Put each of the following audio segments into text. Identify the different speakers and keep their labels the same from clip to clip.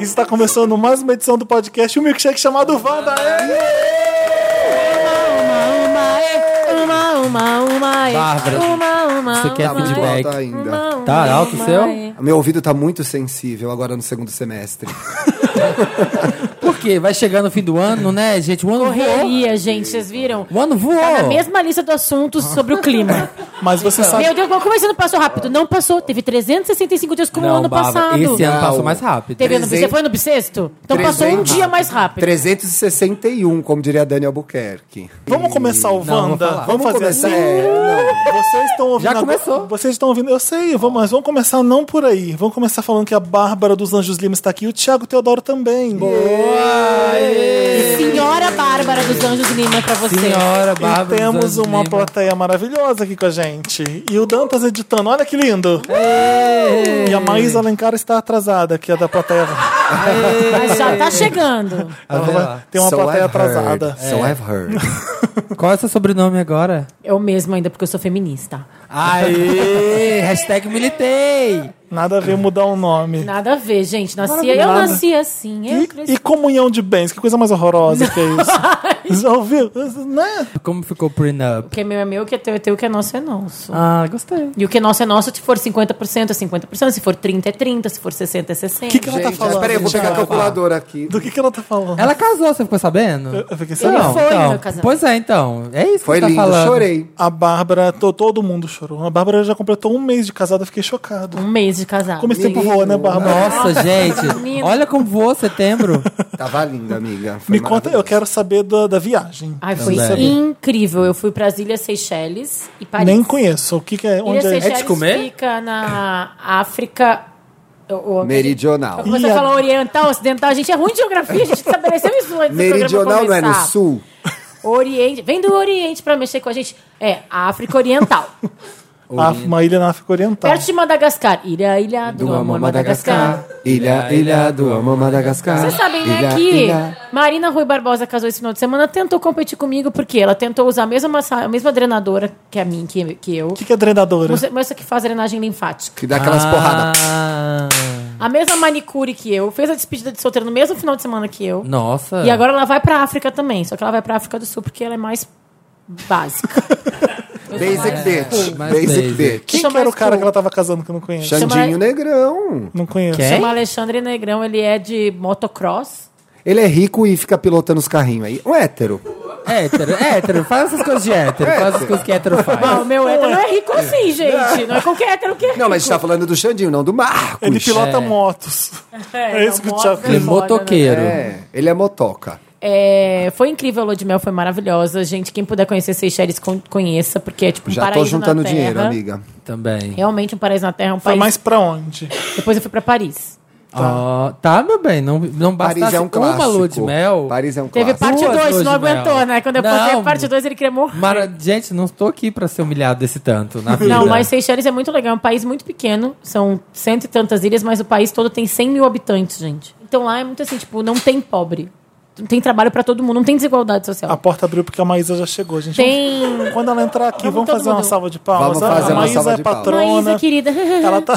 Speaker 1: Está começando mais uma edição do podcast, um milkshake chamado Wanda.
Speaker 2: Uma, uma, uma, é.
Speaker 3: Bárbara,
Speaker 2: uma, uma,
Speaker 3: você
Speaker 2: uma,
Speaker 3: quer
Speaker 2: é.
Speaker 4: Tá muito
Speaker 3: feedback?
Speaker 4: alto ainda.
Speaker 2: Uma, uma,
Speaker 3: Tá alto o
Speaker 2: uma,
Speaker 3: seu?
Speaker 2: é.
Speaker 4: Meu ouvido tá muito sensível agora no segundo semestre.
Speaker 3: Por quê? Vai chegando o fim do ano, né, gente? O ano voou.
Speaker 2: Correria, gente, vocês viram?
Speaker 3: O ano voou.
Speaker 2: Tá na mesma lista de assuntos sobre o clima.
Speaker 1: Mas você sabe,
Speaker 2: Meu Deus, como esse ano passou rápido? Não passou. Teve 365 dias como o ano
Speaker 3: Bárbara,
Speaker 2: passado.
Speaker 3: Esse ano
Speaker 4: Não.
Speaker 3: passou mais rápido.
Speaker 2: Teve ano
Speaker 4: Trezentos-
Speaker 2: bissexto? Foi ano bissexto? Então passou um
Speaker 4: Trezentos-
Speaker 2: dia mais rápido.
Speaker 4: 361, como diria Dani Albuquerque.
Speaker 1: vamos começar o
Speaker 3: Não, vou
Speaker 1: Wanda?
Speaker 3: falar.
Speaker 1: vamos fazer
Speaker 4: começar.
Speaker 1: assim?
Speaker 4: É, não.
Speaker 1: Vocês estão ouvindo.
Speaker 3: Já
Speaker 1: agora-
Speaker 3: começou.
Speaker 1: Vocês estão ouvindo. Eu sei, vamos, mas vamos começar não por aí. Vamos começar falando que a Bárbara dos Anjos Lima está aqui e o Thiago Teodoro também.
Speaker 2: Senhora Bárbara dos Anjos Lima pra você.
Speaker 3: Senhora
Speaker 1: E
Speaker 3: Bárbara.
Speaker 1: temos
Speaker 3: dos Anjos
Speaker 1: uma
Speaker 3: Lima.
Speaker 1: plateia maravilhosa aqui com a gente. E o Dantas editando, olha que lindo! E a Maísa Alencar está atrasada, que é da plateia.
Speaker 2: Mas já tá chegando.
Speaker 3: Ah, vai lá.
Speaker 1: Tem uma
Speaker 4: So
Speaker 1: plateia
Speaker 4: I've heard,
Speaker 1: atrasada.
Speaker 4: So I've heard.
Speaker 3: Qual é seu sobrenome agora?
Speaker 2: Eu mesmo ainda, porque eu sou feminista.
Speaker 3: Aê! Hashtag militei!
Speaker 1: Nada a ver mudar o nome.
Speaker 2: Nada a ver, gente. Nasci, eu nasci assim. Eu
Speaker 1: E,
Speaker 2: cresci.
Speaker 1: e comunhão de bens, que coisa mais horrorosa que é isso. Já ouviu? Né?
Speaker 3: Como ficou o prenup?
Speaker 2: O que é meu é meu, o que é teu é teu, o que é nosso é nosso.
Speaker 3: Ah, gostei.
Speaker 2: E o que é nosso é nosso, se for 50% é 50%, se for 30% é 30%, se for 60% é 60%.
Speaker 1: Que que ela- tá
Speaker 4: Gente,
Speaker 1: falando,
Speaker 4: peraí, eu vou
Speaker 1: gente,
Speaker 4: pegar a
Speaker 1: vai lá.
Speaker 4: calculadora aqui.
Speaker 1: Do que, que ela tá falando?
Speaker 3: Ela casou, você ficou sabendo?
Speaker 1: Eu fiquei
Speaker 2: Ele
Speaker 1: sabendo.
Speaker 2: foi no
Speaker 3: então.
Speaker 2: meu casamento.
Speaker 3: Pois é, então. É isso
Speaker 4: Foi
Speaker 3: que você
Speaker 4: lindo,
Speaker 3: tá falando.
Speaker 4: chorei.
Speaker 1: A Bárbara, to- todo mundo chorou. A Bárbara já completou um mês de casada, eu fiquei chocado.
Speaker 2: Um mês de casado.
Speaker 1: Como esse tempo
Speaker 4: Menino.
Speaker 1: voa, né, Bárbara?
Speaker 3: Nossa, gente.
Speaker 2: menina.
Speaker 3: Olha como voou setembro.
Speaker 4: Tava linda, amiga. Foi
Speaker 1: Me conta, eu
Speaker 4: maravilhoso.
Speaker 1: quero saber da, da viagem.
Speaker 2: Ai, foi
Speaker 3: Também.
Speaker 2: incrível. Eu fui para as Ilhas Seychelles e Paris.
Speaker 1: Nem conheço. O que, que é? Onde
Speaker 2: Ilhas
Speaker 1: é?
Speaker 2: Seychelles
Speaker 3: comer?
Speaker 2: fica na África... o- o-
Speaker 4: Meridional.
Speaker 2: Eu comecei a falar oriental, ocidental. A gente é ruim de geografia, a gente estabeleceu isso antes do
Speaker 4: Meridional não é
Speaker 2: programa
Speaker 4: no
Speaker 2: começar.
Speaker 4: sul?
Speaker 2: Oriente. Vem do Oriente pra mexer com a gente. É, África Oriental.
Speaker 1: Ah, uma ilha na África Oriental.
Speaker 2: Perto de Madagascar. Ilha, ilha do, amor, Madagascar.
Speaker 4: Ilha, ilha do amor Madagascar.
Speaker 2: Vocês sabem, né,
Speaker 4: Ilha,
Speaker 2: que
Speaker 4: ilha.
Speaker 2: Marina Rui Barbosa casou esse final de semana, tentou competir comigo, porque ela tentou usar a mesma, massa- a mesma drenadora que a mim, que, que eu.
Speaker 1: O que, que é drenadora?
Speaker 2: Moça- Moça que faz drenagem linfática.
Speaker 4: Que dá aquelas porradas.
Speaker 3: Ah,
Speaker 2: A mesma manicure que eu, fez a despedida de solteiro no mesmo final de semana que eu.
Speaker 3: Nossa.
Speaker 2: E agora ela vai pra África também, só que ela vai pra África do Sul, porque ela é mais básica.
Speaker 4: Basic bitch.
Speaker 3: mais
Speaker 4: Basic
Speaker 3: basic.
Speaker 4: bitch.
Speaker 1: Quem
Speaker 2: Chama
Speaker 1: que era o
Speaker 2: mais
Speaker 1: cara
Speaker 2: cool.
Speaker 1: que ela tava casando que eu não conheço?
Speaker 2: Chama-
Speaker 4: Xandinho Negrão.
Speaker 1: Não conheço.
Speaker 3: Quem?
Speaker 2: Chama Alexandre Negrão, ele é de motocross.
Speaker 4: Ele é rico e fica pilotando os carrinhos aí. Um hétero.
Speaker 3: Hétero, hétero, faz essas coisas de hétero, faz as
Speaker 4: Hétero.
Speaker 3: coisas que hétero
Speaker 2: Ah, o
Speaker 3: faz.
Speaker 2: meu hétero é rico assim, gente. Não é qualquer hétero que é rico.
Speaker 4: Não, mas a gente tá falando do Xandinho, não do Marcos.
Speaker 1: Ele pilota
Speaker 3: é.
Speaker 1: motos. É, isso
Speaker 2: não,
Speaker 1: que o
Speaker 2: moto
Speaker 1: Thiago
Speaker 3: Ele é
Speaker 1: fez.
Speaker 2: foda,
Speaker 3: motoqueiro.
Speaker 2: né?
Speaker 4: É, ele é motoca.
Speaker 2: É, foi incrível, a Lua de Mel foi maravilhosa. Gente, quem puder conhecer Seychelles, con- conheça, porque é tipo um
Speaker 4: Já tô
Speaker 2: paraíso na
Speaker 4: juntando
Speaker 2: terra.
Speaker 4: dinheiro, amiga.
Speaker 3: Também.
Speaker 2: Realmente um paraíso na terra, é um
Speaker 1: Foi
Speaker 2: país.
Speaker 1: mais pra onde?
Speaker 2: Depois eu fui pra Paris.
Speaker 3: Ó, tá, meu bem, não, não
Speaker 4: Paris
Speaker 3: bastasse
Speaker 4: é um clássico.
Speaker 3: uma lua de mel.
Speaker 4: Paris é um
Speaker 2: Teve parte
Speaker 4: clássico.
Speaker 3: Duas
Speaker 2: 2,
Speaker 3: Luas
Speaker 2: não
Speaker 3: de Mel.
Speaker 2: aguentou, né? Quando eu
Speaker 3: Não.
Speaker 2: postei a parte 2, ele queria morrer.
Speaker 3: Mara- Gente, não estou aqui pra ser humilhado desse tanto na vida.
Speaker 2: Não, mas Seychelles é muito legal, é um país muito pequeno, são cento e tantas ilhas, mas o país todo tem 100 mil habitantes, gente. Então lá é muito assim, tipo, não tem pobre. Não tem trabalho pra todo mundo, não tem desigualdade social.
Speaker 1: A
Speaker 4: Ah,
Speaker 1: porta abriu porque a Maísa já chegou, gente.
Speaker 2: Tem.
Speaker 1: Quando ela entrar aqui, vamos,
Speaker 2: Vamos todo
Speaker 1: fazer uma
Speaker 2: mundo.
Speaker 1: salva de palmas.
Speaker 4: Vamos fazer
Speaker 1: a
Speaker 4: uma
Speaker 1: Maísa
Speaker 4: salva
Speaker 1: é
Speaker 4: de palmas.
Speaker 1: patrona.
Speaker 2: Maísa, querida.
Speaker 1: Ela tá.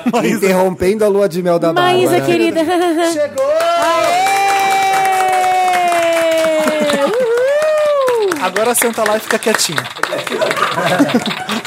Speaker 1: Maísa.
Speaker 4: Interrompendo a lua de mel da né? Bárbara.
Speaker 2: Maísa, querida.
Speaker 4: Chegou!
Speaker 1: Agora senta lá e fica quietinha.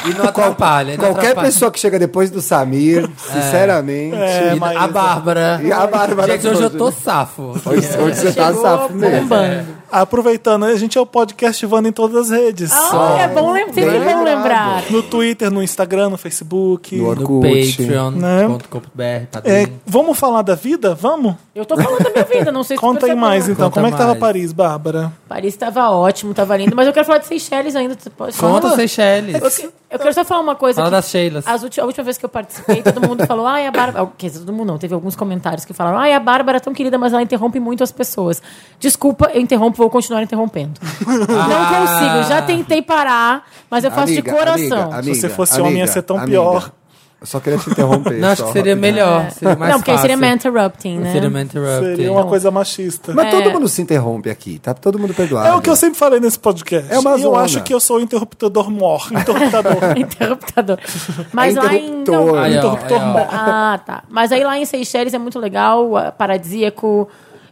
Speaker 3: E não atrapalha. não
Speaker 4: Qualquer
Speaker 3: atrapalha.
Speaker 4: pessoa que chega depois do Samir, sinceramente.
Speaker 1: É,
Speaker 3: E
Speaker 1: Maísa.
Speaker 3: A Bárbara.
Speaker 4: E a Bárbara
Speaker 3: Gente, hoje é eu tô
Speaker 4: hoje,
Speaker 3: safo.
Speaker 4: Hoje, hoje você tá É.
Speaker 2: Chegou
Speaker 4: safo mesmo.
Speaker 2: bombando.
Speaker 1: Aproveitando, a gente é o podcast Vanda em todas as redes.
Speaker 2: Ah, é bom, lem- sempre
Speaker 4: Bem
Speaker 2: bom
Speaker 4: lembrado.
Speaker 2: lembrar.
Speaker 1: No Twitter, no Instagram, no Facebook.
Speaker 4: No Orkut.
Speaker 3: No
Speaker 4: Orkut.
Speaker 3: patreon.com.br.
Speaker 1: É,
Speaker 3: padrinho.
Speaker 1: vamos falar da vida? Vamos?
Speaker 2: Eu tô falando da minha vida, não sei se
Speaker 1: Contem
Speaker 2: percebeu.
Speaker 1: mais então.
Speaker 3: Conta
Speaker 1: Como é que tava
Speaker 3: mais.
Speaker 1: Paris, Bárbara?
Speaker 2: Paris tava ótimo, tava lindo, mas eu quero falar de Seychelles ainda. tu pode falar?
Speaker 3: Conta Seychelles.
Speaker 2: Eu quero só falar uma coisa.
Speaker 3: Fala
Speaker 2: que-
Speaker 3: das Sheilas.
Speaker 2: As ulti- a última vez que eu participei, todo mundo falou, ai, a Bárbara. Quer dizer, todo mundo não, teve alguns comentários que falaram, ai, a Bárbara é tão querida, mas ela interrompe muito as pessoas. Desculpa, eu interrompo, vou continuar interrompendo.
Speaker 3: Ah.
Speaker 2: Não consigo, já tentei parar, mas eu faço de coração.
Speaker 4: Amiga, amiga,
Speaker 1: Se você fosse
Speaker 4: amiga,
Speaker 1: homem, ia ser tão
Speaker 4: amiga.
Speaker 1: pior.
Speaker 4: Eu só queria te interromper.
Speaker 3: Não, acho
Speaker 4: só,
Speaker 3: que seria
Speaker 4: rapidinho.
Speaker 3: melhor. Seria mais
Speaker 2: É. não, porque aí
Speaker 3: fácil.
Speaker 2: seria man interrupting, né?
Speaker 3: Seria é, man interrupting.
Speaker 1: Seria uma coisa machista.
Speaker 4: Mas todo
Speaker 2: É.
Speaker 4: mundo se interrompe aqui, tá todo mundo perdoado.
Speaker 1: É o que eu sempre falei nesse podcast.
Speaker 4: É uma
Speaker 1: E eu
Speaker 4: zona.
Speaker 1: acho que eu sou o interruptador mor. Interruptador.
Speaker 2: Interruptador. Mas lá em.
Speaker 4: É Interruptor.
Speaker 3: Aí, ó,
Speaker 1: Interruptor
Speaker 3: aí, ó.
Speaker 1: mor.
Speaker 2: Ah, tá. Mas aí lá em Seychelles é muito legal, é paradisíaco.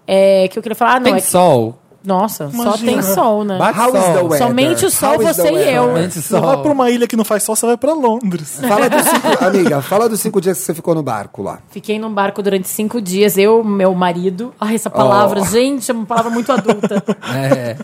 Speaker 2: É, que eu queria falar, ah, não,
Speaker 3: Tem
Speaker 2: é que-
Speaker 3: sol.
Speaker 2: Nossa, só
Speaker 1: Imagina.
Speaker 2: tem sol, né?
Speaker 3: Bate
Speaker 4: How is the
Speaker 3: sol.
Speaker 4: weather?
Speaker 2: Somente o sol,
Speaker 4: How is the
Speaker 2: você e
Speaker 4: weather?
Speaker 2: eu.
Speaker 3: Somente
Speaker 1: Você vai pra
Speaker 3: sol.
Speaker 1: uma ilha que não faz sol, você vai pra Londres.
Speaker 4: Fala dos cinco, amiga, fala dos cinco dias que você ficou no barco lá.
Speaker 2: Fiquei num barco durante cinco dias, eu, meu marido. Ai, essa palavra, gente, é uma palavra muito adulta.
Speaker 3: É.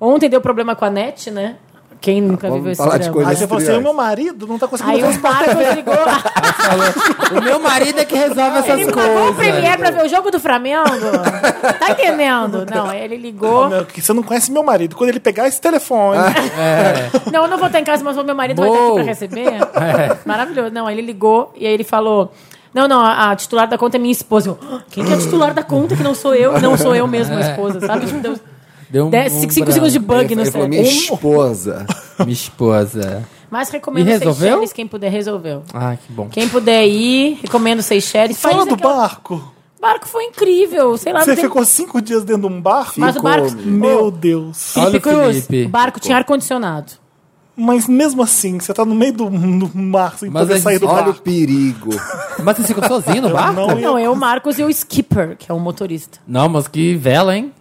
Speaker 2: Ontem deu problema com a net, né? Quem nunca
Speaker 4: vamos
Speaker 2: viveu esse
Speaker 4: falar de
Speaker 2: drama?
Speaker 4: coisa-
Speaker 1: Aí você fala assim,
Speaker 4: Industriais.
Speaker 1: o meu marido não tá
Speaker 2: Aí
Speaker 1: conseguindo
Speaker 2: o Marcos ligou.
Speaker 3: Falou, o meu marido é que resolve essas
Speaker 2: Ele é pagou o
Speaker 3: coisas.
Speaker 2: Premiere pra ver o jogo do Flamengo? Tá entendendo? Não, ele ligou.
Speaker 1: Não, que você não conhece meu marido. Quando ele pegar esse telefone,
Speaker 2: Ah.
Speaker 3: É.
Speaker 2: Não, eu não vou estar em casa, mas o meu marido vai estar aqui
Speaker 3: Boa.
Speaker 2: pra receber. Maravilhoso. Não, aí ele ligou e aí ele falou... Não, não, a, a titular da conta é minha esposa. Eu, "Ah, Quem que é a titular da conta que não sou eu? Não sou eu mesmo a esposa, sabe? Tipo, deu
Speaker 3: Deu um,
Speaker 2: dez-
Speaker 3: um
Speaker 2: cinco, cinco
Speaker 3: branco.
Speaker 2: segundos de bug
Speaker 4: Ele-
Speaker 2: no
Speaker 4: ele falou,
Speaker 2: cérebro.
Speaker 4: minha esposa.
Speaker 3: Minha esposa.
Speaker 2: Mas recomendo
Speaker 3: E resolveu?
Speaker 2: Seychelles, quem puder, resolveu.
Speaker 3: Ah, que bom.
Speaker 2: Quem puder ir, recomendo Seychelles.
Speaker 1: fora
Speaker 2: País
Speaker 1: do
Speaker 2: daquela-
Speaker 1: barco.
Speaker 2: O barco foi incrível, sei lá. não
Speaker 1: Você
Speaker 2: tem-
Speaker 1: ficou cinco dias dentro de um barco?
Speaker 2: Mas o barco...
Speaker 1: Meu Deus.
Speaker 3: Olha
Speaker 2: Felipe
Speaker 3: o
Speaker 2: Cruz,
Speaker 3: Felipe.
Speaker 2: o barco tinha ar-condicionado.
Speaker 1: Mas mesmo assim, você tá no meio do, do mar sem
Speaker 3: Mas
Speaker 1: poder
Speaker 3: aí,
Speaker 1: sair do
Speaker 4: Olha
Speaker 1: barco.
Speaker 4: o perigo.
Speaker 3: Mas você ficou sozinho no barco?
Speaker 1: não-
Speaker 3: Não.
Speaker 2: Não, eu, o Marcos e o skipper, que é o motorista.
Speaker 3: mas que vela, hein?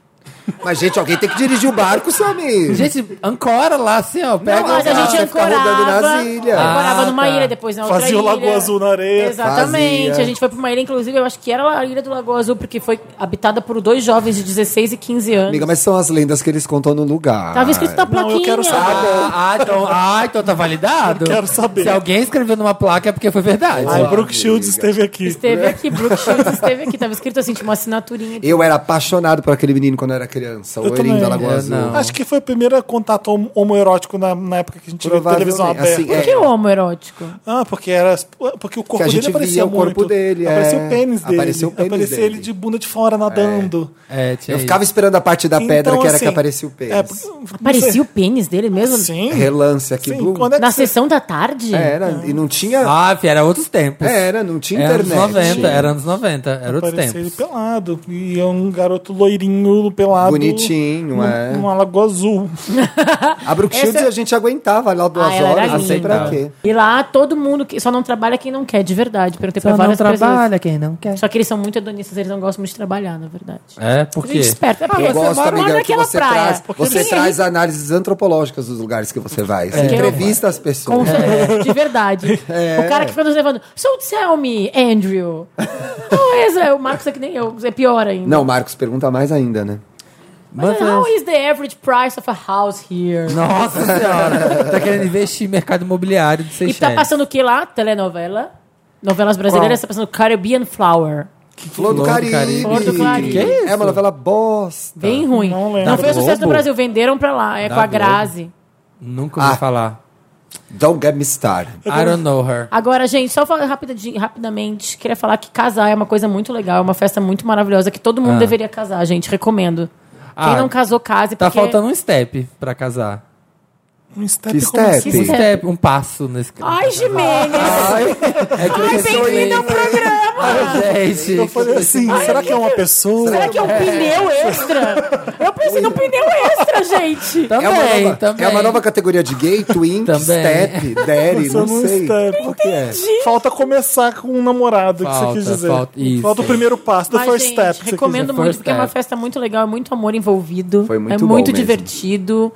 Speaker 4: Mas, gente, alguém tem que dirigir o barco, Samir.
Speaker 3: Gente, ancora lá assim, ó. Pega
Speaker 4: Não,
Speaker 2: Mas a
Speaker 4: Ah,
Speaker 2: gente
Speaker 4: você fica rodando
Speaker 2: ancorava,
Speaker 4: nas ilhas.
Speaker 2: ancorava
Speaker 3: Ah,
Speaker 2: numa
Speaker 3: tá.
Speaker 2: ilha, depois na outra
Speaker 1: Fazia o
Speaker 2: ilha.
Speaker 1: Lagoa Azul na areia.
Speaker 2: Exatamente,
Speaker 4: Fazia.
Speaker 2: a gente foi pra uma ilha, inclusive, eu acho que era a ilha do Lagoa Azul, porque foi habitada por dois jovens de 16 e 15 anos.
Speaker 4: Amiga, mas são as lendas que eles contam no lugar.
Speaker 2: Tava escrito na plaquinha.
Speaker 1: eu quero saber.
Speaker 3: Ah, ah, então, ah, então tá validado?
Speaker 1: Eu quero saber.
Speaker 3: Se alguém escreveu numa placa é porque foi verdade.
Speaker 1: Ai,
Speaker 4: Olá,
Speaker 1: Brooke Shields
Speaker 4: amiga.
Speaker 1: esteve aqui.
Speaker 2: Esteve aqui, Brooke Shields esteve aqui. Tava escrito assim, tinha uma assinaturinha.
Speaker 4: Eu era apaixonado por aquele menino quando eu era criança, o Erinho
Speaker 1: também.
Speaker 4: da Lagoa
Speaker 3: Eu
Speaker 4: Azul.
Speaker 3: não.
Speaker 1: Acho que foi o primeiro contato homo- homoerótico na, na época que a gente via
Speaker 4: Provavelmente,
Speaker 1: televisão aberta.
Speaker 4: assim,
Speaker 2: Por
Speaker 4: é.
Speaker 2: que homo erótico?
Speaker 1: Ah, porque era porque o corpo
Speaker 4: Que a
Speaker 1: dele
Speaker 4: gente
Speaker 1: aparecia
Speaker 4: via o
Speaker 1: muito.
Speaker 4: corpo dele, é.
Speaker 1: aparecia o pênis dele.
Speaker 4: Aparecia o pênis
Speaker 1: aparecia
Speaker 4: dele.
Speaker 1: ele de bunda de fora nadando. Então,
Speaker 3: É, tinha
Speaker 4: Eu
Speaker 3: isso.
Speaker 4: ficava esperando a parte da pedra que era
Speaker 1: assim,
Speaker 4: que aparecia o pênis.
Speaker 2: Parecia o pênis dele mesmo?
Speaker 1: é Sim.
Speaker 4: Relance aqui,
Speaker 1: Sim,
Speaker 4: blum. É,
Speaker 1: quando é que
Speaker 2: Na
Speaker 1: você-
Speaker 2: sessão da tarde?
Speaker 4: Era, e não tinha...
Speaker 3: Ah, filho, era outros tempos.
Speaker 4: Era, não tinha É,
Speaker 3: Era
Speaker 4: internet.
Speaker 3: anos 90, era anos 90, era outros
Speaker 1: aparecia ele
Speaker 3: tempos.
Speaker 1: pelado. E é um garoto loirinho pelado.
Speaker 4: Bonitinho, é.
Speaker 1: Uma lagoa azul.
Speaker 4: A Brooke Shields a gente aguentava lá duas
Speaker 2: Ah, ela
Speaker 4: horas,
Speaker 2: era
Speaker 4: não sei
Speaker 2: linda.
Speaker 4: pra quê.
Speaker 2: E lá todo mundo que só não trabalha quem não quer, de verdade. Perguntei pra várias pessoas.
Speaker 3: quem não quer.
Speaker 2: Só que eles são muito hedonistas, eles não gostam muito de trabalhar, na verdade.
Speaker 3: É, por quê?
Speaker 2: Gente esperta. É porque
Speaker 4: Eu gosto,
Speaker 2: mora
Speaker 4: amiga, que
Speaker 2: naquela
Speaker 4: você
Speaker 2: praia.
Speaker 4: traz,
Speaker 2: Porque
Speaker 4: você
Speaker 2: ninguém-
Speaker 4: traz análises antropológicas dos lugares que você vai. Você entrevista as
Speaker 2: Com
Speaker 4: pessoas.
Speaker 2: certeza, de verdade.
Speaker 4: É.
Speaker 2: O cara que fica nos levando. So tell me, Andrew. How is o Marcos é que nem eu, é pior ainda. é,
Speaker 4: Não, é. Marcos, pergunta mais ainda, né?
Speaker 3: Mas- é-
Speaker 2: How is the average price of a house here?
Speaker 3: Nossa senhora, tá querendo investir em mercado imobiliário de
Speaker 2: E
Speaker 3: Seychelles.
Speaker 2: tá passando o que lá? Telenovela. Novelas brasileiras, tá passando Caribbean Flower.
Speaker 4: Flor do
Speaker 3: Flor do
Speaker 4: Caribe.
Speaker 3: Caribe.
Speaker 2: Flor do Caribe.
Speaker 4: Que é, isso? é uma novela bosta.
Speaker 2: Bem ruim.
Speaker 1: Não
Speaker 2: Não,
Speaker 1: lembro.
Speaker 2: fez sucesso
Speaker 3: Da
Speaker 2: no
Speaker 3: Tá. Globo?
Speaker 2: Brasil, venderam pra lá. É
Speaker 3: Da
Speaker 2: com a
Speaker 3: Globo.
Speaker 2: Grazi.
Speaker 3: Nunca ouvi
Speaker 4: Ah.
Speaker 3: falar.
Speaker 4: Don't get me started.
Speaker 3: I don't know her.
Speaker 2: Agora, gente, só falar rapidinho- rapidamente, queria falar que casar é uma coisa muito legal, é uma festa muito maravilhosa que todo mundo
Speaker 3: Ah.
Speaker 2: deveria casar, gente. Recomendo.
Speaker 3: Ah,
Speaker 2: Quem não casou, case.
Speaker 3: Tá
Speaker 2: porque...
Speaker 3: faltando um step pra casar.
Speaker 1: Um step
Speaker 4: Que
Speaker 1: como
Speaker 4: step?
Speaker 1: assim?
Speaker 3: Um
Speaker 2: Step.
Speaker 3: step, um passo nesse
Speaker 2: Ai, Jimenez!
Speaker 3: é que
Speaker 2: Ai, bem-vindo ao programa!
Speaker 3: gente.
Speaker 1: Eu falei assim, será que é uma pessoa?
Speaker 2: Será que é um pneu extra? Eu pensei num pneu extra,
Speaker 3: Tá
Speaker 2: gente!
Speaker 4: É uma,
Speaker 3: Também,
Speaker 4: nova,
Speaker 3: também.
Speaker 4: é uma nova categoria de gay, twin,
Speaker 3: Também.
Speaker 4: step, daddy,
Speaker 1: Só
Speaker 4: não
Speaker 1: num
Speaker 4: sei.
Speaker 1: step.
Speaker 4: O que é?
Speaker 1: Falta começar com um namorado, que você
Speaker 3: Falta,
Speaker 1: quis dizer.
Speaker 3: falta- isso.
Speaker 1: o primeiro passo, the
Speaker 2: Mas,
Speaker 1: first
Speaker 2: gente,
Speaker 1: step. que você
Speaker 2: recomendo
Speaker 3: quiser.
Speaker 2: muito,
Speaker 3: First
Speaker 2: porque é uma
Speaker 3: step.
Speaker 2: festa muito legal, é muito amor envolvido.
Speaker 4: Foi muito
Speaker 2: é
Speaker 4: bom
Speaker 2: muito
Speaker 4: mesmo.
Speaker 2: divertido.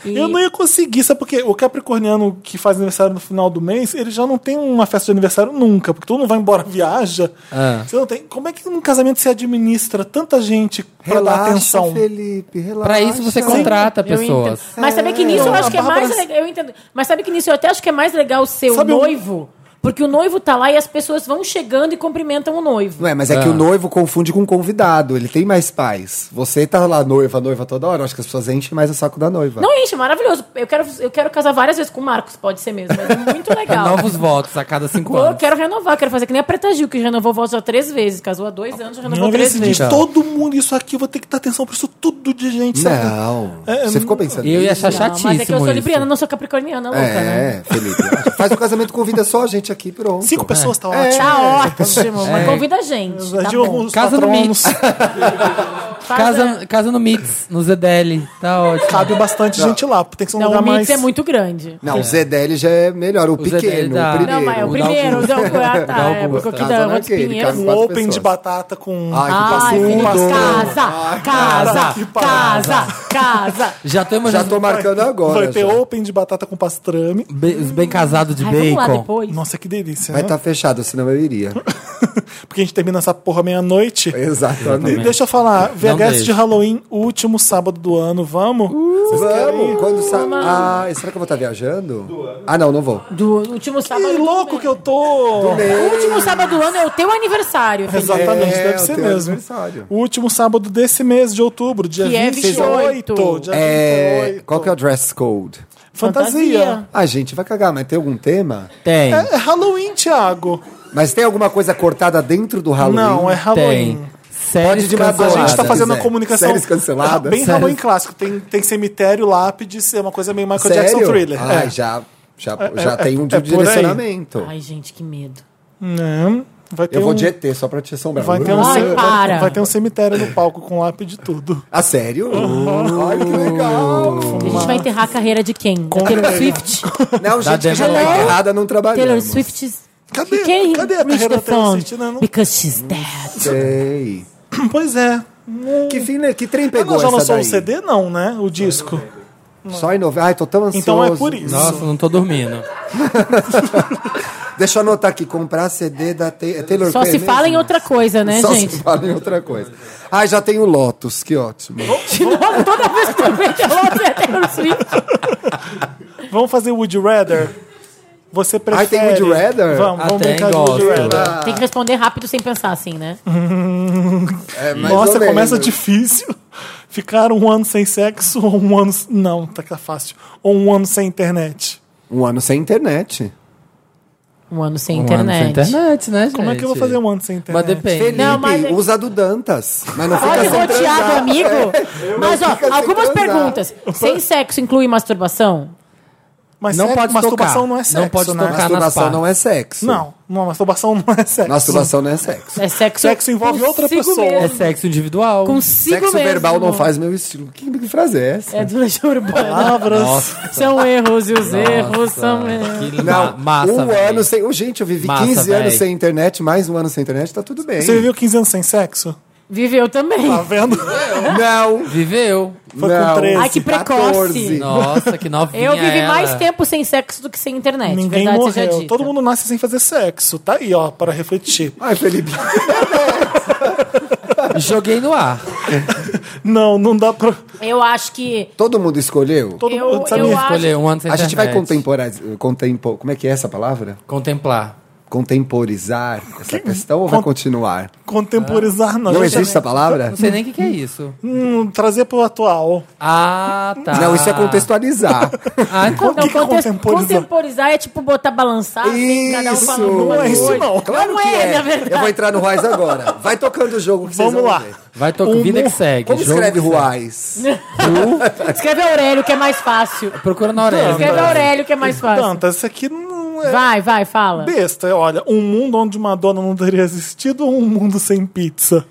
Speaker 1: quis
Speaker 2: E-
Speaker 1: dizer. Eu não ia conseguir, sabe porque o capricorniano que faz aniversário no final do mês, ele já não tem uma festa de aniversário nunca, porque todo mundo vai embora, viaja.
Speaker 3: Ah.
Speaker 1: Você não tem. Como é que num casamento se administra tanta gente pra dar
Speaker 4: Relaxa,
Speaker 1: atenção?
Speaker 4: Felipe, relaxa.
Speaker 3: Pra isso você contrata
Speaker 2: Eu entendo.
Speaker 3: pessoas.
Speaker 2: Mas sabe que nisso eu
Speaker 1: É.
Speaker 2: acho que é
Speaker 1: A Bárbara-
Speaker 2: mais legal. Eu entendo. Mas sabe que nisso eu até acho que é mais legal ser o
Speaker 1: Sabe um-
Speaker 2: noivo. Porque o noivo tá lá e as pessoas vão chegando e cumprimentam o noivo.
Speaker 4: Não é, mas é que o noivo confunde com o convidado. Ele tem mais paz. Você tá lá noiva, noiva toda hora. eu Acho que as pessoas enchem mais o saco da noiva.
Speaker 2: Não enche, maravilhoso. Eu quero, eu quero casar várias vezes com o Marcos, pode ser mesmo. Mas é muito legal.
Speaker 3: Novos votos a cada cinco
Speaker 2: Pô, eu
Speaker 3: anos.
Speaker 2: quero renovar, quero fazer que nem a Preta Gil, que renovou o voto já três vezes. Casou há dois anos, já
Speaker 1: Não, tá
Speaker 2: renovou
Speaker 1: eu
Speaker 2: três
Speaker 1: decidi,
Speaker 2: vezes.
Speaker 1: todo mundo, isso aqui, eu vou ter que dar atenção pra isso tudo de gente, sabe? É,
Speaker 4: Não. você ficou pensando
Speaker 3: Eu ia
Speaker 2: Não,
Speaker 3: achar é chatíssimo
Speaker 2: mas é que eu sou
Speaker 3: isso.
Speaker 2: libriana, não sou capricorniana, louca, né?
Speaker 4: É, Felipe. Faz o casamento com vida só a gente aqui pronto.
Speaker 1: Cinco pessoas tá
Speaker 4: É.
Speaker 1: ótimo. É.
Speaker 2: Tá ótimo. Mas convida a gente. Tá
Speaker 1: De
Speaker 2: bom.
Speaker 1: alguns
Speaker 3: Casa do
Speaker 1: patrons,
Speaker 2: Faz a-
Speaker 3: Casa, casa no Mits, no ZDL. Tá ótimo.
Speaker 1: cabe bastante gente lá. Tem que ser um
Speaker 2: Não,
Speaker 1: lugar
Speaker 2: o Mix
Speaker 1: mais...
Speaker 2: é muito grande.
Speaker 4: Não, o ZDL já é melhor, o,
Speaker 3: ZDL
Speaker 4: pequeno,
Speaker 3: dá-
Speaker 4: o primeiro.
Speaker 2: Não, mas é o
Speaker 3: O
Speaker 2: primeiro.
Speaker 3: Augusto.
Speaker 2: Não, foi, ah, tá.
Speaker 3: O
Speaker 2: É
Speaker 3: Augusto.
Speaker 2: porque aqui
Speaker 4: Casa
Speaker 2: da Rua dos
Speaker 4: naquele,
Speaker 2: Pinheiros.
Speaker 4: casa
Speaker 1: Um
Speaker 4: Quatro
Speaker 1: open
Speaker 4: pessoas.
Speaker 1: de batata com...
Speaker 4: Ai, que
Speaker 2: é Ai,
Speaker 4: passeio.
Speaker 2: Felipe,
Speaker 1: um pastor.
Speaker 2: casa,
Speaker 1: que
Speaker 2: casa,
Speaker 1: parada.
Speaker 2: casa, casa.
Speaker 3: Já tô
Speaker 4: Já
Speaker 3: imaginando
Speaker 4: tô marcando agora.
Speaker 1: Vai ter
Speaker 4: já.
Speaker 1: open de batata com pastrame.
Speaker 3: be- os bem casados de
Speaker 2: Ai, vamos lá
Speaker 3: bacon.
Speaker 2: depois.
Speaker 1: Nossa, que delícia.
Speaker 4: Vai
Speaker 1: né?
Speaker 4: estar fechado, senão eu iria.
Speaker 1: Porque a gente termina essa porra meia-noite.
Speaker 4: É Exatamente.
Speaker 1: Deixa eu falar, VHS de
Speaker 3: deixa.
Speaker 1: Halloween, último sábado do ano, vamos?
Speaker 4: Uh!
Speaker 1: Vocês querem ir?
Speaker 4: Vamos, quando sa... Ah, será que eu vou estar viajando? Ah, não, não vou.
Speaker 2: Do último sábado.
Speaker 1: Que louco que eu tô!
Speaker 2: O último sábado do ano é o teu aniversário, Felipe.
Speaker 1: Exatamente,
Speaker 4: É,
Speaker 1: deve
Speaker 4: o
Speaker 1: ser
Speaker 4: teu
Speaker 1: mesmo.
Speaker 4: aniversário.
Speaker 1: O último sábado desse mês de outubro, dia
Speaker 2: Que é
Speaker 1: 28.
Speaker 2: 28.
Speaker 1: Dia
Speaker 4: É,
Speaker 1: 28.
Speaker 4: qual que é o dress code?
Speaker 1: Fantasia.
Speaker 4: Ah, gente, vai cagar, mas tem algum tema?
Speaker 3: Tem.
Speaker 1: É Halloween, Thiago.
Speaker 4: Mas tem alguma coisa cortada dentro do Halloween?
Speaker 1: Não, é Halloween.
Speaker 3: Tem. Séries
Speaker 4: de
Speaker 1: A
Speaker 4: madrugada.
Speaker 1: gente tá
Speaker 4: Canceladas,
Speaker 1: fazendo a
Speaker 4: é.
Speaker 1: comunicação.
Speaker 4: Séries canceladas.
Speaker 1: Bem
Speaker 4: Séries.
Speaker 1: Halloween clássico. Tem, tem cemitério, lápides, é uma coisa meio Michael
Speaker 4: Sério?
Speaker 1: Jackson thriller.
Speaker 4: Ah,
Speaker 1: é.
Speaker 4: já, já, já tem
Speaker 1: é
Speaker 4: um di-
Speaker 1: por aí.
Speaker 4: direcionamento.
Speaker 2: Ai, gente, que medo.
Speaker 1: Não, vai ter
Speaker 4: Eu vou
Speaker 1: um...
Speaker 4: de ET só pra te assombrar.
Speaker 1: Vai ter, um
Speaker 2: Ai,
Speaker 1: ce-
Speaker 2: para.
Speaker 1: vai ter um cemitério no palco com lápide e tudo.
Speaker 4: Ah, sério?
Speaker 1: Uhum.
Speaker 4: Ai, que legal!
Speaker 2: A gente vai enterrar a carreira de quem? Da Taylor Swift?
Speaker 4: Não, gente que já
Speaker 3: dentro.
Speaker 4: tá errada, não
Speaker 2: Taylor
Speaker 4: trabalhamos.
Speaker 2: Swift.
Speaker 1: Cadê-
Speaker 2: Quem?
Speaker 1: cadê a
Speaker 2: Reach
Speaker 1: carreira da Taylor
Speaker 2: the throne
Speaker 1: Swift, né? Não-
Speaker 2: Because she's dead.
Speaker 4: Sei.
Speaker 1: Pois é.
Speaker 4: Que, fim, né? que trem
Speaker 1: Ela
Speaker 4: pegou
Speaker 1: já
Speaker 4: essa
Speaker 1: lançou
Speaker 4: daí?
Speaker 1: o CD, não, né? O disco.
Speaker 4: Só em novembro. Ai, tô tão ansioso.
Speaker 1: Então é por isso.
Speaker 3: Nossa, não tô dormindo.
Speaker 4: Deixa eu anotar aqui, comprar CD da Ta- é Taylor
Speaker 2: Só
Speaker 4: Swift
Speaker 2: se
Speaker 4: mesmo?
Speaker 2: fala em outra coisa,
Speaker 1: um,
Speaker 2: né,
Speaker 4: Só
Speaker 2: gente?
Speaker 4: se fala em outra coisa. Ai, já tem o Lotus, que ótimo.
Speaker 1: Oh.
Speaker 2: De novo, toda vez que eu vejo a outra é Taylor Swift.
Speaker 1: Vamos fazer Would You Rather? Você prefere...
Speaker 4: Ah, tem Would You Rather?
Speaker 1: Vamos, vamos
Speaker 3: Até
Speaker 1: brincar de Would You
Speaker 3: Ah, gosto.
Speaker 1: Rather.
Speaker 2: Tem que responder rápido sem pensar assim, né?
Speaker 4: É, mais
Speaker 1: Nossa,
Speaker 4: ou
Speaker 1: começa
Speaker 4: menos.
Speaker 1: difícil. Ficar um ano sem sexo ou um ano... Não, tá tá fácil. Ou um ano sem internet.
Speaker 4: Um ano sem internet.
Speaker 2: Um ano sem
Speaker 3: Um ano
Speaker 2: internet.
Speaker 3: sem internet, né, gente?
Speaker 1: Como é que eu vou fazer um ano sem internet?
Speaker 3: Mas depende.
Speaker 4: Felipe,
Speaker 2: Não, mas é-
Speaker 4: usa do Dantas. Mas não fica
Speaker 2: Pode
Speaker 4: sem
Speaker 2: rodear do
Speaker 4: transar.
Speaker 2: Tá amigo? Mas,
Speaker 4: fica
Speaker 2: ó,
Speaker 4: sem
Speaker 2: algumas
Speaker 4: transar.
Speaker 2: perguntas. Sem sexo inclui masturbação?
Speaker 1: Mas
Speaker 3: Não
Speaker 1: sexo-
Speaker 3: pode
Speaker 1: masturbação
Speaker 3: tocar.
Speaker 1: não é
Speaker 3: Não
Speaker 1: sexo,
Speaker 3: pode
Speaker 1: né?
Speaker 3: tocar.
Speaker 4: Masturbação
Speaker 3: nas
Speaker 4: não é sexo.
Speaker 1: Não, não, masturbação não é sexo.
Speaker 4: Masturbação não é sexo.
Speaker 2: É sexo.
Speaker 1: Sexo envolve outra
Speaker 2: consigo
Speaker 1: pessoa.
Speaker 3: É
Speaker 2: Mesmo.
Speaker 3: sexo individual.
Speaker 2: Consigo
Speaker 4: Sexo
Speaker 2: mesmo.
Speaker 4: verbal não faz meu estilo. Que, que frase é essa?
Speaker 2: É do Legião Urbana.
Speaker 1: Palavras.
Speaker 2: São erros e os erros
Speaker 3: Nossa,
Speaker 2: são erros.
Speaker 3: que
Speaker 4: Não,
Speaker 3: É, ma- massa,
Speaker 4: um
Speaker 3: véi.
Speaker 4: ano sem. Oh, gente, eu vivi
Speaker 3: Massa,
Speaker 4: 15 anos
Speaker 3: véi.
Speaker 4: sem internet, mais um ano sem internet, tá tudo bem.
Speaker 1: Você viveu 15 anos sem sexo?
Speaker 2: Viveu também.
Speaker 1: Tá vendo?
Speaker 4: Não!
Speaker 3: Viveu.
Speaker 1: Foi
Speaker 4: não.
Speaker 1: com 13.
Speaker 2: Ai, que precoce.
Speaker 3: Nossa, que novinha
Speaker 2: Eu vivi
Speaker 3: ela.
Speaker 2: mais tempo sem sexo do que sem internet.
Speaker 1: Ninguém
Speaker 2: É, verdade seja
Speaker 1: morreu.
Speaker 2: dita.
Speaker 1: Todo mundo nasce sem fazer sexo. Tá aí, ó, para refletir.
Speaker 4: Ai, Felipe.
Speaker 3: Joguei no ar.
Speaker 1: Não, não dá pra.
Speaker 2: Eu acho que.
Speaker 4: Todo mundo escolheu?
Speaker 1: Todo
Speaker 2: Eu-
Speaker 1: mundo sabe.
Speaker 2: eu acho-
Speaker 3: Escolher um ano sem
Speaker 4: A gente vai
Speaker 3: internet.
Speaker 4: contemporizar. Contempo, como é que é essa palavra?
Speaker 3: Contemplar.
Speaker 4: Contemporizar essa questão ou vai continuar?
Speaker 1: Contemporizar, não.
Speaker 4: Não
Speaker 1: Gente,
Speaker 4: existe essa palavra?
Speaker 3: Não sei nem o que, que é isso.
Speaker 1: hum, trazer pro atual.
Speaker 3: Ah, tá.
Speaker 4: Não, isso é contextualizar.
Speaker 3: Ah, então.
Speaker 2: Não,
Speaker 1: que é
Speaker 2: conte-
Speaker 1: contemporizar?
Speaker 2: contemporizar é tipo botar balançar, assim, cada um
Speaker 4: Isso!
Speaker 2: falando uma
Speaker 1: Não é isso,
Speaker 2: coisa.
Speaker 1: não.
Speaker 4: Claro
Speaker 2: Não
Speaker 4: que
Speaker 2: é,
Speaker 4: é.
Speaker 2: na verdade.
Speaker 4: Eu vou entrar no Ruais agora. Vai tocando o jogo que vocês
Speaker 1: Vamos
Speaker 4: vão
Speaker 1: lá.
Speaker 4: ver.
Speaker 3: Vai tocando.
Speaker 1: Humor-
Speaker 3: Vida que segue.
Speaker 4: Como
Speaker 3: jogo
Speaker 4: escreve
Speaker 3: que segue.
Speaker 4: Ruais?
Speaker 2: Escreve Aurélio, que é mais fácil.
Speaker 3: Procura na orelha.
Speaker 2: Escreve Aurélio, que é mais fácil.
Speaker 1: Tantas, isso aqui não é
Speaker 2: Vai, vai, fala.
Speaker 1: besta. Olha, um mundo onde Madonna não teria existido ou um mundo sem pizza?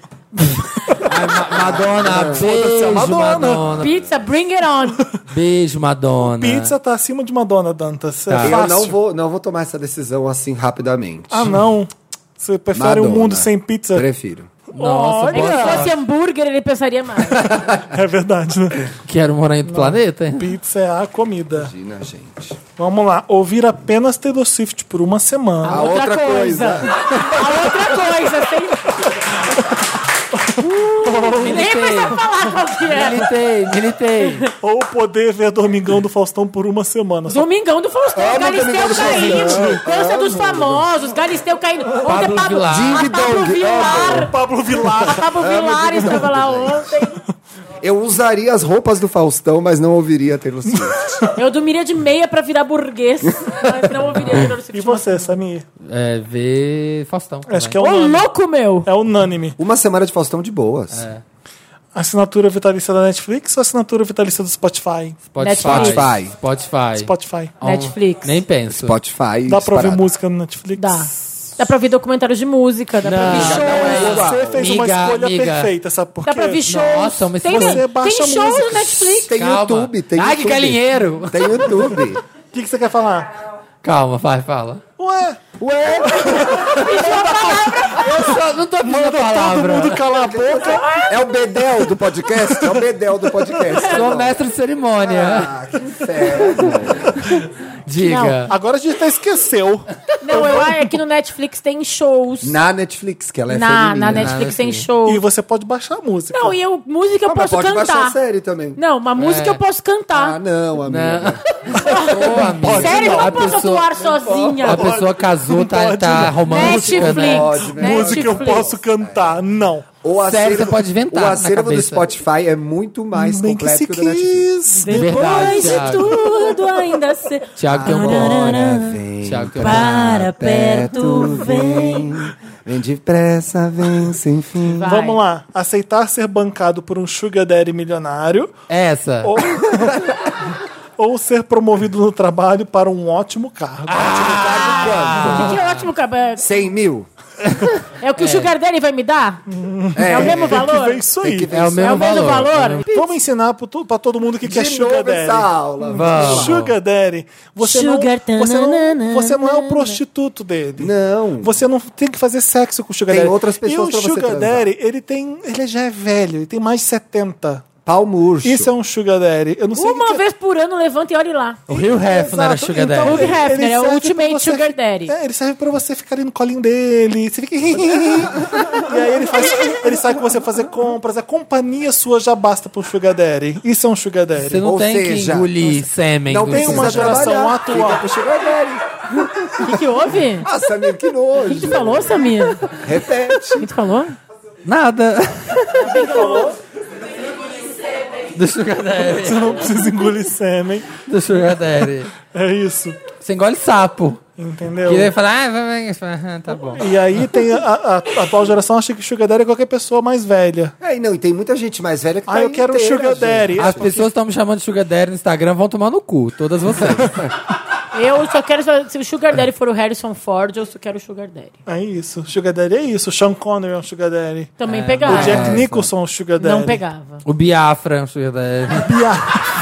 Speaker 3: Ai, Ma- Madonna,
Speaker 1: Foda-se a
Speaker 3: beijo,
Speaker 1: Madonna.
Speaker 3: Madonna.
Speaker 2: Pizza, bring it on.
Speaker 3: Beijo, Madonna.
Speaker 1: Pizza tá acima de Madonna, Dantas. É
Speaker 3: Tá.
Speaker 1: fácil.
Speaker 4: É. Eu não vou, não vou tomar essa decisão assim rapidamente.
Speaker 1: Ah, não. Você prefere um
Speaker 4: Madonna.
Speaker 1: mundo sem pizza?
Speaker 4: Prefiro.
Speaker 3: Nossa,
Speaker 1: Olha!
Speaker 2: É que se
Speaker 3: boa sorte.
Speaker 2: fosse hambúrguer, ele pensaria mais.
Speaker 1: É verdade, né?
Speaker 3: Quero morar em outro planeta, hein?
Speaker 1: Pizza é a comida.
Speaker 4: Imagina, gente.
Speaker 1: Vamos lá. Ouvir apenas Taylor Swift por uma semana.
Speaker 4: A outra coisa.
Speaker 2: A outra coisa, sem...
Speaker 3: Uh.
Speaker 2: Nem precisa falar qual que é.
Speaker 3: Militei, militei.
Speaker 1: Ou poder ver Domingão do Faustão por uma semana. Só
Speaker 2: Domingão do Faustão,
Speaker 4: Amo Domingão
Speaker 2: Galisteu
Speaker 4: do
Speaker 2: caindo,
Speaker 4: Faustão.
Speaker 2: dança dos famosos, Galisteu caindo. Ontem
Speaker 3: Pablo
Speaker 2: Pablo,
Speaker 3: Vilar.
Speaker 2: a
Speaker 4: Ding
Speaker 2: Pablo
Speaker 4: Dong,
Speaker 2: Vilar,
Speaker 1: Pablo
Speaker 2: a
Speaker 1: Vilar.
Speaker 2: Pablo Vilar estava lá ontem.
Speaker 4: Eu usaria as roupas do Faustão, mas não ouviria Taylor Swift.
Speaker 2: Eu dormiria de meia pra virar burguês, mas não ouviria Taylor Swift.
Speaker 1: E você, Samir?
Speaker 3: É, vê Faustão.
Speaker 1: Acho
Speaker 3: também.
Speaker 1: que é
Speaker 2: Ô,
Speaker 1: unânime.
Speaker 2: louco, meu!
Speaker 1: É unânime.
Speaker 3: É,
Speaker 4: Uma semana de Faustão de boas.
Speaker 1: Assinatura vitalícia da Netflix ou assinatura vitalícia do Spotify?
Speaker 3: Spotify.
Speaker 4: Netflix.
Speaker 3: Spotify.
Speaker 1: Spotify.
Speaker 3: On-
Speaker 2: Netflix.
Speaker 3: Nem penso.
Speaker 4: Spotify.
Speaker 1: Dá pra ouvir
Speaker 4: disparado.
Speaker 1: música no Netflix?
Speaker 2: Dá. Dá pra ouvir documentários de música, dá pra
Speaker 3: Não.
Speaker 2: ouvir shows.
Speaker 1: Você fez uma
Speaker 3: Amiga,
Speaker 1: escolha
Speaker 3: amiga.
Speaker 1: perfeita, sabe por quê?
Speaker 2: Dá pra ouvir shows.
Speaker 3: Nossa, mas
Speaker 2: tem,
Speaker 3: você
Speaker 2: tem
Speaker 1: baixa
Speaker 2: shows no
Speaker 1: música.
Speaker 2: Netflix.
Speaker 4: Tem
Speaker 3: Calma.
Speaker 4: YouTube, tem
Speaker 3: Ai, que
Speaker 4: YouTube.
Speaker 3: galinheiro.
Speaker 4: Tem YouTube.
Speaker 1: O que, que você quer falar?
Speaker 3: Calma, vai, fala.
Speaker 1: Ué,
Speaker 4: Ué,
Speaker 3: Eu só não tô pedindo a
Speaker 1: todo
Speaker 3: palavra.
Speaker 1: mundo cala a boca.
Speaker 4: é o Bedel do podcast? É o Bedel do podcast.
Speaker 3: Sou mestre de cerimônia.
Speaker 4: Ah, que inferno.
Speaker 3: Diga.
Speaker 1: Agora a gente tá até esqueceu.
Speaker 2: Não, eu, é que no Netflix tem shows.
Speaker 4: Na Netflix, que ela é
Speaker 2: na,
Speaker 4: feminina.
Speaker 2: na Netflix tem
Speaker 4: assim.
Speaker 3: Netflix.
Speaker 1: E
Speaker 2: shows.
Speaker 1: você pode baixar a música.
Speaker 2: Não, e eu, música eu
Speaker 4: Ah, mas
Speaker 2: posso
Speaker 4: pode baixar
Speaker 2: cantar.
Speaker 4: a série também.
Speaker 2: Não, uma música
Speaker 3: É.
Speaker 2: eu posso
Speaker 4: Ah,
Speaker 2: cantar.
Speaker 4: não,
Speaker 3: Ah.
Speaker 4: amiga.
Speaker 3: Ô, amiga.
Speaker 2: Sério, eu
Speaker 3: A
Speaker 2: não posso
Speaker 3: pessoa-
Speaker 2: atuar sozinha.
Speaker 3: A pessoa casou, tá,
Speaker 1: pode,
Speaker 3: tá
Speaker 1: né?
Speaker 3: romântica, né?
Speaker 4: Pode,
Speaker 2: é Netflix.
Speaker 4: né?
Speaker 1: música eu posso cantar. Não.
Speaker 4: O
Speaker 3: Sério, você pode inventar
Speaker 4: O
Speaker 3: na
Speaker 4: acervo do
Speaker 3: cabeça.
Speaker 4: Spotify é muito mais
Speaker 1: Nem que
Speaker 4: completo
Speaker 1: se
Speaker 4: que o da Netflix.
Speaker 1: quis.
Speaker 3: Verdade,
Speaker 2: Depois de
Speaker 3: Thiago.
Speaker 2: tudo ainda se...
Speaker 3: Tiago
Speaker 2: Ah,
Speaker 3: tem um bom.
Speaker 4: Agora
Speaker 2: Tararara.
Speaker 4: É, vem
Speaker 3: Thiago tem um bom.
Speaker 2: Para perto, vem.
Speaker 4: Vem depressa, vem sem fim.
Speaker 2: Vai.
Speaker 1: Vamos lá. Aceitar ser bancado por um sugar daddy milionário
Speaker 3: Essa.
Speaker 1: ou, ou ser promovido no trabalho para um ótimo cargo.
Speaker 4: Ah,
Speaker 2: Que ótimo cabelo.
Speaker 4: 100 mil?
Speaker 2: É o que o Sugar Daddy vai me dar? É, o mesmo
Speaker 1: Tem que
Speaker 2: valor?
Speaker 1: ver isso aí.
Speaker 3: É o mesmo
Speaker 2: É o mesmo
Speaker 3: valor.
Speaker 2: valor?
Speaker 1: Vamos ensinar pro to- pra todo mundo o que, que é
Speaker 4: De
Speaker 1: sugar
Speaker 4: novo
Speaker 1: daddy.
Speaker 4: essa aula.
Speaker 3: Vamos.
Speaker 1: Sugar Daddy, você,
Speaker 2: Sugar
Speaker 1: não, você, não,
Speaker 2: tananana.
Speaker 1: você não é o prostituto dele.
Speaker 4: Não.
Speaker 1: Você não tem que fazer sexo com o Sugar
Speaker 4: Tem
Speaker 1: Daddy.
Speaker 4: outras pessoas
Speaker 1: e
Speaker 4: pra
Speaker 1: o
Speaker 4: você
Speaker 1: Sugar
Speaker 4: transar.
Speaker 1: Daddy, ele, tem, ele já é velho, ele tem mais de 70.
Speaker 4: Pau murcho.
Speaker 1: Isso é um Sugar Daddy. Eu não sei o que é.
Speaker 2: Uma
Speaker 1: que-
Speaker 2: vez por ano, levanta e olha lá.
Speaker 3: O Rio Hefner era Sugar
Speaker 1: Então,
Speaker 2: Hugh
Speaker 3: Daddy.
Speaker 1: ele-
Speaker 2: Hefner,
Speaker 1: ele
Speaker 2: é o
Speaker 1: serve
Speaker 2: Ultimate
Speaker 1: pra você
Speaker 2: Sugar
Speaker 1: fi-
Speaker 2: Daddy.
Speaker 1: É, ele serve pra você ficar ali no colinho dele. Você fica. e aí ele, faz, ele sai com você fazer compras. A companhia sua já basta pro Sugar Daddy. Isso é um Sugar Daddy.
Speaker 3: Você não
Speaker 4: Ou
Speaker 3: tem
Speaker 4: seja,
Speaker 3: que engolir sêmen.
Speaker 4: Não
Speaker 3: do
Speaker 4: tem uma
Speaker 3: Sugar Daddy.
Speaker 1: geração
Speaker 4: geração
Speaker 1: atual.
Speaker 4: atual.
Speaker 2: O que, que houve? O
Speaker 4: Ah, Samir, que
Speaker 2: que, que
Speaker 4: nojo.
Speaker 2: tu falou, Samir? O que
Speaker 4: Repete.
Speaker 2: que tu falou?
Speaker 3: Nada. do Sugar Daddy.
Speaker 1: Você não precisa engolir sêmen.
Speaker 3: Do Sugar Daddy.
Speaker 1: É isso.
Speaker 3: Você engole sapo.
Speaker 1: Entendeu?
Speaker 3: E ele fala, ah, vai, vai, vai, tá bom.
Speaker 1: E aí tem a, a- a atual geração acha que Sugar Daddy é qualquer pessoa mais velha.
Speaker 4: Aí não, e tem muita gente mais velha que tá
Speaker 1: Ah, eu quero um
Speaker 4: inteira,
Speaker 1: Sugar
Speaker 4: gente.
Speaker 1: Daddy.
Speaker 3: As pessoas estão me chamando de Sugar Daddy no Instagram, vão tomar no cu, todas vocês.
Speaker 2: Eu só quero. saber Se o Sugar Daddy for o Harrison Ford, eu só quero o Sugar Daddy.
Speaker 1: É isso. Sugar Daddy é isso. Sean Connery é um Sugar Daddy.
Speaker 2: Também
Speaker 1: O
Speaker 2: pegava.
Speaker 1: Jack Nicholson é um Sugar Daddy.
Speaker 2: Ah, Não pegava.
Speaker 3: O Biafra é um Sugar Daddy.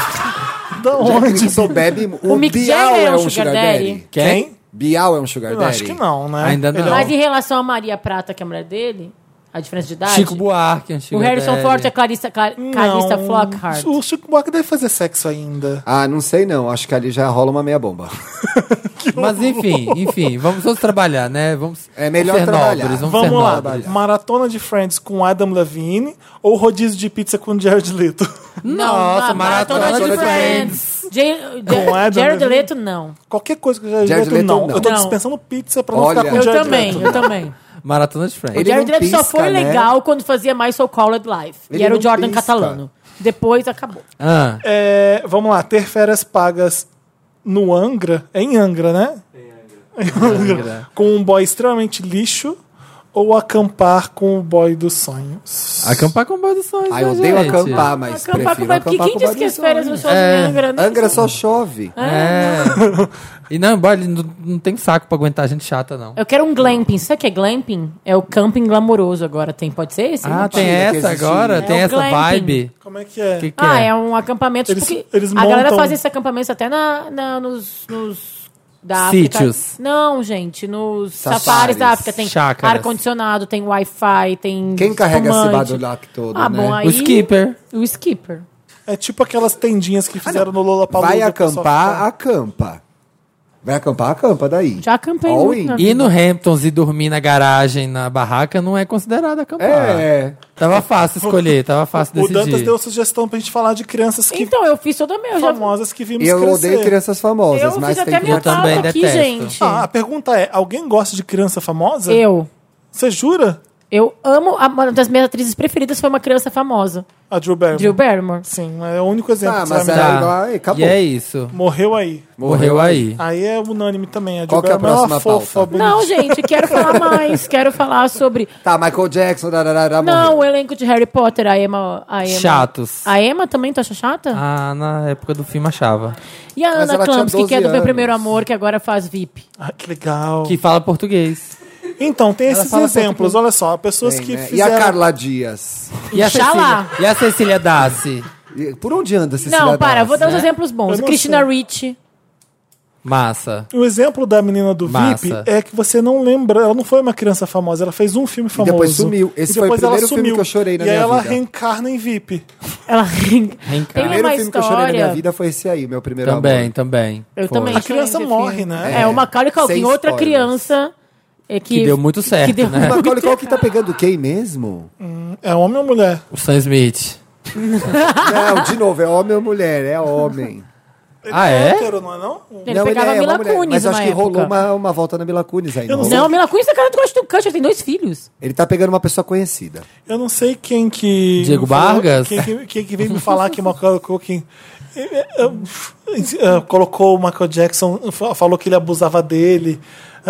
Speaker 1: Da
Speaker 4: Jack
Speaker 3: é
Speaker 1: onde?
Speaker 4: Nicholson bebe. O,
Speaker 2: Mick
Speaker 4: Bial
Speaker 2: Jagger
Speaker 4: é um Sugar Daddy.
Speaker 1: Quem?
Speaker 4: Bial é um Sugar
Speaker 1: Eu
Speaker 4: Daddy.
Speaker 1: acho que não, né?
Speaker 3: Ainda
Speaker 1: Ele é
Speaker 3: não.
Speaker 1: um-
Speaker 2: Mas em relação a Maria Prata, que é a mulher dele, a diferença de idade.
Speaker 3: Chico Buarque é um
Speaker 2: o
Speaker 3: Sugar
Speaker 2: Harrison
Speaker 3: Daddy.
Speaker 2: Ford é Clarissa, Car Clarissa Flockhart.
Speaker 1: O Chico Buarque deve fazer sexo ainda.
Speaker 4: Ah, não sei não. Acho que ali já rola uma meia bomba.
Speaker 3: Mas enfim, enfim, vamos todos trabalhar, né? Vamos
Speaker 4: É melhor
Speaker 3: ser
Speaker 4: trabalhar.
Speaker 3: nobres, vamos, ser
Speaker 1: Vamos lá.
Speaker 3: nobres.
Speaker 1: Maratona de Friends com Adam Levine ou rodízio de pizza com Jared Leto?
Speaker 3: Nossa,
Speaker 2: ma-
Speaker 3: maratona, de Friends.
Speaker 2: Jay-
Speaker 1: Com
Speaker 2: Ja-
Speaker 1: Adam
Speaker 2: Jared
Speaker 1: Levine.
Speaker 2: Leto, não.
Speaker 1: Qualquer coisa com Jared,
Speaker 4: Jared
Speaker 1: Leto,
Speaker 4: Leto,
Speaker 1: não.
Speaker 4: não.
Speaker 1: Eu tô
Speaker 2: Não.
Speaker 1: dispensando pizza pra não
Speaker 4: Olha.
Speaker 1: ficar com
Speaker 2: Eu
Speaker 1: Jared
Speaker 2: também,
Speaker 1: Leto.
Speaker 2: eu também.
Speaker 3: Maratona de
Speaker 2: O
Speaker 3: Friends.
Speaker 4: Ele
Speaker 2: Jared
Speaker 4: não
Speaker 2: Leto só
Speaker 4: pisca,
Speaker 2: foi
Speaker 4: né?
Speaker 2: legal quando fazia mais So Called Life.
Speaker 4: Ele
Speaker 2: e era o
Speaker 4: não
Speaker 2: Jordan
Speaker 4: pisca.
Speaker 2: Catalano. Depois acabou.
Speaker 3: Ah,
Speaker 1: É, vamos lá, ter férias pagas no Angra, é em Angra, né? Em Angra. Com um boy extremamente lixo ou acampar com o boy dos sonhos?
Speaker 3: acampar com produções,
Speaker 4: Ah, eu
Speaker 3: né,
Speaker 4: odeio
Speaker 3: gente?
Speaker 4: acampar, mas
Speaker 2: acampar com
Speaker 4: prefiro
Speaker 2: vai, porque
Speaker 4: acampar
Speaker 2: quem
Speaker 4: com
Speaker 2: disse que as
Speaker 4: Barbizonha.
Speaker 2: férias não são
Speaker 3: É.
Speaker 2: de Angra? né?
Speaker 4: Angra só chove.
Speaker 3: É. E não, embora ele não, não tem saco pra aguentar gente chata, não.
Speaker 2: Eu quero um glamping. Sabe o que é glamping? É o camping glamouroso agora. Tem, pode ser esse?
Speaker 3: Ah,
Speaker 2: Não
Speaker 3: tem
Speaker 2: pode.
Speaker 3: essa
Speaker 4: que existe.
Speaker 3: agora? tem
Speaker 2: É o
Speaker 3: essa
Speaker 2: glamping.
Speaker 3: vibe?
Speaker 1: Como é que é?
Speaker 3: Que que
Speaker 2: Ah,
Speaker 3: é?
Speaker 2: é um acampamento.
Speaker 1: Eles-
Speaker 2: tipo que
Speaker 1: eles
Speaker 2: a galera
Speaker 1: montam-
Speaker 2: faz esses acampamentos até na, na- nos, nos- da
Speaker 3: Sítios.
Speaker 2: África. Não, gente. Nos
Speaker 4: Safaris.
Speaker 2: safaris, da África. Tem
Speaker 3: Chácaras.
Speaker 2: ar-condicionado, tem Wi-Fi, tem.
Speaker 4: Quem carrega esse
Speaker 2: espumante.
Speaker 4: badulac todo,
Speaker 2: Ah,
Speaker 4: né?
Speaker 2: bom, aí.
Speaker 3: O skipper.
Speaker 2: O skipper.
Speaker 1: É tipo aquelas tendinhas que fizeram no Lola Palusa.
Speaker 4: Vai acampar, acampa. Vai acampar, acampa daí.
Speaker 2: Já acampei
Speaker 4: All
Speaker 2: muito
Speaker 4: in.
Speaker 2: na
Speaker 3: Ir no Hamptons e dormir na garagem, na barraca, não é considerado acampar.
Speaker 4: É.
Speaker 3: Tava fácil escolher, tava fácil
Speaker 1: O Dantas
Speaker 3: decidir.
Speaker 1: deu sugestão pra gente falar de crianças que
Speaker 2: Então, eu fiz toda a minha. Eu já...
Speaker 1: famosas que vimos
Speaker 4: Eu
Speaker 1: crescer.
Speaker 4: odeio crianças famosas,
Speaker 2: Eu
Speaker 4: mas
Speaker 2: fiz
Speaker 4: tem
Speaker 2: até a
Speaker 4: que
Speaker 2: minha
Speaker 3: matar.
Speaker 2: pauta
Speaker 3: Também
Speaker 2: aqui,
Speaker 3: detesto.
Speaker 2: gente.
Speaker 1: Ah, a pergunta é: alguém gosta de criança famosa?
Speaker 2: Eu.
Speaker 1: Você jura?
Speaker 2: Eu amo. a- uma das minhas atrizes preferidas foi uma criança famosa,
Speaker 1: A Drew Barrymore.
Speaker 2: Drew Barrymore.
Speaker 1: Sim, é o único exemplo.
Speaker 4: Ah,
Speaker 1: que você
Speaker 4: mas
Speaker 1: vai me
Speaker 4: ela-
Speaker 1: dar.
Speaker 4: Aí lá, e acabou.
Speaker 3: Tá E é isso.
Speaker 1: Morreu aí.
Speaker 3: Morreu aí.
Speaker 1: Aí é unânime também. A Drew
Speaker 4: Qual que é a
Speaker 1: Barrymore é uma
Speaker 4: próxima
Speaker 1: fofa,
Speaker 4: pauta?
Speaker 1: bonita.
Speaker 2: Não, gente, quero falar mais. Quero falar sobre.
Speaker 4: Tá, Michael Jackson, dararara,
Speaker 2: Não, o
Speaker 4: morreu.
Speaker 2: elenco de Harry Potter, a Emma. A Emma.
Speaker 3: Chatos.
Speaker 2: A Emma também, tu acha chata?
Speaker 3: Ah, na época do filme achava.
Speaker 2: E a
Speaker 4: Mas
Speaker 2: Ana
Speaker 4: ela tinha
Speaker 2: Klampsky, que é do
Speaker 4: 12
Speaker 2: meu primeiro
Speaker 4: anos.
Speaker 2: amor, que agora faz VIP.
Speaker 1: Ah, que legal.
Speaker 3: Que fala português.
Speaker 1: Então, tem esses
Speaker 3: fala
Speaker 1: exemplos. Olha só, pessoas
Speaker 4: um Tem,
Speaker 1: que
Speaker 4: né? E
Speaker 1: fizeram...
Speaker 4: a Carla Dias?
Speaker 3: E a
Speaker 2: Xalá.
Speaker 3: Cecília, e a Cecília Dassi?
Speaker 4: E- Por onde anda Cecília
Speaker 2: Não, para,
Speaker 4: Dawes,
Speaker 2: vou dar um uns
Speaker 4: né?
Speaker 2: exemplos
Speaker 1: Eu
Speaker 2: bons.
Speaker 1: não
Speaker 2: Christina
Speaker 1: sei.
Speaker 2: Ricci.
Speaker 3: Massa.
Speaker 1: O exemplo da menina do
Speaker 3: Massa.
Speaker 1: VIP é que você não lembra, ela não foi uma criança famosa, ela fez um filme famoso.
Speaker 4: depois sumiu. Esse foi o
Speaker 1: depois ela
Speaker 4: primeiro filme
Speaker 1: sumiu.
Speaker 4: que eu chorei na
Speaker 1: E aí
Speaker 4: minha
Speaker 1: ela
Speaker 4: vida.
Speaker 1: reencarna em VIP.
Speaker 2: Ela rinca. Tem um
Speaker 3: Reencarna.
Speaker 4: O primeiro
Speaker 2: uma
Speaker 4: filme que eu chorei na minha
Speaker 2: história.
Speaker 4: vida foi esse aí, meu primeiro
Speaker 3: Também,
Speaker 4: amor.
Speaker 3: também.
Speaker 2: Eu
Speaker 3: Foi.
Speaker 2: também.
Speaker 1: A criança
Speaker 2: Sim,
Speaker 1: morre,
Speaker 2: sim.
Speaker 1: né?
Speaker 2: É, o Macaulay Culkin,
Speaker 4: Sem
Speaker 2: outra
Speaker 4: spoilers.
Speaker 2: criança. é, que,
Speaker 3: Que deu muito certo, né?
Speaker 4: Mas Macaulay Culkin tá pegando quem mesmo?
Speaker 1: É homem ou mulher?
Speaker 3: O Sam Smith.
Speaker 4: Não, de novo, é homem ou mulher? É homem.
Speaker 3: Ah, é?
Speaker 1: Hétero, não é não?
Speaker 2: Ele
Speaker 4: não,
Speaker 2: pegava
Speaker 4: ele é
Speaker 2: Mila
Speaker 4: uma mulher,
Speaker 2: Kunis
Speaker 4: Mas acho
Speaker 2: na
Speaker 4: que rolou
Speaker 2: época.
Speaker 4: uma, uma volta na Mila Kunis aí.
Speaker 1: Eu não
Speaker 4: rolou?
Speaker 2: Não, Mila Kunis é cara do gosto do Câncer, tem dois filhos.
Speaker 4: Ele tá pegando uma pessoa conhecida.
Speaker 1: Eu não sei quem que...
Speaker 3: Diego
Speaker 1: falou-
Speaker 3: Vargas?
Speaker 1: Quem que, quem que veio me falar que Macaulay Culkin... eh, eh, eh, eh, Colocou o Michael Jackson, fa- falou que ele abusava dele.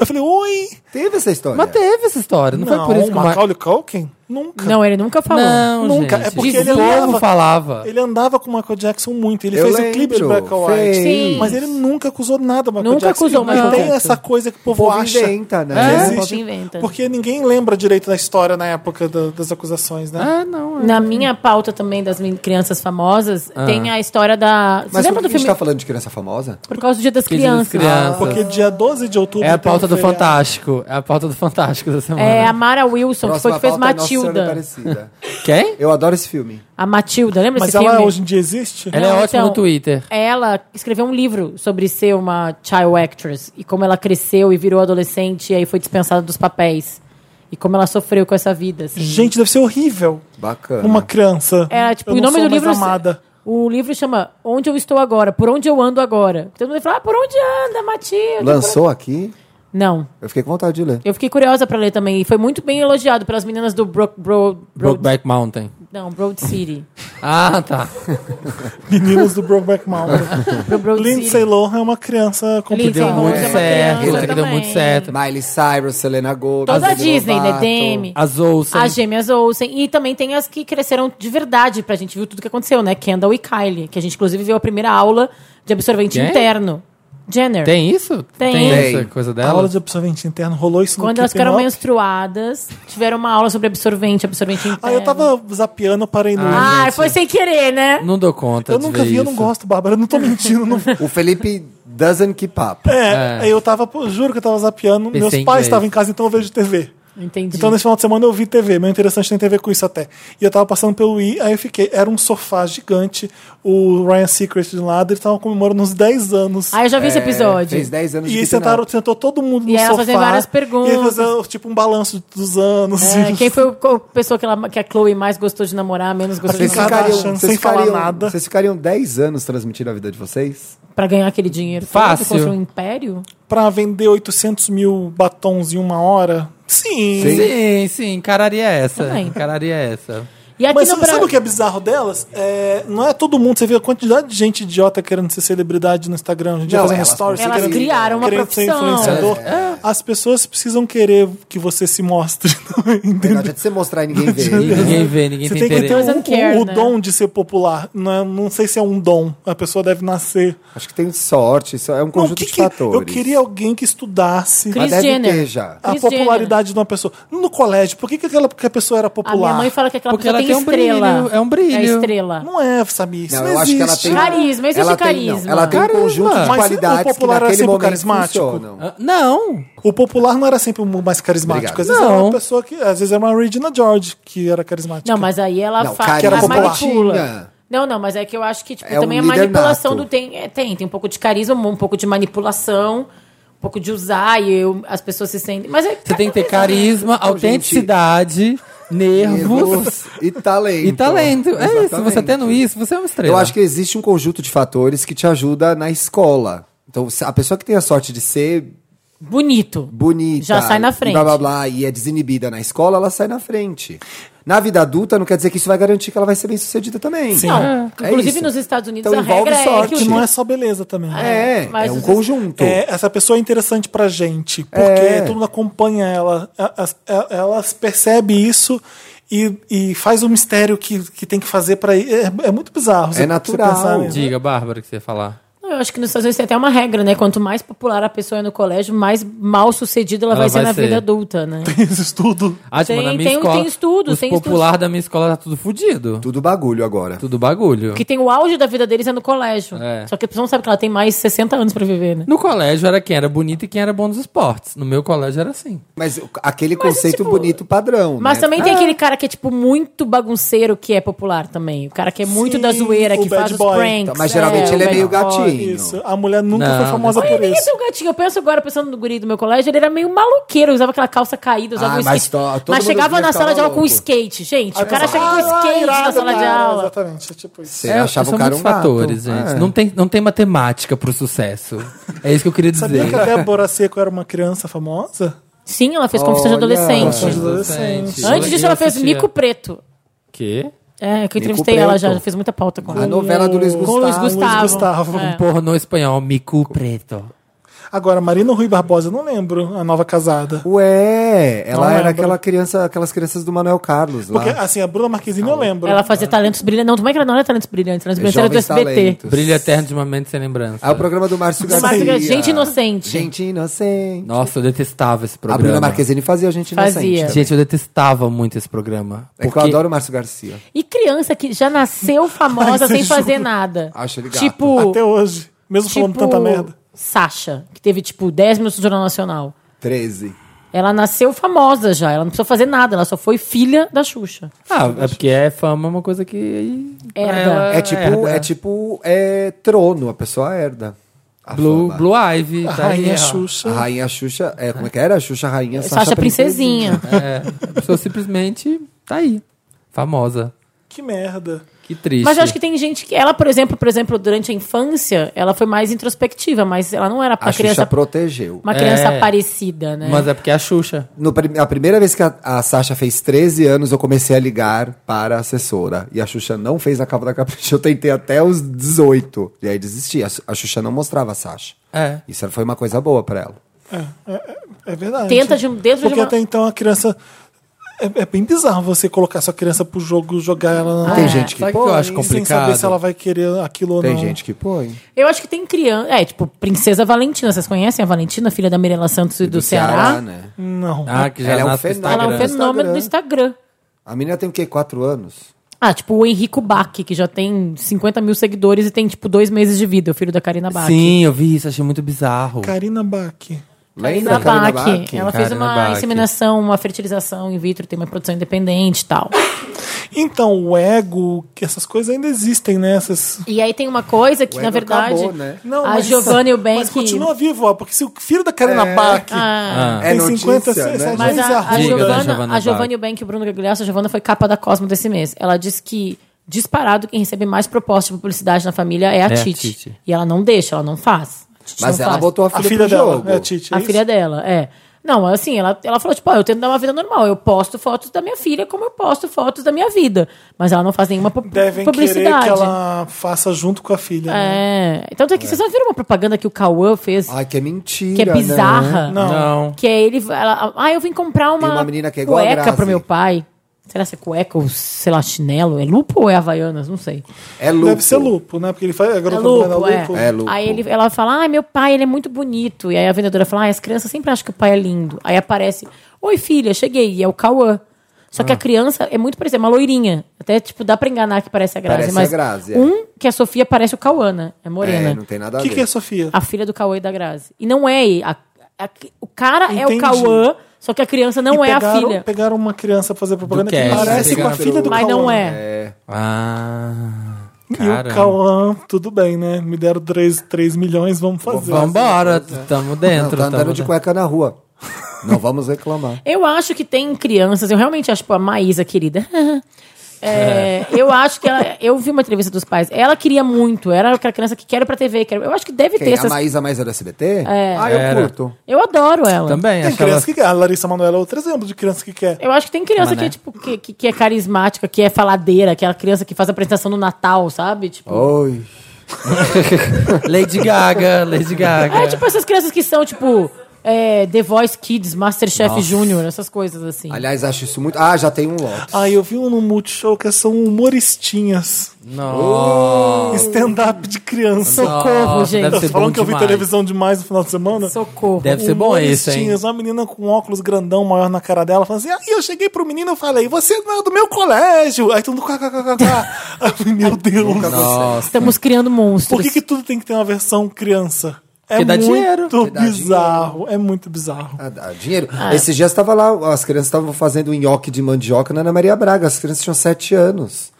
Speaker 1: Eu falei, oi!
Speaker 4: Teve essa história.
Speaker 3: Mas teve essa história. Não, foi por isso que o Ma-
Speaker 1: Macaulay Culkin? Nunca.
Speaker 2: Não, ele nunca falou.
Speaker 3: Não,
Speaker 1: Nunca,
Speaker 3: gente.
Speaker 1: é porque
Speaker 3: Diz
Speaker 1: ele
Speaker 3: o
Speaker 1: andava-
Speaker 3: povo falava.
Speaker 1: Ele andava com o Michael Jackson muito. Ele
Speaker 4: Eu
Speaker 1: fez o
Speaker 4: lembro,
Speaker 1: clipe de Black or White.
Speaker 4: fez.
Speaker 2: Sim.
Speaker 1: Mas ele nunca acusou nada do Michael
Speaker 2: Nunca
Speaker 1: Jackson.
Speaker 2: acusou o
Speaker 1: Mas
Speaker 2: Michael
Speaker 1: tem
Speaker 2: Jackson.
Speaker 1: essa coisa que o
Speaker 4: O
Speaker 1: povo,
Speaker 4: povo
Speaker 1: acha.
Speaker 4: inventa, né?
Speaker 1: que
Speaker 3: É,
Speaker 2: o
Speaker 1: existe,
Speaker 2: povo inventa.
Speaker 1: Porque ninguém lembra direito da história na época da- das acusações, né?
Speaker 3: Ah, não. é.
Speaker 2: Na minha pauta também das min- crianças famosas,
Speaker 3: Ah.
Speaker 2: tem a história da. Você
Speaker 4: Mas por
Speaker 2: lembra
Speaker 4: que
Speaker 2: do
Speaker 4: a gente
Speaker 2: filme?
Speaker 4: tá falando de criança famosa?
Speaker 2: Por causa do Dia das
Speaker 3: Que Dia das
Speaker 2: Crianças.
Speaker 3: Crianças.
Speaker 1: Ah, Porque dia 12 de outubro.
Speaker 3: É a
Speaker 1: tem um
Speaker 3: pauta do
Speaker 1: feriado.
Speaker 3: Fantástico. É a pauta do Fantástico da semana.
Speaker 2: É a Mara Wilson, que foi
Speaker 4: Próxima
Speaker 2: que fez
Speaker 4: pauta é Nossa Senhora
Speaker 2: Matilda.
Speaker 4: Aparecida.
Speaker 3: Quem?
Speaker 4: Eu adoro esse filme.
Speaker 2: A Matilda, lembra
Speaker 1: Mas
Speaker 2: esse
Speaker 4: é
Speaker 1: ela
Speaker 2: filme?
Speaker 1: hoje em dia existe?
Speaker 3: Ela é
Speaker 2: Não,
Speaker 3: ótima
Speaker 2: então,
Speaker 3: no Twitter.
Speaker 2: Ela escreveu um livro sobre ser uma child actress e como ela cresceu e virou adolescente e aí foi dispensada dos papéis. E como ela sofreu com essa vida, assim.
Speaker 1: Gente, deve ser horrível.
Speaker 4: Bacana.
Speaker 1: Uma criança.
Speaker 2: É, tipo,
Speaker 1: Eu
Speaker 2: o
Speaker 1: não
Speaker 2: nome
Speaker 1: sou
Speaker 2: do
Speaker 1: mais
Speaker 2: livro.
Speaker 1: Amada.
Speaker 2: O livro chama Onde Eu Estou Agora, Por Onde Eu Ando Agora. Todo mundo fala, ah, por onde anda, Matilda?
Speaker 4: Lançou aqui,
Speaker 2: Não.
Speaker 4: eu fiquei com vontade de ler.
Speaker 2: Eu fiquei curiosa pra ler também. E foi muito bem elogiado pelas meninas do Brook, Bro, Broad-
Speaker 3: Brokeback Mountain.
Speaker 2: não, Broad City.
Speaker 3: Ah, tá.
Speaker 1: Meninos do Brokeback Mountain.
Speaker 2: Pro Broad
Speaker 1: Lindsay
Speaker 2: City.
Speaker 1: Lohan é uma criança
Speaker 2: Lindsay
Speaker 1: complicada.
Speaker 2: Lohan.
Speaker 3: muito
Speaker 2: é uma
Speaker 3: certo.
Speaker 2: criança
Speaker 3: que deu muito
Speaker 2: também.
Speaker 3: certo.
Speaker 4: Miley Cyrus, Selena Gomez,
Speaker 2: Toda a
Speaker 4: Demi
Speaker 2: Disney, né?
Speaker 4: Lovato.
Speaker 2: Demi.
Speaker 3: As Olsen.
Speaker 2: As gêmeas Olsen. E também tem as que cresceram de verdade pra gente. Viu tudo que aconteceu, né? Kendall e Kylie. Que a gente, inclusive, viu a primeira aula de absorvente
Speaker 3: Quem?
Speaker 2: interno. Jenner.
Speaker 3: Tem isso?
Speaker 2: Tem.
Speaker 3: essa
Speaker 4: Tem.
Speaker 3: coisa
Speaker 1: A aula
Speaker 3: dela?
Speaker 1: de absorvente interno rolou isso
Speaker 2: Quando
Speaker 1: no
Speaker 2: elas
Speaker 1: Keeping
Speaker 2: ficaram
Speaker 1: Up?
Speaker 2: menstruadas, tiveram uma aula sobre absorvente, absorvente interno.
Speaker 1: Ah, eu tava zapeando, eu parei no.
Speaker 2: é. Ah,
Speaker 3: gente.
Speaker 2: foi sem querer, né?
Speaker 3: Não dou conta
Speaker 1: eu
Speaker 3: de
Speaker 1: nunca
Speaker 3: ver
Speaker 1: vi, eu não
Speaker 3: isso.
Speaker 1: gosto, Bárbara. Eu
Speaker 2: É.
Speaker 1: não tô mentindo. Não...
Speaker 4: O Felipe doesn't keep up.
Speaker 1: É,
Speaker 3: É.
Speaker 1: aí eu tava, pô, juro que eu tava zapeando.
Speaker 3: Pensei
Speaker 1: Meus
Speaker 3: em
Speaker 1: pais
Speaker 3: inglês.
Speaker 1: estavam em casa, então eu vejo TV.
Speaker 2: Entendi.
Speaker 1: Então nesse final de semana eu vi TV, meu interessante tem TV com isso até. E eu tava passando pelo I, aí eu fiquei, era um sofá gigante, o Ryan Secret de um lado, eles estavam comemorando uns 10 anos.
Speaker 2: Ah, eu já vi esse
Speaker 4: É,
Speaker 2: episódio.
Speaker 4: fez 10
Speaker 1: E
Speaker 4: anos de
Speaker 1: aí
Speaker 4: Keeping
Speaker 1: sentaram,
Speaker 4: Up.
Speaker 1: sentou todo mundo no
Speaker 2: E elas
Speaker 1: sofá.
Speaker 2: fazendo várias
Speaker 1: E
Speaker 2: perguntas.
Speaker 1: eles faziam, tipo, um balanço dos anos.
Speaker 2: É,
Speaker 1: e-
Speaker 2: quem foi o- a pessoa que, ela, que a Chloe mais gostou de namorar, menos gostou de
Speaker 4: Vocês
Speaker 1: Kim
Speaker 2: namorar?
Speaker 4: ficariam,
Speaker 1: Kardashian,
Speaker 4: vocês,
Speaker 1: sem falar
Speaker 4: ficariam,
Speaker 1: nada.
Speaker 4: vocês ficariam 10 anos transmitindo a vida de vocês?
Speaker 2: Pra ganhar aquele dinheiro. todo,
Speaker 3: Fácil.
Speaker 2: Construir um império?
Speaker 1: Pra vender 800 mil batons em uma hora? Sim.
Speaker 4: Sim.
Speaker 3: Sim, sim, encararia essa.
Speaker 2: Também.
Speaker 3: Encararia essa.
Speaker 2: E aqui
Speaker 1: Mas
Speaker 2: no
Speaker 1: sabe, sabe
Speaker 2: Brasil.
Speaker 1: o que é bizarro delas? É, não é todo mundo. Você vê a quantidade de gente idiota querendo ser celebridade no Instagram, hoje em dia
Speaker 4: Não, É.
Speaker 1: fazendo
Speaker 4: elas-
Speaker 1: stories.
Speaker 2: Elas
Speaker 1: um querendo-
Speaker 2: criaram uma
Speaker 1: querendo ser
Speaker 2: profissão.
Speaker 1: influenciador. As pessoas precisam querer que você se mostre.
Speaker 4: Não
Speaker 1: entendeu?
Speaker 4: adianta você mostrar e ninguém vê.
Speaker 3: E ninguém vê, ninguém
Speaker 1: Você tem
Speaker 3: tem
Speaker 1: que ter
Speaker 3: interesse.
Speaker 1: o,
Speaker 2: Doesn't care,
Speaker 1: o- o
Speaker 2: né?
Speaker 1: dom de ser popular. Não, é- não sei se é um dom. A pessoa deve nascer.
Speaker 4: Acho que tem sorte, isso é um
Speaker 1: Não,
Speaker 4: conjunto
Speaker 1: que
Speaker 4: de
Speaker 1: que-
Speaker 4: fatores.
Speaker 1: eu queria alguém que estudasse.
Speaker 4: Mas
Speaker 2: Kris
Speaker 4: deve
Speaker 2: Jenner.
Speaker 4: ter já.
Speaker 1: A
Speaker 2: Kris
Speaker 1: popularidade de uma pessoa. No colégio, por que, que aquela que a pessoa era
Speaker 2: A minha
Speaker 1: popular?
Speaker 2: mãe fala que aquela
Speaker 3: Porque
Speaker 2: pessoa
Speaker 3: ela
Speaker 2: tem,
Speaker 3: tem um
Speaker 2: estrela.
Speaker 3: brilho, é um brilho.
Speaker 2: É estrela.
Speaker 1: Não é, Samir. Isso
Speaker 4: Não,
Speaker 1: não,
Speaker 4: eu acho que ela
Speaker 1: existe.
Speaker 4: tem.
Speaker 2: Carisma,
Speaker 3: é
Speaker 2: existe
Speaker 4: ela tem-
Speaker 2: carisma.
Speaker 4: ela tem um conjunto
Speaker 3: Carisma.
Speaker 4: de
Speaker 1: Mas o
Speaker 4: qualidades que
Speaker 1: popular era
Speaker 4: naquele
Speaker 1: sempre
Speaker 4: momento
Speaker 1: carismático?
Speaker 4: funcionam.
Speaker 3: Ah, Não.
Speaker 1: O popular não era sempre o mais carismático. Às vezes
Speaker 3: Obrigado.
Speaker 1: era uma
Speaker 3: Não.
Speaker 1: pessoa que. Às vezes era uma Regina George que era carismática.
Speaker 2: Não, mas aí ela
Speaker 4: Não,
Speaker 2: fala.
Speaker 4: cara,
Speaker 1: era
Speaker 2: Ela
Speaker 1: popular.
Speaker 2: manipula.
Speaker 4: Tinha.
Speaker 2: Não, não, mas é que eu acho que tipo,
Speaker 4: É um
Speaker 2: também a
Speaker 4: líder
Speaker 2: manipulação
Speaker 4: nato.
Speaker 2: do tem, é, tem. Tem um pouco de carisma, um pouco de manipulação, um pouco de usar e eu- as pessoas se sentem. Mas é,
Speaker 3: Você tem que ter carisma, autenticidade, nervos
Speaker 4: Então, Nervos e talento.
Speaker 3: e talento. É isso, você
Speaker 4: Exatamente.
Speaker 3: tendo isso, você é uma estrela.
Speaker 4: Eu acho que existe um conjunto de fatores que te ajuda na escola. Então, se- a pessoa que tem a sorte de ser
Speaker 2: bonito.
Speaker 4: bonita.
Speaker 2: Já sai na frente.
Speaker 4: Blá, blá, blá, e é desinibida na escola, ela sai na frente. Na vida adulta, não quer dizer que isso vai garantir que ela vai ser bem sucedida também.
Speaker 1: Sim.
Speaker 2: Não,
Speaker 4: É
Speaker 2: inclusive
Speaker 4: isso.
Speaker 2: nos Estados Unidos
Speaker 4: Então
Speaker 2: a
Speaker 4: envolve
Speaker 2: regra é
Speaker 4: sorte.
Speaker 2: que
Speaker 1: Que
Speaker 2: o
Speaker 1: não é só beleza também. né?
Speaker 4: É,
Speaker 2: mas
Speaker 4: é um
Speaker 2: os-
Speaker 4: conjunto.
Speaker 1: É, essa pessoa é interessante pra gente, porque
Speaker 4: É.
Speaker 1: todo mundo acompanha ela, a- a- ela percebe isso e, e faz o mistério que, que tem que fazer pra ir. É, é muito bizarro. você-
Speaker 4: natural.
Speaker 1: você nisso.
Speaker 3: Diga, Bárbara, o que você ia falar.
Speaker 2: Não, Eu acho que nos Estados Unidos tem até uma regra, né? Quanto mais popular a pessoa é no colégio, mais mal sucedida ela,
Speaker 3: Ela
Speaker 2: vai ser
Speaker 3: vai
Speaker 2: na
Speaker 3: ser.
Speaker 2: vida adulta, né?
Speaker 1: Esse estudo.
Speaker 3: Ah, tipo,
Speaker 2: Tem-
Speaker 3: na minha
Speaker 2: tem-
Speaker 3: escola.
Speaker 2: tem estudos,
Speaker 3: os
Speaker 2: tem
Speaker 3: popular da minha escola tá tudo fudido.
Speaker 4: Tudo bagulho agora.
Speaker 3: Tudo bagulho.
Speaker 2: Porque tem o auge da vida deles é no colégio.
Speaker 3: É.
Speaker 2: Só que a pessoa não sabe que ela tem mais 60 anos pra viver, né?
Speaker 3: No colégio era quem era bonito e quem era bom nos esportes. No meu colégio era assim.
Speaker 4: Mas o- aquele
Speaker 2: Mas,
Speaker 4: conceito
Speaker 2: tipo,
Speaker 4: bonito padrão.
Speaker 2: Mas
Speaker 4: né?
Speaker 2: também tem
Speaker 4: Ah,
Speaker 2: aquele cara que é, tipo, muito bagunceiro que é popular também. O cara que é muito
Speaker 1: Sim,
Speaker 2: da zoeira,
Speaker 1: o
Speaker 2: que
Speaker 1: bad
Speaker 2: faz os
Speaker 1: boy.
Speaker 2: pranks.
Speaker 4: Mas geralmente
Speaker 2: o
Speaker 4: ele é
Speaker 2: bad
Speaker 4: meio
Speaker 2: boy.
Speaker 4: gatinho.
Speaker 1: Isso. A mulher nunca
Speaker 3: Não,
Speaker 1: foi famosa
Speaker 2: Ah, Olha,
Speaker 1: por
Speaker 2: nem é
Speaker 1: isso.
Speaker 2: teu gatinho. Eu penso agora, pensando no guri do meu colégio, ele era meio maloqueiro, usava aquela calça caída, usava
Speaker 4: Ah,
Speaker 2: um
Speaker 4: mas
Speaker 2: skate.
Speaker 4: to- todo
Speaker 2: mas
Speaker 4: mundo
Speaker 2: chegava
Speaker 4: via
Speaker 2: na sala
Speaker 4: ficava
Speaker 2: de aula com um
Speaker 4: louco.
Speaker 2: skate, gente. o cara
Speaker 1: Aí
Speaker 2: chega com um
Speaker 1: pensa, "Ah,
Speaker 2: skate na
Speaker 1: irado,
Speaker 2: sala de
Speaker 1: cara",
Speaker 2: aula.
Speaker 1: Exatamente. é Tipo isso.
Speaker 4: Você achava o cara um
Speaker 3: muitos
Speaker 4: gato.
Speaker 3: fatores, gente.
Speaker 4: Ah, é.
Speaker 3: Não, tem, não tem matemática pro sucesso. É isso que eu queria dizer.
Speaker 1: Sabia que a Débora Seco era uma criança famosa?
Speaker 2: Sim, ela fez confissão de
Speaker 4: Olha.
Speaker 2: adolescente.
Speaker 1: Confissão de adolescente.
Speaker 3: Adolescente.
Speaker 2: Antes disso,
Speaker 3: Eu
Speaker 2: ela fez
Speaker 3: assistia.
Speaker 2: Mico Preto.
Speaker 3: Quê?
Speaker 2: É, que eu
Speaker 4: Mico
Speaker 2: entrevistei ela já,
Speaker 4: Preto.
Speaker 2: já fiz muita pauta com
Speaker 4: A
Speaker 2: ela.
Speaker 4: novela do Luiz
Speaker 1: Ah, Com
Speaker 2: Com
Speaker 4: Gustavo.
Speaker 2: o Luiz Gustavo.
Speaker 1: Luiz Gustavo.
Speaker 2: É.
Speaker 3: Um Pornô espanhol, mico preto.
Speaker 1: Agora, Marina Rui Barbosa, eu não lembro a nova casada.
Speaker 4: Ué, ela
Speaker 1: Não
Speaker 4: era
Speaker 1: lembro.
Speaker 4: aquela criança, aquelas crianças do Manuel Carlos lá.
Speaker 1: Porque, assim, a Bruna Marquezine eu lembro.
Speaker 2: Ela fazia talentos brilhantes. Não, como é que ela não era talentos brilhantes? Talentos brilhantes era do
Speaker 4: Jovens
Speaker 2: SBT.
Speaker 4: Talentos.
Speaker 3: Brilho eterno de uma mente sem lembrança.
Speaker 4: Ah, o programa do Márcio
Speaker 2: Márcio
Speaker 4: Garcia.
Speaker 2: Garcia, Gente Inocente.
Speaker 4: Gente Inocente.
Speaker 3: Nossa, eu detestava esse
Speaker 4: A
Speaker 3: programa.
Speaker 4: Bruna Marquezine fazia Gente
Speaker 2: Fazia.
Speaker 4: Inocente. também.
Speaker 3: Gente, eu detestava muito esse programa.
Speaker 4: É que eu adoro o Márcio Garcia.
Speaker 2: E criança que já nasceu famosa sem fazer nada.
Speaker 4: Acho ele gato.
Speaker 2: Tipo,
Speaker 1: Até hoje. Mesmo falando
Speaker 2: tipo
Speaker 1: tanta merda.
Speaker 2: Sasha, que teve, tipo, 10 minutos no Jornal Nacional.
Speaker 4: 13.
Speaker 2: Ela nasceu famosa já, ela não precisou fazer nada, ela só foi filha da Xuxa.
Speaker 3: Ah, é porque é fama é uma coisa que.
Speaker 2: Herda.
Speaker 3: ela
Speaker 4: É tipo,
Speaker 3: herda.
Speaker 4: é tipo é, trono, a pessoa herda. A
Speaker 3: Blue,
Speaker 4: fama.
Speaker 3: Blue Ivy.
Speaker 1: A
Speaker 3: Tá
Speaker 1: Rainha
Speaker 3: aí, ó.
Speaker 1: Xuxa.
Speaker 4: A rainha Xuxa, é, como é que era? A Xuxa Rainha
Speaker 2: Sasha, Princesinha.
Speaker 3: É, a pessoa simplesmente tá aí. Famosa.
Speaker 1: Que merda.
Speaker 3: Que triste.
Speaker 2: Mas eu acho que tem gente que. Ela, por exemplo, por exemplo, durante a infância, ela foi mais introspectiva, mas ela não era
Speaker 4: A
Speaker 2: uma criança,
Speaker 4: Xuxa protegeu.
Speaker 2: uma criança
Speaker 3: É.
Speaker 2: parecida, né?
Speaker 3: Mas é porque é a Xuxa.
Speaker 4: No prim- a primeira vez que a, a Sasha fez 13 anos, eu comecei a ligar para a assessora. E a Xuxa não fez a capa da capricha. Eu tentei até os 18. E aí desisti. A, Su- a Xuxa não mostrava a Sasha.
Speaker 3: É.
Speaker 4: Isso foi uma coisa boa pra ela.
Speaker 1: É verdade.
Speaker 2: Tenta de um- dentro de
Speaker 1: Porque
Speaker 2: uma-
Speaker 1: até então a criança. É, é bem bizarro você colocar sua criança pro jogo, jogar ela na.
Speaker 4: Tem
Speaker 2: é.
Speaker 4: gente que
Speaker 3: Sabe o que eu
Speaker 4: põe.
Speaker 3: acho
Speaker 1: Sem
Speaker 3: complicado?
Speaker 1: saber se ela vai querer aquilo ou
Speaker 4: Tem
Speaker 1: não.
Speaker 4: gente que põe.
Speaker 2: Eu acho que tem criança. É, tipo, Princesa Valentina. Vocês conhecem a Valentina, filha da Mirella Santos e do, Ceará?
Speaker 4: né?
Speaker 1: Não.
Speaker 3: Ah, que já
Speaker 4: Ela é um
Speaker 3: nasce com
Speaker 4: fenômeno.
Speaker 2: Ela é um
Speaker 3: Instagram.
Speaker 2: fenômeno do Instagram.
Speaker 4: A menina tem o quê? 4 anos?
Speaker 2: Ah, tipo o Henrico Bach, que já tem 50 mil seguidores e tem, tipo, dois meses de vida, o filho da Karina Bach.
Speaker 3: Sim, eu vi isso, achei muito bizarro.
Speaker 1: Karina Bach.
Speaker 2: Karina Bach.
Speaker 4: Karina Bach?
Speaker 2: Ela fez
Speaker 3: Karina
Speaker 2: uma
Speaker 3: Bach.
Speaker 2: inseminação, uma fertilização in vitro, tem uma produção independente e tal.
Speaker 1: Então, o ego, que essas coisas ainda existem, né? Essas.
Speaker 2: E aí tem uma coisa que,
Speaker 4: O
Speaker 2: na
Speaker 4: ego
Speaker 2: verdade,
Speaker 4: acabou, né?
Speaker 1: Não,
Speaker 2: a
Speaker 1: mas-
Speaker 2: Giovanna e o Ben
Speaker 1: Mas continua vivo, ó, porque se o filho da Karina Bach
Speaker 2: Ah.
Speaker 4: É
Speaker 1: tem
Speaker 4: notícia,
Speaker 1: 50,
Speaker 4: né?
Speaker 1: 60
Speaker 2: Mas
Speaker 1: anos, é
Speaker 2: a, a,
Speaker 1: arruda.
Speaker 3: Diga da
Speaker 2: Giovanna,
Speaker 3: Giovanna
Speaker 2: a Giovanna
Speaker 3: Bach.
Speaker 2: e o Ben, que o Bruno Gagliasso, a Giovanna foi capa da Cosmo desse mês. Ela disse que, disparado, quem recebe mais propostas de publicidade na família é a,
Speaker 3: É a
Speaker 2: Titi.
Speaker 3: Titi.
Speaker 2: E ela não deixa, ela não faz. A Titi
Speaker 4: Mas
Speaker 2: não
Speaker 4: ela
Speaker 2: faz.
Speaker 4: botou a
Speaker 1: A
Speaker 4: filha,
Speaker 1: filha
Speaker 4: pro
Speaker 1: dela,
Speaker 4: jogo.
Speaker 1: é a Titi. é
Speaker 2: A
Speaker 1: isso?
Speaker 2: filha dela, é. Não, assim, ela, ela falou, tipo, ó, eu tento dar uma vida normal. Eu posto fotos da minha filha como eu posto fotos da minha vida. Mas ela não faz nenhuma pu-
Speaker 1: Devem querer
Speaker 2: publicidade.
Speaker 1: que ela faça junto com a filha. né?
Speaker 2: É. Tanto é que vocês já viram uma propaganda que o Cauã fez,
Speaker 4: Ai, que é mentira.
Speaker 2: que
Speaker 1: né?
Speaker 2: é bizarra.
Speaker 1: Não.
Speaker 3: Não.
Speaker 2: Que é ele. Ela, ah, eu vim comprar uma,
Speaker 4: Tem uma menina que é igual a
Speaker 2: cueca
Speaker 4: Grazi.
Speaker 2: pro meu pai. Será que é cueca ou, sei lá, chinelo? É lupo ou é havaianas? Não sei.
Speaker 4: Né? É lupo.
Speaker 1: Deve ser lupo, né? Porque ele faz. Agora
Speaker 2: É
Speaker 1: eu tô lembrando,
Speaker 2: lupo, é.
Speaker 4: É lupo.
Speaker 2: Aí ele, ela fala, ah, meu pai, ele é muito bonito. E aí a vendedora fala, ah, as crianças sempre acham que o pai é lindo. Aí aparece, oi filha, cheguei. E é o Cauã. Só
Speaker 4: Ah.
Speaker 2: que a criança é muito parecida, é uma loirinha. Até, tipo, dá pra enganar que parece a Grazi.
Speaker 4: Parece
Speaker 2: mas
Speaker 4: a Grazi, é.
Speaker 2: Um, que a Sofia parece o Cauã, né? É morena.
Speaker 4: É, não tem nada
Speaker 1: O
Speaker 4: a
Speaker 1: que,
Speaker 4: ver.
Speaker 1: que é Sofia?
Speaker 2: A filha do Cauã e da Grazi. E não é. ele. A- a- o cara é o
Speaker 1: Entendi.
Speaker 2: Cauã, só que a criança não
Speaker 1: E
Speaker 2: é
Speaker 1: pegaram,
Speaker 2: a filha.
Speaker 1: Pegaram uma criança pra fazer propaganda que
Speaker 3: Cast,
Speaker 1: parece com a
Speaker 3: pegaram.
Speaker 1: filha do
Speaker 2: Mas não
Speaker 1: Cauã.
Speaker 2: é.
Speaker 3: Ah.
Speaker 1: E o Cauã, tudo bem, né? Me deram 3, milhões, vamos fazer.
Speaker 3: Vambora, tamo
Speaker 4: Não,
Speaker 3: dentro.
Speaker 4: tá andando
Speaker 3: tamo
Speaker 4: de
Speaker 3: dentro.
Speaker 4: cueca na rua. Não vamos reclamar.
Speaker 2: Eu acho que tem crianças, eu realmente acho, tipo, a Maísa, querida. É, Eu acho que ela. Eu vi uma entrevista dos pais. Ela queria muito. Era aquela criança que quer ir pra TV. Quer... Eu acho que deve ter
Speaker 4: Quem? A
Speaker 2: essas.
Speaker 4: Maísa mais era do SBT? É. Ah, eu
Speaker 3: Era.
Speaker 4: curto.
Speaker 2: Eu adoro ela.
Speaker 3: Também,
Speaker 1: Tem
Speaker 3: acho que ela-
Speaker 1: criança que quer. A Larissa Manoela é outro exemplo de criança que quer.
Speaker 2: Eu acho que tem criança
Speaker 3: Mané.
Speaker 2: que, tipo, que, que, que é carismática, que é faladeira, aquela criança que faz apresentação no Natal, sabe? Tipo.
Speaker 4: Oi.
Speaker 3: Lady Gaga, Lady Gaga.
Speaker 2: É tipo essas crianças que são, tipo, é, The Voice Kids, Masterchef Júnior, essas coisas assim.
Speaker 4: Aliás, acho isso muito. Ah, já tem um lote.
Speaker 1: Ah, eu vi um no Multishow que são humoristinhas.
Speaker 3: Nossa,
Speaker 1: Stand-up de criança.
Speaker 2: Socorro, gente.
Speaker 3: Deve
Speaker 1: Vocês
Speaker 3: ser
Speaker 1: falam
Speaker 3: bom
Speaker 1: que eu vi
Speaker 3: demais.
Speaker 1: televisão demais no final de semana?
Speaker 2: Socorro.
Speaker 3: Deve ser bom esse, hein?
Speaker 1: Humoristinhas, Uma menina com óculos grandão, maior na cara dela, falando assim: ah, e eu cheguei pro menino e falei, você não é do meu colégio. Aí todo mundo, kkkk. Meu Deus.
Speaker 3: Nossa.
Speaker 2: Estamos criando monstros.
Speaker 1: Por que, que tudo tem que ter uma versão criança? É
Speaker 3: Porque dá
Speaker 1: muito
Speaker 3: dinheiro.
Speaker 4: Porque dá
Speaker 1: bizarro. É muito bizarro.
Speaker 4: Ah, dá dinheiro. Esses dias estava lá, as crianças estavam fazendo nhoque de mandioca na Ana Maria Braga. As crianças tinham 7 anos.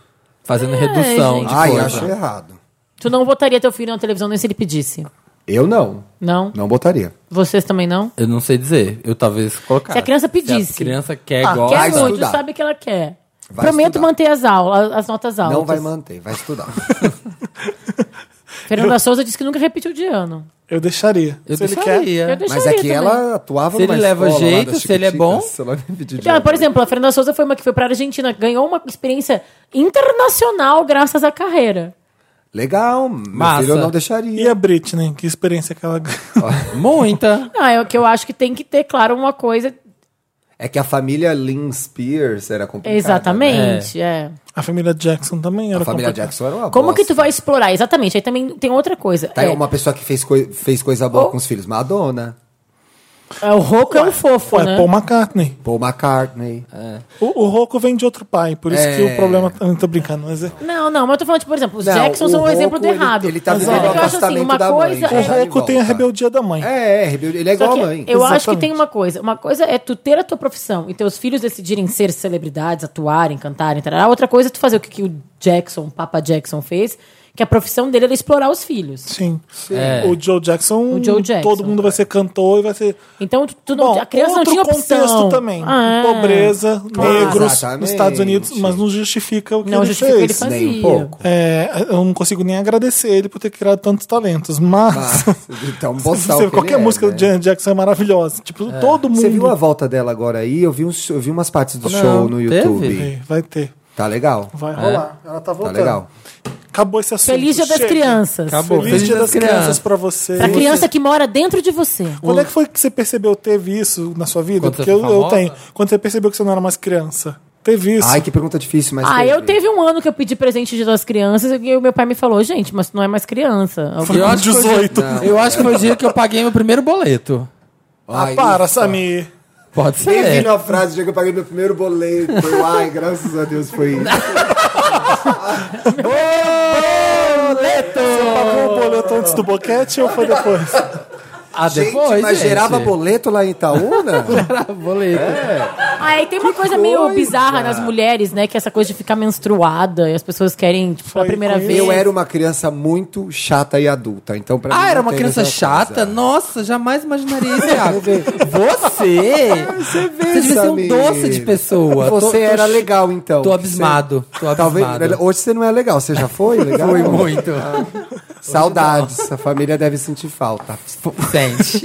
Speaker 3: Fazendo redução
Speaker 2: É,
Speaker 3: tipo,
Speaker 2: gente.
Speaker 3: de
Speaker 4: Ai,
Speaker 3: coisa.
Speaker 4: acho errado.
Speaker 2: Tu não botaria teu filho na televisão nem se ele pedisse.
Speaker 4: Eu não.
Speaker 2: Não?
Speaker 4: Não botaria.
Speaker 2: Vocês também não?
Speaker 3: Eu não sei dizer. Eu talvez colocasse.
Speaker 2: Se
Speaker 4: É.
Speaker 2: a criança pedisse.
Speaker 3: Se a criança quer,
Speaker 1: Ah,
Speaker 3: gosta.
Speaker 2: Quer
Speaker 4: vai
Speaker 2: muito,
Speaker 4: estudar.
Speaker 2: sabe que ela quer.
Speaker 4: Vai
Speaker 2: Prometo
Speaker 4: estudar.
Speaker 2: manter as aulas, as notas altas.
Speaker 4: Não vai manter, vai estudar.
Speaker 2: Fernanda Souza disse que nunca repetiu de ano.
Speaker 1: Eu deixaria.
Speaker 3: Eu
Speaker 1: Se ele quer.
Speaker 3: deixaria.
Speaker 2: Eu
Speaker 4: Mas
Speaker 2: deixaria
Speaker 4: é que
Speaker 2: também.
Speaker 4: ela atuava
Speaker 3: Se ele
Speaker 4: numa
Speaker 3: leva
Speaker 4: escola lá
Speaker 3: jeito,
Speaker 4: das
Speaker 3: se ele é
Speaker 4: Chiquititas,
Speaker 3: bom.
Speaker 4: sei lá, nem pedi de
Speaker 2: Então, por
Speaker 4: nada.
Speaker 2: exemplo, a Fernanda Souza foi uma que foi pra Argentina, ganhou uma experiência internacional graças à carreira.
Speaker 4: Legal, meu
Speaker 3: Massa.
Speaker 4: filho eu não
Speaker 1: E
Speaker 4: deixaria.
Speaker 1: a Britney? Que experiência que ela ganhou.
Speaker 3: Muita.
Speaker 2: Não, é o que eu acho que tem que ter, claro, uma coisa.
Speaker 4: É que a família Lynn Spears era complicada.
Speaker 2: Exatamente. é.
Speaker 1: A família Jackson também
Speaker 4: né?
Speaker 1: era
Speaker 4: A família
Speaker 1: complicada.
Speaker 4: Jackson era uma
Speaker 2: Como que
Speaker 4: bosta.
Speaker 2: tu vai explorar? Exatamente. Aí também tem outra coisa.
Speaker 4: Tá,
Speaker 2: é,
Speaker 4: uma pessoa que fez, coi- fez coisa boa
Speaker 2: Oh.
Speaker 4: com os filhos. Madonna,
Speaker 2: é, o Roco é um fofo,
Speaker 1: Ué,
Speaker 2: né?
Speaker 1: Paul McCartney.
Speaker 4: Paul McCartney.
Speaker 1: O, o Rocco vem de outro pai, por isso
Speaker 4: É.
Speaker 1: que o problema. Eu não tô brincando, mas é.
Speaker 2: Não, não, mas eu tô falando, tipo, por exemplo, os
Speaker 4: Não,
Speaker 2: Jacksons
Speaker 4: o
Speaker 2: são um
Speaker 4: Rocco,
Speaker 2: exemplo do
Speaker 4: ele-
Speaker 2: errado.
Speaker 4: ele tá
Speaker 2: Mas
Speaker 1: vivendo
Speaker 2: é
Speaker 1: o
Speaker 2: que eu acho assim,
Speaker 4: afastamento
Speaker 2: uma
Speaker 4: da mãe,
Speaker 2: coisa
Speaker 4: já
Speaker 1: O
Speaker 2: é-
Speaker 4: de
Speaker 1: Rocco tem a
Speaker 4: volta.
Speaker 1: rebeldia da mãe.
Speaker 4: É, é, rebelde. Ele é
Speaker 2: Só
Speaker 4: igual
Speaker 2: que
Speaker 4: a mãe.
Speaker 2: eu acho que
Speaker 1: Exatamente.
Speaker 2: tem uma coisa. Uma coisa é tu ter a tua profissão e teus filhos decidirem ser celebridades, atuarem, cantarem, tarará. Outra coisa é tu fazer o que, que o Jackson, o Papa Jackson fez, que a profissão dele era explorar os filhos.
Speaker 1: Sim.
Speaker 3: É.
Speaker 1: O Joe Jackson.
Speaker 2: O Joe Jackson.
Speaker 1: Todo mundo vai ser cantor e vai ser.
Speaker 2: Então tu, tu não,
Speaker 1: Bom,
Speaker 2: a criança não
Speaker 1: outro
Speaker 2: tinha opção.
Speaker 1: contexto também.
Speaker 2: Ah,
Speaker 1: Pobreza, negros nos
Speaker 4: Exatamente.
Speaker 1: Estados Unidos, mas não justifica o que
Speaker 2: Não
Speaker 1: ele
Speaker 2: justifica o que ele
Speaker 1: fez.
Speaker 2: fazia.
Speaker 4: Nem um pouco.
Speaker 1: É, eu não consigo nem agradecer ele por ter criado tantos talentos, mas.
Speaker 4: Mas, então, boçal
Speaker 1: Você-
Speaker 4: que
Speaker 1: qualquer
Speaker 4: ele é,
Speaker 1: música
Speaker 4: né?
Speaker 1: do Janet Jackson é maravilhosa. Tipo, todo mundo.
Speaker 4: Você viu a volta dela agora aí? Eu vi, uns, eu vi umas partes do
Speaker 3: Não,
Speaker 4: show no
Speaker 3: teve?
Speaker 4: YouTube.
Speaker 1: É, Vai ter.
Speaker 4: Tá legal.
Speaker 1: Vai rolar. Ela tá
Speaker 4: Tá
Speaker 1: voltando.
Speaker 4: legal.
Speaker 1: Acabou esse assunto.
Speaker 2: Feliz dia das
Speaker 1: Chega.
Speaker 2: crianças.
Speaker 3: Acabou.
Speaker 1: Feliz, dia das crianças, pra você.
Speaker 2: Pra criança que mora dentro de você.
Speaker 1: Quando é que foi que você percebeu teve isso na sua vida?
Speaker 3: Quando
Speaker 1: Porque
Speaker 3: você
Speaker 1: eu,
Speaker 3: foi
Speaker 1: eu
Speaker 3: famosa?
Speaker 1: tenho. Quando você percebeu que você não era mais criança. Teve isso.
Speaker 4: Ai, que pergunta difícil, mas.
Speaker 2: Ah, eu teve um ano que eu pedi presente de duas crianças e o meu pai me falou, gente, mas tu não é mais criança. Alguém-
Speaker 3: Eu
Speaker 1: Com
Speaker 3: acho que foi o dia-
Speaker 1: 18.
Speaker 3: Não, Eu acho que foi o dia que eu paguei meu primeiro boleto.
Speaker 1: Ah,
Speaker 4: Ai,
Speaker 1: para, é.
Speaker 4: ufa.
Speaker 1: Samir.
Speaker 3: Pode
Speaker 4: Eu vi
Speaker 3: ser.
Speaker 4: na frase, o dia que eu paguei meu primeiro boleto. Eu, Ai, graças a Deus foi isso.
Speaker 1: Você pagou é o boleto antes do boquete ou foi depois?
Speaker 3: Ah, depois,
Speaker 4: gente, mas
Speaker 3: gente.
Speaker 4: gerava boleto lá em né? Itaúna?
Speaker 3: Gerava boleto.
Speaker 2: Ah, e tem uma coisa, meio
Speaker 4: coisa!
Speaker 2: bizarra nas mulheres, né? Que é essa coisa de ficar menstruada e as pessoas querem, tipo, pela
Speaker 1: Foi
Speaker 2: primeira
Speaker 1: com
Speaker 2: vez.
Speaker 4: eu era uma criança muito chata e adulta. Então, pra mim,
Speaker 3: Ah, era
Speaker 4: não
Speaker 3: uma
Speaker 4: tem
Speaker 3: criança
Speaker 4: essa
Speaker 3: chata?
Speaker 4: coisa.
Speaker 3: Nossa, jamais imaginaria isso, Iago. Você? Você
Speaker 4: vê,
Speaker 3: devia ser um
Speaker 4: Samir.
Speaker 3: doce de pessoa. Tô-
Speaker 4: Você
Speaker 3: tô-
Speaker 4: era legal, então.
Speaker 3: Tô abismado. Tô
Speaker 4: Você- Talvez.
Speaker 3: abismado.
Speaker 4: Hoje você não é legal. Você já foi legal? Ah.
Speaker 3: Foi muito.
Speaker 4: Saudades. A família deve sentir falta.
Speaker 3: Sente.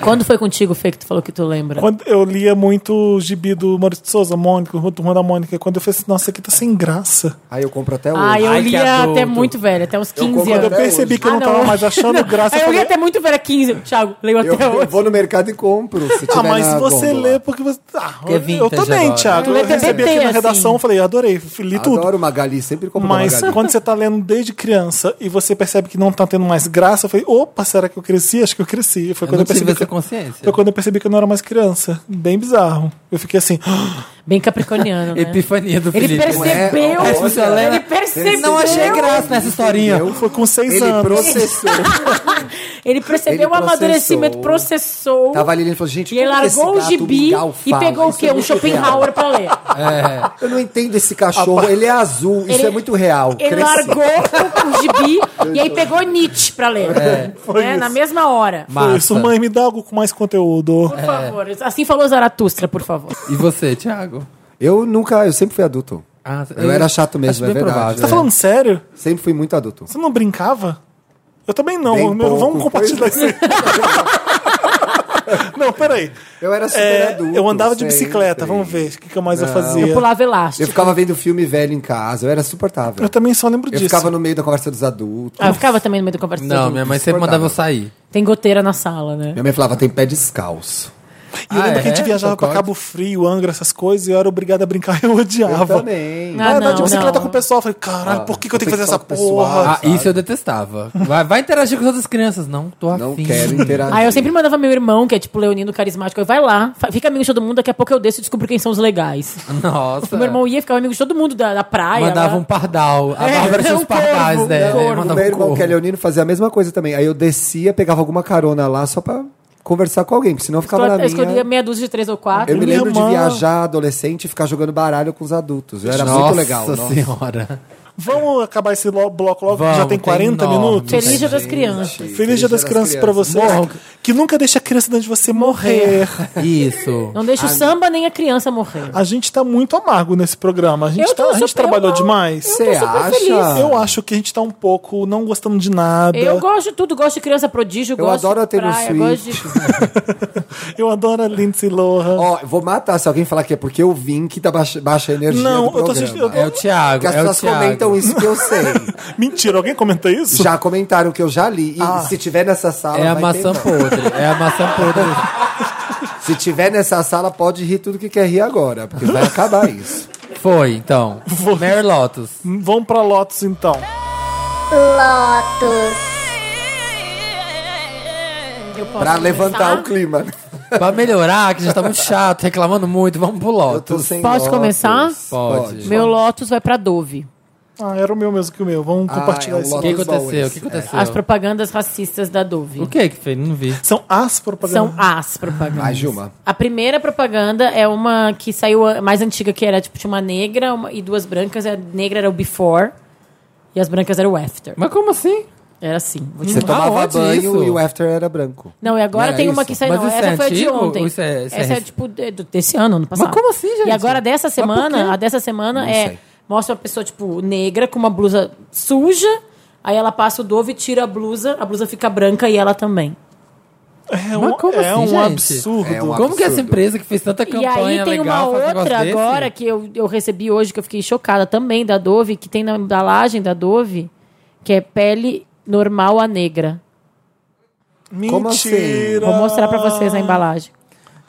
Speaker 2: Quando foi contigo, Fê, que tu falou que tu lembra?
Speaker 1: Quando eu lia muito o gibi do Maurício de Souza, Mônica, o Turma da Mônica. Quando eu falei assim, nossa, isso aqui tá sem graça.
Speaker 4: Aí eu compro até hoje.
Speaker 2: Ah, eu
Speaker 3: Ai, que
Speaker 2: lia
Speaker 3: adulto.
Speaker 2: até muito velha, até uns 15
Speaker 4: compro
Speaker 1: Quando eu
Speaker 2: anos.
Speaker 4: até
Speaker 1: percebi
Speaker 4: hoje.
Speaker 1: que eu não
Speaker 2: Ah,
Speaker 1: tava mais achando graça,
Speaker 2: Aí
Speaker 1: eu
Speaker 2: eu li
Speaker 1: falei,
Speaker 2: até muito velha, 15. Thiago, leio até
Speaker 4: Eu, eu
Speaker 2: hoje.
Speaker 4: vou no mercado e compro. Se tiver
Speaker 1: ah, mas
Speaker 4: na
Speaker 1: você
Speaker 4: gôndola.
Speaker 1: lê porque você... Ah,
Speaker 3: Que é
Speaker 1: eu, eu
Speaker 3: vintage
Speaker 1: também,
Speaker 3: agora.
Speaker 1: Thiago.
Speaker 2: Tu lê
Speaker 1: Eu recebi
Speaker 2: TBT,
Speaker 1: aqui na
Speaker 2: assim.
Speaker 1: redação, eu falei, adorei, li tudo.
Speaker 4: Adoro Magali, sempre compro
Speaker 1: Mas
Speaker 4: da Magali.
Speaker 1: quando você tá lendo desde criança e você percebe que não tá tendo mais graça, eu falei, opa, será que eu cresci? Acho que eu cresci. Foi quando
Speaker 3: Eu não
Speaker 1: eu,
Speaker 3: tive
Speaker 1: percebi
Speaker 3: essa
Speaker 1: que...
Speaker 3: consciência.
Speaker 1: Foi quando eu percebi que eu não era mais criança. Bem bizarro. Eu fiquei assim,
Speaker 2: Bem capricorniano, né?
Speaker 3: Epifania do
Speaker 2: Ele
Speaker 3: Felipe. é?
Speaker 2: percebeu.
Speaker 4: Ué,
Speaker 3: olha.
Speaker 2: Ele percebeu.
Speaker 3: Não achei graça nessa historinha.
Speaker 4: Eu
Speaker 1: foi com seis
Speaker 4: Ele
Speaker 1: anos.
Speaker 4: processou.
Speaker 2: Ele percebeu
Speaker 4: Ele
Speaker 2: o amadurecimento, processou.
Speaker 4: Tava ali, ele falou, gente,
Speaker 2: E ele
Speaker 4: como que esse
Speaker 2: largou o
Speaker 4: gato
Speaker 2: gibi
Speaker 4: mingau
Speaker 2: e
Speaker 4: fala?
Speaker 2: pegou o
Speaker 4: Isso
Speaker 2: quê?
Speaker 4: é
Speaker 2: Um
Speaker 4: muito real.
Speaker 2: Schopenhauer pra ler.
Speaker 4: Eu não entendo esse cachorro, ele é azul, isso
Speaker 2: Ele-
Speaker 4: é muito real.
Speaker 2: Ele
Speaker 4: Cresci.
Speaker 2: largou o o gibi e aí pegou Nietzsche pra ler.
Speaker 4: É.
Speaker 2: né? Na mesma hora. É.
Speaker 1: Foi isso,
Speaker 3: Massa.
Speaker 1: mãe, me dá algo com mais conteúdo.
Speaker 2: Por favor. Assim falou Zaratustra, por favor.
Speaker 3: E você, Thiago?
Speaker 4: Eu nunca, eu sempre fui adulto.
Speaker 3: Ah,
Speaker 4: eu, era chato mesmo, é
Speaker 3: acho bem
Speaker 4: verdade.
Speaker 3: provável.
Speaker 1: Você tá
Speaker 4: é.
Speaker 1: falando sério?
Speaker 4: Sempre fui muito adulto.
Speaker 1: Você não brincava? Eu também não.
Speaker 4: Bem
Speaker 1: Romero.
Speaker 4: pouco,
Speaker 1: Vamos compartilhar isso aí. Não, peraí.
Speaker 4: Eu era super
Speaker 1: É,
Speaker 4: adulto.
Speaker 1: eu andava de
Speaker 4: sempre.
Speaker 1: bicicleta, vamos ver. O que, que eu mais eu
Speaker 2: Eu
Speaker 1: fazia?
Speaker 2: pulava elástico.
Speaker 4: é. Eu ficava vendo filme velho em casa, eu era suportável.
Speaker 1: Eu também só lembro
Speaker 4: Eu
Speaker 1: disso.
Speaker 4: ficava no meio da conversa dos adultos.
Speaker 2: Ah, eu ficava também no meio da conversa.
Speaker 3: Não, minha mãe sempre mandava eu sair.
Speaker 2: Tem goteira na sala, né?
Speaker 4: Minha mãe falava, tem pé descalço.
Speaker 1: E eu
Speaker 3: Ah,
Speaker 1: lembro que a
Speaker 3: é?
Speaker 1: gente viajava pra
Speaker 3: Concordo.
Speaker 1: Cabo Frio, Angra, essas coisas, e eu era obrigado a brincar, eu odiava.
Speaker 4: Eu também.
Speaker 2: Ah,
Speaker 1: Ah, andar de
Speaker 2: não,
Speaker 1: bicicleta
Speaker 2: não.
Speaker 1: com o pessoal. Eu Falei, caralho,
Speaker 4: Ah,
Speaker 1: por que, que eu
Speaker 4: eu
Speaker 1: tenho que fazer essa
Speaker 4: tenho que falar com o pessoal.
Speaker 1: porra?
Speaker 3: Ah, isso eu detestava. Vai, vai interagir com as outras crianças. Não, tô afim.
Speaker 4: Não quero interagir.
Speaker 2: Ah, eu sempre mandava meu irmão, que é tipo leonino carismático, eu vai lá, fa- fica amigo de todo mundo, daqui a pouco eu desço e descubro quem são os legais.
Speaker 4: É.
Speaker 3: Nossa.
Speaker 2: Meu irmão ia, ficava amigo de todo mundo da, da praia.
Speaker 3: mandava
Speaker 2: lá.
Speaker 3: um pardal. A
Speaker 2: É,
Speaker 3: Bárbara tinha
Speaker 2: um
Speaker 3: os pardais
Speaker 2: corvo, um
Speaker 3: dela.
Speaker 2: corvo.
Speaker 3: é,
Speaker 4: O
Speaker 3: Mandava
Speaker 4: meu
Speaker 3: um
Speaker 4: irmão, que é
Speaker 3: corvo.
Speaker 4: leonino, fazia a mesma coisa também. Aí eu descia, pegava alguma carona lá só pra conversar com alguém, porque senão eu ficava
Speaker 2: Eu
Speaker 4: na
Speaker 2: escolhia
Speaker 4: minha.
Speaker 2: meia dúzia é de três ou quatro.
Speaker 4: né? Eu me
Speaker 1: Minha
Speaker 4: lembro de
Speaker 1: irmã-
Speaker 4: viajar adolescente e ficar jogando baralho com os adultos. Eu era muito
Speaker 3: Nossa
Speaker 4: legal. nossa.
Speaker 3: senhora.
Speaker 1: Vamos acabar esse lo- bloco logo, que já
Speaker 3: Vamos,
Speaker 1: tem
Speaker 3: tem
Speaker 1: 40
Speaker 3: nove.
Speaker 1: minutos?
Speaker 2: Feliz Dia das Crianças.
Speaker 4: Feliz
Speaker 1: Feliz Dia das Crianças pra você.
Speaker 3: Morram.
Speaker 1: Que nunca deixa a criança dentro de você morrer.
Speaker 3: Isso.
Speaker 2: Não deixa o samba nem a criança morrer.
Speaker 1: A gente tá muito amargo nesse programa. A gente,
Speaker 2: Eu tô
Speaker 1: tá- a gente
Speaker 2: super-
Speaker 1: trabalhou
Speaker 2: eu tô-
Speaker 1: demais.
Speaker 4: Você acha?
Speaker 1: Eu acho que a gente tá um pouco não gostando de nada.
Speaker 2: Eu gosto de tudo, gosto de criança prodígio, gosto
Speaker 4: adoro a
Speaker 2: de
Speaker 4: Taylor
Speaker 2: praia, gosto
Speaker 4: Swift.
Speaker 2: de...
Speaker 1: Eu adoro a Lindsay Lohan.
Speaker 4: Ó, vou matar se alguém falar que é porque eu vim que tá baixa, baixa energia.
Speaker 1: Não,
Speaker 4: do
Speaker 1: eu tô
Speaker 4: programa.
Speaker 1: assistindo- eu tô-
Speaker 3: É o Thiago.
Speaker 4: Porque as
Speaker 3: É o
Speaker 4: pessoas
Speaker 3: Thiago.
Speaker 4: comentam isso que eu sei.
Speaker 1: Mentira, alguém comenta isso?
Speaker 4: Já comentaram que eu já li. E se tiver nessa sala.
Speaker 3: Ah. É a
Speaker 4: vai
Speaker 3: maçã
Speaker 4: ter, não.
Speaker 3: podre. É a maçã podre.
Speaker 4: Se tiver nessa sala, pode rir tudo que quer rir agora, porque vai acabar isso.
Speaker 3: Foi, então.
Speaker 1: Foi.
Speaker 3: Mary Lotus.
Speaker 1: Vamos pra Lotus então.
Speaker 2: Eu posso
Speaker 4: Pra levantar
Speaker 2: começar?
Speaker 4: o clima.
Speaker 3: Pra melhorar, que a gente tá muito chato, reclamando muito, vamos pro
Speaker 4: Eu tô
Speaker 3: Lotus.
Speaker 4: sem
Speaker 2: Posso
Speaker 4: notas.
Speaker 2: começar?
Speaker 3: Pode.
Speaker 2: Meu Lotus vai pra Dove.
Speaker 1: Ah, era o meu mesmo que o meu. Vamos
Speaker 4: Ah,
Speaker 1: compartilhar
Speaker 4: é o
Speaker 1: isso.
Speaker 3: O
Speaker 4: Lotus.
Speaker 3: que aconteceu? O que
Speaker 4: Tá.
Speaker 2: As
Speaker 3: aconteceu?
Speaker 2: propagandas racistas da Dove.
Speaker 3: O que que fez? Não vi.
Speaker 1: São as
Speaker 4: é
Speaker 1: propagandas.
Speaker 2: São as propagandas.
Speaker 4: Ai, Gilma.
Speaker 2: A primeira propaganda é uma que saiu a- mais antiga, que era tipo, tinha uma negra uma- e duas brancas. A negra era o before e as brancas era o after.
Speaker 3: Mas como assim?
Speaker 2: Era assim. vou te
Speaker 4: Você
Speaker 2: contar.
Speaker 4: tomava
Speaker 3: Aonde
Speaker 4: banho
Speaker 3: isso?
Speaker 4: e o after era branco.
Speaker 2: Não, e agora
Speaker 3: Não era
Speaker 2: tem uma
Speaker 3: isso?
Speaker 2: que saiu.
Speaker 3: Mas
Speaker 2: Não,
Speaker 3: isso é
Speaker 2: essa foi a de
Speaker 3: antigo?
Speaker 2: ontem.
Speaker 3: Isso é- isso é
Speaker 2: essa é,
Speaker 3: rec-
Speaker 2: tipo de- do- desse ano, ano passado.
Speaker 3: como assim, gente?
Speaker 2: E agora dessa semana,
Speaker 3: quê?
Speaker 2: a dessa semana
Speaker 4: Não
Speaker 2: é.
Speaker 4: sei.
Speaker 2: Mostra uma pessoa, tipo, negra, com uma blusa suja. Aí ela passa o Dove, tira a blusa, a blusa fica branca e ela também.
Speaker 1: É um,
Speaker 3: Mas como
Speaker 1: é
Speaker 3: assim,
Speaker 1: um
Speaker 3: gente?
Speaker 1: absurdo.
Speaker 4: É um
Speaker 3: Como que essa
Speaker 4: absurdo.
Speaker 3: empresa que fez tanta
Speaker 2: E
Speaker 3: campanha
Speaker 2: aí tem uma
Speaker 3: legal faz um negócio
Speaker 2: outra
Speaker 3: desse?
Speaker 2: agora que eu, eu recebi hoje, que eu fiquei chocada também, da Dove, que tem na embalagem da Dove, que é pele normal a negra.
Speaker 4: Como assim?
Speaker 1: Mentira.
Speaker 2: Vou mostrar pra vocês
Speaker 3: Ah.
Speaker 2: a embalagem.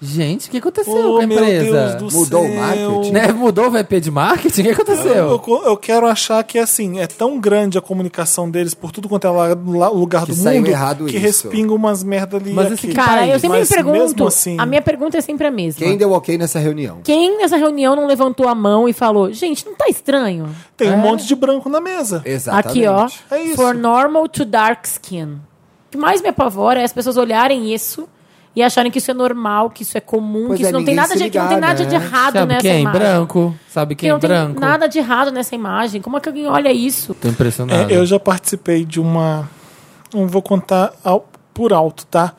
Speaker 3: Gente, o que aconteceu
Speaker 1: Oh,
Speaker 3: com a
Speaker 1: meu
Speaker 3: empresa?
Speaker 1: Deus do
Speaker 4: Mudou o
Speaker 1: céu.
Speaker 4: marketing?
Speaker 3: Né, Mudou o VP de marketing? O que
Speaker 1: Eu,
Speaker 3: aconteceu?
Speaker 1: eu quero achar que assim, é tão grande a comunicação deles por tudo quanto é la- la- lugar
Speaker 4: Que
Speaker 1: do
Speaker 4: saiu
Speaker 1: mundo
Speaker 4: errado
Speaker 1: que
Speaker 4: isso.
Speaker 1: respinga umas merda ali.
Speaker 3: Mas
Speaker 1: aqui.
Speaker 3: esse
Speaker 2: Cara, eu
Speaker 3: país,
Speaker 2: sempre me
Speaker 1: mas mesmo
Speaker 2: pergunto.
Speaker 1: assim-
Speaker 2: A minha pergunta é sempre a mesma.
Speaker 4: Quem deu ok nessa reunião?
Speaker 2: Quem nessa reunião não levantou a mão e falou, gente, não tá estranho?
Speaker 3: é?
Speaker 1: Tem um monte de branco na mesa.
Speaker 4: Exatamente.
Speaker 2: Aqui, ó.
Speaker 1: É isso.
Speaker 2: For normal to dark skin. O que mais me apavora é as pessoas olharem isso e acharem que isso é normal, que isso é comum,
Speaker 4: Pois
Speaker 2: que isso
Speaker 4: é,
Speaker 2: não tem
Speaker 4: ninguém
Speaker 2: nada
Speaker 4: se
Speaker 2: de que não tem
Speaker 4: ligar,
Speaker 2: nada de
Speaker 4: né?
Speaker 2: errado
Speaker 3: Sabe
Speaker 2: nessa
Speaker 3: quem?
Speaker 2: imagem.
Speaker 3: Branco. Sabe
Speaker 2: Que
Speaker 3: quem? é
Speaker 2: não
Speaker 3: Branco.
Speaker 2: tem nada de errado nessa imagem. Como é que alguém olha isso?
Speaker 3: Tô
Speaker 1: É,
Speaker 3: impressionado.
Speaker 1: eu já participei de uma. Não vou contar ao- por alto, tá?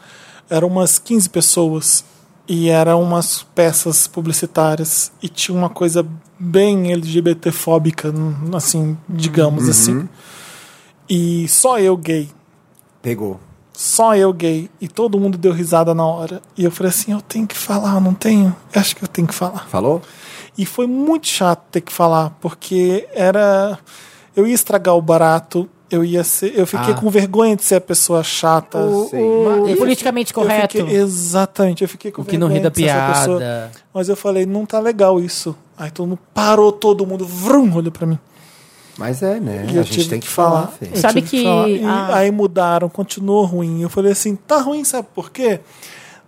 Speaker 1: Eram umas 15 pessoas e eram umas peças publicitárias e tinha uma coisa bem LGBTfóbica, n- assim, digamos assim. E só eu gay.
Speaker 4: Pegou.
Speaker 1: Só eu gay. E todo mundo deu risada na hora. E eu falei assim: eu tenho que falar, eu não tenho? Eu acho que eu tenho que falar.
Speaker 4: Falou?
Speaker 1: E foi muito chato ter que falar, porque era. Eu ia estragar o barato, eu ia ser. Eu fiquei
Speaker 3: Ah.
Speaker 1: com vergonha de ser a pessoa chata.
Speaker 4: Sim.
Speaker 2: É politicamente
Speaker 1: Eu
Speaker 2: correto.
Speaker 1: fiquei- exatamente, eu fiquei com
Speaker 3: O que não ri
Speaker 1: vergonha
Speaker 3: da
Speaker 1: de ser essa pessoa.
Speaker 3: piada.
Speaker 1: Mas eu falei, não tá legal isso. Aí todo mundo parou, todo mundo, vrum, olhou pra mim.
Speaker 4: Mas é, né?
Speaker 1: E eu
Speaker 4: A gente
Speaker 1: tive
Speaker 4: tem que falar, Fê.
Speaker 1: Eu
Speaker 2: Sabe
Speaker 1: tive
Speaker 2: que-
Speaker 1: falar. E
Speaker 2: ah.
Speaker 1: Aí mudaram, continuou ruim. Eu falei assim, tá ruim, sabe por quê?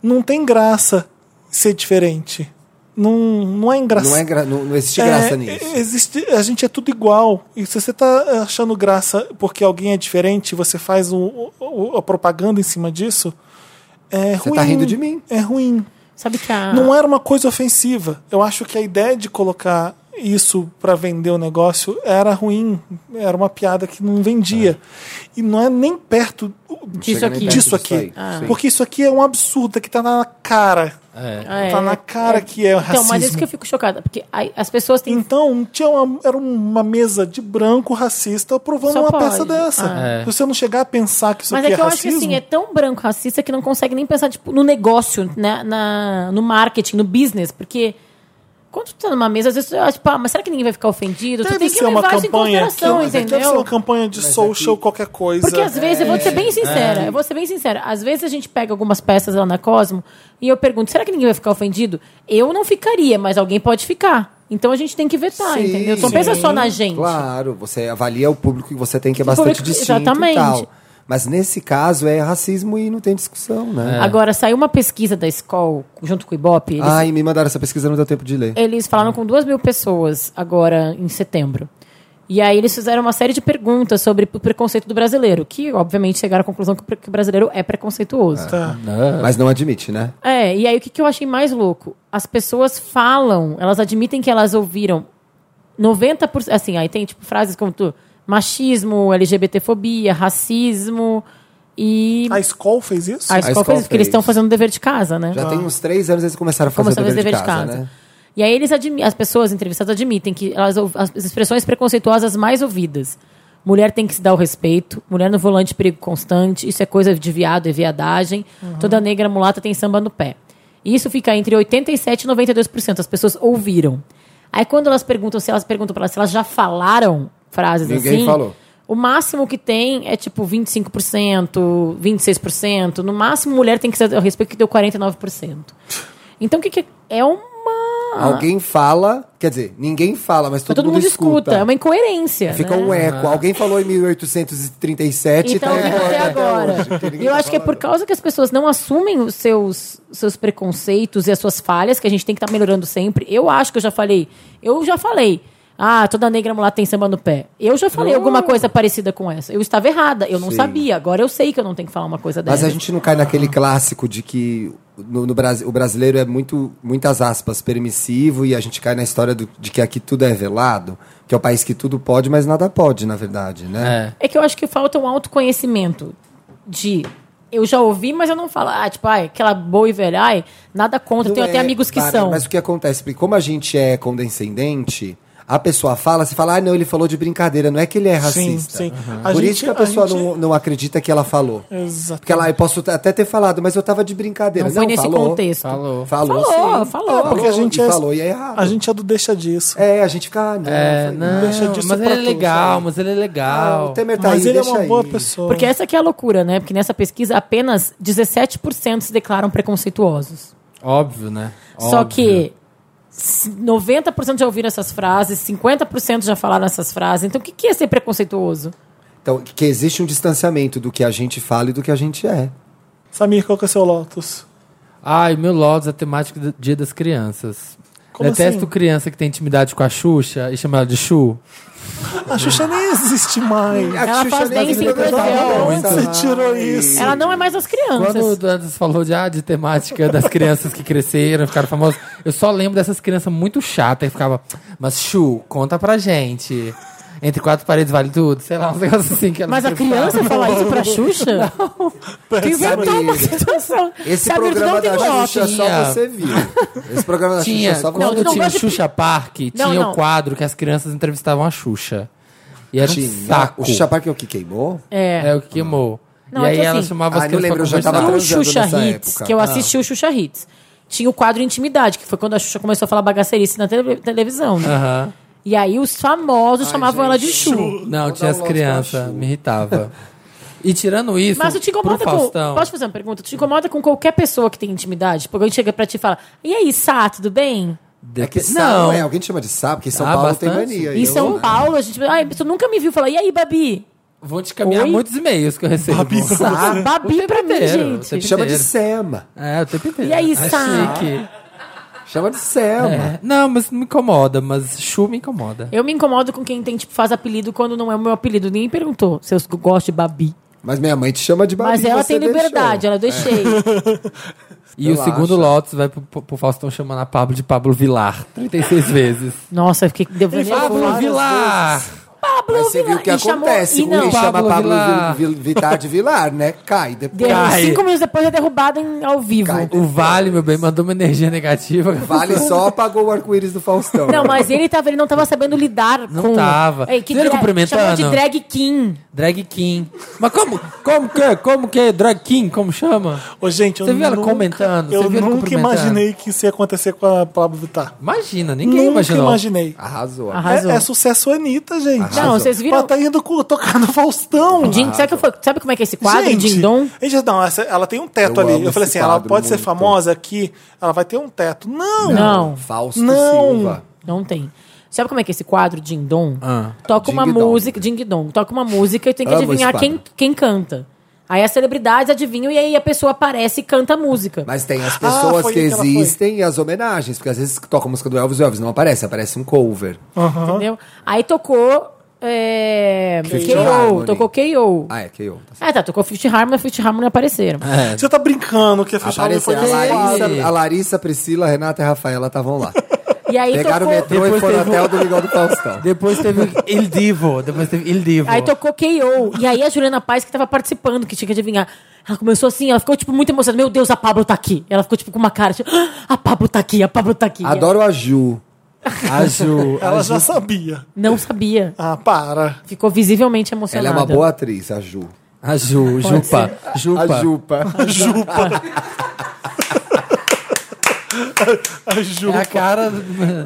Speaker 1: Não tem graça ser diferente. Não, não é engraçado.
Speaker 4: Não, é gra- não, não existe
Speaker 1: É,
Speaker 4: graça nisso.
Speaker 1: Existe, a gente é tudo igual. E se você tá achando graça porque alguém é diferente, você faz o- o- a propaganda em cima disso, é
Speaker 4: Você
Speaker 1: ruim.
Speaker 4: tá rindo de mim.
Speaker 1: É ruim.
Speaker 2: Sabe que a...
Speaker 1: Não era uma coisa ofensiva. Eu acho que a ideia de colocar isso para vender o negócio era ruim. Era uma piada que não vendia. E não é nem perto
Speaker 2: Disso
Speaker 4: Chega nem
Speaker 2: aqui. Ah.
Speaker 4: perto
Speaker 1: disso
Speaker 4: aí.
Speaker 1: aqui.
Speaker 4: Sim.
Speaker 1: Porque isso aqui é um absurdo, que tá é na cara.
Speaker 3: É.
Speaker 2: É.
Speaker 1: Tá na cara que é racismo.
Speaker 2: Então, mas isso que eu fico chocada, porque aí as pessoas têm
Speaker 1: Então, tinha uma- era uma mesa de branco racista aprovando
Speaker 2: Só
Speaker 1: uma
Speaker 2: pode.
Speaker 1: peça dessa.
Speaker 3: Ah. É.
Speaker 1: Se você não chegar a pensar que isso
Speaker 2: Mas
Speaker 1: aqui
Speaker 2: é
Speaker 1: é,
Speaker 2: que eu acho que
Speaker 1: racismo,
Speaker 2: assim, é tão branco racista que não consegue nem pensar tipo, no negócio, né? na, no marketing, no business, porque quando tu tá numa mesa, às vezes tu acha, tipo, ah, mas será que ninguém vai ficar ofendido? tu
Speaker 1: deve
Speaker 2: tem que
Speaker 1: ser uma
Speaker 2: levar isso em
Speaker 1: campanha. Que, é
Speaker 2: consideração,
Speaker 1: Deve ser
Speaker 2: entendeu?
Speaker 1: uma campanha de social, qualquer coisa.
Speaker 2: Porque às vezes, é eu vou ser bem sincera, eu vou ser bem sincera, às vezes a gente pega algumas peças lá na Cosmo e eu pergunto, será que ninguém vai ficar ofendido? Eu não ficaria, mas alguém pode ficar. Então a gente tem que vetar,
Speaker 4: Sim,
Speaker 2: entendeu? Então
Speaker 4: sim,
Speaker 2: pensa só na gente.
Speaker 4: Claro, você avalia o público que você tem, que é
Speaker 2: O
Speaker 4: bastante
Speaker 2: público-
Speaker 4: distinto
Speaker 2: exatamente.
Speaker 4: e tal. Mas nesse caso é racismo e não tem discussão, né?
Speaker 2: Agora, saiu uma pesquisa da escola junto com o Ibope, eles
Speaker 4: Ai, me mandaram essa pesquisa, não deu tempo de ler.
Speaker 2: Eles falaram com duas mil pessoas agora em setembro. E aí eles fizeram uma série de perguntas sobre o preconceito do brasileiro, que obviamente chegaram à conclusão que o pre- que o brasileiro é preconceituoso.
Speaker 1: Tá.
Speaker 4: Mas não admite, né?
Speaker 2: É, e aí o que, que eu achei mais louco? As pessoas falam, elas admitem que elas ouviram 90%. Assim, aí tem tipo frases como tu, machismo, LGBTfobia, racismo e.
Speaker 1: A escola fez isso?
Speaker 2: A escola
Speaker 4: escola
Speaker 2: fez, isso, porque eles
Speaker 4: fez.
Speaker 2: estão fazendo o dever de casa, né?
Speaker 4: Já tem uns três anos eles começaram a fazer
Speaker 2: Começou a
Speaker 4: o
Speaker 2: fazer
Speaker 4: dever,
Speaker 2: dever de casa.
Speaker 4: né?
Speaker 2: E aí eles admi- as pessoas entrevistadas admitem que elas ou- as expressões preconceituosas mais ouvidas. Mulher tem que se dar o respeito, mulher no volante perigo constante, isso é coisa de viado, é viadagem.
Speaker 4: Uhum.
Speaker 2: Toda negra mulata tem samba no pé. E isso fica entre 87 e 92%. As pessoas ouviram. Aí quando elas perguntam se elas perguntam para elas se elas já falaram frases
Speaker 4: Ninguém
Speaker 2: assim,
Speaker 4: falou.
Speaker 2: o máximo que tem é tipo 25%, 26%. No máximo, mulher tem que ser ao respeito que deu 49%. Então, o que, que é? é uma.
Speaker 4: Alguém fala, quer dizer, ninguém fala, mas Ah, todo,
Speaker 2: todo mundo escuta. É uma incoerência.
Speaker 4: Fica
Speaker 2: né?
Speaker 4: um eco. Alguém falou em 1837
Speaker 2: Então,
Speaker 4: tá
Speaker 2: vem
Speaker 4: ecoando
Speaker 2: até agora.
Speaker 4: hoje, que ninguém
Speaker 2: Eu
Speaker 4: tá
Speaker 2: acho que é por
Speaker 4: falando.
Speaker 2: causa que as pessoas não assumem os seus, seus preconceitos e as suas falhas, que a gente tem que estar melhorando sempre. Eu acho que eu já falei. Eu já falei. Ah, toda negra mulata tem samba no pé. Eu já falei alguma coisa parecida com essa. Eu estava errada, eu não
Speaker 4: Sim.
Speaker 2: sabia. Agora eu sei que eu não tenho que falar uma coisa dessa.
Speaker 4: Mas a gente não cai naquele clássico de que no, no Brasi- o brasileiro é muito, muitas aspas, permissivo e a gente cai na história do- de que aqui tudo é velado, que é o país que tudo pode, mas nada pode, na verdade, né?
Speaker 3: É.
Speaker 2: É que eu acho que falta um autoconhecimento de. Eu já ouvi, mas eu não falo. Ah, tipo, ai, aquela boa e velha, ai, nada contra.
Speaker 4: Não
Speaker 2: tenho até
Speaker 4: é,
Speaker 2: amigos que
Speaker 4: Bárbara,
Speaker 2: são.
Speaker 4: Mas o que acontece? Porque como a gente é condescendente, a pessoa fala, você fala, ah, não, ele falou de brincadeira, não é que ele é racista.
Speaker 1: sim. A
Speaker 4: Por
Speaker 1: gente-
Speaker 4: isso que a
Speaker 1: a
Speaker 4: pessoa
Speaker 1: gente-
Speaker 4: não, não acredita que ela falou.
Speaker 1: Exato.
Speaker 4: Porque ela, eu posso até ter falado, mas eu tava de brincadeira.
Speaker 2: não
Speaker 4: Não,
Speaker 2: foi nesse
Speaker 4: falou.
Speaker 2: contexto.
Speaker 3: Falou.
Speaker 4: Falou,
Speaker 2: Falou,
Speaker 4: sim.
Speaker 2: falou.
Speaker 4: É,
Speaker 1: Porque a gente
Speaker 4: e
Speaker 1: é-
Speaker 4: falou e é errado.
Speaker 1: A gente é do deixa disso.
Speaker 4: É, a gente fica, ah, não,
Speaker 3: É,
Speaker 4: foi-
Speaker 3: não,
Speaker 1: Deixa disso
Speaker 3: mas
Speaker 1: pra
Speaker 3: ele é
Speaker 1: tu,
Speaker 3: legal,
Speaker 1: sabe?
Speaker 3: mas ele é
Speaker 4: Ah, o
Speaker 3: legal.
Speaker 4: Temer tá
Speaker 1: Mas
Speaker 4: aí,
Speaker 1: ele é
Speaker 4: deixa
Speaker 1: uma boa
Speaker 4: aí.
Speaker 1: pessoa.
Speaker 2: Porque essa que é a loucura, né? Porque nessa pesquisa apenas 17% se declaram preconceituosos.
Speaker 3: Óbvio, né?
Speaker 2: Só
Speaker 3: Óbvio.
Speaker 2: que s- 90% já ouviram essas frases, 50% já falaram essas frases. Então o que que é ser preconceituoso?
Speaker 4: Então, que existe um distanciamento do que a gente fala e do que a gente é.
Speaker 1: Samir, qual que é o seu Lotus?
Speaker 3: Ai, meu Lotus, a temática do Dia das Crianças.
Speaker 1: Como
Speaker 3: Detesto
Speaker 1: assim?
Speaker 3: criança que tem intimidade com a Xuxa e chama ela de Xu.
Speaker 1: A Xuxa nem existe mais.
Speaker 4: A
Speaker 2: Ela
Speaker 4: Xuxa
Speaker 2: faz
Speaker 4: nem
Speaker 2: bem
Speaker 4: existe mais.
Speaker 2: sincronicamente.
Speaker 1: Onde você tirou isso?
Speaker 2: Ela não é mais as crianças.
Speaker 3: Quando o Dantas falou de, ah, de temática das crianças que cresceram, ficaram famosas, eu só lembro dessas crianças muito chatas que ficava, mas Xu, conta pra gente. Entre quatro paredes vale tudo, sei lá, um negócio assim que ela
Speaker 2: Mas a criança fala isso pra Xuxa? Tu inventou uma
Speaker 4: Samir.
Speaker 2: situação.
Speaker 4: Esse
Speaker 2: Samir, tu
Speaker 4: programa
Speaker 2: não tem
Speaker 4: da
Speaker 2: bloco.
Speaker 4: Xuxa
Speaker 3: Tinha.
Speaker 4: só você viu. Esse programa da
Speaker 3: Tinha,
Speaker 4: Xuxa só você
Speaker 2: Não,
Speaker 3: quando
Speaker 2: tu não
Speaker 3: tinha o
Speaker 2: gosta de-
Speaker 3: Xuxa Park,
Speaker 2: Não,
Speaker 3: tinha
Speaker 2: não.
Speaker 3: o quadro que as crianças entrevistavam a Xuxa. E era
Speaker 4: Tinha.
Speaker 3: um saco.
Speaker 4: O Xuxa Park é o que queimou?
Speaker 2: É.
Speaker 3: É o que queimou.
Speaker 2: Não,
Speaker 3: e
Speaker 2: é
Speaker 3: aí
Speaker 2: que
Speaker 3: ela
Speaker 2: assim-
Speaker 3: chamava as
Speaker 4: Ah, não
Speaker 3: crianças
Speaker 4: lembro,
Speaker 3: pra
Speaker 4: eu já tava
Speaker 3: conversar.
Speaker 2: Tinha o
Speaker 4: transando
Speaker 2: Xuxa
Speaker 4: nessa
Speaker 2: Hits,
Speaker 4: época. Ah.
Speaker 2: que eu assisti o Xuxa Hits. Tinha o quadro Intimidade, que foi quando a Xuxa começou a falar bagaceirice na tele- televisão. né?
Speaker 3: Aham.
Speaker 2: E aí os famosos chamavam ela de Chu.
Speaker 3: Não,
Speaker 4: Vou dar
Speaker 3: tinha as
Speaker 4: um lote pra
Speaker 3: crianças,
Speaker 4: Xu.
Speaker 3: me irritava. E tirando isso,
Speaker 2: Mas tu te incomoda
Speaker 3: pro
Speaker 2: com.
Speaker 3: Faustão,
Speaker 2: Posso te fazer uma pergunta? Tu te incomoda com qualquer pessoa que tem intimidade? Porque alguém chega pra ti e fala: E aí, Sá, tudo bem?
Speaker 4: É que
Speaker 3: depe-
Speaker 4: sapo,
Speaker 3: Não,
Speaker 4: é, alguém te chama de sapo, porque em São
Speaker 3: Ah,
Speaker 4: Paulo tem
Speaker 3: bastante.
Speaker 4: mania.
Speaker 2: em
Speaker 4: eu-
Speaker 2: São Paulo, a gente. Ai, tu nunca me viu falar: E aí, Babi?
Speaker 3: vou te caminhar
Speaker 2: Oi?
Speaker 3: muitos e-mails que eu recebo.
Speaker 1: Babi,
Speaker 3: Sá, o
Speaker 2: Babi
Speaker 3: tempo
Speaker 2: pra mim,
Speaker 3: inteiro, o
Speaker 2: gente.
Speaker 3: tempo
Speaker 4: Chama de
Speaker 3: inteiro.
Speaker 4: Sema.
Speaker 3: É, o tempo inteiro.
Speaker 2: E aí,
Speaker 3: É
Speaker 2: Sá?
Speaker 3: chique.
Speaker 4: Chama de Sema.
Speaker 3: É. Não, mas não me incomoda, mas Chu me incomoda.
Speaker 2: Eu me incomodo com quem tem, tipo, faz apelido quando não é o meu apelido. Ninguém perguntou se eu gosto de Babi.
Speaker 4: Mas minha mãe te chama de Babi.
Speaker 2: Mas ela
Speaker 4: você
Speaker 2: tem liberdade,
Speaker 4: deixou.
Speaker 2: ela deixei.
Speaker 3: E o
Speaker 4: Relaxa.
Speaker 3: segundo Lotus vai pro, pro Faustão chamando a Pablo de Pablo Vilar 36 vezes.
Speaker 2: Nossa, eu fiquei devendo.
Speaker 3: Pablo Vilar!
Speaker 2: Pablo
Speaker 4: Mas você viu o
Speaker 2: Vilar.
Speaker 4: que
Speaker 2: E chamou-
Speaker 4: acontece.
Speaker 2: e não.
Speaker 4: um chama
Speaker 3: Pablo
Speaker 4: Pablo
Speaker 3: Vilar.
Speaker 4: Vi- Vi- Vittar de Vilar, né? Cai
Speaker 2: Deu-
Speaker 4: depois.
Speaker 3: Cai.
Speaker 2: Cinco minutos depois é derrubado em- ao vivo.
Speaker 4: Cai.
Speaker 3: O Vale, meu bem, mandou uma energia negativa.
Speaker 4: Vale só apagou o arco-íris do Faustão.
Speaker 2: Não, mas ele, tava, ele não tava sabendo lidar
Speaker 3: Não
Speaker 2: com...
Speaker 3: tava.
Speaker 2: Ei, que
Speaker 3: Vocês viram
Speaker 2: drag- Chamou
Speaker 3: cumprimentando?
Speaker 2: de drag king.
Speaker 3: Drag King. Mas como? Como que? Como que? é? Drag King? Como chama?
Speaker 1: Ô, gente, eu
Speaker 3: Você viu ela
Speaker 1: nunca-
Speaker 3: comentando? Você
Speaker 1: Eu
Speaker 3: viu ela
Speaker 1: nunca
Speaker 3: cumprimentando?
Speaker 1: imaginei que isso ia acontecer com a Pablo Vittar.
Speaker 3: Imagina, ninguém
Speaker 1: Nunca
Speaker 3: imaginou.
Speaker 1: imaginei.
Speaker 4: Arrasou.
Speaker 1: É-
Speaker 2: Arrasou.
Speaker 1: É, sucesso Anitta, gente.
Speaker 4: Arrasou.
Speaker 2: Não, vocês viram-
Speaker 1: Ela tá indo co- tocar no Faustão.
Speaker 2: Jim, sabe, que foi- sabe como é que é esse quadro?
Speaker 1: Ah, gente,
Speaker 2: Jim Dom?
Speaker 1: gente, não, essa- ela tem um teto
Speaker 4: Eu
Speaker 1: ali.
Speaker 4: amo
Speaker 1: Eu falei
Speaker 4: esse
Speaker 1: assim, ela
Speaker 4: quadro
Speaker 1: pode ser
Speaker 4: muito.
Speaker 1: famosa aqui, ela vai ter um teto. Não!
Speaker 2: Não.
Speaker 4: Fausto
Speaker 1: Não.
Speaker 4: Silva.
Speaker 2: Não tem. Sabe como é que é esse quadro, Ding Dong?
Speaker 3: Ah.
Speaker 2: toca uma
Speaker 4: Ding Dong.
Speaker 2: música, Ding Dong, toca uma música e tem que
Speaker 4: Amo
Speaker 2: adivinhar
Speaker 4: esse
Speaker 2: quem,
Speaker 4: quadro.
Speaker 2: quem canta. Aí as celebridades adivinham e aí a pessoa aparece e canta a música.
Speaker 4: Mas tem as
Speaker 1: Ah,
Speaker 4: pessoas
Speaker 1: foi
Speaker 4: que
Speaker 1: aí que ela foi.
Speaker 4: existem e as homenagens. Porque às vezes toca a música do Elvis e o Elvis não aparece, aparece um cover.
Speaker 2: Entendeu? Aí tocou. É,
Speaker 4: Fifth
Speaker 2: KO,
Speaker 4: Harmony.
Speaker 2: tocou KO.
Speaker 4: Ah, é, K.O. tá certo.
Speaker 2: Ah, tá, tocou Fifth Harmony, mas Fifth Harmony apareceram.
Speaker 3: É.
Speaker 1: Você tá brincando que a fechada
Speaker 4: Apareceu
Speaker 1: foi
Speaker 4: a
Speaker 1: nesse quadro.
Speaker 4: Larissa,
Speaker 3: quadro.
Speaker 4: a Larissa, a Priscila, a Renata e a Rafaela estavam lá.
Speaker 2: E aí
Speaker 4: Pegaram o
Speaker 2: tocou.
Speaker 4: metrô
Speaker 3: Depois
Speaker 4: e foram
Speaker 3: teve
Speaker 4: até
Speaker 3: um-
Speaker 4: o Domingão do Faustão.
Speaker 3: Depois teve Il Divo. Depois teve Il Divo.
Speaker 2: Aí tocou KO. E aí a Juliana Paz, que tava participando, que tinha que adivinhar. Ela começou assim, ela ficou, tipo, muito emocionada. Meu Deus, a Pablo tá aqui. Ela ficou, tipo, com uma cara, tipo, "Ah, a Pablo tá aqui, a Pablo tá aqui.
Speaker 4: Adoro a Ju.
Speaker 3: A Ju. a
Speaker 1: Ela
Speaker 3: Ju-
Speaker 1: já sabia.
Speaker 2: Não sabia.
Speaker 1: Ah, para.
Speaker 2: Ficou visivelmente
Speaker 4: Ela
Speaker 2: emocionada.
Speaker 4: é uma boa atriz, a Ju.
Speaker 3: A Ju. Jupa. Jupa.
Speaker 4: A Jupa.
Speaker 1: A Ju.
Speaker 3: É a cara.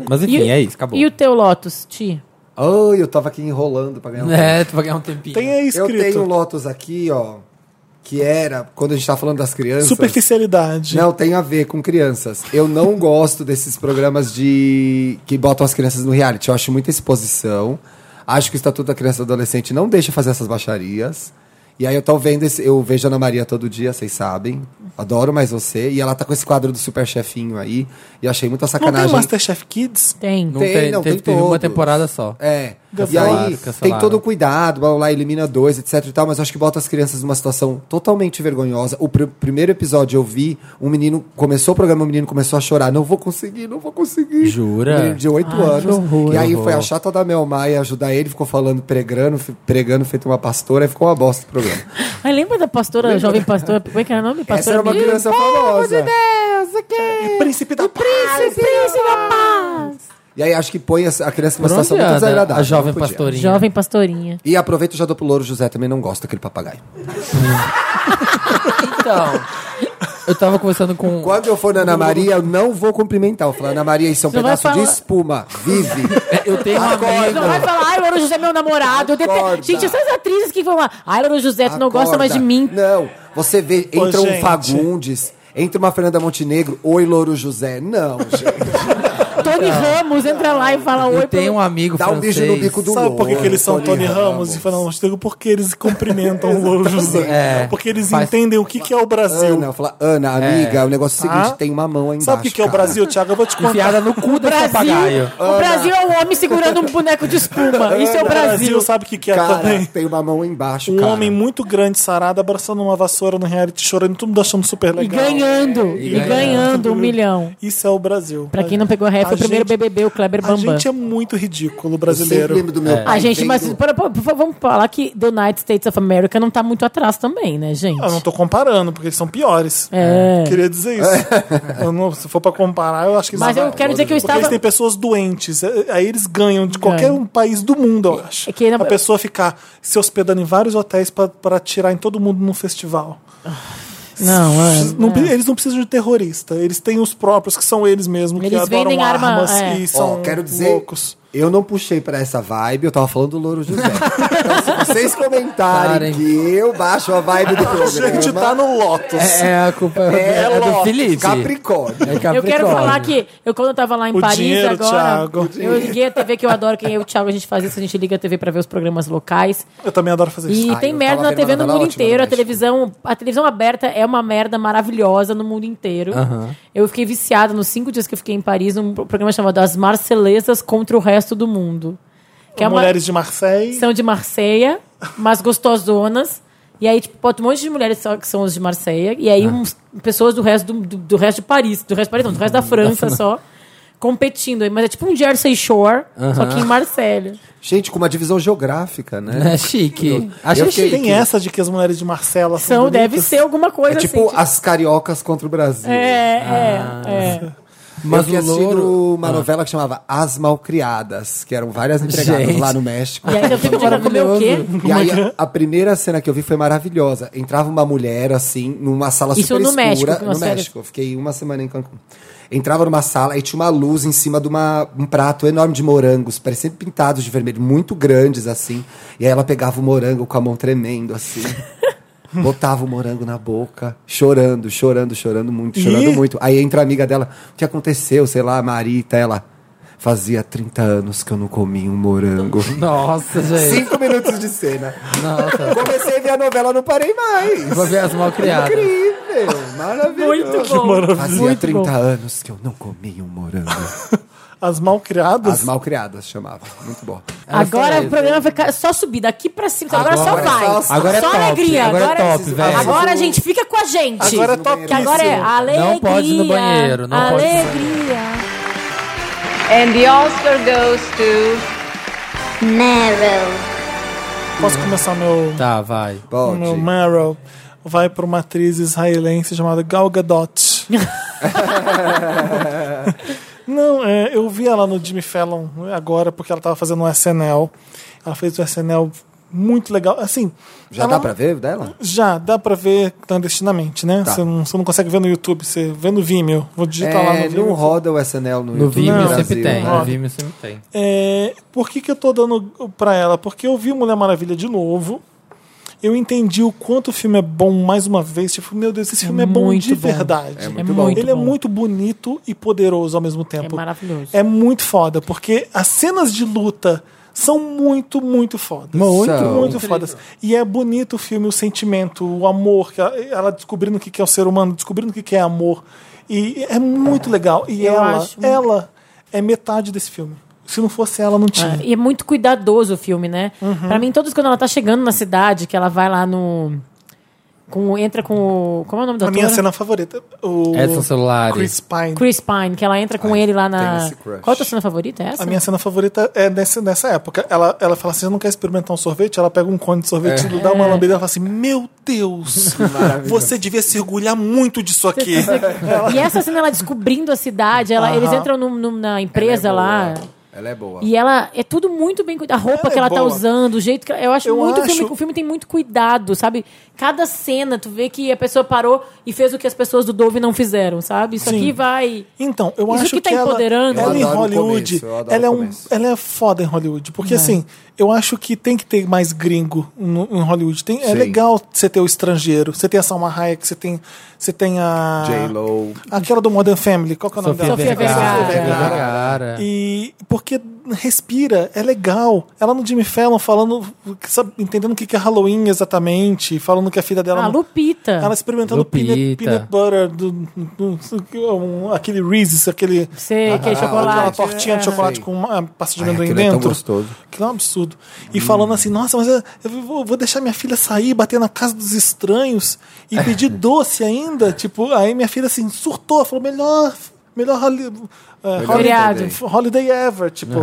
Speaker 3: Mas
Speaker 2: E,
Speaker 3: enfim,
Speaker 2: o-
Speaker 3: é isso. Acabou.
Speaker 2: E o teu Lotus, Ti?
Speaker 4: Ai, eu tava aqui enrolando pra ganhar um
Speaker 3: É, tu vai ganhar um tempinho.
Speaker 1: Tem aí
Speaker 4: Eu tenho um
Speaker 1: escrito.
Speaker 4: Lotus aqui, ó. Que era, quando a gente tá falando das crianças.
Speaker 1: Superficialidade.
Speaker 4: Não, tem a ver com crianças. Eu não gosto desses programas de. que botam as crianças no reality. Eu acho muita exposição. Acho que o Estatuto da Criança e do Adolescente não deixa fazer essas baixarias. E aí eu tô vendo esse. Eu vejo a Ana Maria todo dia, vocês sabem. Adoro mais você. E ela tá com esse quadro do super chefinho aí. E achei muita
Speaker 1: Não
Speaker 4: sacanagem.
Speaker 1: tem Masterchef Kids?
Speaker 2: Tem.
Speaker 3: Não
Speaker 4: tem,
Speaker 3: tem,
Speaker 4: não,
Speaker 3: teve,
Speaker 4: tem
Speaker 3: teve uma
Speaker 4: todos.
Speaker 3: temporada só.
Speaker 4: É.
Speaker 3: Cancelaram,
Speaker 4: e aí
Speaker 3: cancelaram.
Speaker 4: tem todo o cuidado, blá, blá, blá, elimina dois, etc e tal, mas eu acho que bota as crianças numa situação totalmente vergonhosa. O pr- primeiro episódio eu vi, um menino começou o programa, o menino começou a chorar, não vou conseguir, não vou conseguir.
Speaker 3: Jura?
Speaker 4: Um menino de oito
Speaker 2: Ai, que
Speaker 4: anos.
Speaker 2: horror.
Speaker 4: e aí
Speaker 3: horror.
Speaker 4: foi a chata da Mel Maia ajudar ele, ficou falando, pregando, fi- pregando, feito uma pastora, e ficou uma bosta o programa.
Speaker 2: Ai, lembra da pastora, jovem pastora? Como é que era o nome?
Speaker 4: Essa
Speaker 2: Pastora
Speaker 4: era uma
Speaker 2: Miriam?
Speaker 4: criança famosa. É,
Speaker 1: E Príncipe da
Speaker 2: Ai,
Speaker 1: Paz.
Speaker 2: príncipe da paz!
Speaker 4: E aí acho que põe a a criança numa
Speaker 3: Por onde
Speaker 4: situação muito
Speaker 3: anda
Speaker 4: desagradável.
Speaker 3: a jovem
Speaker 4: não podia.
Speaker 3: pastorinha?
Speaker 2: Jovem pastorinha.
Speaker 4: E aproveito e já dou pro Louro José, também não gosta daquele papagaio.
Speaker 3: Então, eu tava conversando com...
Speaker 4: Quando eu for na Ana Maria, eu não vou cumprimentar. Eu vou falar, Ana Maria, isso é um
Speaker 2: Você vai
Speaker 4: pedaço
Speaker 2: falar-
Speaker 4: de espuma. Vive.
Speaker 3: É, Eu tenho um
Speaker 4: Acorda.
Speaker 2: Não
Speaker 3: amigo...
Speaker 2: vai falar, ai, Louro José é meu namorado. Eu
Speaker 4: Acorda.
Speaker 2: detesto. Gente, essas atrizes que vão lá, ai, Louro José, tu não
Speaker 4: Acorda.
Speaker 2: gosta mais de mim.
Speaker 4: Não. Você vê,
Speaker 1: Ô,
Speaker 4: entra um
Speaker 1: gente.
Speaker 4: Fagundes, entra uma Fernanda Montenegro, oi, Louro José. Não, gente.
Speaker 2: Tony Ramos entra lá e fala oi
Speaker 3: Eu tenho um amigo
Speaker 4: Dá um
Speaker 3: francês...
Speaker 4: beijo no bico do
Speaker 1: Sabe por que,
Speaker 4: Louro,
Speaker 1: que eles são Tony Ramos e Fernando Montenegro? Porque eles cumprimentam o Louro José.
Speaker 3: É.
Speaker 1: Porque eles
Speaker 3: Faz-
Speaker 1: entendem o que, que é o Brasil.
Speaker 4: Ana, eu falo, Ana, amiga, o negócio é o seguinte,
Speaker 1: Ah.
Speaker 4: tem uma mão aí embaixo.
Speaker 1: Sabe o que, que é o
Speaker 4: cara.
Speaker 1: Brasil, Thiago? Eu vou te contar.
Speaker 3: Enfiada no cu desse
Speaker 2: Brasil,
Speaker 3: papagaio.
Speaker 2: o Brasil é um homem segurando um boneco de espuma. Isso é o
Speaker 1: O Brasil
Speaker 2: Brasil.
Speaker 1: sabe o que, que é
Speaker 4: Cara,
Speaker 1: também?
Speaker 4: tem uma mão aí embaixo,
Speaker 1: Um
Speaker 4: cara.
Speaker 1: homem muito grande, sarado, abraçando uma vassoura no reality, chorando, todo mundo achando super
Speaker 2: E
Speaker 1: é legal.
Speaker 2: ganhando, e
Speaker 3: ganhando.
Speaker 2: ganhando um milhão.
Speaker 1: Isso é o Brasil.
Speaker 2: Pra quem não pegou a ré, foi o primeiro BBB, o Kleber
Speaker 1: A
Speaker 2: Bambam.
Speaker 1: gente é muito ridículo,
Speaker 4: Eu sempre
Speaker 1: brasileiro.
Speaker 4: lembro do meu
Speaker 3: É.
Speaker 4: pai.
Speaker 2: Ah, gente, mas
Speaker 4: vendo-
Speaker 2: por- por- por- vamos falar que The United States of America não tá muito atrás também, né, gente?
Speaker 1: Eu não tô comparando, porque eles são piores.
Speaker 2: É.
Speaker 1: Queria dizer
Speaker 4: É.
Speaker 1: isso. Eu não- se for pra comparar, eu acho que eles
Speaker 2: Mas
Speaker 1: não
Speaker 2: eu
Speaker 1: vai-
Speaker 2: quero dizer que eu
Speaker 1: Porque eles
Speaker 2: estava.
Speaker 1: têm pessoas doentes. é, Aí eles ganham de qualquer
Speaker 2: Ganham.
Speaker 1: um país do mundo, eu acho.
Speaker 2: é que na-
Speaker 1: A pessoa ficar se hospedando em vários hotéis pra- pra tirar em todo mundo num festival.
Speaker 2: Ah. Não, é,
Speaker 1: Não
Speaker 2: é.
Speaker 1: pre- Eles não precisam de terrorista. Eles têm os próprios, que são eles mesmos, que
Speaker 2: Eles
Speaker 1: adoram
Speaker 2: vendem arma,
Speaker 1: armas
Speaker 2: é.
Speaker 1: e
Speaker 4: Ó,
Speaker 1: são
Speaker 4: quero dizer,
Speaker 1: loucos.
Speaker 4: eu não puxei pra essa vibe, eu tava falando do Louro José. então, se vocês comentarem
Speaker 3: Parem.
Speaker 4: que eu baixo a vibe do
Speaker 1: A
Speaker 4: programa...
Speaker 1: gente tá no Lotus.
Speaker 3: É, é a culpa é, do- é do
Speaker 1: Lopes,
Speaker 3: Felipe.
Speaker 4: Capricórnio.
Speaker 3: É
Speaker 2: Eu quero
Speaker 3: Capricórnio.
Speaker 2: falar que eu, quando eu tava lá em
Speaker 1: O
Speaker 2: Paris
Speaker 1: dinheiro,
Speaker 2: agora,
Speaker 1: Thiago.
Speaker 2: eu liguei a TV que eu adoro, que eu e o Thiago a gente faz isso, a gente liga a TV pra ver os programas locais.
Speaker 1: Eu também adoro fazer isso.
Speaker 2: É. E
Speaker 4: Ah,
Speaker 2: tem
Speaker 4: eu
Speaker 2: merda
Speaker 4: tava
Speaker 2: na
Speaker 4: vendo
Speaker 2: TV
Speaker 4: uma
Speaker 2: no
Speaker 4: novela
Speaker 2: mundo
Speaker 4: ótima
Speaker 2: inteiro.
Speaker 4: no
Speaker 2: A televisão, a televisão aberta é uma merda maravilhosa no mundo inteiro. Eu fiquei viciada nos cinco dias que eu fiquei em Paris num programa chamado As Marcelesas contra o Resto do Mundo. Que é uma
Speaker 1: Mulheres de Marseille.
Speaker 2: são de Marseia, mas gostosonas. E aí, tipo, bota um monte de mulheres só que são as de Marseia. E aí, uns, pessoas do resto do, do, do resto de Paris. Do resto de Paris, não, do resto da França só. Competindo. Mas é tipo um Jersey Shore, só que em Marselha.
Speaker 4: Gente, com uma divisão geográfica, né?
Speaker 3: É chique. Achei
Speaker 4: Eu fiquei-
Speaker 3: chique.
Speaker 1: Tem essa de que as mulheres de Marcela são.
Speaker 2: Então deve
Speaker 1: bonitas?
Speaker 2: ser alguma
Speaker 4: É
Speaker 2: coisa
Speaker 4: tipo
Speaker 2: assim.
Speaker 4: as cariocas contra o Brasil.
Speaker 2: É, é, é.
Speaker 4: Mas eu
Speaker 3: Mas
Speaker 4: fiquei
Speaker 3: o
Speaker 4: assistindo
Speaker 3: louro...
Speaker 4: uma novela que chamava As Malcriadas, que eram várias empregadas
Speaker 3: Gente.
Speaker 4: lá no México.
Speaker 2: E aí eu fico de hora comer o quê?
Speaker 4: E aí, a, a primeira cena que eu vi foi maravilhosa. Entrava uma mulher, assim, numa sala
Speaker 2: Isso
Speaker 4: super
Speaker 2: no
Speaker 4: escura.
Speaker 2: México, que
Speaker 4: no
Speaker 2: umas férias.
Speaker 4: México. Eu fiquei uma semana em Cancún. Entrava numa sala e tinha uma luz em cima de uma, um prato enorme de morangos, parecendo pintados de vermelho, muito grandes, assim. E aí ela pegava o morango com a mão tremendo, assim. Botava o morango na boca, chorando, chorando, chorando muito, chorando
Speaker 1: Ih!
Speaker 4: muito. Aí entra a amiga dela, o que aconteceu? Sei lá, a Marita, ela. Fazia 30 anos que eu não comi um morango.
Speaker 3: Nossa, gente.
Speaker 4: Cinco minutos de cena.
Speaker 3: Nossa.
Speaker 4: Comecei a ver a novela, não parei mais.
Speaker 3: Vou ver as mal criadas.
Speaker 4: Incrível, maravilhoso.
Speaker 2: Muito bom.
Speaker 4: Fazia
Speaker 2: Muito
Speaker 4: 30
Speaker 2: bom.
Speaker 4: anos que eu não comi um morango.
Speaker 1: As malcriadas.
Speaker 4: As malcriadas chamava. Muito bom.
Speaker 2: Agora
Speaker 3: Essa
Speaker 2: o programa vai ficar só subir daqui pra cima. Então, Agora, só
Speaker 4: Agora
Speaker 2: vai.
Speaker 4: só-
Speaker 3: agora é
Speaker 2: só
Speaker 3: top,
Speaker 2: alegria.
Speaker 3: agora é top, velho.
Speaker 2: Agora, gente, fica com a gente.
Speaker 1: Agora é
Speaker 2: Que agora é alegria.
Speaker 3: Não pode ir no banheiro, não pode
Speaker 2: alegria.
Speaker 3: sair.
Speaker 5: And the Oscar goes to
Speaker 6: Meryl.
Speaker 1: Posso começar meu,
Speaker 3: Tá, vai.
Speaker 4: Pode.
Speaker 1: meu Meryl? Vai pra uma atriz israelense chamada Gal Gadot. Não, é, eu vi ela no Jimmy Fallon agora, porque ela tava fazendo um SNL. Ela fez um SNL muito legal. Assim,
Speaker 4: Já
Speaker 1: ela-
Speaker 4: dá pra ver dela?
Speaker 1: Já, dá pra ver clandestinamente, né? Você não, você não consegue ver no YouTube, você vê no Vimeo. Vou digitar lá
Speaker 4: Tá. É,
Speaker 1: no
Speaker 4: não
Speaker 1: Vimeo.
Speaker 4: roda o SNL no,
Speaker 3: No
Speaker 4: YouTube
Speaker 3: Vimeo
Speaker 4: no Brasil,
Speaker 3: sempre tem.
Speaker 4: né?
Speaker 3: No Vimeo sempre tem.
Speaker 1: É, por que, que eu tô dando pra ela? Porque eu vi Mulher Maravilha de novo. Eu entendi o quanto o filme é bom mais uma vez. Tipo, meu Deus, esse filme é, bom
Speaker 2: muito
Speaker 1: de
Speaker 2: bom.
Speaker 1: verdade.
Speaker 2: É muito bom.
Speaker 1: Ele é muito bonito e poderoso ao mesmo tempo.
Speaker 2: maravilhoso.
Speaker 1: É muito foda, porque as cenas de luta são muito, muito fodas.
Speaker 4: Muito.
Speaker 1: São muito
Speaker 3: Incrível.
Speaker 1: fodas. E é bonito o filme, o sentimento, o amor, que ela, ela descobrindo o que que é o ser humano, descobrindo o que que é amor. E é muito legal. E
Speaker 2: Eu
Speaker 1: ela,
Speaker 2: acho-
Speaker 1: ela é metade desse filme. Se não fosse ela, não tinha.
Speaker 2: Ah, E é muito cuidadoso o filme, né?
Speaker 1: Uhum.
Speaker 2: Pra mim, todos quando ela tá chegando na cidade, que ela vai lá no. Com, entra com o. Como é o nome da
Speaker 1: A minha
Speaker 2: atora?
Speaker 1: cena favorita. O
Speaker 3: Edson Celulari.
Speaker 1: Chris Pine.
Speaker 2: Chris Pine, que ela entra com
Speaker 4: Ai,
Speaker 2: ele lá
Speaker 4: tenho
Speaker 2: na.
Speaker 4: esse crush.
Speaker 2: Qual a tua cena favorita? É essa?
Speaker 1: A minha cena favorita é nesse, nessa época. Ela, ela fala assim: eu não quero experimentar um sorvete. Ela pega um cone de sorvete,
Speaker 4: É.
Speaker 1: dá uma lambida e fala assim: Meu Deus, você devia se orgulhar muito disso aqui.
Speaker 2: E essa cena, ela descobrindo a cidade, ela, eles entram num- num- na
Speaker 3: é
Speaker 2: empresa lá.
Speaker 4: Ela é boa.
Speaker 2: E ela é tudo muito bem cuidado. A roupa
Speaker 1: Ela é
Speaker 2: que ela tá
Speaker 1: boa.
Speaker 2: usando, o jeito que ela, Eu acho
Speaker 1: Eu
Speaker 2: muito filme.
Speaker 1: acho-
Speaker 2: O filme tem muito cuidado, sabe? Cada cena, tu vê que a pessoa parou e fez o que as pessoas do Dove não fizeram, sabe? Isso
Speaker 1: Sim.
Speaker 2: aqui vai.
Speaker 1: Então, eu
Speaker 2: Isso
Speaker 1: acho
Speaker 2: que tá
Speaker 1: ela-
Speaker 2: empoderando.
Speaker 1: Ela,
Speaker 4: Eu
Speaker 1: em
Speaker 4: adoro o
Speaker 1: Hollywood,
Speaker 4: começo, eu adoro
Speaker 1: ela é,
Speaker 4: o
Speaker 1: um,
Speaker 4: começo. É.
Speaker 1: ela é foda em Hollywood. Porque, assim, eu acho que tem que ter mais gringo no- em Hollywood. Tem, é
Speaker 4: Sim.
Speaker 1: legal você ter o estrangeiro. Você tem a Salma Hayek, você tem, você tem a...
Speaker 4: J-Lo.
Speaker 1: Aquela do Modern Family. Qual que é o nome dela?
Speaker 3: Sofia
Speaker 2: Sofia
Speaker 3: Vergara.
Speaker 2: Vergara.
Speaker 3: Sofia Vergara.
Speaker 1: E porque respira, é legal. Ela no Jimmy Fallon falando, sabe, entendendo o que que é Halloween exatamente, falando que a filha dela
Speaker 2: a
Speaker 1: não-
Speaker 2: Ah, Lupita.
Speaker 1: ela experimentando
Speaker 3: Lupita.
Speaker 1: peanut, peanut butter, do, do- do- um- aquele Reese's, aquele.
Speaker 2: Sei,
Speaker 1: Ah,
Speaker 2: aquele
Speaker 1: Aquela
Speaker 2: chocolate. É.
Speaker 1: tortinha de chocolate
Speaker 4: Sei.
Speaker 1: com uma pasta de
Speaker 4: Ai,
Speaker 1: amendoim
Speaker 4: aquilo é tão
Speaker 1: dentro.
Speaker 4: gostoso.
Speaker 1: Aquilo é um absurdo. E falando assim, nossa, mas eu, eu vou, vou deixar minha filha sair, bater na casa dos estranhos e pedir doce ainda. Tipo, aí minha filha assim, surtou, falou, melhor, melhor, Holly- eh,
Speaker 2: feriado.
Speaker 1: holiday, holiday ever, tipo.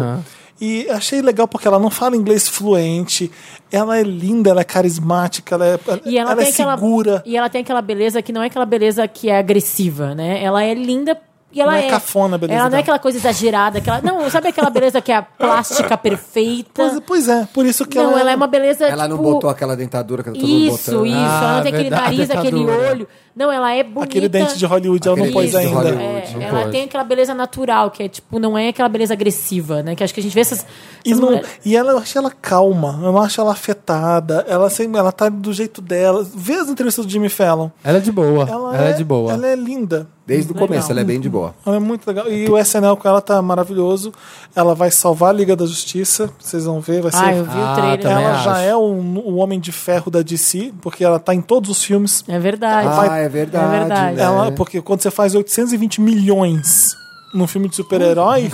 Speaker 1: E achei legal porque ela não fala inglês fluente, ela é linda, ela é carismática, ela é,
Speaker 2: E ela,
Speaker 1: é
Speaker 2: tem aquela,
Speaker 1: segura.
Speaker 2: E ela tem aquela beleza que não é aquela beleza que é agressiva, né? Ela é linda e ela
Speaker 1: Não é cafona a beleza
Speaker 2: Ela não é
Speaker 1: dela.
Speaker 2: aquela coisa exagerada, aquela, não, sabe aquela beleza que é a plástica perfeita?
Speaker 1: Pois, pois é, por isso que
Speaker 2: não, ela,
Speaker 1: ela,
Speaker 2: é uma beleza
Speaker 4: Ela não
Speaker 2: tipo,
Speaker 4: botou aquela dentadura que tá todo mundo
Speaker 2: isso,
Speaker 4: botando.
Speaker 2: isso.
Speaker 3: Ah,
Speaker 2: ela não tem aquele
Speaker 3: verdade,
Speaker 2: nariz, aquele
Speaker 3: dentadura.
Speaker 2: olho. Não, ela é bonita.
Speaker 1: tá Aquele dente de Hollywood ela não
Speaker 4: Aquele
Speaker 1: pôs
Speaker 4: dente de
Speaker 1: ainda.
Speaker 4: Hollywood.
Speaker 2: É,
Speaker 4: não
Speaker 2: ela
Speaker 3: pode.
Speaker 2: tem aquela beleza natural, que é tipo, não é aquela beleza agressiva, né? Que acho que a gente vê essas.
Speaker 1: E,
Speaker 2: essas
Speaker 1: não,
Speaker 2: mulheres-
Speaker 1: e ela, eu achei ela calma, eu não acho ela afetada, ela, sempre, ela tá do jeito dela. Vê as entrevistas do Jimmy Fallon.
Speaker 3: Ela é de boa.
Speaker 1: Ela,
Speaker 3: Ela, é, de boa.
Speaker 1: Ela é linda.
Speaker 4: Desde o começo, ela é bem de boa.
Speaker 1: Ela é muito legal. E o SNL com ela tá maravilhoso. Ela vai salvar a Liga da Justiça, vocês vão ver, vai ser.
Speaker 2: Ah, eu vi o
Speaker 3: Ah,
Speaker 2: trailer.
Speaker 3: também
Speaker 1: ela
Speaker 3: acho.
Speaker 1: já é o, o Homem de Ferro da DC, porque ela tá em todos os filmes.
Speaker 2: É verdade.
Speaker 4: Ah, é verdade.
Speaker 2: É verdade.
Speaker 4: né?
Speaker 1: Ela, porque quando você faz 820 milhões num filme de super-herói,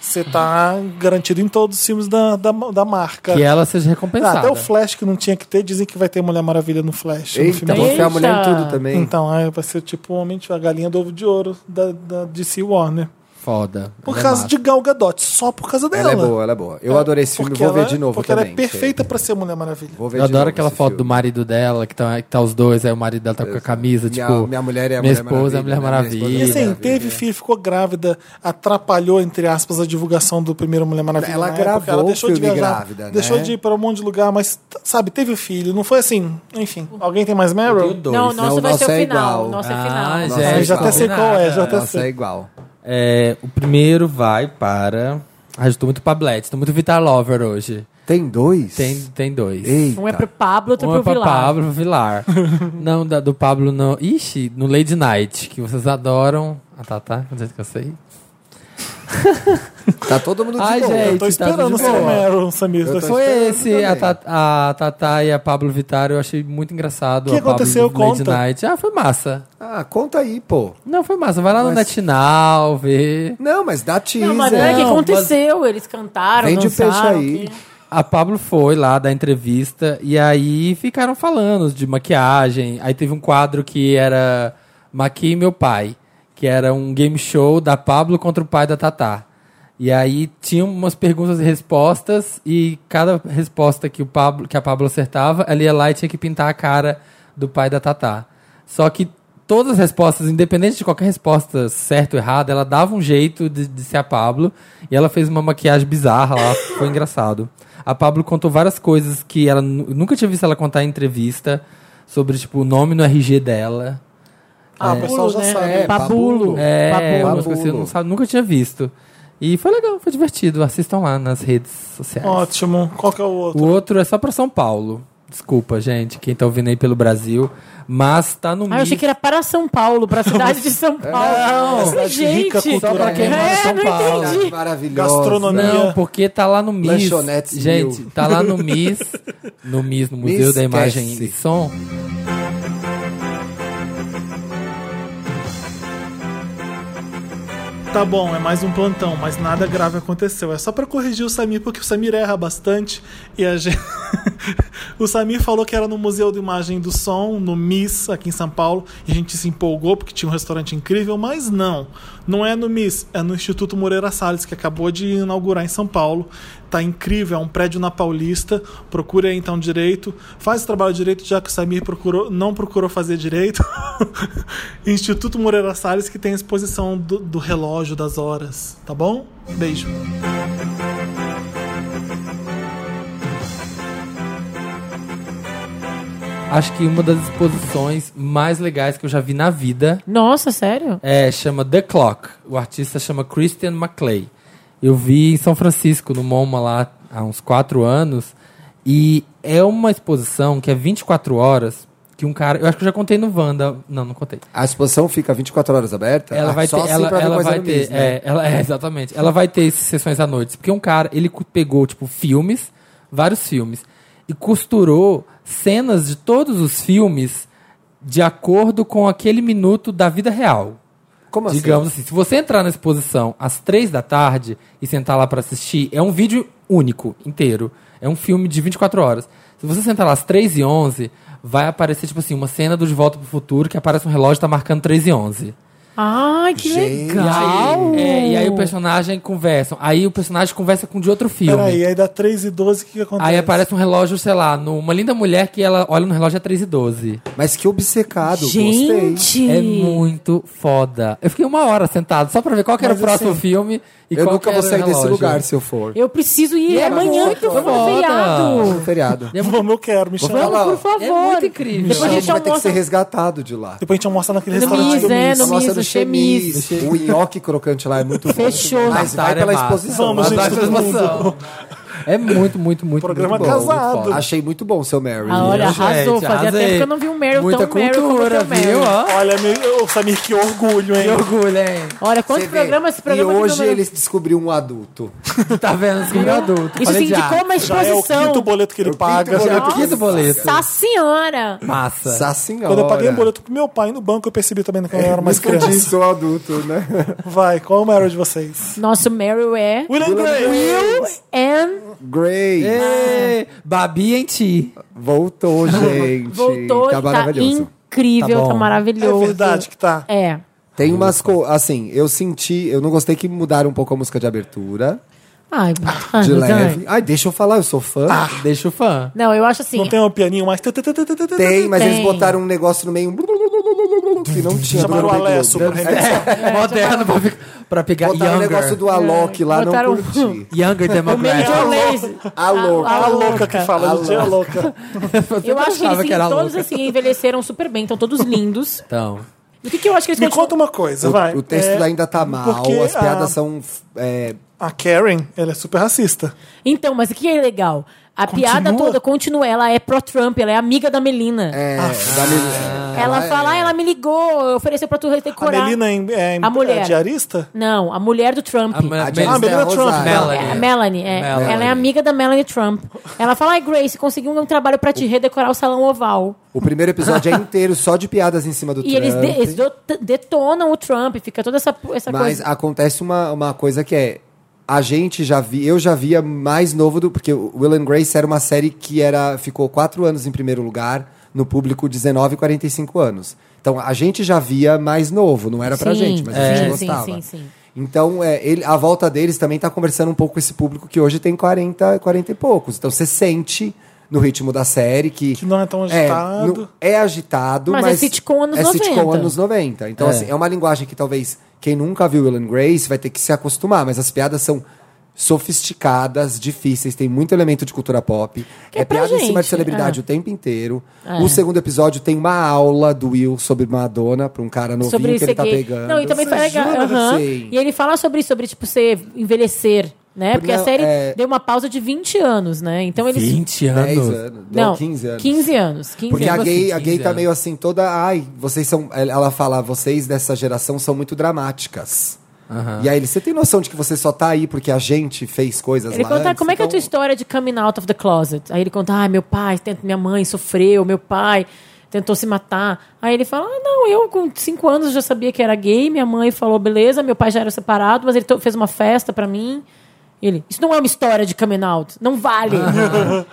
Speaker 1: você tá garantido em todos os filmes da, da, da marca.
Speaker 3: Que é ela seja
Speaker 1: Ah,
Speaker 3: recompensada.
Speaker 1: até o Flash que não tinha que ter, dizem que vai ter Mulher Maravilha no Flash. no
Speaker 4: Eita,
Speaker 1: filme.
Speaker 4: vou enfiar a mulher em
Speaker 2: Eita.
Speaker 4: tudo também.
Speaker 1: um Então, aí vai ser tipo realmente a galinha do ovo de ouro da, da DC Warner.
Speaker 3: foda.
Speaker 1: Por
Speaker 3: Ela é
Speaker 1: causa
Speaker 3: massa.
Speaker 1: de Gal Gadot, só por causa dela.
Speaker 4: Ela é boa, ela é boa. Eu adorei esse filme,
Speaker 1: Tá. Porque
Speaker 4: vou ver
Speaker 1: ela-
Speaker 4: de novo
Speaker 1: Porque
Speaker 4: também.
Speaker 1: ela é perfeita pra ser Mulher Maravilha.
Speaker 4: Vou ver
Speaker 3: Eu
Speaker 4: de novo
Speaker 3: adoro aquela
Speaker 4: esse
Speaker 3: foto do
Speaker 4: filme.
Speaker 3: marido dela, que tá, que tá os dois, aí o marido dela tá com a camisa,
Speaker 4: Minha-
Speaker 3: tipo.
Speaker 4: minha mulher é a
Speaker 3: Minha
Speaker 4: Mulher
Speaker 3: esposa é a Mulher
Speaker 4: Maravilha, né?
Speaker 3: Maravilha.
Speaker 1: E
Speaker 4: Minha esposa
Speaker 1: assim,
Speaker 4: Maravilha.
Speaker 1: teve filho, ficou grávida, atrapalhou, entre aspas, a divulgação do primeiro Mulher Maravilha.
Speaker 4: Ela
Speaker 1: na época,
Speaker 4: gravou
Speaker 1: ela
Speaker 4: o
Speaker 1: deixou de
Speaker 4: filme
Speaker 1: viajar,
Speaker 4: grávida, né?
Speaker 1: Deixou de ir pra um monte de lugar, mas, t- sabe, teve o filho. Não foi assim, enfim. Alguém tem mais
Speaker 3: Eu
Speaker 1: Meryl?
Speaker 3: dois.
Speaker 2: Não, o
Speaker 4: Não,
Speaker 2: nosso
Speaker 4: o
Speaker 2: vai
Speaker 4: nosso
Speaker 2: ser o
Speaker 4: é
Speaker 2: final.
Speaker 4: igual.
Speaker 2: O nosso é
Speaker 3: Ah,
Speaker 2: final.
Speaker 3: gente,
Speaker 4: Nossa,
Speaker 1: Eu já até sei
Speaker 3: combinado.
Speaker 1: qual é, já
Speaker 3: assim.
Speaker 1: até
Speaker 4: Nossa, é
Speaker 1: sei.
Speaker 4: igual.
Speaker 3: É, o primeiro vai para. Ai, eu tô muito Pablete, tô muito Vitar Lover hoje.
Speaker 4: Tem dois?
Speaker 3: Tem, tem dois.
Speaker 4: Eita.
Speaker 2: Um é pro Pablo, outro
Speaker 3: Um é
Speaker 2: pro
Speaker 3: pra
Speaker 2: Vilar.
Speaker 3: Pablo pro Vilar. não, da- do Pablo não. Ixi, no Lady Night, que vocês adoram. Ah, tá, tá. Do jeito que eu sei.
Speaker 4: Tá todo mundo de
Speaker 3: Ai,
Speaker 4: boa.
Speaker 3: gente.
Speaker 1: Eu tô
Speaker 3: Esse tá
Speaker 1: esperando
Speaker 3: de
Speaker 1: ser o
Speaker 3: boa.
Speaker 1: Meryl, Samir.
Speaker 4: Eu tô
Speaker 1: O
Speaker 3: Foi
Speaker 4: esperando
Speaker 3: esse,
Speaker 4: também.
Speaker 3: a, Tata- a Tatá e a Pablo Vittar, eu achei muito engraçado.
Speaker 1: O que
Speaker 3: a Pablo
Speaker 1: aconteceu?
Speaker 3: do Lady
Speaker 1: Conta.
Speaker 3: Night. Ah, foi massa.
Speaker 4: Ah, conta aí, pô.
Speaker 3: Não, foi massa. Vai lá no
Speaker 4: Mas-
Speaker 3: NetNow, vê.
Speaker 4: Não, mas dá teaser.
Speaker 2: Não, mas não é que
Speaker 3: Não, mas-
Speaker 2: aconteceu. Eles cantaram,
Speaker 4: Vende o
Speaker 2: dançaram.
Speaker 4: peixe aí.
Speaker 2: que-
Speaker 3: A Pablo foi lá da entrevista e aí ficaram falando de maquiagem. Aí teve um quadro que era Maqui e meu pai, que era um game show da Pablo contra o pai da Tatá. E aí tinha umas perguntas e respostas e cada resposta que o Pablo, que a Pablo acertava, ela ia lá e tinha que pintar a cara do pai da Tatá. Só que todas as respostas, independente de qualquer resposta certa ou errada, ela dava um jeito de, de ser a Pablo. E ela fez uma maquiagem bizarra lá, foi engraçado. A Pablo contou várias coisas que ela nu- nunca tinha visto ela contar em entrevista sobre, tipo, o nome no RG dela.
Speaker 1: Ah, o pessoal já
Speaker 2: né?
Speaker 1: sabe.
Speaker 2: É, Pabulo.
Speaker 3: É,
Speaker 2: Pabulo.
Speaker 3: umas coisas que eu não sabe, nunca tinha visto. E foi legal, foi divertido. Assistam lá nas redes sociais.
Speaker 1: Ótimo. Qual que é o
Speaker 3: O
Speaker 1: outro?
Speaker 3: outro é só pra São Paulo. Desculpa, gente, quem tá ouvindo aí pelo Brasil. Mas tá no
Speaker 2: Ah, eu achei que era para São Paulo, pra cidade de São Paulo. Não,
Speaker 1: cidade rica,
Speaker 3: Só
Speaker 2: É,
Speaker 3: pra quem mora em São Paulo.
Speaker 4: Cidade maravilhosa.
Speaker 1: Gastronomia.
Speaker 3: Não, porque tá lá no MIS.
Speaker 4: Lanchonetes
Speaker 3: Gente,
Speaker 4: mil.
Speaker 3: tá lá no MIS. No MIS, no Museu da Imagem e
Speaker 4: esquece.
Speaker 3: Som.
Speaker 1: Tá bom, é mais um plantão, mas nada grave aconteceu. É só pra corrigir o Samir, porque o Samir erra bastante e a gente. o Samir falou que era no Museu de Imagem do Som, no MIS, aqui em São Paulo, e a gente se empolgou porque tinha um restaurante incrível, mas não. Não é no MIS, é no Instituto Moreira Salles, que acabou de inaugurar em São Paulo. Tá incrível, é um prédio na Paulista. Procure aí então direito. Faz o trabalho direito, já que o Samir procurou, não procurou fazer direito. Instituto Moreira Salles, que tem a exposição do, do relógio das horas, tá bom? Beijo.
Speaker 3: Acho que uma das exposições mais legais que eu já vi na vida
Speaker 2: Nossa, sério?
Speaker 3: é chama The Clock. O artista chama Christian McClay. Eu vi em São Francisco, no MoMA, lá há uns quatro anos. E é uma exposição que é 24 horas. Que um cara. Eu acho que eu já contei no Wanda. Não, não contei.
Speaker 4: A exposição fica 24 horas aberta?
Speaker 3: Ela vai ter,
Speaker 4: Só assim
Speaker 3: ela,
Speaker 4: pra ver
Speaker 3: ela
Speaker 4: coisa
Speaker 3: vai
Speaker 4: no
Speaker 3: ter,
Speaker 4: mês, né?
Speaker 3: é, ela é, exatamente. Ela vai ter sessões à noite, porque um cara, ele cu- pegou tipo filmes, vários filmes e costurou cenas de todos os filmes de acordo com aquele minuto da vida real.
Speaker 4: Como assim?
Speaker 3: Digamos assim, se você entrar na exposição às três da tarde e sentar lá pra assistir, é um vídeo único, inteiro. É um filme de 24 horas. Se você sentar lá às 3 e 11, vai aparecer, tipo assim, uma cena do De Volta pro Futuro que aparece um relógio que tá marcando 3 e 11.
Speaker 2: Ai, que
Speaker 4: Gente.
Speaker 2: legal.
Speaker 3: E aí, é, e aí o personagem conversa. Aí o personagem conversa com de outro filme.
Speaker 1: Peraí, é aí dá 3 e 12, o que, que acontece?
Speaker 3: Aí aparece um relógio, sei lá, numa linda mulher que ela olha no relógio é 3 e 12.
Speaker 4: Mas que obcecado, gostei.
Speaker 2: Gente.
Speaker 3: É muito foda. Eu fiquei uma hora sentado só pra ver qual que era
Speaker 1: Mas
Speaker 3: o próximo
Speaker 1: assim,
Speaker 3: filme e
Speaker 4: Eu
Speaker 3: qual
Speaker 4: nunca
Speaker 3: que era
Speaker 4: vou
Speaker 3: o
Speaker 4: sair desse
Speaker 3: relógio.
Speaker 4: lugar se eu for.
Speaker 2: Eu preciso ir
Speaker 3: E é
Speaker 2: amanhã
Speaker 3: muito
Speaker 2: que eu vou
Speaker 3: foda.
Speaker 2: no
Speaker 4: No
Speaker 2: feriado.
Speaker 4: feriado.
Speaker 3: É muito-
Speaker 1: Vamos, eu quero, me chama.
Speaker 4: Vamos lá.
Speaker 2: Por favor.
Speaker 3: É muito incrível.
Speaker 2: Depois a
Speaker 4: Não,
Speaker 2: gente
Speaker 4: vai ter que
Speaker 2: almoça.
Speaker 4: ser resgatado de lá.
Speaker 1: Depois a gente almoça naquele
Speaker 2: No
Speaker 1: restaurante
Speaker 2: Miss,
Speaker 1: Ah, do
Speaker 2: é,
Speaker 1: Miss.
Speaker 2: no
Speaker 4: Nossa,
Speaker 2: Miss,
Speaker 4: do
Speaker 2: no
Speaker 4: chemis.
Speaker 2: Chemis.
Speaker 4: O nhoque crocante lá é muito bom.
Speaker 2: Fechou.
Speaker 4: Mas vai
Speaker 3: Tartar
Speaker 4: pela
Speaker 3: é massa.
Speaker 4: exposição.
Speaker 1: Vamos,
Speaker 4: vai
Speaker 1: gente,
Speaker 4: pela
Speaker 1: todo mundo.
Speaker 4: exposição.
Speaker 3: Não. É muito, muito, muito,
Speaker 1: Programa
Speaker 3: muito bom, muito
Speaker 1: casado.
Speaker 3: foda.
Speaker 4: Achei muito bom, seu Mary.
Speaker 2: Ah, olha,
Speaker 3: Gente,
Speaker 2: arrasou. Fazia
Speaker 3: arrasei.
Speaker 2: tempo que eu não vi um Meryl
Speaker 3: Muita
Speaker 2: tão Meryl como
Speaker 3: cultura,
Speaker 2: o teu Meryl.
Speaker 3: viu? Ó,
Speaker 1: Olha, meu, ô, Samir, que orgulho,
Speaker 3: Que
Speaker 1: hein?
Speaker 3: orgulho, hein?
Speaker 2: Olha,
Speaker 4: Você
Speaker 2: quantos
Speaker 4: vê.
Speaker 2: programas esse
Speaker 4: E
Speaker 2: programa tá que
Speaker 4: hoje
Speaker 2: não-
Speaker 4: ele descobriu um adulto.
Speaker 3: Tu tá vendo? Como adulto.
Speaker 2: Isso
Speaker 3: Falei de
Speaker 2: indicou
Speaker 3: arte.
Speaker 2: uma
Speaker 1: Já é o
Speaker 2: exposição.
Speaker 1: quinto boleto que ele
Speaker 4: Eu
Speaker 1: paga.
Speaker 4: pinto o boleto.
Speaker 3: Aqui do boleto.
Speaker 2: Nossa senhora!
Speaker 3: Massa.
Speaker 4: Nossa senhora.
Speaker 1: Quando eu paguei um boleto pro meu pai no banco, eu percebi também que eu não era mais criança.
Speaker 4: Sou adulto, né?
Speaker 1: Vai, qual é o maior de vocês?
Speaker 2: Nosso Meryl é...
Speaker 1: William Gray!
Speaker 2: Will and...
Speaker 4: Grace.
Speaker 1: É.
Speaker 3: Ê, Babi em ti.
Speaker 4: Voltou, gente.
Speaker 2: Voltou e
Speaker 4: tá
Speaker 2: tá
Speaker 4: maravilhoso.
Speaker 2: incrível,
Speaker 3: Tá
Speaker 2: tá,
Speaker 3: bom.
Speaker 1: É
Speaker 2: maravilhoso.
Speaker 1: verdade que tá.
Speaker 2: É.
Speaker 4: Tem umas co assim, eu senti, eu não gostei que mudaram um pouco a música de abertura,
Speaker 2: Ai,
Speaker 4: de
Speaker 2: ai,
Speaker 4: leve. Ai, deixa eu falar, eu sou fã.
Speaker 1: Ah,
Speaker 3: Deixa o fã.
Speaker 2: Não, eu acho assim.
Speaker 1: Não tem um pianinho mais.
Speaker 4: Tem, mas eles
Speaker 2: Tem.
Speaker 4: botaram um negócio no meio que não tinha.
Speaker 1: Chamaram o
Speaker 4: durante
Speaker 1: Alesso
Speaker 4: Globo.
Speaker 1: pra remixar.
Speaker 2: É,
Speaker 3: Moderno pra, fi- pra pegar
Speaker 4: Botaram o
Speaker 3: Younger.
Speaker 4: um negócio do Alok lá,
Speaker 2: Botaram- um-
Speaker 4: não curti.
Speaker 3: Younger Demographic.
Speaker 2: Major Lazer.
Speaker 4: Alok.
Speaker 1: A louca que fala, a gente é louca.
Speaker 2: Eu acho que eles
Speaker 3: achava
Speaker 2: sim,
Speaker 3: que era
Speaker 2: todos
Speaker 3: louca.
Speaker 2: assim envelheceram super bem, estão todos lindos.
Speaker 3: Então,
Speaker 2: E o que, que eu acho que eles
Speaker 1: Me
Speaker 2: continuam-
Speaker 1: conta uma coisa,
Speaker 4: é O-
Speaker 1: vai.
Speaker 4: O texto
Speaker 1: É,
Speaker 4: ainda tá mal,
Speaker 1: porque
Speaker 4: as piadas
Speaker 1: a-
Speaker 4: são. f- é,
Speaker 1: A Karen, ela é super racista.
Speaker 2: Então, mas o que é legal? A
Speaker 1: Continua?
Speaker 2: piada toda continua. Ela é pró-Trump, ela é amiga da Melina.
Speaker 4: é,
Speaker 1: Ah,
Speaker 4: da Mel-
Speaker 2: ela fala, ah, ela me ligou, ofereceu pra tu
Speaker 1: A
Speaker 2: decorar.
Speaker 1: Melina é, em- é, em-
Speaker 2: A mulher.
Speaker 1: é diarista?
Speaker 2: Não, a mulher do Trump.
Speaker 3: a mulher-
Speaker 4: Melissa
Speaker 1: Ah, a Melina
Speaker 4: é a
Speaker 1: Trump.
Speaker 4: Rosário.
Speaker 3: Melanie.
Speaker 2: É, a Melanie, é.
Speaker 3: Melanie.
Speaker 2: Ela é amiga da Melanie Trump. Ela fala, ai, Grace, consegui um trabalho pra te redecorar o salão oval.
Speaker 4: O primeiro episódio é inteiro só de piadas em cima do
Speaker 2: E
Speaker 4: Trump.
Speaker 2: eles, de- eles do- detonam o Trump, fica toda essa, essa
Speaker 4: Mas
Speaker 2: coisa.
Speaker 4: acontece uma, uma coisa que é. A gente já vi, eu já via mais novo do. Porque o Will and Grace era uma série que era ficou quatro anos em primeiro lugar, no público 19 e 45 anos. Então a gente já via mais novo, não era pra
Speaker 2: Sim,
Speaker 4: gente, mas a
Speaker 2: sim,
Speaker 4: gente
Speaker 2: sim,
Speaker 4: gostava.
Speaker 2: sim, sim.
Speaker 4: Então, é, ele- a volta deles também tá conversando um pouco com esse público que hoje tem 40, 40 e poucos. Então você sente no ritmo da série que.
Speaker 1: Que não é tão
Speaker 4: É,
Speaker 1: agitado.
Speaker 4: no- é agitado,
Speaker 2: Mas
Speaker 4: mas.
Speaker 2: é sitcom anos
Speaker 4: é sitcom
Speaker 2: 90.
Speaker 4: anos 90. Então,
Speaker 3: É.
Speaker 4: assim, é uma linguagem que talvez quem nunca viu Will and Grace vai ter que se acostumar, mas as piadas são sofisticadas, difíceis, tem muito elemento de cultura pop.
Speaker 2: Que é pra
Speaker 4: piada em cima
Speaker 2: gente,
Speaker 4: de
Speaker 2: é.
Speaker 4: celebridade o tempo inteiro. O segundo episódio tem uma aula do Will sobre Madonna pra um cara novinho
Speaker 2: sobre
Speaker 4: que
Speaker 2: isso
Speaker 4: ele tá
Speaker 2: aqui.
Speaker 4: pegando.
Speaker 2: Não, e também foi
Speaker 4: Você
Speaker 2: legal.
Speaker 4: jura?
Speaker 2: aham.
Speaker 4: Sim.
Speaker 2: E ele fala sobre isso, sobre, tipo, ser envelhecer, né? Porque a
Speaker 4: Não,
Speaker 2: série
Speaker 4: é-
Speaker 2: deu uma pausa de 20 anos, né? Então eles.
Speaker 3: 20
Speaker 4: 10
Speaker 3: anos.
Speaker 4: anos,
Speaker 2: Não,
Speaker 4: 15 anos.
Speaker 2: 15 anos. 15
Speaker 4: Porque a
Speaker 3: Mesmo
Speaker 2: anos.
Speaker 4: gay,
Speaker 3: assim,
Speaker 4: a gay
Speaker 3: 15
Speaker 4: tá
Speaker 3: anos.
Speaker 4: meio assim, toda. Ai, vocês são. Ela fala, vocês dessa geração são muito dramáticas. E aí ele, você tem noção de que você só tá aí porque a gente fez coisas
Speaker 2: Ele
Speaker 4: lá
Speaker 2: conta
Speaker 4: antes?
Speaker 2: como é que é a tua
Speaker 4: Então,
Speaker 2: história de coming out of the closet. Aí ele conta, ah, meu pai, tent- minha mãe sofreu, meu pai tentou se matar. Aí ele fala, ah, não, eu com cinco anos já sabia que era gay, minha mãe falou, beleza, meu pai já era separado, mas ele to- fez uma festa pra mim. Ele, isso não é uma história de coming out, não vale.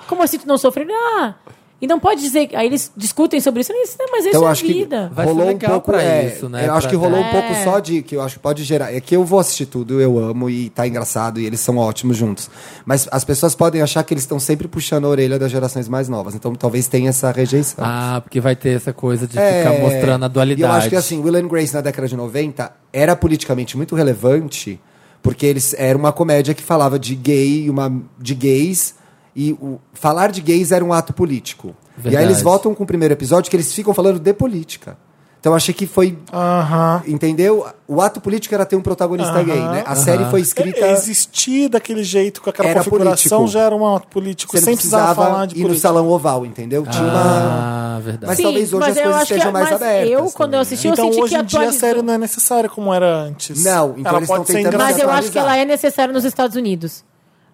Speaker 2: como assim tu não sofreu? Ele, ah, e não pode dizer. Aí eles discutem sobre isso, ele diz, "Não, mas isso
Speaker 4: Então, eu
Speaker 2: é
Speaker 4: acho que
Speaker 2: vida. É.
Speaker 3: Vai ser
Speaker 4: rolou um
Speaker 3: legal
Speaker 4: pouco
Speaker 3: pra
Speaker 4: é,
Speaker 3: isso, né?
Speaker 4: Eu acho
Speaker 3: Pra
Speaker 4: que rolou
Speaker 2: dar-
Speaker 4: um pouco só de que eu acho que pode gerar. É que eu vou assistir tudo, eu amo e tá engraçado e eles são ótimos juntos. Mas as pessoas podem achar que eles estão sempre puxando a orelha das gerações mais novas. Então talvez tenha essa rejeição.
Speaker 3: Ah, porque vai ter essa coisa de
Speaker 4: É,
Speaker 3: ficar mostrando a
Speaker 4: E
Speaker 3: dualidade.
Speaker 4: eu acho que assim, Will and Grace na década de 90 era politicamente muito relevante, porque eles era uma comédia que falava de gay, uma de gays e o, falar de gays era um ato político. E aí
Speaker 3: Verdade.
Speaker 4: eles voltam com o primeiro episódio que eles ficam falando de política. Então eu achei que foi,
Speaker 1: Ah. Aham.
Speaker 4: entendeu? O ato político era ter um protagonista gay, né? A série foi escrita
Speaker 1: É, Existir daquele jeito, com aquela
Speaker 4: Era
Speaker 1: configuração,
Speaker 4: político.
Speaker 1: já era um ato político.
Speaker 4: você não
Speaker 1: Sem precisar
Speaker 4: precisava
Speaker 1: falar de
Speaker 4: ir no
Speaker 1: política.
Speaker 4: salão oval, entendeu? Tinha uma-
Speaker 3: Ah, verdade.
Speaker 4: Mas talvez hoje as
Speaker 2: eu
Speaker 4: coisas
Speaker 2: acho que-
Speaker 4: estejam mais
Speaker 2: mas
Speaker 4: abertas
Speaker 2: Eu,
Speaker 4: também,
Speaker 2: quando eu
Speaker 4: né?
Speaker 2: assisti,
Speaker 1: Então
Speaker 2: eu senti
Speaker 1: hoje
Speaker 2: que
Speaker 1: em dia a
Speaker 2: atualizou.
Speaker 1: série não é necessária como era antes.
Speaker 4: Não, então
Speaker 1: ela
Speaker 4: eles
Speaker 1: pode
Speaker 4: estão
Speaker 1: ser
Speaker 4: tentando
Speaker 1: engraçada.
Speaker 2: Mas eu acho
Speaker 4: atualizar.
Speaker 2: que ela é necessária nos Estados Unidos.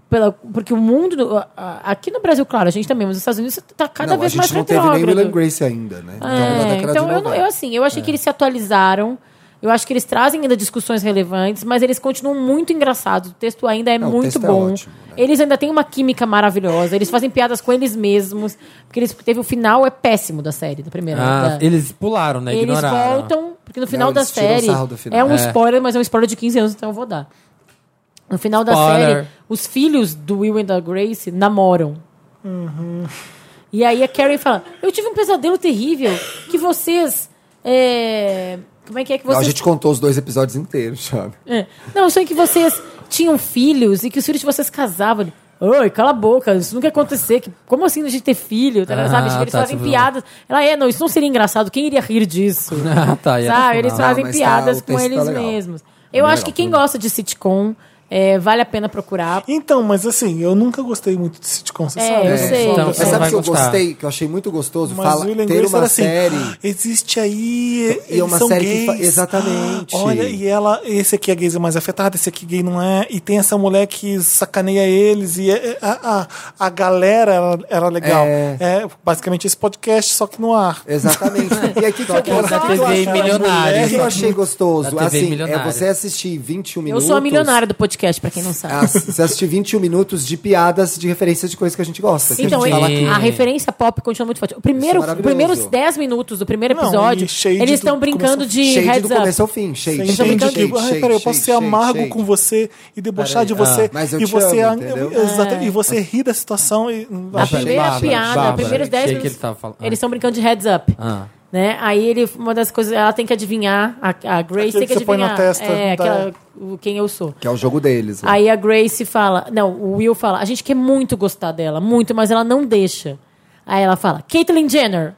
Speaker 2: Pela, porque o mundo. do- a- a- Aqui no Brasil, claro, a gente também, mas nos Estados Unidos tá cada
Speaker 4: não,
Speaker 2: vez
Speaker 4: a gente
Speaker 2: mais
Speaker 4: não teve nem Will and
Speaker 2: retrógrado.
Speaker 4: Grace ainda, né?
Speaker 2: É,
Speaker 4: na década
Speaker 2: então,
Speaker 4: de
Speaker 2: eu, não-
Speaker 4: 90.
Speaker 2: eu assim, eu
Speaker 4: É.
Speaker 2: achei que eles se atualizaram. Eu acho que eles trazem ainda discussões relevantes, mas eles continuam muito engraçados. O texto ainda é
Speaker 4: Não, o
Speaker 2: muito
Speaker 4: texto é
Speaker 2: bom.
Speaker 4: ótimo, né?
Speaker 2: Eles ainda têm uma química maravilhosa. Eles fazem piadas com eles mesmos. Porque eles teve o final é péssimo da série, da primeira.
Speaker 3: Ah,
Speaker 2: da-
Speaker 3: eles pularam, né?
Speaker 2: é. eles
Speaker 3: Ignoraram.
Speaker 2: voltam, porque no final da
Speaker 4: É eles tiram
Speaker 2: série.
Speaker 4: sarro do final.
Speaker 2: É um
Speaker 3: É.
Speaker 2: spoiler, mas é um spoiler de 15 anos, então eu vou dar. No final da
Speaker 3: Spoiler.
Speaker 2: série, os filhos do Will e da Grace namoram. E aí a Carrie fala: Eu tive um pesadelo terrível que vocês. é, Como é que é que
Speaker 4: Não,
Speaker 2: vocês.
Speaker 4: a gente contou os dois episódios inteiros, sabe?
Speaker 2: É. Não, eu sonhei que vocês tinham filhos e que os filhos de vocês casavam. Ele, Oi, cala a boca, isso nunca ia acontecer. Que, como assim a gente ter filho?
Speaker 3: Ah,
Speaker 2: sabe? Tipo, Eles
Speaker 3: tá,
Speaker 2: fazem
Speaker 3: tipo-
Speaker 2: piadas. Ela é, não, isso não seria engraçado. Quem iria rir disso?
Speaker 3: Ah, tá, e era
Speaker 2: sabe?
Speaker 3: no
Speaker 2: Eles
Speaker 3: final.
Speaker 2: fazem
Speaker 4: Não, mas tá,
Speaker 2: piadas
Speaker 4: o
Speaker 2: com
Speaker 4: texto tá
Speaker 2: eles
Speaker 4: legal.
Speaker 2: mesmos. Eu acho que quem gosta de sitcom é, vale a pena procurar.
Speaker 1: Então, mas assim, eu nunca gostei muito tipo de sitcom, você
Speaker 2: É,
Speaker 1: sabe?
Speaker 2: eu
Speaker 1: sou
Speaker 2: sei.
Speaker 1: uma
Speaker 3: Então,
Speaker 4: Mas
Speaker 1: pessoa-
Speaker 3: Você
Speaker 4: sabe
Speaker 3: vai
Speaker 4: que eu
Speaker 3: gostar.
Speaker 4: gostei, que eu achei muito gostoso?
Speaker 1: Mas
Speaker 4: Fala,
Speaker 1: o Will and
Speaker 4: ter
Speaker 1: Grace era
Speaker 4: uma
Speaker 1: assim,
Speaker 4: série.
Speaker 1: "Ah, existe aí.
Speaker 4: E é uma
Speaker 1: eles são
Speaker 4: série que fa-
Speaker 1: gays. Ah,
Speaker 4: exatamente.
Speaker 1: Olha, e ela, esse aqui é gays é mais afetado, esse aqui gay não é. E tem essa mulher que sacaneia eles. E é- é- a, a, a galera era, era legal. É.
Speaker 4: É.
Speaker 1: basicamente esse podcast, só que no ar.
Speaker 4: Exatamente. E aqui que eu
Speaker 2: que na
Speaker 4: gosto.
Speaker 2: TV
Speaker 4: eu acho-
Speaker 3: milionária.
Speaker 4: O que eu achei
Speaker 3: é Na
Speaker 4: gostoso?
Speaker 3: TV
Speaker 4: Assim, é
Speaker 3: milionária.
Speaker 4: você assistir 21
Speaker 2: Eu
Speaker 4: minutos.
Speaker 2: sou a milionária do podcast, pra quem não
Speaker 3: Ah,
Speaker 2: sabe.
Speaker 4: As- Você assistir 21 minutos de piadas de referência de coisas que a gente gosta. que
Speaker 2: Então,
Speaker 4: a
Speaker 2: ele-
Speaker 4: gente
Speaker 2: a,
Speaker 4: fala aqui.
Speaker 3: é.
Speaker 2: referência pop continua muito forte. O primeiro,
Speaker 4: Isso é
Speaker 2: os primeiros
Speaker 4: maravilhoso.
Speaker 2: 10 minutos do primeiro
Speaker 1: Não,
Speaker 2: episódio,
Speaker 1: e shade
Speaker 2: eles
Speaker 1: do-
Speaker 2: estão brincando
Speaker 1: começou-
Speaker 2: de
Speaker 4: Shade
Speaker 2: heads
Speaker 4: do
Speaker 2: up.
Speaker 4: começo ao fim. Shade,
Speaker 1: Você
Speaker 4: shade,
Speaker 1: entende
Speaker 4: shade,
Speaker 1: que,
Speaker 4: shade,
Speaker 1: então, tipo, ai, Ah, peraí, eu posso
Speaker 4: shade,
Speaker 1: ser
Speaker 4: shade,
Speaker 1: amargo
Speaker 4: shade.
Speaker 1: com você e debochar de
Speaker 3: Peraí,
Speaker 1: você.
Speaker 4: ah, mas eu
Speaker 1: e
Speaker 4: te
Speaker 1: você
Speaker 4: amo, entendeu? Ah.
Speaker 1: exatamente, e você ri da situação e.
Speaker 2: A
Speaker 3: Bárbara,
Speaker 2: primeira
Speaker 3: Bárbara,
Speaker 2: piada,
Speaker 3: Bárbara,
Speaker 2: primeiros 10
Speaker 3: achei
Speaker 2: minutos,
Speaker 3: que ele tava falando.
Speaker 2: eles estão brincando de heads up.
Speaker 3: Ah.
Speaker 2: Né? Aí ele, uma das coisas, ela tem que adivinhar, a, a Grace
Speaker 1: Aquilo
Speaker 2: tem que,
Speaker 1: que você põe
Speaker 2: adivinhar
Speaker 1: na testa
Speaker 2: é,
Speaker 1: da-
Speaker 2: aquela- o- quem eu sou.
Speaker 4: Que é o jogo deles. né?
Speaker 2: Aí a Grace fala, não, o Will fala, a gente quer muito gostar dela, muito, mas ela não deixa. Aí ela fala, Caitlyn Jenner.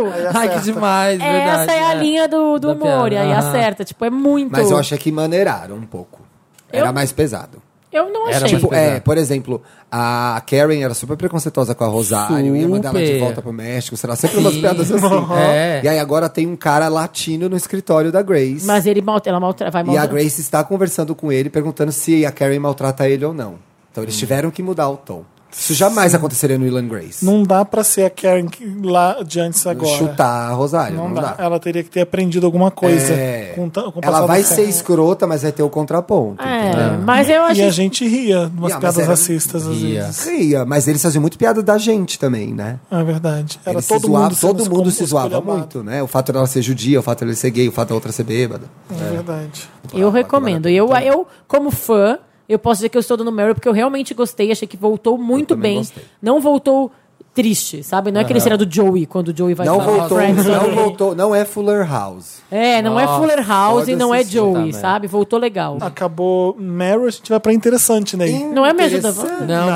Speaker 2: tipo,
Speaker 3: Ai, que demais, verdade. né?
Speaker 2: essa é
Speaker 4: né?
Speaker 2: a linha do, do
Speaker 3: Da
Speaker 2: humor, e
Speaker 3: piada,
Speaker 2: aí
Speaker 3: aham.
Speaker 2: acerta, tipo, é muito.
Speaker 4: Mas eu achei que maneiraram um pouco. Era
Speaker 2: Eu-
Speaker 4: mais pesado.
Speaker 2: Eu não
Speaker 3: Era
Speaker 2: achei.
Speaker 3: mais
Speaker 4: Tipo,
Speaker 3: pesado.
Speaker 4: é, por exemplo, a Karen era super preconceituosa com a Rosário, ia mandar ela de
Speaker 3: Super.
Speaker 4: volta pro México, será sempre umas
Speaker 3: Sim.
Speaker 4: piadas assim.
Speaker 3: É.
Speaker 4: E aí agora tem um cara latino no escritório da Grace.
Speaker 2: Mas ele maltra, ela maltra, vai
Speaker 4: E a
Speaker 2: maltratar.
Speaker 4: Grace está conversando com ele, perguntando se a Karen maltrata ele ou não. Então
Speaker 1: Hum.
Speaker 4: eles tiveram que mudar o tom. Isso jamais aconteceria no Ilan Grace.
Speaker 1: Não dá pra ser a Karen que- lá de antes agora.
Speaker 4: Chutar a Rosário,
Speaker 1: Não,
Speaker 4: não,
Speaker 1: dá. Ela teria que ter aprendido alguma coisa.
Speaker 4: É.
Speaker 1: com ta- com o passar
Speaker 4: Ela
Speaker 1: do
Speaker 4: vai
Speaker 1: tempo.
Speaker 4: ser escrota, mas vai ter o contraponto.
Speaker 2: É,
Speaker 4: né?
Speaker 2: mas eu
Speaker 1: E a
Speaker 2: achei.
Speaker 1: gente ria de umas
Speaker 4: Ah, mas
Speaker 1: piadas
Speaker 4: era-
Speaker 1: racistas às
Speaker 3: Ria.
Speaker 1: vezes.
Speaker 4: Ria, mas eles faziam muito piada da gente também, né?
Speaker 1: É verdade. Era
Speaker 4: Eles se
Speaker 1: todo
Speaker 4: zoavam-
Speaker 1: mundo sendo
Speaker 4: todo mundo se
Speaker 1: escul-
Speaker 4: zoava
Speaker 1: esculhambado.
Speaker 4: muito, né? O fato dela ser judia, o fato dela ser gay, o fato da outra ser bêbada.
Speaker 1: É verdade.
Speaker 4: "Ah,
Speaker 2: Eu
Speaker 4: tá
Speaker 2: recomendo. Eu, eu, como fã, eu posso dizer que eu estou dando Meryl porque eu realmente gostei, achei que voltou muito
Speaker 4: também
Speaker 2: bem.
Speaker 4: gostei.
Speaker 2: Não voltou triste, sabe? Não é aquele cena do Joey, quando o Joey vai
Speaker 4: não
Speaker 2: falar
Speaker 4: voltou,
Speaker 2: Friends
Speaker 4: não
Speaker 2: sobre-
Speaker 4: voltou, não é Fuller House.
Speaker 2: É, não é Fuller House
Speaker 4: pode
Speaker 2: e não é
Speaker 4: assistir
Speaker 2: Joey,
Speaker 3: também.
Speaker 2: sabe? Voltou legal.
Speaker 1: Tá Acabou Meryl, a gente vai pra interessante, né?
Speaker 2: Não é Me Ajuda,
Speaker 4: Interessante.
Speaker 3: Não,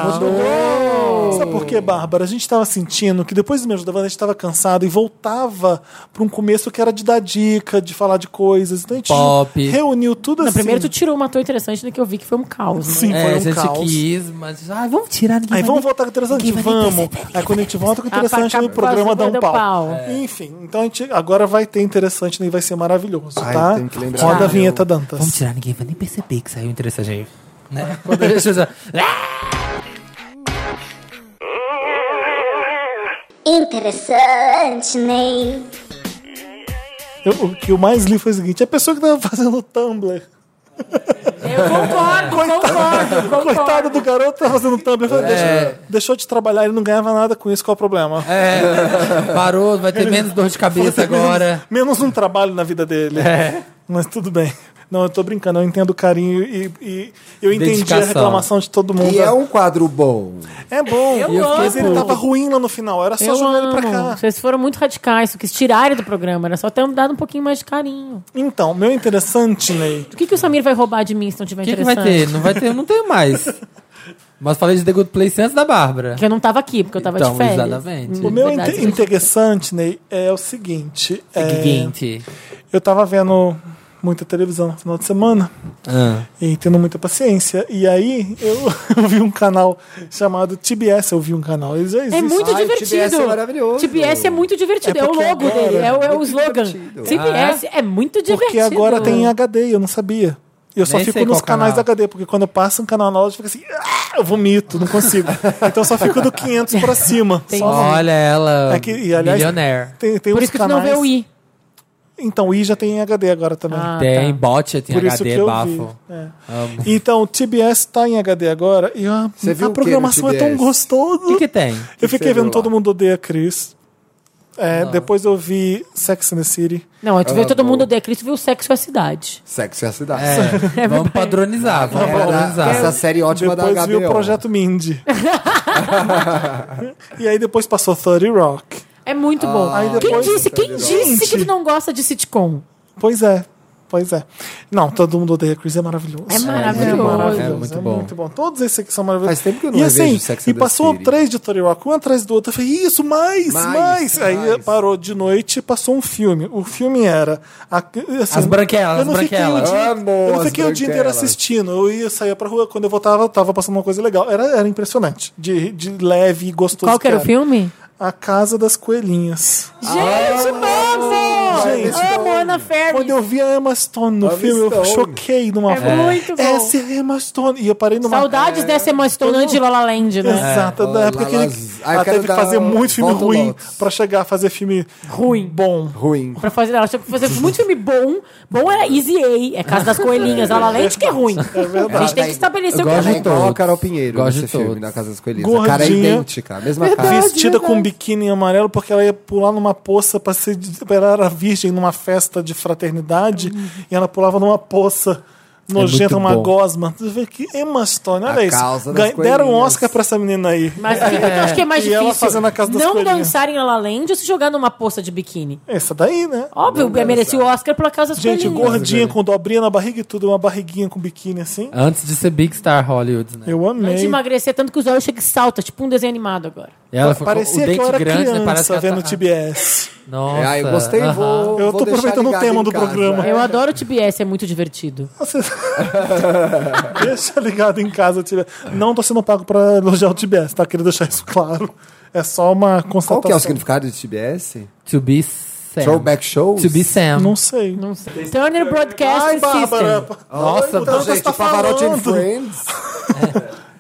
Speaker 1: Sabe por quê, Bárbara? A gente tava sentindo que depois do Me Ajuda Wanda, a gente tava cansado e voltava pra um começo que era de dar dica, de falar de coisas. Então a gente
Speaker 3: Pop.
Speaker 1: reuniu tudo
Speaker 2: Na
Speaker 1: assim.
Speaker 2: primeira, tu tirou uma tão interessante do que eu vi que foi um caos. né?
Speaker 1: Sim,
Speaker 3: É,
Speaker 1: foi
Speaker 3: a
Speaker 1: um
Speaker 3: gente
Speaker 1: caos.
Speaker 3: quis, mas. Ai, vamos tirar ninguém.
Speaker 1: Aí
Speaker 3: vai
Speaker 1: vamos
Speaker 3: nem-
Speaker 1: voltar com o interessante? Vamos. Aí quando a gente volta com o
Speaker 2: Ah, pra
Speaker 1: interessante, no
Speaker 2: acabar
Speaker 1: programa dá um
Speaker 2: dando
Speaker 1: pau.
Speaker 2: pau.
Speaker 4: É.
Speaker 1: Enfim, então a gente agora vai ter interessante né, e vai ser maravilhoso,
Speaker 4: Ai,
Speaker 1: tá?
Speaker 4: tenho que lembrar.
Speaker 1: Roda a
Speaker 4: Tchau.
Speaker 1: vinheta Dantas.
Speaker 3: Vamos tirar ninguém, vai nem perceber que saiu interessante aí. Né? Quando a gente usa-
Speaker 6: Interessante, Ney.
Speaker 1: Eu- o que eu mais li foi o seguinte: a pessoa que tava fazendo o Tumblr.
Speaker 2: É, Eu concordo, concordo, concordo.
Speaker 1: Coitado do garoto que tava fazendo o Tumblr. Falei,
Speaker 4: É.
Speaker 1: deixa- deixou de trabalhar, ele não ganhava nada com isso, qual é o problema?
Speaker 3: É, parou, vai ter menos dor de cabeça
Speaker 1: assim,
Speaker 3: agora. É.
Speaker 1: Menos um trabalho na vida dele.
Speaker 4: É.
Speaker 1: Mas tudo bem. Não, eu tô brincando, eu entendo o carinho e, e eu entendi a
Speaker 3: Dedicação.
Speaker 1: reclamação de todo mundo.
Speaker 4: E é um quadro bom.
Speaker 1: É bom,
Speaker 2: Eu amo.
Speaker 1: mas ele tava ruim lá no final, era só
Speaker 2: Eu
Speaker 1: jogar ele pra
Speaker 2: amo.
Speaker 1: cá.
Speaker 2: Vocês foram muito radicais, só quis tirarem do programa. Era só ter dado um pouquinho mais de carinho.
Speaker 1: Então, meu interessante, Ney.
Speaker 2: O que, que o Samir vai roubar de mim se não tiver
Speaker 3: O que, que vai
Speaker 2: interessante?
Speaker 3: ter? né? Não vai ter, eu não tenho mais. Mas falei de The Good Place antes da Bárbara.
Speaker 2: Porque eu não tava aqui, porque eu tava
Speaker 3: Então,
Speaker 2: de férias. Hum,
Speaker 3: exatamente.
Speaker 1: O meu
Speaker 2: Verdade, né?
Speaker 1: inte-
Speaker 2: gente.
Speaker 1: interessante, Ney, é o seguinte. é,
Speaker 3: Seguinte.
Speaker 1: eu tava vendo muita televisão no final de semana
Speaker 3: Ah.
Speaker 1: e tendo muita paciência. E aí eu, eu vi um canal chamado TBS, eu vi um canal. Ele já existe.
Speaker 2: É muito
Speaker 4: Ai, o
Speaker 2: divertido.
Speaker 4: TBS é maravilhoso.
Speaker 2: TBS é muito divertido.
Speaker 1: É
Speaker 2: É, o
Speaker 1: porque
Speaker 2: logo
Speaker 1: agora
Speaker 2: dele, é, o- é o
Speaker 4: muito
Speaker 2: slogan.
Speaker 4: divertido.
Speaker 2: TBS é? muito divertido.
Speaker 1: Porque agora tem HD, eu não sabia. Eu só
Speaker 3: Nem
Speaker 1: fico
Speaker 3: sei
Speaker 1: nos
Speaker 3: qual
Speaker 1: canais
Speaker 3: canal.
Speaker 1: da HD, porque quando eu passo um canal na eu fico assim, "Ah", eu vomito, não consigo. então eu só fico do 500 pra cima. Só vomito.
Speaker 3: Olha ela.
Speaker 1: É que, e, aliás,
Speaker 3: Millionaire.
Speaker 1: tem, tem
Speaker 2: Por
Speaker 1: uns
Speaker 2: isso que tu
Speaker 1: canais...
Speaker 2: não vê o I.
Speaker 1: Então, o I já tem em HD agora também.
Speaker 2: Ah,
Speaker 3: Tem
Speaker 2: tá.
Speaker 3: bot, tem
Speaker 1: Por isso que
Speaker 3: HD,
Speaker 1: eu
Speaker 3: bafo.
Speaker 1: vi. É.
Speaker 3: Amo.
Speaker 1: Então, o TBS tá em HD agora e a,
Speaker 4: Você
Speaker 1: a
Speaker 4: viu o que no
Speaker 1: programação é tão
Speaker 4: TBS?
Speaker 3: O que,
Speaker 1: gostosa.
Speaker 3: que tem?
Speaker 1: Eu
Speaker 4: você
Speaker 1: fiquei vendo
Speaker 4: viu
Speaker 1: Todo
Speaker 4: lá?
Speaker 1: Mundo Odeia Chris. É, depois eu vi Sex and the City.
Speaker 2: Não, tu vê
Speaker 4: Ah,
Speaker 1: é
Speaker 2: todo
Speaker 4: bom.
Speaker 2: mundo odeia Cristo, viu o sexo e a cidade.
Speaker 4: Sexo e a cidade.
Speaker 3: É, vamos padronizar,
Speaker 1: É
Speaker 3: vamos
Speaker 4: Era
Speaker 3: padronizar.
Speaker 4: essa série ótima
Speaker 1: Depois
Speaker 4: da HBO.
Speaker 1: vi o Projeto Mindy. e aí depois passou 30 Rock.
Speaker 2: É muito
Speaker 1: aí
Speaker 2: bom. Quem
Speaker 1: Ah, depois-
Speaker 2: disse, quem disse que
Speaker 1: Gente.
Speaker 2: tu não gosta de sitcom?
Speaker 1: Pois é, pois é. Não, todo mundo odeia Chris, é maravilhoso.
Speaker 2: É maravilhoso.
Speaker 1: maravilhoso,
Speaker 3: É muito bom.
Speaker 1: Todos esses aqui são maravilhosos.
Speaker 4: Faz tempo que eu não
Speaker 1: E assim,
Speaker 4: revejo Sex
Speaker 1: e
Speaker 4: and the
Speaker 1: passou
Speaker 4: City.
Speaker 1: três de Tori Rock, um atrás do outro. Eu falei, isso, mais, mais.
Speaker 4: Mais,
Speaker 1: Aí
Speaker 4: mais.
Speaker 1: parou de noite e passou um filme. O filme era. a- assim,
Speaker 3: As Branquelas,
Speaker 1: eu não
Speaker 3: as
Speaker 1: fiquei
Speaker 3: Branquelas.
Speaker 1: O dia,
Speaker 4: Amo
Speaker 1: eu não
Speaker 4: as
Speaker 1: fiquei o dia inteiro
Speaker 4: Branquelas.
Speaker 1: assistindo. Eu ia saía pra rua, quando eu voltava, tava passando uma coisa legal. Era, era impressionante. De, de leve e gostoso.
Speaker 2: Qual que era o
Speaker 1: que
Speaker 2: filme?
Speaker 1: A Casa das Coelhinhas.
Speaker 2: Gente, vamos!
Speaker 1: Ai, Ah, gente.
Speaker 2: Ai, Moana
Speaker 1: um Quando
Speaker 2: É, Ferris.
Speaker 1: eu vi a Emma Stone no
Speaker 4: Emma
Speaker 1: filme, eu
Speaker 4: Stone.
Speaker 1: choquei numa
Speaker 2: É muito bom.
Speaker 1: Essa é a Emma Stone. E eu parei numa.
Speaker 2: Saudades dessa Emma Stone antes de La La Land, né?
Speaker 1: Exata,
Speaker 4: É.
Speaker 1: da época
Speaker 4: Lá,
Speaker 1: que
Speaker 4: lá,
Speaker 1: ele,
Speaker 4: ah, eu
Speaker 1: ela
Speaker 4: quero
Speaker 1: teve que
Speaker 4: dar
Speaker 1: fazer
Speaker 4: um
Speaker 1: muito filme
Speaker 4: volta
Speaker 1: ruim
Speaker 4: lotes.
Speaker 1: pra chegar a fazer filme ruim. Bom.
Speaker 4: Ruim.
Speaker 2: Pra fazer, ela tinha que fazer muito filme bom. Bom era Easy A, é Casa das Coelhinhas. A La La Land que é ruim.
Speaker 1: verdade.
Speaker 2: A gente tem que estabelecer
Speaker 3: Eu
Speaker 2: o que é
Speaker 4: Ela
Speaker 3: gosto
Speaker 4: é
Speaker 2: ruim.
Speaker 4: igual
Speaker 3: todos.
Speaker 4: a Carol Pinheiro
Speaker 3: Gosto de
Speaker 4: nesse filme,
Speaker 3: todos.
Speaker 4: na Casa das Coelhinhas. A cara é
Speaker 1: Gordinha.
Speaker 4: idêntica, a mesma cara.
Speaker 1: vestida com um biquíni amarelo porque ela ia pular numa poça para ser ela era virgem numa festa de fraternidade
Speaker 2: Uhum.
Speaker 1: e ela pulava numa poça nojenta,
Speaker 3: muito
Speaker 1: uma
Speaker 3: bom.
Speaker 1: gosma. Tu vê Que Emma Stone, olha
Speaker 4: É A
Speaker 1: isso.
Speaker 4: causa das
Speaker 1: Ganha- Deram um
Speaker 4: coelhinhas.
Speaker 1: Oscar pra essa menina aí.
Speaker 2: Mas o que que eu acho que é mais
Speaker 1: E ela
Speaker 2: difícil?
Speaker 1: fazendo a Casa das
Speaker 2: não
Speaker 1: Coelhinhas.
Speaker 2: dançar em La La Land ou se jogar numa poça de biquíni?
Speaker 1: Essa daí, né?
Speaker 2: Óbvio, eu mereci o Oscar pela Casa das
Speaker 1: Gente,
Speaker 2: Coelhinhas.
Speaker 1: gordinha com dobrinha na barriga e tudo, uma barriguinha com biquíni assim.
Speaker 3: Antes de ser Big Star Hollywood, né?
Speaker 1: Eu
Speaker 2: Antes de
Speaker 1: amei.
Speaker 2: emagrecer, tanto que os olhos chegam e salta, tipo um desenho animado agora.
Speaker 3: Ela ficou
Speaker 1: Parecia
Speaker 3: o dente
Speaker 1: que eu era
Speaker 3: grande, né? Parece
Speaker 1: criança
Speaker 3: que ela
Speaker 1: vendo tipo,
Speaker 3: tá-
Speaker 1: TBS.
Speaker 3: Nossa.
Speaker 4: Ah, eu gostei,
Speaker 3: aham.
Speaker 4: vou.
Speaker 1: Eu
Speaker 4: vou
Speaker 1: tô
Speaker 4: deixar
Speaker 1: aproveitando o
Speaker 4: ligado
Speaker 1: tema
Speaker 4: em
Speaker 1: do
Speaker 4: casa.
Speaker 1: programa.
Speaker 2: Eu adoro o TBS, é muito divertido.
Speaker 1: Você- Deixa ligado em casa. Tibe- Não tô sendo pago pra elogiar o TBS, tá? Queria deixar isso claro. É só uma constatação.
Speaker 4: Qual que é o significado de TBS?
Speaker 3: To be Sam.
Speaker 4: Throwback shows?
Speaker 3: To be Sam.
Speaker 1: Não sei. Não sei.
Speaker 2: Turner Broadcast
Speaker 1: Ai, Bárbara.
Speaker 2: System.
Speaker 4: Nossa,
Speaker 1: então você
Speaker 4: gente,
Speaker 1: tá
Speaker 4: Pavarotti and
Speaker 1: falando.
Speaker 4: Friends.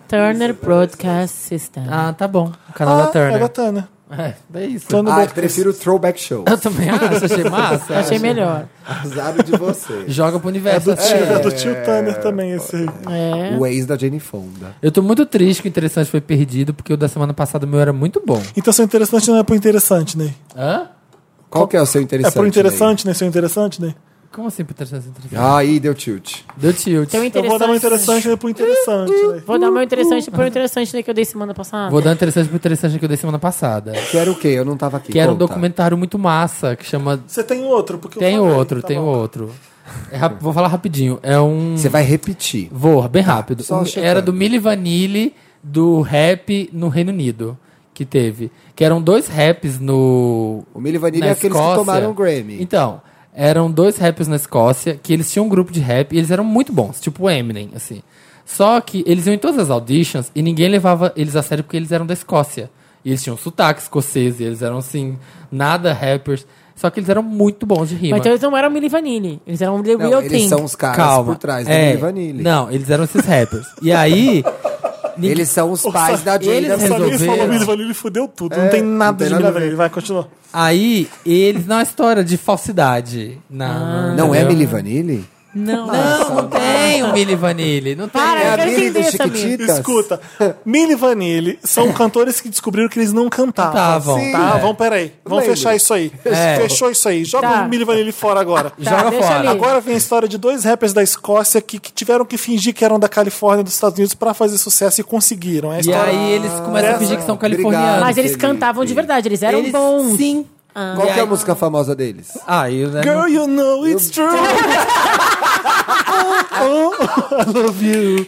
Speaker 2: Turner Broadcast System.
Speaker 3: Ah, tá bom. O canal
Speaker 1: Ah,
Speaker 3: da
Speaker 1: é da
Speaker 3: Turner.
Speaker 1: Tânia.
Speaker 3: É, é isso.
Speaker 1: Tânia
Speaker 4: Ah, eu
Speaker 1: Broadcast.
Speaker 4: prefiro throwback shows.
Speaker 3: Eu também acho, achei massa.
Speaker 2: Achei melhor.
Speaker 4: Azar de você.
Speaker 3: Joga pro universo.
Speaker 1: do tio, é do tio Tanner também, esse aí.
Speaker 2: É.
Speaker 4: O ex da Jane Fonda.
Speaker 3: Eu tô muito triste que o interessante foi perdido, porque o da semana passada meu era muito bom.
Speaker 1: Então, seu interessante não é pro interessante, Ney.
Speaker 3: Hã?
Speaker 4: Qual que é o seu
Speaker 1: É
Speaker 4: interessante?
Speaker 1: pro interessante, Ney? Seu interessante, Ney?
Speaker 3: Como assim pro interessante? interessante?
Speaker 4: Ah, Aí deu tilt.
Speaker 3: Deu tilt.
Speaker 2: Então,
Speaker 1: Eu vou dar um interessante Uhum. Ney, pro interessante. Ney.
Speaker 2: Vou dar o meu interessante pro interessante né, que eu dei semana passada.
Speaker 3: Uhum. Vou dar um interessante pro interessante que eu dei semana passada.
Speaker 4: Que era o quê? Eu não tava aqui.
Speaker 3: Que era um
Speaker 4: Conta.
Speaker 3: documentário muito massa, que chama...
Speaker 1: Você tem outro? Porque eu
Speaker 3: Tem
Speaker 1: falei,
Speaker 3: outro,
Speaker 1: tá
Speaker 3: tem
Speaker 1: bom.
Speaker 3: outro. É rap- Vou falar rapidinho. É um...
Speaker 4: Você vai repetir.
Speaker 3: Vou, bem rápido.
Speaker 4: só
Speaker 3: Um-
Speaker 4: checando.
Speaker 3: era do Milli Vanilli, do rap no Reino Unido, que teve. Que eram dois raps no...
Speaker 4: O Milli Vanilli
Speaker 3: na
Speaker 4: é aqueles
Speaker 3: Escócia.
Speaker 4: que tomaram o Grammy.
Speaker 3: Então, eram dois rappers na Escócia, que eles tinham um grupo de rap e eles eram muito bons, tipo o Eminem, assim. Só que eles iam em todas as auditions e ninguém levava eles a sério porque eles eram da Escócia. E eles tinham sotaque escocês, e eles eram assim, nada rappers. Só que eles eram muito bons de rima.
Speaker 2: Mas então eles não eram Milli Vanilli. Eles eram The
Speaker 4: Não,
Speaker 2: Real
Speaker 4: eles
Speaker 2: Thing.
Speaker 4: são os caras
Speaker 3: Calma.
Speaker 4: por trás do
Speaker 3: é,
Speaker 4: Milli Vanilli.
Speaker 3: Não, eles eram esses rappers. e aí. ninguém-
Speaker 4: Eles são os pais da Jane
Speaker 3: eles
Speaker 4: da
Speaker 1: Só
Speaker 4: Fonda.
Speaker 1: nisso falou
Speaker 3: Resolveram. É,
Speaker 1: Milli Vanilli fudeu tudo. não tem nada
Speaker 4: tem
Speaker 1: de Milli
Speaker 4: nada a ver.
Speaker 1: Vanilli. Vai, continua.
Speaker 3: Aí, eles. Não é história de falsidade. Na,
Speaker 2: Ah.
Speaker 3: na-
Speaker 4: Não é
Speaker 3: entendeu?
Speaker 4: Milli Vanilli?
Speaker 2: Não.
Speaker 3: Não, não tem o Milli Vanilli. Não tem.
Speaker 2: Para,
Speaker 4: É
Speaker 2: eu
Speaker 4: a
Speaker 2: quero
Speaker 4: Milli
Speaker 2: entender
Speaker 4: dos
Speaker 2: essa minha.
Speaker 4: Chiquititas?
Speaker 1: Escuta, Milli Vanilli são cantores que descobriram que eles não cantavam.
Speaker 3: Cantavam,
Speaker 1: Sim. Tá,
Speaker 3: é.
Speaker 1: vamos, peraí. Vamos
Speaker 4: Lembro.
Speaker 1: fechar isso aí.
Speaker 3: É.
Speaker 1: Fechou isso aí. Joga
Speaker 2: Tá.
Speaker 1: o Milli Vanilli fora agora.
Speaker 3: Joga
Speaker 2: deixa
Speaker 3: fora.
Speaker 2: ali.
Speaker 1: Agora vem a história de dois rappers da Escócia que, que tiveram que fingir que eram da Califórnia dos Estados Unidos pra fazer sucesso e conseguiram. É a
Speaker 3: E
Speaker 1: história.
Speaker 3: aí eles começam a
Speaker 1: dessa-
Speaker 3: fingir que são
Speaker 4: Obrigado.
Speaker 3: californianos.
Speaker 2: Mas eles
Speaker 4: Felipe.
Speaker 2: cantavam de verdade, eles eram
Speaker 3: Eles-
Speaker 2: bons.
Speaker 3: Sim.
Speaker 4: Qual que é a música famosa deles?
Speaker 3: Ah, eu, né,
Speaker 1: Girl, you know it's true. Oh, oh, I love you.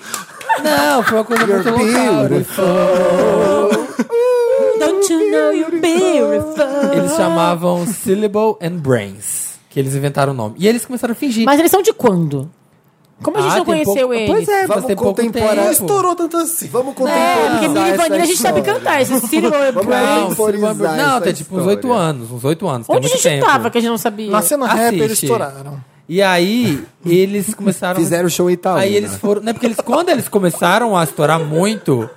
Speaker 3: Não, foi uma coisa muito
Speaker 4: You're
Speaker 3: louca.
Speaker 4: beautiful.
Speaker 2: Don't you know you're beautiful?
Speaker 3: Eles chamavam Syllable and Brains. Que eles inventaram o nome. E eles começaram a fingir.
Speaker 2: Mas eles são de quando? Como a gente
Speaker 3: Ah,
Speaker 2: não
Speaker 3: tem
Speaker 2: conheceu
Speaker 3: pouco-
Speaker 2: eles?
Speaker 3: Pois é, mas
Speaker 4: Vamos
Speaker 3: tem pouco tempo.
Speaker 4: contemporâneo.
Speaker 1: Estourou tanto assim.
Speaker 2: É,
Speaker 4: Vamos
Speaker 2: porque
Speaker 4: contemporizar
Speaker 2: Milli Vanilli
Speaker 4: essa
Speaker 2: a
Speaker 3: tá
Speaker 2: gente sabe
Speaker 4: história.
Speaker 2: cantar. Esse Silver
Speaker 4: Vamos
Speaker 3: Não,
Speaker 2: Brain.
Speaker 4: lá. temporizar
Speaker 3: Syllable and Brains-
Speaker 4: essa
Speaker 3: não tem tipo uns
Speaker 4: história.
Speaker 3: oito anos. Uns oito anos. tem
Speaker 2: Onde a
Speaker 3: muito
Speaker 2: gente
Speaker 3: tempo.
Speaker 2: tava que a gente não sabia?
Speaker 1: Na cena rap eles
Speaker 3: Assiste.
Speaker 1: estouraram.
Speaker 3: E aí, eles começaram...
Speaker 4: Fizeram show em Itaúna.
Speaker 3: Aí eles foram... Né, porque eles, quando eles começaram a estourar muito,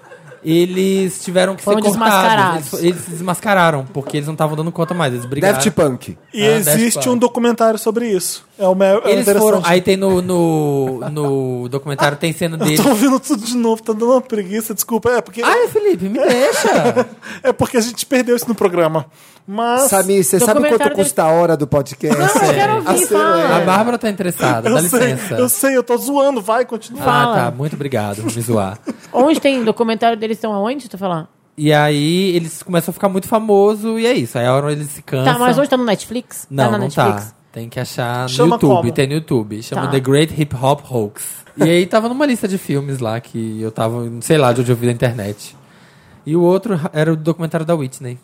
Speaker 3: eles tiveram que
Speaker 2: Foram
Speaker 3: ser cortados.
Speaker 2: desmascarados.
Speaker 3: Eles, eles se desmascararam, porque eles não estavam dando conta mais. Eles brigaram.
Speaker 1: tipo,
Speaker 4: Daft Punk.
Speaker 1: E
Speaker 3: Ah, Daft
Speaker 1: existe um
Speaker 3: Punk.
Speaker 1: documentário sobre isso. É o meu.
Speaker 3: Eles
Speaker 1: interessante.
Speaker 3: foram. Aí tem no, no, no documentário, tem cena
Speaker 1: Eu
Speaker 3: deles.
Speaker 1: tô ouvindo tudo de novo, tá dando uma preguiça, desculpa. É porque,
Speaker 3: Ai, Felipe, me deixa!
Speaker 1: é porque a gente perdeu isso no programa. Mas.
Speaker 4: Samir, você sabe
Speaker 2: Documentário
Speaker 4: quanto
Speaker 2: dele-
Speaker 4: custa a hora do podcast?
Speaker 2: Não, eu quero ouvir,
Speaker 4: Acelera.
Speaker 2: fala.
Speaker 3: A Bárbara tá interessada,
Speaker 1: eu
Speaker 3: dá
Speaker 1: sei,
Speaker 3: licença.
Speaker 1: eu sei, eu tô zoando, vai, continua.
Speaker 3: Ah,
Speaker 2: Fala.
Speaker 3: tá, muito obrigado por me zoar.
Speaker 2: Onde tem documentário deles? Estão aonde? Tu falar?
Speaker 3: E aí eles começam a ficar muito famoso e é isso. Aí a hora eles se cansam.
Speaker 2: Tá, mas hoje tá no Netflix?
Speaker 3: Não,
Speaker 2: tá na
Speaker 3: não
Speaker 2: Netflix?
Speaker 3: tá. Tem que achar no
Speaker 1: Chama
Speaker 3: YouTube,
Speaker 1: como?
Speaker 3: tem no YouTube. Chama
Speaker 2: Tá.
Speaker 3: The Great Hip Hop Hoax. E aí tava numa lista de filmes lá que eu tava, não sei lá de onde eu vi da internet. E o outro era o documentário da Whitney.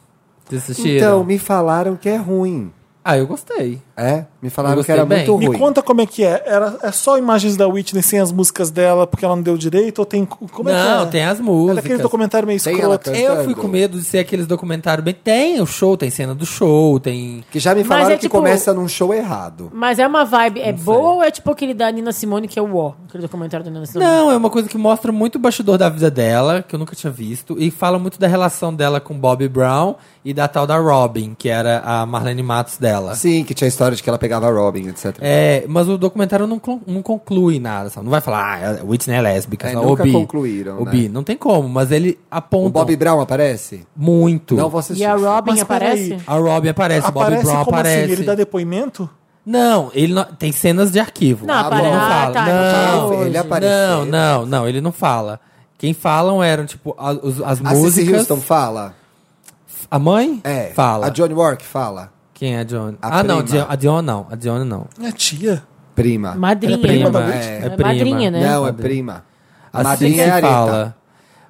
Speaker 3: Vocês assistiram?
Speaker 1: Então,
Speaker 4: Então, me falaram que é ruim.
Speaker 3: Ah, eu gostei.
Speaker 4: É? Me falaram
Speaker 3: Eu
Speaker 4: que era
Speaker 3: gostei
Speaker 4: muito
Speaker 3: bem.
Speaker 1: Me
Speaker 4: ruim.
Speaker 1: conta como é que é. Era, é só imagens da Whitney sem as músicas dela porque ela não deu direito? Ou tem. Como é
Speaker 3: não,
Speaker 1: que é?
Speaker 3: tem as
Speaker 1: É
Speaker 3: músicas.
Speaker 1: daquele documentário meio
Speaker 4: Tem
Speaker 1: escroto.
Speaker 4: ela
Speaker 3: Eu fui
Speaker 4: cantando.
Speaker 3: com medo de ser aqueles documentários bem. Tem o show, tem cena do show, tem.
Speaker 4: Que já me
Speaker 2: Mas
Speaker 4: falaram
Speaker 2: é
Speaker 4: que
Speaker 2: tipo-
Speaker 4: começa num show errado.
Speaker 2: Mas é uma vibe, é boa ou é tipo aquele da Nina Simone que é o ó? Aquele documentário da Nina Simone.
Speaker 3: Não, é uma coisa que mostra muito o bastidor da vida dela, que eu nunca tinha visto, e fala muito da relação dela com Bobby Brown e da tal da Robin, que era a Marlene Matos dela.
Speaker 4: Sim, que tinha a história de que ela pegava Robin, etc.
Speaker 3: Ah. É, mas o documentário não, con- não conclui nada, sabe? Não vai falar, ah, Whitney é lésbica,
Speaker 4: É,
Speaker 3: não,
Speaker 4: nunca
Speaker 3: Obi.
Speaker 4: concluíram,
Speaker 3: Obi,
Speaker 4: né?
Speaker 3: não tem como, mas ele aponta
Speaker 4: O Bob Brown aparece?
Speaker 3: muito.
Speaker 4: Não vou assistir.
Speaker 2: E a Robin
Speaker 1: Mas
Speaker 2: aparece?
Speaker 1: peraí.
Speaker 3: A Robin aparece, o Bobby
Speaker 1: Aparece
Speaker 3: Brown
Speaker 1: como
Speaker 3: aparece.
Speaker 1: assim?
Speaker 4: tá
Speaker 1: Ele dá depoimento?
Speaker 3: Não, ele não- tem cenas de arquivo.
Speaker 2: Não,
Speaker 3: Ah,
Speaker 2: apare-
Speaker 3: bom,
Speaker 2: ah,
Speaker 3: fala.
Speaker 2: tá,
Speaker 3: não,
Speaker 4: entendi. Ele é. apareceu.
Speaker 3: Não, não, não, ele não fala. Quem falam eram, tipo, a- os- as
Speaker 4: A Cissy
Speaker 3: músicas.
Speaker 4: Houston fala?
Speaker 3: A mãe?
Speaker 4: É.
Speaker 3: Fala.
Speaker 4: A Johnny Work fala?
Speaker 3: Quem é a John?
Speaker 4: A
Speaker 3: ah, não,
Speaker 4: prima.
Speaker 3: a Dion não. A Dion não.
Speaker 1: Minha É tia.
Speaker 4: Prima.
Speaker 2: Madrinha.
Speaker 3: É prima,
Speaker 1: da
Speaker 3: é,
Speaker 4: Whitney?
Speaker 3: é
Speaker 2: É
Speaker 3: prima.
Speaker 2: madrinha, né?
Speaker 4: Não, é
Speaker 3: Padre.
Speaker 4: prima. A
Speaker 3: Assim
Speaker 4: madrinha é a
Speaker 3: se
Speaker 4: Areta.
Speaker 3: fala.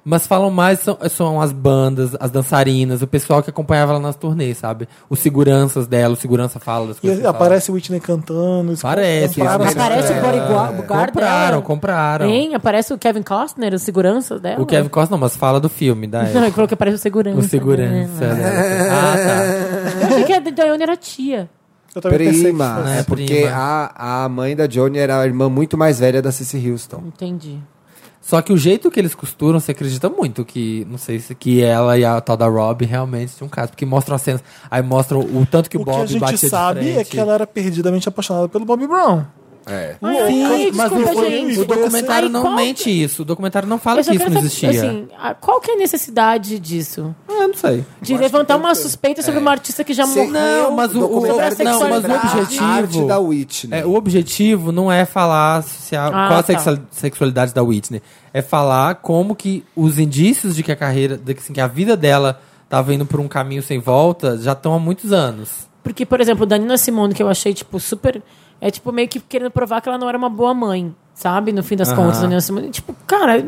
Speaker 3: Mas falam mais, são, são as bandas, as dançarinas, o pessoal que acompanhava ela nas turnês, sabe? Os seguranças dela, o segurança fala das coisas.
Speaker 1: E
Speaker 3: que ela
Speaker 1: aparece Whitney cantando. isso-
Speaker 3: Parece,
Speaker 1: compara-
Speaker 4: é.
Speaker 2: Aparece o Cory Gua-
Speaker 3: fala.
Speaker 2: Guard
Speaker 3: Compraram,
Speaker 2: dela.
Speaker 3: compraram.
Speaker 2: Hein? Aparece o Kevin Costner, o segurança dela.
Speaker 3: O Kevin Costner não, mas fala do filme, da
Speaker 2: É Não, ele
Speaker 3: época.
Speaker 2: falou que aparece o segurança.
Speaker 3: O segurança.
Speaker 2: né?
Speaker 3: né? Ah,
Speaker 2: Eu achei que a Dione era tia.
Speaker 1: Eu também pensei que
Speaker 4: Prima.
Speaker 1: fosse.
Speaker 3: É,
Speaker 4: É porque
Speaker 3: prima.
Speaker 4: a, a mãe da Johnny era a irmã muito mais velha da Cissy Houston.
Speaker 2: Entendi.
Speaker 3: tá. Só que o jeito que eles costuram, você acredita muito que, não sei se que ela e a tal da Rob realmente tinham um caso, porque mostram as cenas, aí mostram o tanto que o,
Speaker 1: O que
Speaker 3: Bob
Speaker 1: a gente
Speaker 3: batia de
Speaker 1: sabe
Speaker 3: frente.
Speaker 1: é que ela era perdidamente apaixonada pelo Bobby Brown.
Speaker 4: É.
Speaker 2: Ai,
Speaker 1: Sim,
Speaker 2: ai,
Speaker 3: mas
Speaker 2: desculpa,
Speaker 1: o-
Speaker 2: gente.
Speaker 1: o
Speaker 3: O documentário
Speaker 2: Ai,
Speaker 3: não
Speaker 2: qual-
Speaker 3: mente isso. O documentário não fala
Speaker 2: Eu
Speaker 3: que
Speaker 2: só
Speaker 3: isso
Speaker 2: quero
Speaker 3: não
Speaker 2: saber,
Speaker 3: existia.
Speaker 2: assim, a- qual que é a necessidade disso?
Speaker 3: Ah, não sei.
Speaker 2: De levantar uma suspeita
Speaker 1: É.
Speaker 2: sobre uma artista que já morreu?
Speaker 3: Não, mas o, o-
Speaker 4: documentário tem que
Speaker 3: não, mas o
Speaker 4: mostrar
Speaker 3: objetivo.
Speaker 4: A arte da Whitney.
Speaker 3: É, o objetivo não é falar social,
Speaker 2: Ah,
Speaker 3: qual a
Speaker 2: tá.
Speaker 3: sexua- sexualidade da Whitney. É falar como que os indícios de que a carreira, de que, assim, que a vida dela tava indo por um caminho sem volta já estão há muitos anos.
Speaker 2: Porque, por exemplo, da Nina Simone, que eu achei, tipo, super. É, tipo, meio que querendo provar que ela não era uma boa mãe, sabe? No fim das
Speaker 3: Aham.
Speaker 2: contas, a Nina Simone. Tipo, cara,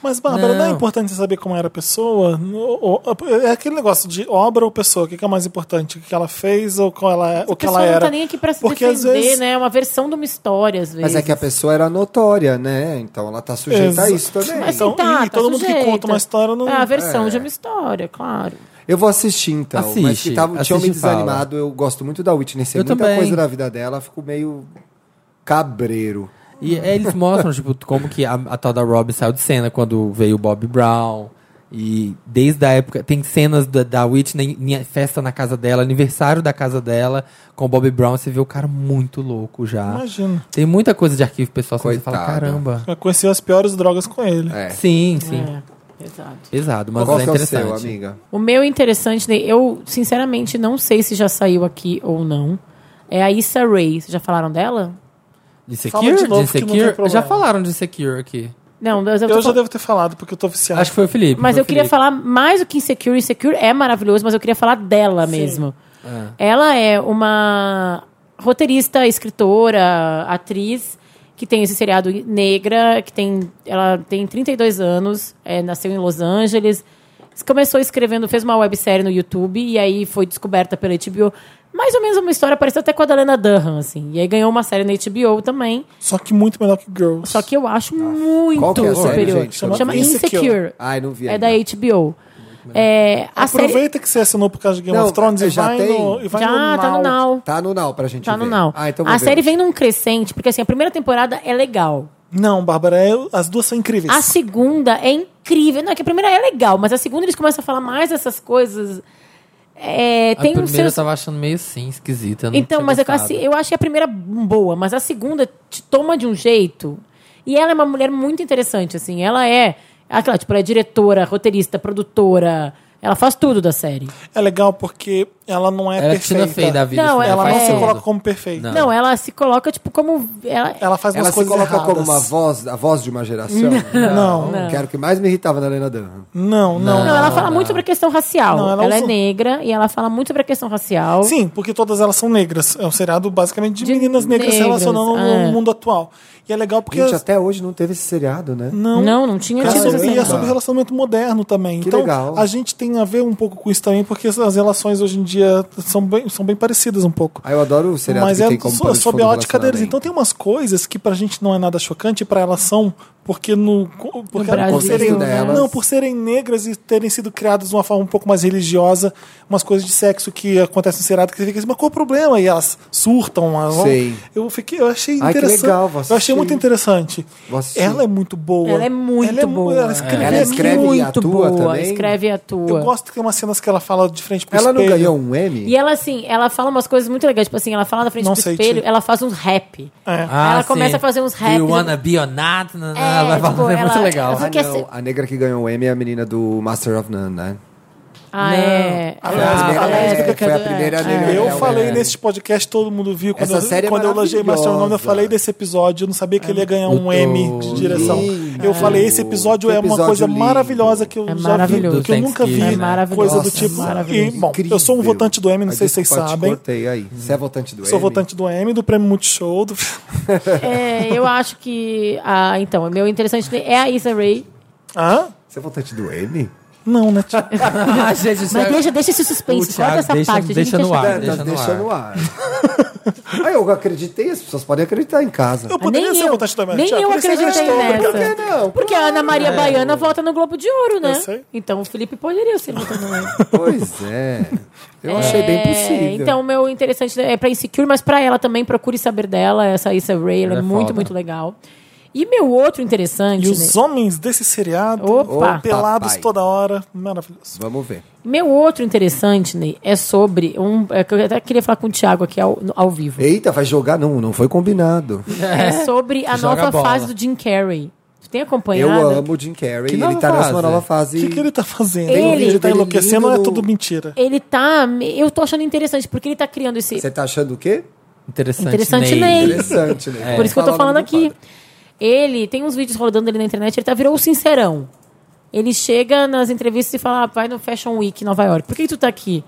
Speaker 1: Mas, Bárbara, não. é
Speaker 3: Não.
Speaker 1: importante você saber como era a pessoa? Ou- ou- É aquele negócio de obra ou pessoa? O que que é mais importante? O que ela fez ou qual ela, é- o
Speaker 2: a
Speaker 1: que
Speaker 2: pessoa
Speaker 1: ela
Speaker 2: não
Speaker 1: era?
Speaker 2: tá nem aqui pra se
Speaker 1: Porque, às
Speaker 2: defender,
Speaker 1: vezes,
Speaker 2: né? É uma versão de uma história, às vezes.
Speaker 4: Mas é que a pessoa era notória, né? Então ela tá sujeita a
Speaker 1: Exa-
Speaker 4: isso também.
Speaker 1: Mas
Speaker 2: Sim,
Speaker 1: Então, e todo mundo que conta uma história não-
Speaker 2: Tá, É a versão
Speaker 4: É.
Speaker 2: de uma história, claro.
Speaker 4: Eu vou assistir então, mas
Speaker 3: Assiste,
Speaker 4: que tava, tinha
Speaker 3: assiste
Speaker 4: me
Speaker 3: e fala.
Speaker 4: desanimado. Eu gosto muito da Whitney, sei
Speaker 3: Eu
Speaker 4: muita
Speaker 3: também.
Speaker 4: coisa da vida dela, fico meio cabreiro.
Speaker 3: E é, eles mostram, tipo, como que a, a tal da Robin saiu de cena quando veio o Bob Brown. E desde a época. Tem cenas da, da Whitney em- em festa na casa dela, aniversário da casa dela, com o Bob Brown. Você vê o cara muito louco já.
Speaker 1: Imagino.
Speaker 3: Tem muita coisa de arquivo pessoal assim, que você fala,
Speaker 4: Coitado.
Speaker 3: caramba.
Speaker 1: Eu conheci as piores drogas com ele.
Speaker 4: É.
Speaker 3: Sim, sim.
Speaker 2: É, exato.
Speaker 3: Pesado, mas
Speaker 4: Qual
Speaker 3: é
Speaker 4: que é o
Speaker 3: interessante.
Speaker 4: seu, amiga?
Speaker 2: O meu interessante, né, eu sinceramente não sei se já saiu aqui ou não. É a Issa Rae. Vocês já falaram dela?
Speaker 3: De
Speaker 1: Fala
Speaker 3: Secure?
Speaker 1: de novo
Speaker 3: De
Speaker 1: que não tem
Speaker 3: Secure? Já
Speaker 1: problema.
Speaker 3: falaram de Secure aqui.
Speaker 2: Não, eu,
Speaker 1: Eu já devo ter falado, porque eu tô viciado.
Speaker 3: Acho que foi o Felipe.
Speaker 2: Mas
Speaker 3: foi
Speaker 2: eu
Speaker 3: o
Speaker 2: queria
Speaker 3: Felipe.
Speaker 2: falar mais do que Insecure. Insecure é maravilhoso, mas eu queria falar dela mesmo. Ela é uma roteirista, escritora, atriz que tem esse seriado negra, que tem ela tem 32 anos, é, nasceu em Los Angeles. Começou escrevendo, fez uma websérie no YouTube e aí foi descoberta pela HBO. Mais ou menos uma história parecida até com a da Lena Dunham, assim. E aí ganhou uma série na HBO também.
Speaker 1: Só que muito melhor que Girls.
Speaker 2: Só que eu acho muito
Speaker 4: Qual que é a série,
Speaker 2: superior.
Speaker 4: gente?
Speaker 1: Chama
Speaker 2: chama
Speaker 1: Insecure.
Speaker 2: Insecure.
Speaker 4: Ai, não vi
Speaker 2: É
Speaker 4: ainda.
Speaker 2: da HBO. É, a série
Speaker 1: Aproveita que você assinou por causa de Game
Speaker 4: Não,
Speaker 1: of Thrones e
Speaker 4: já
Speaker 1: vai,
Speaker 4: tem?
Speaker 1: no, e vai
Speaker 2: já tá no Now.
Speaker 4: Tá no Now pra gente
Speaker 2: Tá
Speaker 4: ver.
Speaker 2: no Now.
Speaker 4: Ah, então vou
Speaker 2: a
Speaker 4: ver
Speaker 2: série
Speaker 4: hoje.
Speaker 2: vem num crescente, porque assim, a primeira temporada é legal.
Speaker 1: Não, Bárbara, é- as duas são incríveis.
Speaker 2: A segunda é incrível. Não, é que a primeira é legal, mas a segunda eles começam a falar mais dessas coisas. É,
Speaker 3: A
Speaker 2: tem
Speaker 3: primeira
Speaker 2: os
Speaker 4: tá
Speaker 2: seus...
Speaker 3: eu tava achando meio assim, esquisita. eu não
Speaker 2: Então,
Speaker 3: tinha
Speaker 2: mas é que a
Speaker 3: gostado.
Speaker 2: se- eu achei a primeira boa, mas a segunda te toma de um jeito. E ela é uma mulher muito interessante, assim. Ela é aquela, tipo, ela é diretora, roteirista, produtora. Ela faz tudo da série.
Speaker 1: É legal porque ela não é
Speaker 3: Ela é
Speaker 1: perfeita.
Speaker 3: Tina Fey da vida.
Speaker 2: Não,
Speaker 3: assim,
Speaker 1: Ela
Speaker 2: Ela
Speaker 1: não
Speaker 3: faz
Speaker 1: se
Speaker 2: é-
Speaker 3: tudo.
Speaker 1: coloca como perfeita.
Speaker 3: Não.
Speaker 2: Não, ela se coloca, tipo, como. Ela,
Speaker 1: Ela faz umas
Speaker 4: Ela se
Speaker 1: coisas
Speaker 4: coloca
Speaker 1: erradas.
Speaker 4: como uma voz, a voz de uma geração?
Speaker 1: Não.
Speaker 4: Que era o que mais me irritava na Lena Dunham.
Speaker 1: Não, não.
Speaker 2: Não, ela fala muito sobre a questão racial.
Speaker 1: Não, ela
Speaker 2: ela é
Speaker 1: usa- um-
Speaker 2: negra e ela fala muito sobre a questão racial.
Speaker 1: Sim, porque todas elas são negras. É um seriado basicamente de,
Speaker 2: De
Speaker 1: meninas negras se
Speaker 2: negras,
Speaker 1: relacionando
Speaker 2: é.
Speaker 1: no mundo atual. E E é legal porque.
Speaker 4: Gente,
Speaker 1: as-
Speaker 4: até hoje não teve esse seriado, né?
Speaker 1: Não,
Speaker 2: Não, não tinha
Speaker 1: Cara,
Speaker 2: tido
Speaker 4: Caramba.
Speaker 2: essa
Speaker 1: e é
Speaker 4: legal.
Speaker 1: sobre relacionamento moderno também.
Speaker 4: assim. Que
Speaker 1: então,
Speaker 4: legal.
Speaker 1: a gente tem a ver um pouco com isso também, porque as relações hoje em dia são bem, são bem parecidas um pouco.
Speaker 4: Ah, eu adoro o seriado
Speaker 1: Mas
Speaker 4: que
Speaker 1: é
Speaker 4: tem como
Speaker 1: so-
Speaker 4: pano de
Speaker 1: sob a
Speaker 4: fundo
Speaker 1: ótica deles. Então
Speaker 4: relacionamento.
Speaker 1: tem umas coisas que pra gente não é nada chocante, pra elas são, porque no, co- porque
Speaker 2: Brasil,
Speaker 1: por serem,
Speaker 4: né?
Speaker 1: não, por serem negras e terem sido criadas de uma forma um pouco mais religiosa, umas coisas de sexo que acontecem no seriado que você fica assim, mas qual o problema? E elas surtam, elas vão-
Speaker 4: Sei.
Speaker 1: Eu fiquei, eu achei
Speaker 4: Ai, que
Speaker 1: interessante.
Speaker 4: legal, vou
Speaker 1: eu
Speaker 4: assistir.
Speaker 1: achei muito interessante.
Speaker 4: Vou assistir.
Speaker 1: Ela é muito boa.
Speaker 2: Ela é muito
Speaker 1: mu-
Speaker 2: boa.
Speaker 1: Ela escreve,
Speaker 4: Ela escreve e
Speaker 2: muito boa.
Speaker 4: atua também?
Speaker 2: Escreve e atua.
Speaker 1: Eu gosto que tem umas cenas que ela fala de frente pro
Speaker 4: Ela não
Speaker 1: então espelho.
Speaker 4: ganhou um M?
Speaker 2: E ela, assim, ela fala umas coisas muito legais. Tipo assim, ela fala na frente
Speaker 1: Não
Speaker 2: do
Speaker 1: sei,
Speaker 2: espelho,
Speaker 1: tio.
Speaker 2: ela faz uns rap.
Speaker 1: É.
Speaker 3: Ah,
Speaker 2: ela
Speaker 3: sim.
Speaker 2: começa a fazer uns raps.
Speaker 3: Do you wanna be or not? É, ela
Speaker 2: tipo,
Speaker 3: fala, é muito
Speaker 2: ela-
Speaker 3: legal.
Speaker 2: ela-
Speaker 4: Ah,
Speaker 2: Porque
Speaker 4: não.
Speaker 2: essa-
Speaker 4: A negra que ganhou o M é a menina do Master of None, né?
Speaker 2: Ah, é.
Speaker 1: A
Speaker 4: Foi a
Speaker 1: lésbica,
Speaker 4: primeira
Speaker 1: a lésbica
Speaker 4: negra-
Speaker 1: que-
Speaker 4: foi a primeira negra.
Speaker 1: Eu
Speaker 4: É,
Speaker 1: falei
Speaker 4: é.
Speaker 1: neste podcast, todo mundo viu. Quando,
Speaker 4: Essa
Speaker 1: eu,
Speaker 4: série é
Speaker 1: quando eu elogiei Master Nome, eu
Speaker 4: maravilhosa.
Speaker 1: falei desse episódio. Eu não sabia que ele ia ganhar um
Speaker 3: Muito
Speaker 1: M de direção.
Speaker 4: lindo.
Speaker 1: Eu falei, esse episódio
Speaker 4: Que
Speaker 1: é uma
Speaker 4: episódio
Speaker 1: coisa
Speaker 4: lindo.
Speaker 1: maravilhosa que eu
Speaker 2: É
Speaker 1: já vi,
Speaker 2: maravilhoso.
Speaker 1: que eu nunca vi.
Speaker 3: Thanksgiving,
Speaker 2: É maravilhoso.
Speaker 1: coisa do
Speaker 2: Nossa,
Speaker 1: tipo. E,
Speaker 4: É
Speaker 2: maravilhoso.
Speaker 1: bom, eu sou um votante do M, não
Speaker 4: Ai,
Speaker 1: sei se vocês
Speaker 4: desculpa, te
Speaker 1: sabem.
Speaker 4: Cortei aí. Você é votante do M?
Speaker 1: Sou votante do M, do Prêmio Multishow. Do...
Speaker 2: É, eu acho que. Ah, então, o meu interessante é a Issa Rae.
Speaker 1: Hã?
Speaker 4: Você é votante do M?
Speaker 1: Não, né? tio?
Speaker 3: Ah, gente, isso
Speaker 2: Mas
Speaker 3: é-
Speaker 2: deixa, deixa esse
Speaker 3: O
Speaker 2: suspense,
Speaker 3: Thiago
Speaker 2: corta essa
Speaker 3: deixa-
Speaker 2: parte. a gente
Speaker 3: deixa
Speaker 2: quer
Speaker 3: no
Speaker 2: chegar.
Speaker 1: Ah,
Speaker 3: ar.
Speaker 4: É, tá
Speaker 3: deixa no
Speaker 4: deixando no ar. ah, eu acreditei, as pessoas podem acreditar em casa.
Speaker 1: Eu poderia
Speaker 2: nem
Speaker 1: ser
Speaker 2: eu-
Speaker 1: votante do M. né?
Speaker 2: nem
Speaker 1: Thiago,
Speaker 2: eu
Speaker 1: por isso você
Speaker 2: acreditei
Speaker 1: acreditou,
Speaker 2: nessa.
Speaker 1: por quê?
Speaker 4: não?
Speaker 2: Porque a Ana Maria Baiana vota no Globo de Ouro, né?
Speaker 1: É. sei.
Speaker 2: Então o Felipe poderia ser votando no Emmy.
Speaker 4: Pois é. Eu achei bem
Speaker 2: É,
Speaker 4: possível.
Speaker 2: Então, o meu interessante é pra Insecure, mas pra ela também, procure saber dela. Essa Issa Rae, ela
Speaker 3: Ela
Speaker 2: é
Speaker 3: é
Speaker 2: muito,
Speaker 3: foda.
Speaker 2: muito legal. E meu outro interessante,
Speaker 1: E
Speaker 2: né?
Speaker 1: os homens desse seriado,
Speaker 2: Opa.
Speaker 1: pelados
Speaker 4: Papai.
Speaker 1: toda hora, maravilhoso.
Speaker 4: Vamos ver.
Speaker 2: meu outro interessante, Ney, é sobre um. É, que eu até queria falar com o Thiago aqui ao, no- ao vivo.
Speaker 4: Eita, vai jogar? Não, não foi combinado.
Speaker 2: É sobre a
Speaker 3: Joga
Speaker 2: nova
Speaker 3: bola.
Speaker 2: fase do Jim Carrey. Tu tem
Speaker 4: Eu
Speaker 2: acompanhado?
Speaker 4: amo o Jim Carrey.
Speaker 3: Que
Speaker 4: Ele
Speaker 3: nova
Speaker 4: tá nessa
Speaker 3: fase?
Speaker 4: nova
Speaker 1: O
Speaker 4: fase.
Speaker 1: que, que ele tá fazendo?
Speaker 2: Tem um
Speaker 1: Ele,
Speaker 4: vídeo
Speaker 1: tá
Speaker 4: dele
Speaker 1: enlouquecendo ou é
Speaker 4: lindo no-
Speaker 1: tudo mentira?
Speaker 2: Ele tá. Eu tô achando interessante, porque ele tá criando esse.
Speaker 4: Você tá achando o quê?
Speaker 3: Interessante,
Speaker 2: Interessante,
Speaker 3: Ney.
Speaker 2: Ney.
Speaker 4: Interessante,
Speaker 3: É.
Speaker 4: né?
Speaker 2: Por isso que eu tô
Speaker 4: Fala o
Speaker 2: falando
Speaker 4: nome do
Speaker 2: aqui.
Speaker 4: padre.
Speaker 2: Ele tem uns vídeos rodando ali na internet, ele tá virou o sincerão. Ele chega nas entrevistas e fala: ah, vai no Fashion Week em Nova York. Por que, que tu tá aqui?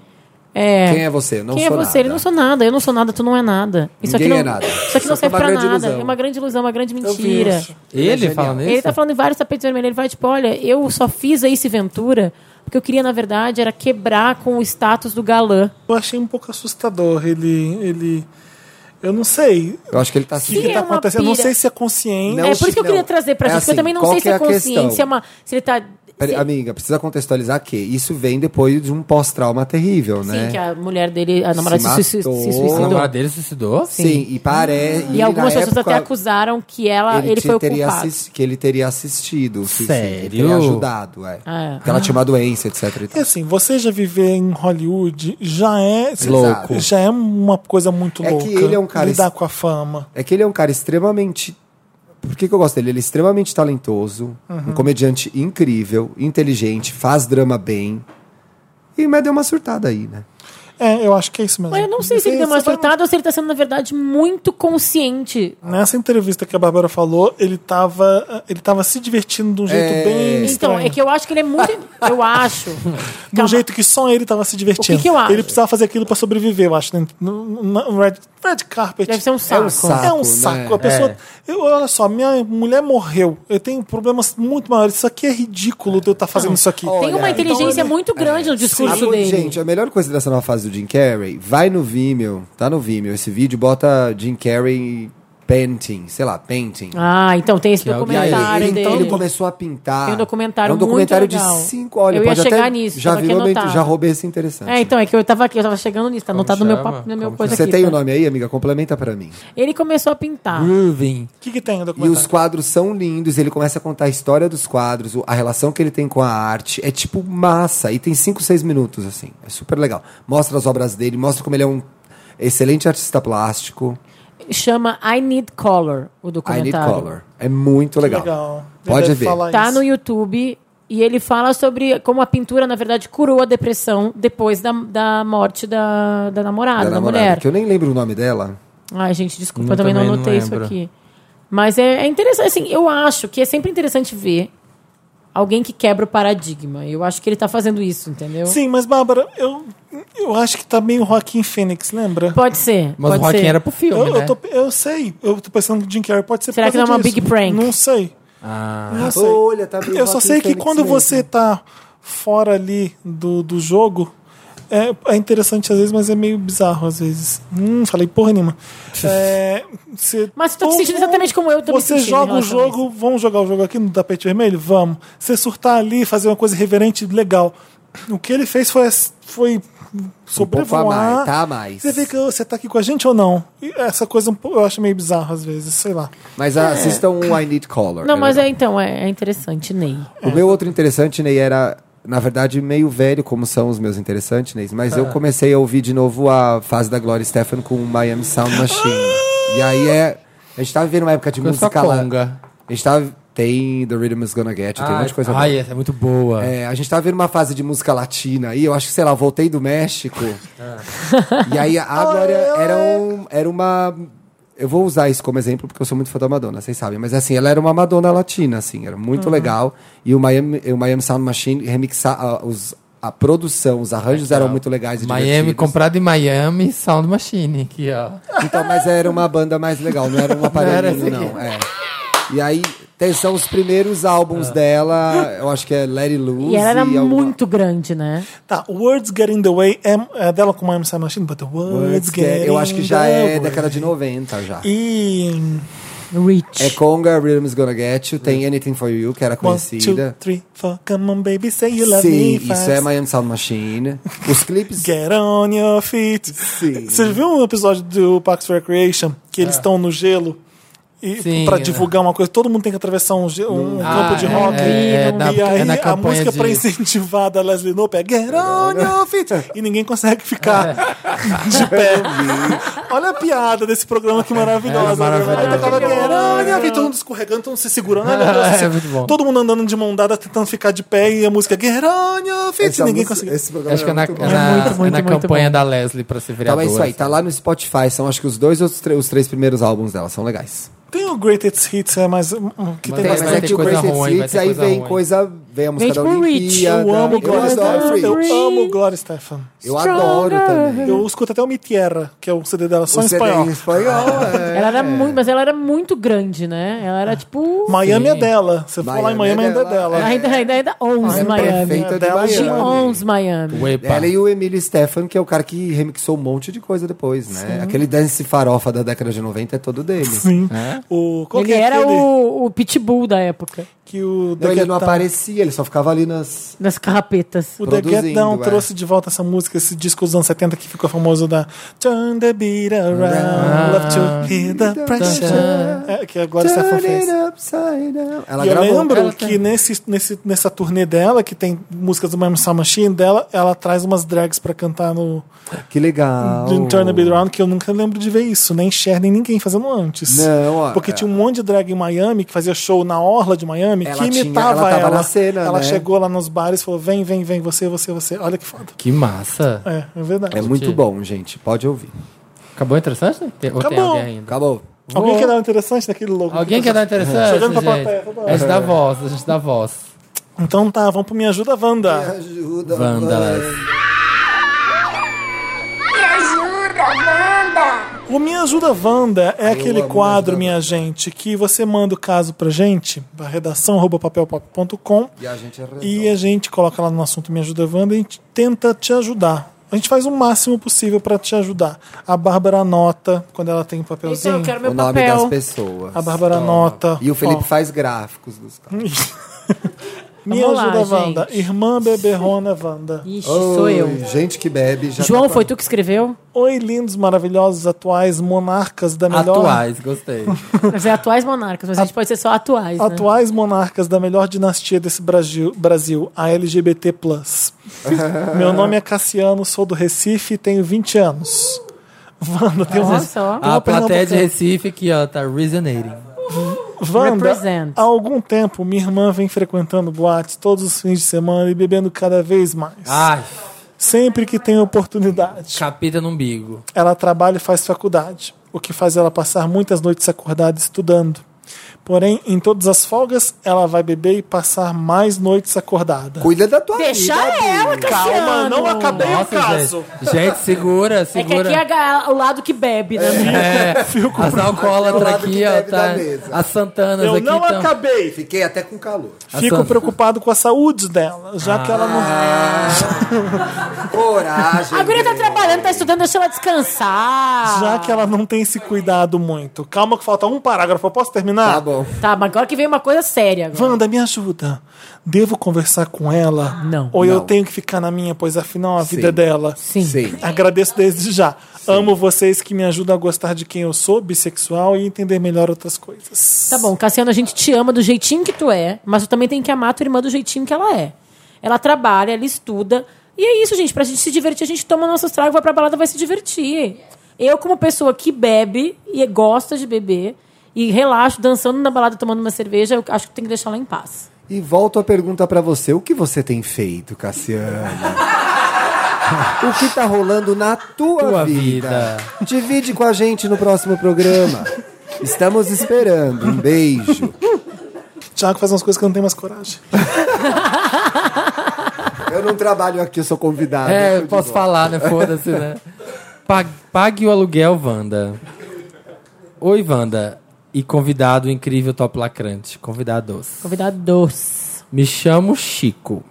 Speaker 2: É,
Speaker 4: Quem é você? Eu não
Speaker 2: quem
Speaker 4: sou
Speaker 2: é você? Ele
Speaker 4: nada.
Speaker 2: não sou nada, eu não sou nada, tu não é nada. Isso
Speaker 4: Ninguém
Speaker 2: aqui não,
Speaker 4: é nada.
Speaker 2: Isso aqui
Speaker 4: Só
Speaker 2: não
Speaker 4: que
Speaker 2: serve
Speaker 4: uma
Speaker 2: pra
Speaker 4: grande
Speaker 2: nada.
Speaker 4: ilusão.
Speaker 2: É uma grande ilusão, uma grande
Speaker 1: vi
Speaker 2: mentira.
Speaker 1: isso.
Speaker 3: Ele
Speaker 4: Ele é
Speaker 3: fala
Speaker 4: genial.
Speaker 3: nisso?
Speaker 2: Ele tá falando em vários tapetes vermelhos. Ele vai tipo, olha, eu só fiz a Ace Ventura porque eu queria, na verdade, era quebrar com o status do galã.
Speaker 1: Eu achei um pouco assustador. Ele. ele eu não sei
Speaker 4: Eu acho que ele tá
Speaker 1: o que,
Speaker 4: assim.
Speaker 1: que
Speaker 2: é
Speaker 1: tá
Speaker 2: uma
Speaker 1: acontecendo. Não
Speaker 2: pira.
Speaker 1: sei se é consciente.
Speaker 4: Não,
Speaker 2: é por isso que eu
Speaker 4: não.
Speaker 2: queria trazer pra
Speaker 4: É
Speaker 2: gente, porque eu
Speaker 4: assim,
Speaker 2: também não
Speaker 4: qual
Speaker 2: sei
Speaker 4: que
Speaker 2: se é
Speaker 4: é a questão?
Speaker 2: consciente, se, é uma, se ele tá.
Speaker 4: Peraí,
Speaker 2: se-
Speaker 4: Amiga, precisa contextualizar que isso vem depois de um pós-trauma terrível,
Speaker 2: Sim,
Speaker 4: né?
Speaker 2: que é- a mulher dele, a namorada se,
Speaker 4: Se
Speaker 2: sui-
Speaker 4: matou.
Speaker 2: se
Speaker 3: A
Speaker 2: suicidou.
Speaker 3: namorada dele suicidou?
Speaker 4: Sim, e parece.
Speaker 2: Ah. E algumas
Speaker 4: na
Speaker 2: pessoas
Speaker 4: época,
Speaker 2: até acusaram que ela, ele,
Speaker 4: te-
Speaker 2: foi o
Speaker 4: teria
Speaker 2: culpado.
Speaker 4: assis- Que ele teria assistido. o suicídio,
Speaker 3: Sério?
Speaker 4: Ele teria ajudado, é.
Speaker 2: Ah, é.
Speaker 4: Porque ela tinha uma doença, etc. e
Speaker 1: E
Speaker 4: tal.
Speaker 1: assim, você já viver em Hollywood já é.
Speaker 3: Louco.
Speaker 1: Já é uma coisa muito
Speaker 4: É que
Speaker 1: louca.
Speaker 4: ele é um cara
Speaker 1: Lidar
Speaker 4: es-
Speaker 1: com a fama.
Speaker 4: É que ele é um cara extremamente. Por que, que eu gosto dele? Ele é extremamente talentoso,
Speaker 2: Uhum.
Speaker 4: um comediante incrível, inteligente, faz drama bem. E mas deu uma surtada aí, né?
Speaker 1: É, eu acho que é isso mesmo.
Speaker 2: Mas eu não sei se ele deu uma
Speaker 1: Você vai-
Speaker 2: surtada ou se ele tá sendo, na verdade, muito consciente.
Speaker 1: Nessa entrevista que a Bárbara falou, ele tava, ele tava se divertindo de um jeito
Speaker 4: É.
Speaker 1: bem.
Speaker 2: Então,
Speaker 1: estranho.
Speaker 2: é que eu acho que ele é muito. Eu acho.
Speaker 1: De um jeito que só ele tava se divertindo.
Speaker 2: O que que eu acho?
Speaker 1: Ele precisava fazer aquilo pra sobreviver, eu acho. né? No, no- no red, red carpet.
Speaker 2: Deve ser um saco.
Speaker 4: saco.
Speaker 1: É um
Speaker 4: né?
Speaker 1: saco. A pessoa. Eu, olha só, minha mulher morreu. Eu tenho problemas muito maiores. Isso aqui é ridículo de eu estar fazendo isso aqui.
Speaker 2: Tem uma
Speaker 4: Olha, então
Speaker 2: inteligência muito grande no discurso
Speaker 4: Ah,
Speaker 2: dele.
Speaker 4: Gente, a melhor coisa dessa nova fase do Jim Carrey, vai no Vimeo, tá no Vimeo, esse vídeo, bota Jim Carrey painting, sei lá, painting.
Speaker 2: Ah, então tem esse
Speaker 3: Que é o que
Speaker 2: documentário
Speaker 4: ele,
Speaker 2: dele.
Speaker 4: ele começou a pintar.
Speaker 2: Tem um documentário
Speaker 4: é um documentário
Speaker 2: muito legal.
Speaker 4: de cinco horas.
Speaker 2: Eu ia
Speaker 4: pode
Speaker 2: chegar
Speaker 4: até,
Speaker 2: nisso,
Speaker 4: Já
Speaker 2: tava aqui
Speaker 4: virou meio-
Speaker 2: anotado.
Speaker 4: já roubei esse interessante.
Speaker 2: É, então, é que eu tava aqui, eu tava chegando nisso, tá anotado no meu,
Speaker 3: chama?
Speaker 2: papo- no meu
Speaker 3: Como
Speaker 2: coisa
Speaker 4: Você
Speaker 2: aqui.
Speaker 4: tem
Speaker 2: tá?
Speaker 4: o nome aí, amiga? Complementa pra mim.
Speaker 2: Ele começou a pintar.
Speaker 3: Grooving.
Speaker 1: O que, que tem no
Speaker 4: E os
Speaker 1: documentário?
Speaker 4: quadros são lindos, ele começa a contar a história dos quadros, o- a relação que ele tem com a arte. É tipo massa. E tem 5, 6 minutos, assim. É super legal. Mostra as obras dele, mostra como ele é um excelente artista plástico.
Speaker 2: Chama I Need Color, o
Speaker 4: I Need
Speaker 2: documentário.
Speaker 4: Color. É muito legal.
Speaker 1: Legal. Ele
Speaker 4: Pode
Speaker 1: deve
Speaker 4: ver.
Speaker 1: falar
Speaker 2: Tá
Speaker 1: isso.
Speaker 2: no YouTube e ele fala sobre como a pintura, na verdade, curou a depressão depois da, da morte da, da namorada, Ah, da,
Speaker 4: namorada,
Speaker 2: mulher.
Speaker 4: Que eu nem lembro o nome dela.
Speaker 2: Ai, gente, desculpa,
Speaker 3: Não,
Speaker 2: eu também não
Speaker 3: também não
Speaker 2: anotei isso
Speaker 3: lembro.
Speaker 2: aqui. Mas é, é interessante, assim, eu acho que é sempre interessante ver alguém que quebra o paradigma. Eu acho que ele tá fazendo isso, entendeu?
Speaker 1: Sim, mas Bárbara, eu, eu acho que tá meio Joaquim Fênix, lembra?
Speaker 2: Pode ser.
Speaker 3: Mas o
Speaker 2: pode
Speaker 3: Joaquim
Speaker 2: ser.
Speaker 3: era pro filme,
Speaker 1: Eu,
Speaker 3: né?
Speaker 1: eu, tô, eu sei, eu tô pensando que Jim Carrey pode ser por
Speaker 2: Será que
Speaker 1: causa
Speaker 2: não é uma
Speaker 1: disso.
Speaker 2: big prank?
Speaker 1: Não sei.
Speaker 3: Ah,
Speaker 1: Não sei.
Speaker 4: Olha, tá meio
Speaker 1: eu só
Speaker 4: Joaquim
Speaker 1: sei que
Speaker 4: Fênix
Speaker 1: quando
Speaker 4: mesmo.
Speaker 1: você tá fora ali do, do jogo, é, é interessante às vezes, mas é meio bizarro às vezes. Hum, falei porra nenhuma. É, cê-
Speaker 2: Mas tô te
Speaker 1: ou-
Speaker 2: sentindo exatamente como eu né, tô me
Speaker 1: Você
Speaker 2: sentindo em
Speaker 1: joga o
Speaker 2: relação a
Speaker 1: jogo, vamos jogar o jogo aqui no tapete vermelho? Vamos. Você surtar ali, fazer uma coisa irreverente legal. O que ele fez foi, foi sobrevoar.
Speaker 4: pouco a mais, tá a mais.
Speaker 1: Você vê que você tá aqui com a gente ou não? E essa coisa um pouco- eu acho meio bizarro às vezes, sei lá.
Speaker 4: Mas ah,
Speaker 1: É.
Speaker 4: assistam o I Need Color.
Speaker 2: Não, mas
Speaker 4: legal.
Speaker 2: é então, é, é interessante, Ney.
Speaker 4: O meu outro interessante, Ney, era, na verdade, meio velho, como são os meus interessantes, Ney. Mas
Speaker 3: Ah.
Speaker 4: eu comecei a ouvir de novo a fase da Gloria Stefan com o Miami Sound Machine. e aí é. A gente tava vivendo uma época de
Speaker 3: Com essa
Speaker 4: música lá.
Speaker 3: conga.
Speaker 4: A gente tava. Tem The Rhythm Is Gonna Get, You, tem um monte de coisa boa.
Speaker 3: Ai, essa é muito boa.
Speaker 4: É, a gente tava vendo uma fase de música latina aí, eu acho que, sei lá, voltei do México.
Speaker 2: É.
Speaker 4: e aí a Glória era, um- era uma. Eu vou usar isso como exemplo porque eu sou muito fã da Madonna, vocês sabem. Mas assim, ela era uma Madonna latina, assim, era muito
Speaker 2: Uhum.
Speaker 4: legal. E o Miami, o Miami Sound Machine remixar a, os- a produção, os arranjos eram muito legais e
Speaker 3: Miami,
Speaker 4: divertidos.
Speaker 3: comprado em Miami, Sound Machine, aqui, ó.
Speaker 4: Então, mas era uma banda mais legal, não era um aparelhinho,
Speaker 2: assim.
Speaker 4: não. é. E aí, tem- são os primeiros álbuns dela, eu acho que é Let It Loose.
Speaker 2: Ah. E ela era
Speaker 4: alguma-
Speaker 2: muito grande, né?
Speaker 1: Tá, Words Get in the Way é, é dela com Miami Sound Machine, but the words,
Speaker 4: Words
Speaker 1: get,
Speaker 4: que eu acho que
Speaker 1: in
Speaker 4: já
Speaker 1: the
Speaker 4: é
Speaker 1: way.
Speaker 4: década de 90 já.
Speaker 1: E.
Speaker 2: Rich.
Speaker 4: É Conga, Rhythm's Gonna Get You, tem Anything For You, que era
Speaker 1: One, two,
Speaker 4: conhecida.
Speaker 1: three, four, come on baby, say you love
Speaker 4: Sim,
Speaker 1: me.
Speaker 4: isso é Miami Sound Machine. Os clipes...
Speaker 1: Get on your feet.
Speaker 4: Sim.
Speaker 1: Você viu um episódio do Parks and Recreation que
Speaker 4: É.
Speaker 1: eles estão no gelo e
Speaker 3: Sim,
Speaker 1: pra
Speaker 3: é.
Speaker 1: divulgar uma coisa, todo mundo tem que atravessar um, ge- um
Speaker 3: Ah,
Speaker 1: campo de
Speaker 3: é,
Speaker 1: rock.
Speaker 3: é, é,
Speaker 1: e
Speaker 3: na-
Speaker 1: aí
Speaker 3: é na
Speaker 1: a
Speaker 3: campanha
Speaker 1: música
Speaker 3: de-
Speaker 1: pra incentivar da Leslie Nope é Get on your feet. E ninguém consegue ficar
Speaker 3: É.
Speaker 1: de pé. Olha a piada desse programa que maravilhosa. né?
Speaker 3: É, maravilhoso.
Speaker 1: Aí tocava Get on your feet, todo mundo escorregando, todo mundo se segurando. Ai, meu Deus do céu.
Speaker 3: É, muito bom.
Speaker 1: Todo mundo andando de mão dada, tentando ficar de pé e a música é Get on your feet.
Speaker 4: essa
Speaker 1: e ninguém
Speaker 4: música-
Speaker 1: consegue.
Speaker 4: Esse programa
Speaker 3: Acho que é na,
Speaker 4: era muito bom.
Speaker 3: na-
Speaker 2: muito, muito,
Speaker 3: é na
Speaker 2: muito
Speaker 3: campanha
Speaker 2: bom.
Speaker 3: da Leslie pra ser
Speaker 4: Então
Speaker 3: vereadora.
Speaker 4: é isso aí, tá lá no Spotify, são acho que os dois ou os, tre- os três primeiros álbuns dela, são legais.
Speaker 1: Tem o Greatest Hits, é mais. um, Que
Speaker 3: Mas
Speaker 1: tem
Speaker 4: Tem, mas
Speaker 1: bastante.
Speaker 4: é
Speaker 3: vai
Speaker 4: que
Speaker 3: ter
Speaker 4: o
Speaker 3: coisa
Speaker 4: Greatest
Speaker 3: ruim, vai
Speaker 4: Hits,
Speaker 3: ter
Speaker 4: aí
Speaker 3: coisa
Speaker 4: vem
Speaker 3: ruim.
Speaker 4: coisa... Vem a música
Speaker 2: Vem
Speaker 4: da
Speaker 2: tipo Reach.
Speaker 4: Olimpíada.
Speaker 1: Eu amo Gloria
Speaker 4: adoro
Speaker 1: Stefan.
Speaker 4: Reach.
Speaker 1: Eu amo Gloria Stefan.
Speaker 4: Eu adoro também.
Speaker 1: Eu escuto até o Mi Tierra, que é o CD dela, só
Speaker 4: O
Speaker 1: em
Speaker 4: CD
Speaker 1: espanhol.
Speaker 4: em espanhol, é.
Speaker 2: Ela era muito, mas ela era muito grande, né? Ela era tipo.
Speaker 1: Miami é
Speaker 3: Sim.
Speaker 1: dela. Você for lá em
Speaker 4: Miami
Speaker 1: Miami,
Speaker 4: é
Speaker 1: ainda é
Speaker 4: dela.
Speaker 1: dela.
Speaker 2: Ainda, ainda, ainda owns
Speaker 4: Ela é
Speaker 2: Miami.
Speaker 4: Prefeita de
Speaker 1: Dela de
Speaker 2: She
Speaker 4: Miami.
Speaker 2: owns Miami.
Speaker 3: Uepa.
Speaker 4: Ela e o Emílio Stefan, que é o cara que remixou um monte de coisa depois, né? Aquele dance farofa da década de 90 é todo dele.
Speaker 1: Sim. O, qual
Speaker 2: Ele
Speaker 1: que é
Speaker 2: era
Speaker 1: aquele
Speaker 2: o, o pitbull da época,
Speaker 1: Que o
Speaker 4: Não,
Speaker 1: The
Speaker 4: Então, ele
Speaker 1: Get
Speaker 4: não
Speaker 1: Down,
Speaker 4: aparecia, ele só ficava ali nas.
Speaker 2: das carrapetas.
Speaker 1: o The Get
Speaker 4: produzindo,
Speaker 1: Down
Speaker 4: é.
Speaker 1: trouxe de volta essa música, esse disco dos anos 70 que ficou famoso da Turn the Beat Around, Love to Feel the Pressure. É, que a Gloria Stefan
Speaker 4: Turn
Speaker 1: fez.
Speaker 4: it upside down. Ela
Speaker 1: E eu
Speaker 4: gravou.
Speaker 1: lembro
Speaker 4: Ela-
Speaker 1: que nesse, nesse, nessa turnê dela, que tem músicas do Miami Sound Machine dela, ela traz umas drags pra cantar no
Speaker 4: Que legal.
Speaker 1: do Turn a Bit Around, que eu nunca lembro de ver isso, nem Cher, nem ninguém fazendo antes.
Speaker 4: Não, ó,
Speaker 1: Porque
Speaker 4: é.
Speaker 1: tinha um monte de drag em Miami, que fazia show na orla de Miami,
Speaker 4: Ela
Speaker 1: que
Speaker 4: tinha-
Speaker 1: imitava
Speaker 4: ela
Speaker 1: ela.
Speaker 4: tava na cena,
Speaker 1: ela
Speaker 4: né?
Speaker 1: chegou lá nos bares e falou, vem, vem, vem, você, você, você. Olha que foda.
Speaker 3: Que massa.
Speaker 1: É, é verdade.
Speaker 4: É muito bom, gente. Pode ouvir.
Speaker 3: Acabou interessante? Tem- Ou tem
Speaker 1: Acabou.
Speaker 3: alguém ainda?
Speaker 4: Acabou.
Speaker 1: Alguém quer dar um interessante naquele logo?
Speaker 3: Alguém quer dar interessante,
Speaker 1: Chegando pra
Speaker 3: gente?
Speaker 1: plateia, toda hora.
Speaker 3: A gente dá voz, a gente dá voz.
Speaker 1: Então tá, vamos pro Me Ajuda,
Speaker 4: É.
Speaker 1: Wanda.
Speaker 4: Ajuda.
Speaker 3: Vândalas.
Speaker 6: Me ajuda, Wanda!
Speaker 1: O Me Ajuda Wanda é aquele
Speaker 4: amo Me
Speaker 1: quadro,
Speaker 4: Ajuda,
Speaker 1: minha gente, que você manda o caso pra gente, pra redação arroba papelpop.com
Speaker 4: E a gente arrasou.
Speaker 1: e é a gente coloca lá no assunto Me Ajuda Wanda e a gente tenta te ajudar. A gente faz o máximo possível pra te ajudar. A Bárbara anota quando ela tem um
Speaker 2: Então,
Speaker 1: papelzinho.
Speaker 2: eu quero
Speaker 4: O
Speaker 2: meu
Speaker 4: nome das
Speaker 2: papel.
Speaker 4: pessoas.
Speaker 1: A Bárbara anota.
Speaker 4: E o Felipe
Speaker 1: Ó,
Speaker 4: faz gráficos dos caras.
Speaker 1: Me
Speaker 2: Vamos lá,
Speaker 1: Ajuda
Speaker 2: gente.
Speaker 1: Wanda. Irmã beberrona Wanda.
Speaker 2: Ixi, sou
Speaker 4: Oi,
Speaker 2: eu.
Speaker 4: Gente que bebe. Já
Speaker 2: João,
Speaker 4: tá-
Speaker 2: foi tu que escreveu?
Speaker 1: Oi, lindos, maravilhosos, atuais, monarcas
Speaker 4: tá
Speaker 1: da melhor...
Speaker 3: Atuais, gostei.
Speaker 2: Mas é atuais monarcas, mas a gente pode ser só atuais, né?
Speaker 1: Atuais monarcas da melhor dinastia desse Brasil, Brasil a LGBT. Meu nome é Cassiano, sou do Recife e tenho 20 anos. Wanda, tem
Speaker 2: Olha
Speaker 4: né?
Speaker 1: uma,
Speaker 2: só.
Speaker 4: Ah,
Speaker 1: tem uma
Speaker 3: A plateia de
Speaker 1: pernambucana.
Speaker 3: Recife aqui, ó, tá resonating.
Speaker 1: Wanda,
Speaker 2: Represent.
Speaker 1: há algum tempo minha irmã vem frequentando boates todos os fins de semana e bebendo cada vez mais.
Speaker 3: Ai,
Speaker 1: Sempre que tem oportunidade.
Speaker 3: capita no umbigo.
Speaker 1: Ela trabalha e faz faculdade, o que faz ela passar muitas noites acordada estudando. Porém, em todas as folgas, ela vai beber e passar mais noites acordada.
Speaker 4: Cuida da tua
Speaker 2: Deixa
Speaker 4: vida. Bia.
Speaker 2: ela, Cassiano.
Speaker 1: Calma, não acabei o um caso.
Speaker 3: gente. Gente, segura,
Speaker 2: É que
Speaker 3: segura.
Speaker 2: aqui é a ga- o lado que bebe, né?
Speaker 3: É, as
Speaker 4: Do
Speaker 3: alcoólatras
Speaker 4: lado
Speaker 3: aqui,
Speaker 4: que
Speaker 3: ó,
Speaker 4: deve
Speaker 3: tá.
Speaker 4: da mesa.
Speaker 3: As Santanas
Speaker 1: Eu
Speaker 3: aqui
Speaker 1: não
Speaker 3: tão-
Speaker 1: acabei.
Speaker 4: Fiquei até com calor.
Speaker 1: Fico
Speaker 3: Sandra.
Speaker 1: preocupado com a saúde dela, já que ela não.
Speaker 4: Coragem.
Speaker 2: A guria tá
Speaker 4: Bia.
Speaker 2: trabalhando, tá estudando, deixa ela descansar.
Speaker 1: Já que ela não tem se cuidado muito. Calma que falta um parágrafo. Eu posso terminar?
Speaker 4: Tá bom.
Speaker 2: Tá, mas agora que vem uma coisa séria. agora.
Speaker 1: Wanda, me ajuda. Devo conversar com ela?
Speaker 2: Não.
Speaker 1: Ou eu
Speaker 4: Não.
Speaker 1: tenho que ficar na minha, pois afinal a vida é
Speaker 4: Sim.
Speaker 1: dela.
Speaker 2: Sim.
Speaker 4: Sim.
Speaker 1: Agradeço desde já. Amo vocês que me ajudam a gostar de quem eu sou, bissexual e entender melhor outras coisas.
Speaker 2: Tá bom, Cassiano, a gente te ama do jeitinho que tu é, mas tu também tem que amar a tua irmã do jeitinho que ela é. Ela trabalha, ela estuda. E é isso, gente. Pra gente se divertir, a gente toma nossos tragos, vai pra balada, vai se divertir. Eu, como pessoa que bebe e gosta de beber, e relaxo, dançando na balada, tomando uma cerveja, eu acho que tem que deixar ela em paz.
Speaker 4: E volto a pergunta pra você: o que você tem feito, Cassiana? o que tá rolando na tua,
Speaker 3: Tua
Speaker 4: vida?
Speaker 3: vida.
Speaker 4: Divide com a gente no próximo programa. Estamos esperando. Um beijo.
Speaker 1: Tiago faz umas coisas que eu não tenho mais coragem.
Speaker 4: Eu não trabalho aqui, eu sou convidado.
Speaker 3: É,
Speaker 4: Eu
Speaker 3: eu posso
Speaker 4: digo,
Speaker 3: falar, né? Foda-se, né? Pague, pague o aluguel, Wanda. Oi, Wanda. E convidado incrível top lacrante. Convidados.
Speaker 2: Convidado doce.
Speaker 3: Me chamo Chico.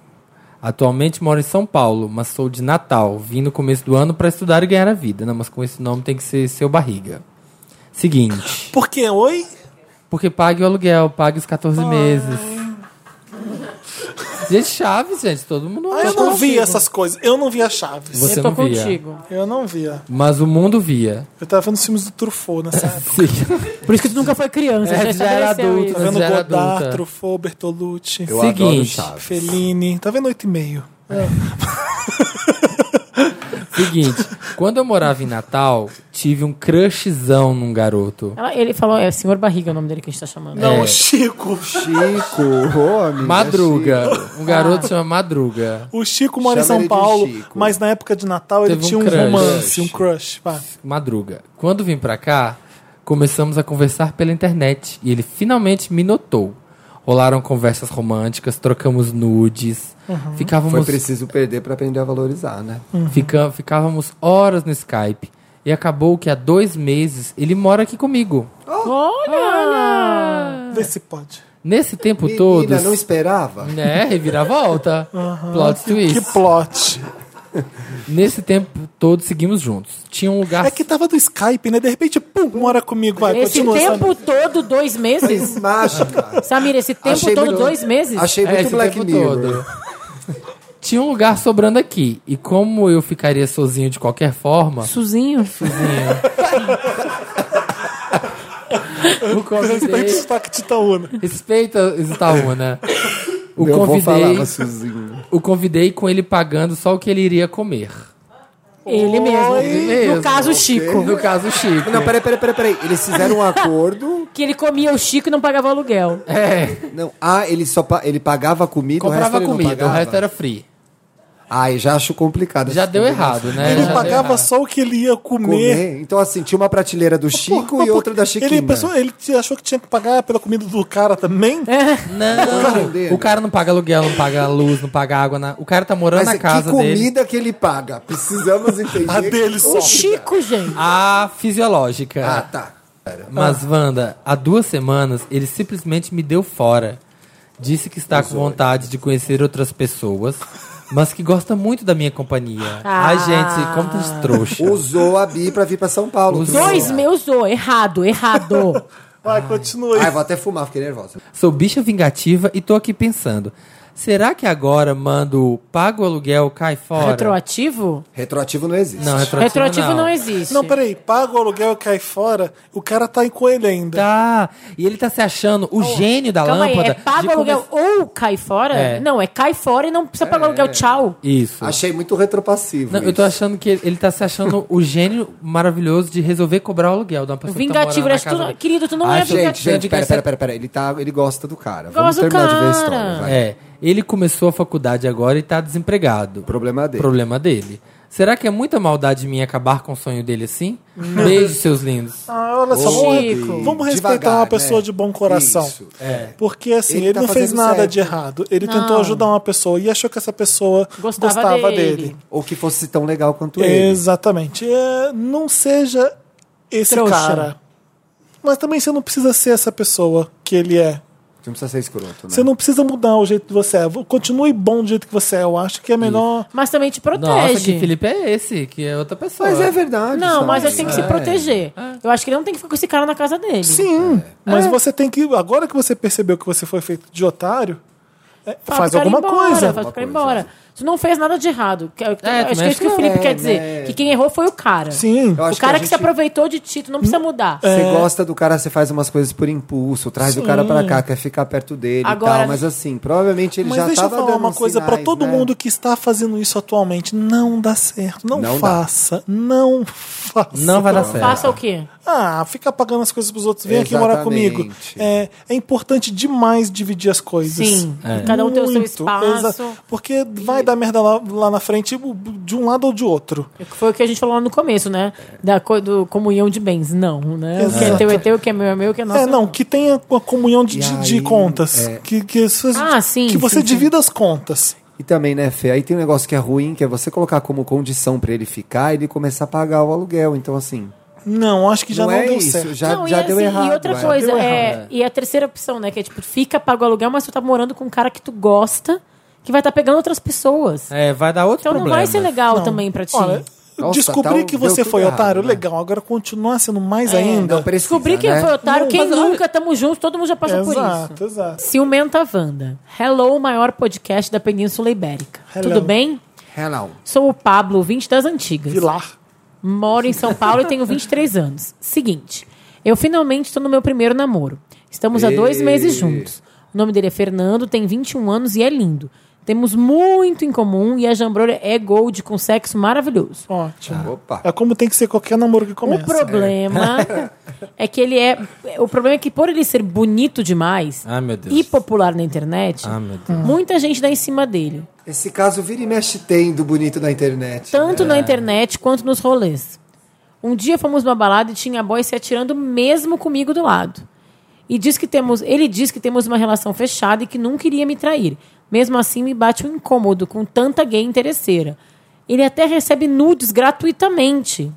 Speaker 3: Atualmente moro em São Paulo, mas sou de Natal. Vim no começo do ano pra estudar e ganhar a vida. Não, mas com esse nome tem que ser seu barriga. Seguinte.
Speaker 1: Por quê? Oi?
Speaker 3: Porque pague o aluguel, pague os 14
Speaker 2: Ah.
Speaker 3: meses. Gente, Chaves, gente, todo mundo.
Speaker 1: Ah, eu não vi essas coisas. Eu não via Chaves.
Speaker 3: Você
Speaker 2: eu tô
Speaker 3: não via.
Speaker 2: contigo.
Speaker 1: Eu não via.
Speaker 3: Mas o mundo via.
Speaker 1: Eu tava vendo os filmes do Truffaut
Speaker 3: É.
Speaker 1: nessa época.
Speaker 3: Sim.
Speaker 2: Por isso que tu nunca foi criança,
Speaker 3: É,
Speaker 2: já né?
Speaker 3: já era
Speaker 2: estabeleceu
Speaker 3: adulto,
Speaker 2: isso.
Speaker 1: Tá vendo
Speaker 3: já era
Speaker 1: Godard,
Speaker 3: adulta.
Speaker 1: Truffaut, Bertolucci,
Speaker 4: Eu adoro
Speaker 3: Seguinte.
Speaker 4: Chaves.
Speaker 1: Fellini. Tá vendo 8 e meio.
Speaker 3: Seguinte, quando eu morava em Natal, tive um crushzão num garoto.
Speaker 2: Ela- ele falou, é senhor barriga é o nome dele que a gente tá chamando.
Speaker 1: Não,
Speaker 3: É.
Speaker 1: Chico.
Speaker 4: Chico, ô, amiga,
Speaker 3: Madruga.
Speaker 4: Chico.
Speaker 3: Um garoto chama Madruga.
Speaker 1: O Chico mora em
Speaker 4: Chama
Speaker 1: São
Speaker 4: ele de
Speaker 1: Paulo,
Speaker 4: Chico.
Speaker 1: mas na época de Natal ele
Speaker 3: Teve um
Speaker 1: tinha um,
Speaker 3: crush.
Speaker 1: romance, um crush. pá.
Speaker 3: Madruga. Quando vim pra cá, começamos a conversar pela internet e ele finalmente me notou. Rolaram conversas românticas, trocamos nudes,
Speaker 4: Foi
Speaker 3: ficávamos,
Speaker 4: preciso perder pra aprender a valorizar, né?
Speaker 3: fica- ficávamos horas no Skype. E acabou que há dois meses ele mora aqui comigo.
Speaker 2: Ah.
Speaker 1: Vê se pode.
Speaker 3: Nesse tempo
Speaker 4: Menina,
Speaker 3: todo.
Speaker 4: não esperava?
Speaker 3: Né? Reviravolta. Plot twist.
Speaker 1: Que plot.
Speaker 3: Nesse tempo todo seguimos juntos. Tinha um lugar.
Speaker 1: É que tava do Skype, né? De repente, pum, mora comigo,
Speaker 3: É,
Speaker 1: vai,
Speaker 2: Esse
Speaker 1: continua. sabe?
Speaker 2: tempo todo, dois meses?
Speaker 4: Mágica.
Speaker 2: Samir, esse tempo
Speaker 4: Achei
Speaker 2: todo,
Speaker 4: muito-
Speaker 2: dois meses?
Speaker 4: Achei
Speaker 3: É,
Speaker 4: muito
Speaker 3: esse
Speaker 4: Black
Speaker 3: tempo
Speaker 4: Mirror.
Speaker 3: todo. Tinha um lugar sobrando aqui. E como eu ficaria sozinho de qualquer forma,
Speaker 2: Suzinho.
Speaker 3: o
Speaker 1: Respeita o
Speaker 3: convidei.
Speaker 1: sotaque de Itaúna.
Speaker 3: Respeita Itaúna. né? O
Speaker 4: Eu vou falar
Speaker 3: convidei,
Speaker 4: pra Suzinho.
Speaker 3: o convidei com ele pagando só o que ele iria comer.
Speaker 2: Ele mesmo.
Speaker 3: Ele mesmo.
Speaker 2: No caso, o Chico.
Speaker 3: No caso, o Chico.
Speaker 4: Não, peraí, peraí, peraí, peraí. Eles fizeram um acordo.
Speaker 2: Que ele comia o Chico e não pagava o aluguel.
Speaker 3: É,
Speaker 4: Não, ah, ele só pa- ele pagava comida, o
Speaker 3: comprava
Speaker 4: resto ele não
Speaker 3: comida, o
Speaker 4: pagava.
Speaker 3: resto era free.
Speaker 4: Ai, já acho complicado.
Speaker 3: Já
Speaker 4: essa
Speaker 3: deu
Speaker 4: combinação.
Speaker 3: errado, né?
Speaker 1: Ele
Speaker 3: Já deu
Speaker 1: pagava
Speaker 3: errado.
Speaker 1: só o que ele ia comer.
Speaker 4: Comer. Então, assim, tinha uma prateleira do Chico
Speaker 1: Mas
Speaker 4: e
Speaker 1: por-
Speaker 4: outra da Chiquinha.
Speaker 1: Ele, é pensou, ele achou que tinha que pagar pela comida do cara também?
Speaker 2: É.
Speaker 4: né?
Speaker 3: Não, o cara não paga aluguel, não paga luz, não paga água. na- O cara tá morando
Speaker 4: Mas é,
Speaker 3: na casa
Speaker 4: que
Speaker 3: dele.
Speaker 4: comida que ele paga? Precisamos entender.
Speaker 1: A dele só.
Speaker 2: O Chico, gente.
Speaker 3: A fisiológica.
Speaker 4: Ah, tá.
Speaker 3: Mas, Wanda, há duas semanas ele simplesmente me deu fora. Disse que está com vontade de conhecer outras pessoas, mas que gosta muito da minha companhia.
Speaker 2: Ah.
Speaker 3: Ai, gente, como tá de trouxa.
Speaker 4: Usou a Bi pra vir pra São Paulo.
Speaker 3: Usou.
Speaker 4: Tudo
Speaker 2: Dois
Speaker 4: bem.
Speaker 2: meus usou. Errado, errado.
Speaker 1: Vai, continua aí.
Speaker 4: Ai, Ah, vou até fumar, fiquei nervosa.
Speaker 3: Sou bicha vingativa e tô aqui pensando. Será que agora mando pago o aluguel, cai fora?
Speaker 2: Retroativo?
Speaker 4: Retroativo não existe.
Speaker 3: Não, retroativo,
Speaker 2: Retroativo não,
Speaker 3: não
Speaker 2: existe.
Speaker 1: Não, peraí, paga o aluguel e cai fora, o cara tá com ele ainda.
Speaker 3: Tá. E ele tá se achando o gênio da
Speaker 2: Oh, Calma aí,
Speaker 3: lâmpada.
Speaker 2: é paga
Speaker 3: de
Speaker 2: o aluguel
Speaker 3: come-
Speaker 2: ou cai fora?
Speaker 3: É.
Speaker 2: Não, é cai fora e não precisa pagar o aluguel. Tchau.
Speaker 3: Isso.
Speaker 4: Achei muito retropassivo.
Speaker 3: Não, eu tô achando que ele, ele tá se achando o gênio maravilhoso de resolver cobrar o aluguel da pessoa que tá
Speaker 2: Vingativo,
Speaker 3: morando na
Speaker 2: acho que tu
Speaker 3: casa
Speaker 2: não-
Speaker 3: dele.
Speaker 2: querido, tu não
Speaker 3: Ah,
Speaker 2: é
Speaker 3: gente,
Speaker 4: Gente,
Speaker 2: vingativo.
Speaker 4: gente, pera,
Speaker 3: Vingativa-
Speaker 4: pera, pera, pera. Ele, tá, ele gosta do cara. Vamos
Speaker 2: Gosta do
Speaker 4: terminar de ver a
Speaker 2: cara.
Speaker 1: É.
Speaker 4: história. vai.
Speaker 3: É, ele começou a faculdade agora e tá desempregado.
Speaker 4: Problema dele.
Speaker 3: Problema dele. Será que é muita maldade minha acabar com o sonho dele assim? Beijo, seus lindos.
Speaker 2: Tá
Speaker 1: Ah, olha só,
Speaker 2: Ô,
Speaker 1: vamos,
Speaker 2: Chico.
Speaker 1: vamos respeitar
Speaker 4: Devagar,
Speaker 1: uma pessoa
Speaker 4: né?
Speaker 1: de bom coração.
Speaker 4: Isso, é.
Speaker 1: Porque assim, ele,
Speaker 4: Ele tá
Speaker 1: não fez
Speaker 4: fazendo
Speaker 1: nada
Speaker 4: certo.
Speaker 1: de errado. Ele tentou ajudar uma pessoa e achou que essa pessoa
Speaker 2: Gostava
Speaker 1: gostava,
Speaker 2: dele.
Speaker 1: dele.
Speaker 4: Ou que fosse tão legal quanto ele.
Speaker 1: Exatamente. É, não seja esse
Speaker 2: Trouxa.
Speaker 1: cara. Mas também você não precisa ser essa pessoa que ele é.
Speaker 4: Você não precisa ser escroto, né?
Speaker 1: Você não precisa mudar o jeito que você é. Continue bom do jeito que você é. Eu acho que é melhor.
Speaker 2: Mas também te protege.
Speaker 3: Nossa, que Felipe é esse? Que é outra pessoa.
Speaker 4: Mas é verdade.
Speaker 2: Não,
Speaker 4: sabe?
Speaker 2: mas ele tem que se
Speaker 4: É.
Speaker 2: proteger. Eu acho que ele não tem que ficar com esse cara na casa dele.
Speaker 1: Sim.
Speaker 4: É.
Speaker 2: É.
Speaker 1: Mas você tem que. Agora que você percebeu que você foi feito de otário, é,
Speaker 2: Fala
Speaker 1: faz
Speaker 2: pro cara ir
Speaker 1: alguma
Speaker 2: embora,
Speaker 1: coisa.
Speaker 2: Faz o cara ir
Speaker 4: Alguma coisa,
Speaker 2: embora. Você não fez nada de errado. Que- que-
Speaker 3: É,
Speaker 2: acho que
Speaker 3: também
Speaker 2: é
Speaker 3: acho
Speaker 2: isso que o
Speaker 3: que
Speaker 2: Felipe
Speaker 4: é,
Speaker 2: quer dizer.
Speaker 4: né?
Speaker 2: Que quem errou foi o cara.
Speaker 1: Sim. É.
Speaker 2: O
Speaker 4: Eu acho
Speaker 2: cara que,
Speaker 4: a
Speaker 2: se
Speaker 4: gente-
Speaker 2: aproveitou de ti, tu não precisa mudar.
Speaker 4: Você gosta do cara, você faz umas coisas por impulso, traz o cara pra cá, quer ficar perto dele
Speaker 2: Agora-
Speaker 4: e tal. Mas assim, provavelmente ele
Speaker 1: Mas
Speaker 4: já
Speaker 1: deixa eu
Speaker 4: tava
Speaker 1: falar
Speaker 4: dando
Speaker 1: uma
Speaker 4: uns
Speaker 1: coisa pra
Speaker 4: sinais,
Speaker 1: todo
Speaker 4: né?
Speaker 1: mundo que está fazendo isso atualmente. Não dá certo. Não,
Speaker 4: Não dá.
Speaker 1: faça. Não faça.
Speaker 3: Não vai dar certo.
Speaker 2: Faça o quê?
Speaker 1: Ah, fica pagando as coisas pros outros. Vem aqui morar
Speaker 4: Exatamente.
Speaker 1: comigo. É, é importante demais dividir as coisas.
Speaker 2: Sim.
Speaker 4: É.
Speaker 2: Cada um tem o seu espaço.
Speaker 1: Porque vai dar merda lá, lá na frente de um lado ou de outro.
Speaker 2: Foi o que a gente falou lá no começo, né? Da co- do comunhão de bens. Não, né? O que é
Speaker 1: Exato.
Speaker 2: teu é teu, o que é meu é meu, o que é nosso.
Speaker 1: é, não, que tenha uma comunhão de,
Speaker 4: E
Speaker 1: de-
Speaker 4: aí, é.
Speaker 1: de contas. Que, que, as suas-
Speaker 2: Ah, sim,
Speaker 1: que você
Speaker 2: sim, sim.
Speaker 1: divida as contas.
Speaker 4: E também, né, Fê? Aí tem um negócio que é ruim, que é você colocar como condição pra ele ficar e ele começar a pagar o aluguel. Então, assim,
Speaker 1: Não, acho que já não,
Speaker 4: é
Speaker 1: deu
Speaker 4: isso,
Speaker 1: certo.
Speaker 4: já,
Speaker 2: Não,
Speaker 4: já
Speaker 2: e,
Speaker 4: deu
Speaker 2: assim,
Speaker 4: errado.
Speaker 2: E outra
Speaker 4: é.
Speaker 2: coisa,
Speaker 1: Deu
Speaker 2: é,
Speaker 3: errado, é.
Speaker 2: e a terceira opção, né? Que é tipo, fica, paga o aluguel, mas tu tá morando com um cara que tu gosta, que vai estar pegando outras pessoas.
Speaker 3: É, vai dar outro
Speaker 2: então
Speaker 3: problema.
Speaker 2: não vai ser legal
Speaker 1: Não.
Speaker 2: também pra ti.
Speaker 1: Olha,
Speaker 4: Nossa,
Speaker 1: descobri
Speaker 4: tá-
Speaker 1: que
Speaker 4: deu
Speaker 1: você
Speaker 4: tudo
Speaker 1: foi
Speaker 4: errado,
Speaker 1: otário,
Speaker 4: né? É,
Speaker 1: legal. Agora continuar sendo mais
Speaker 4: Não
Speaker 1: ainda.
Speaker 4: precisa,
Speaker 2: é, Descobri que
Speaker 4: né?
Speaker 2: foi otário, quem
Speaker 3: mas olha-
Speaker 2: nunca, tamo junto, todo mundo já passou por
Speaker 1: Exato,
Speaker 2: isso.
Speaker 1: exato.
Speaker 2: Ciumenta Wanda. Hello, o maior podcast da Península Ibérica.
Speaker 1: Hello.
Speaker 2: Tudo bem?
Speaker 4: Hello.
Speaker 2: Sou o Pablo, 20 das antigas.
Speaker 1: Vilar.
Speaker 2: Moro em São Paulo e tenho 23 anos. Seguinte, eu finalmente estou no meu primeiro namoro. Estamos há dois
Speaker 4: Ê.
Speaker 2: meses juntos. O nome dele é Fernando, tem 21 anos e é lindo. Temos muito em comum e a Jambrolha é gold com sexo maravilhoso.
Speaker 1: Ótimo.
Speaker 4: Opa.
Speaker 1: É como tem que ser qualquer namoro que começa.
Speaker 2: O problema é que ele é. O problema é que, por ele ser bonito demais
Speaker 3: Ah, meu Deus.
Speaker 2: e popular na internet,
Speaker 3: Ah, meu Deus.
Speaker 2: muita gente dá em cima dele.
Speaker 4: Esse caso vira e mexe tem do bonito da internet.
Speaker 2: Tanto
Speaker 3: É.
Speaker 2: na internet quanto nos rolês. Um dia fomos numa balada e tinha boy se atirando mesmo comigo do lado. E diz que temos, ele diz que temos uma relação fechada e que nunca iria me trair. Mesmo assim, me bate um incômodo com tanta gay interesseira. Ele até recebe nudes gratuitamente.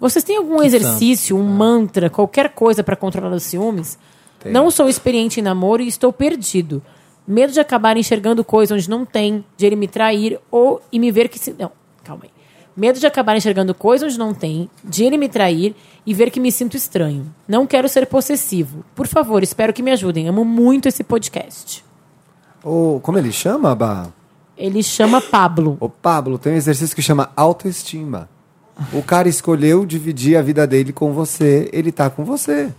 Speaker 2: Vocês têm algum exercício, um mantra, qualquer coisa para controlar os ciúmes? Não sou experiente em namoro e estou perdido. Medo de acabar enxergando coisa onde não tem, de ele me trair ou e me ver que se. Não, calma aí. Medo de acabar enxergando coisa onde não tem, de ele me trair e ver que me sinto estranho. Não quero ser possessivo. Por favor, espero que me ajudem. Amo muito esse podcast.
Speaker 4: Ô, como ele chama, Bah?
Speaker 2: Ele chama Pablo.
Speaker 4: Ô, Pablo, tem um exercício que chama autoestima. O cara escolheu dividir a vida dele com você, ele tá com você.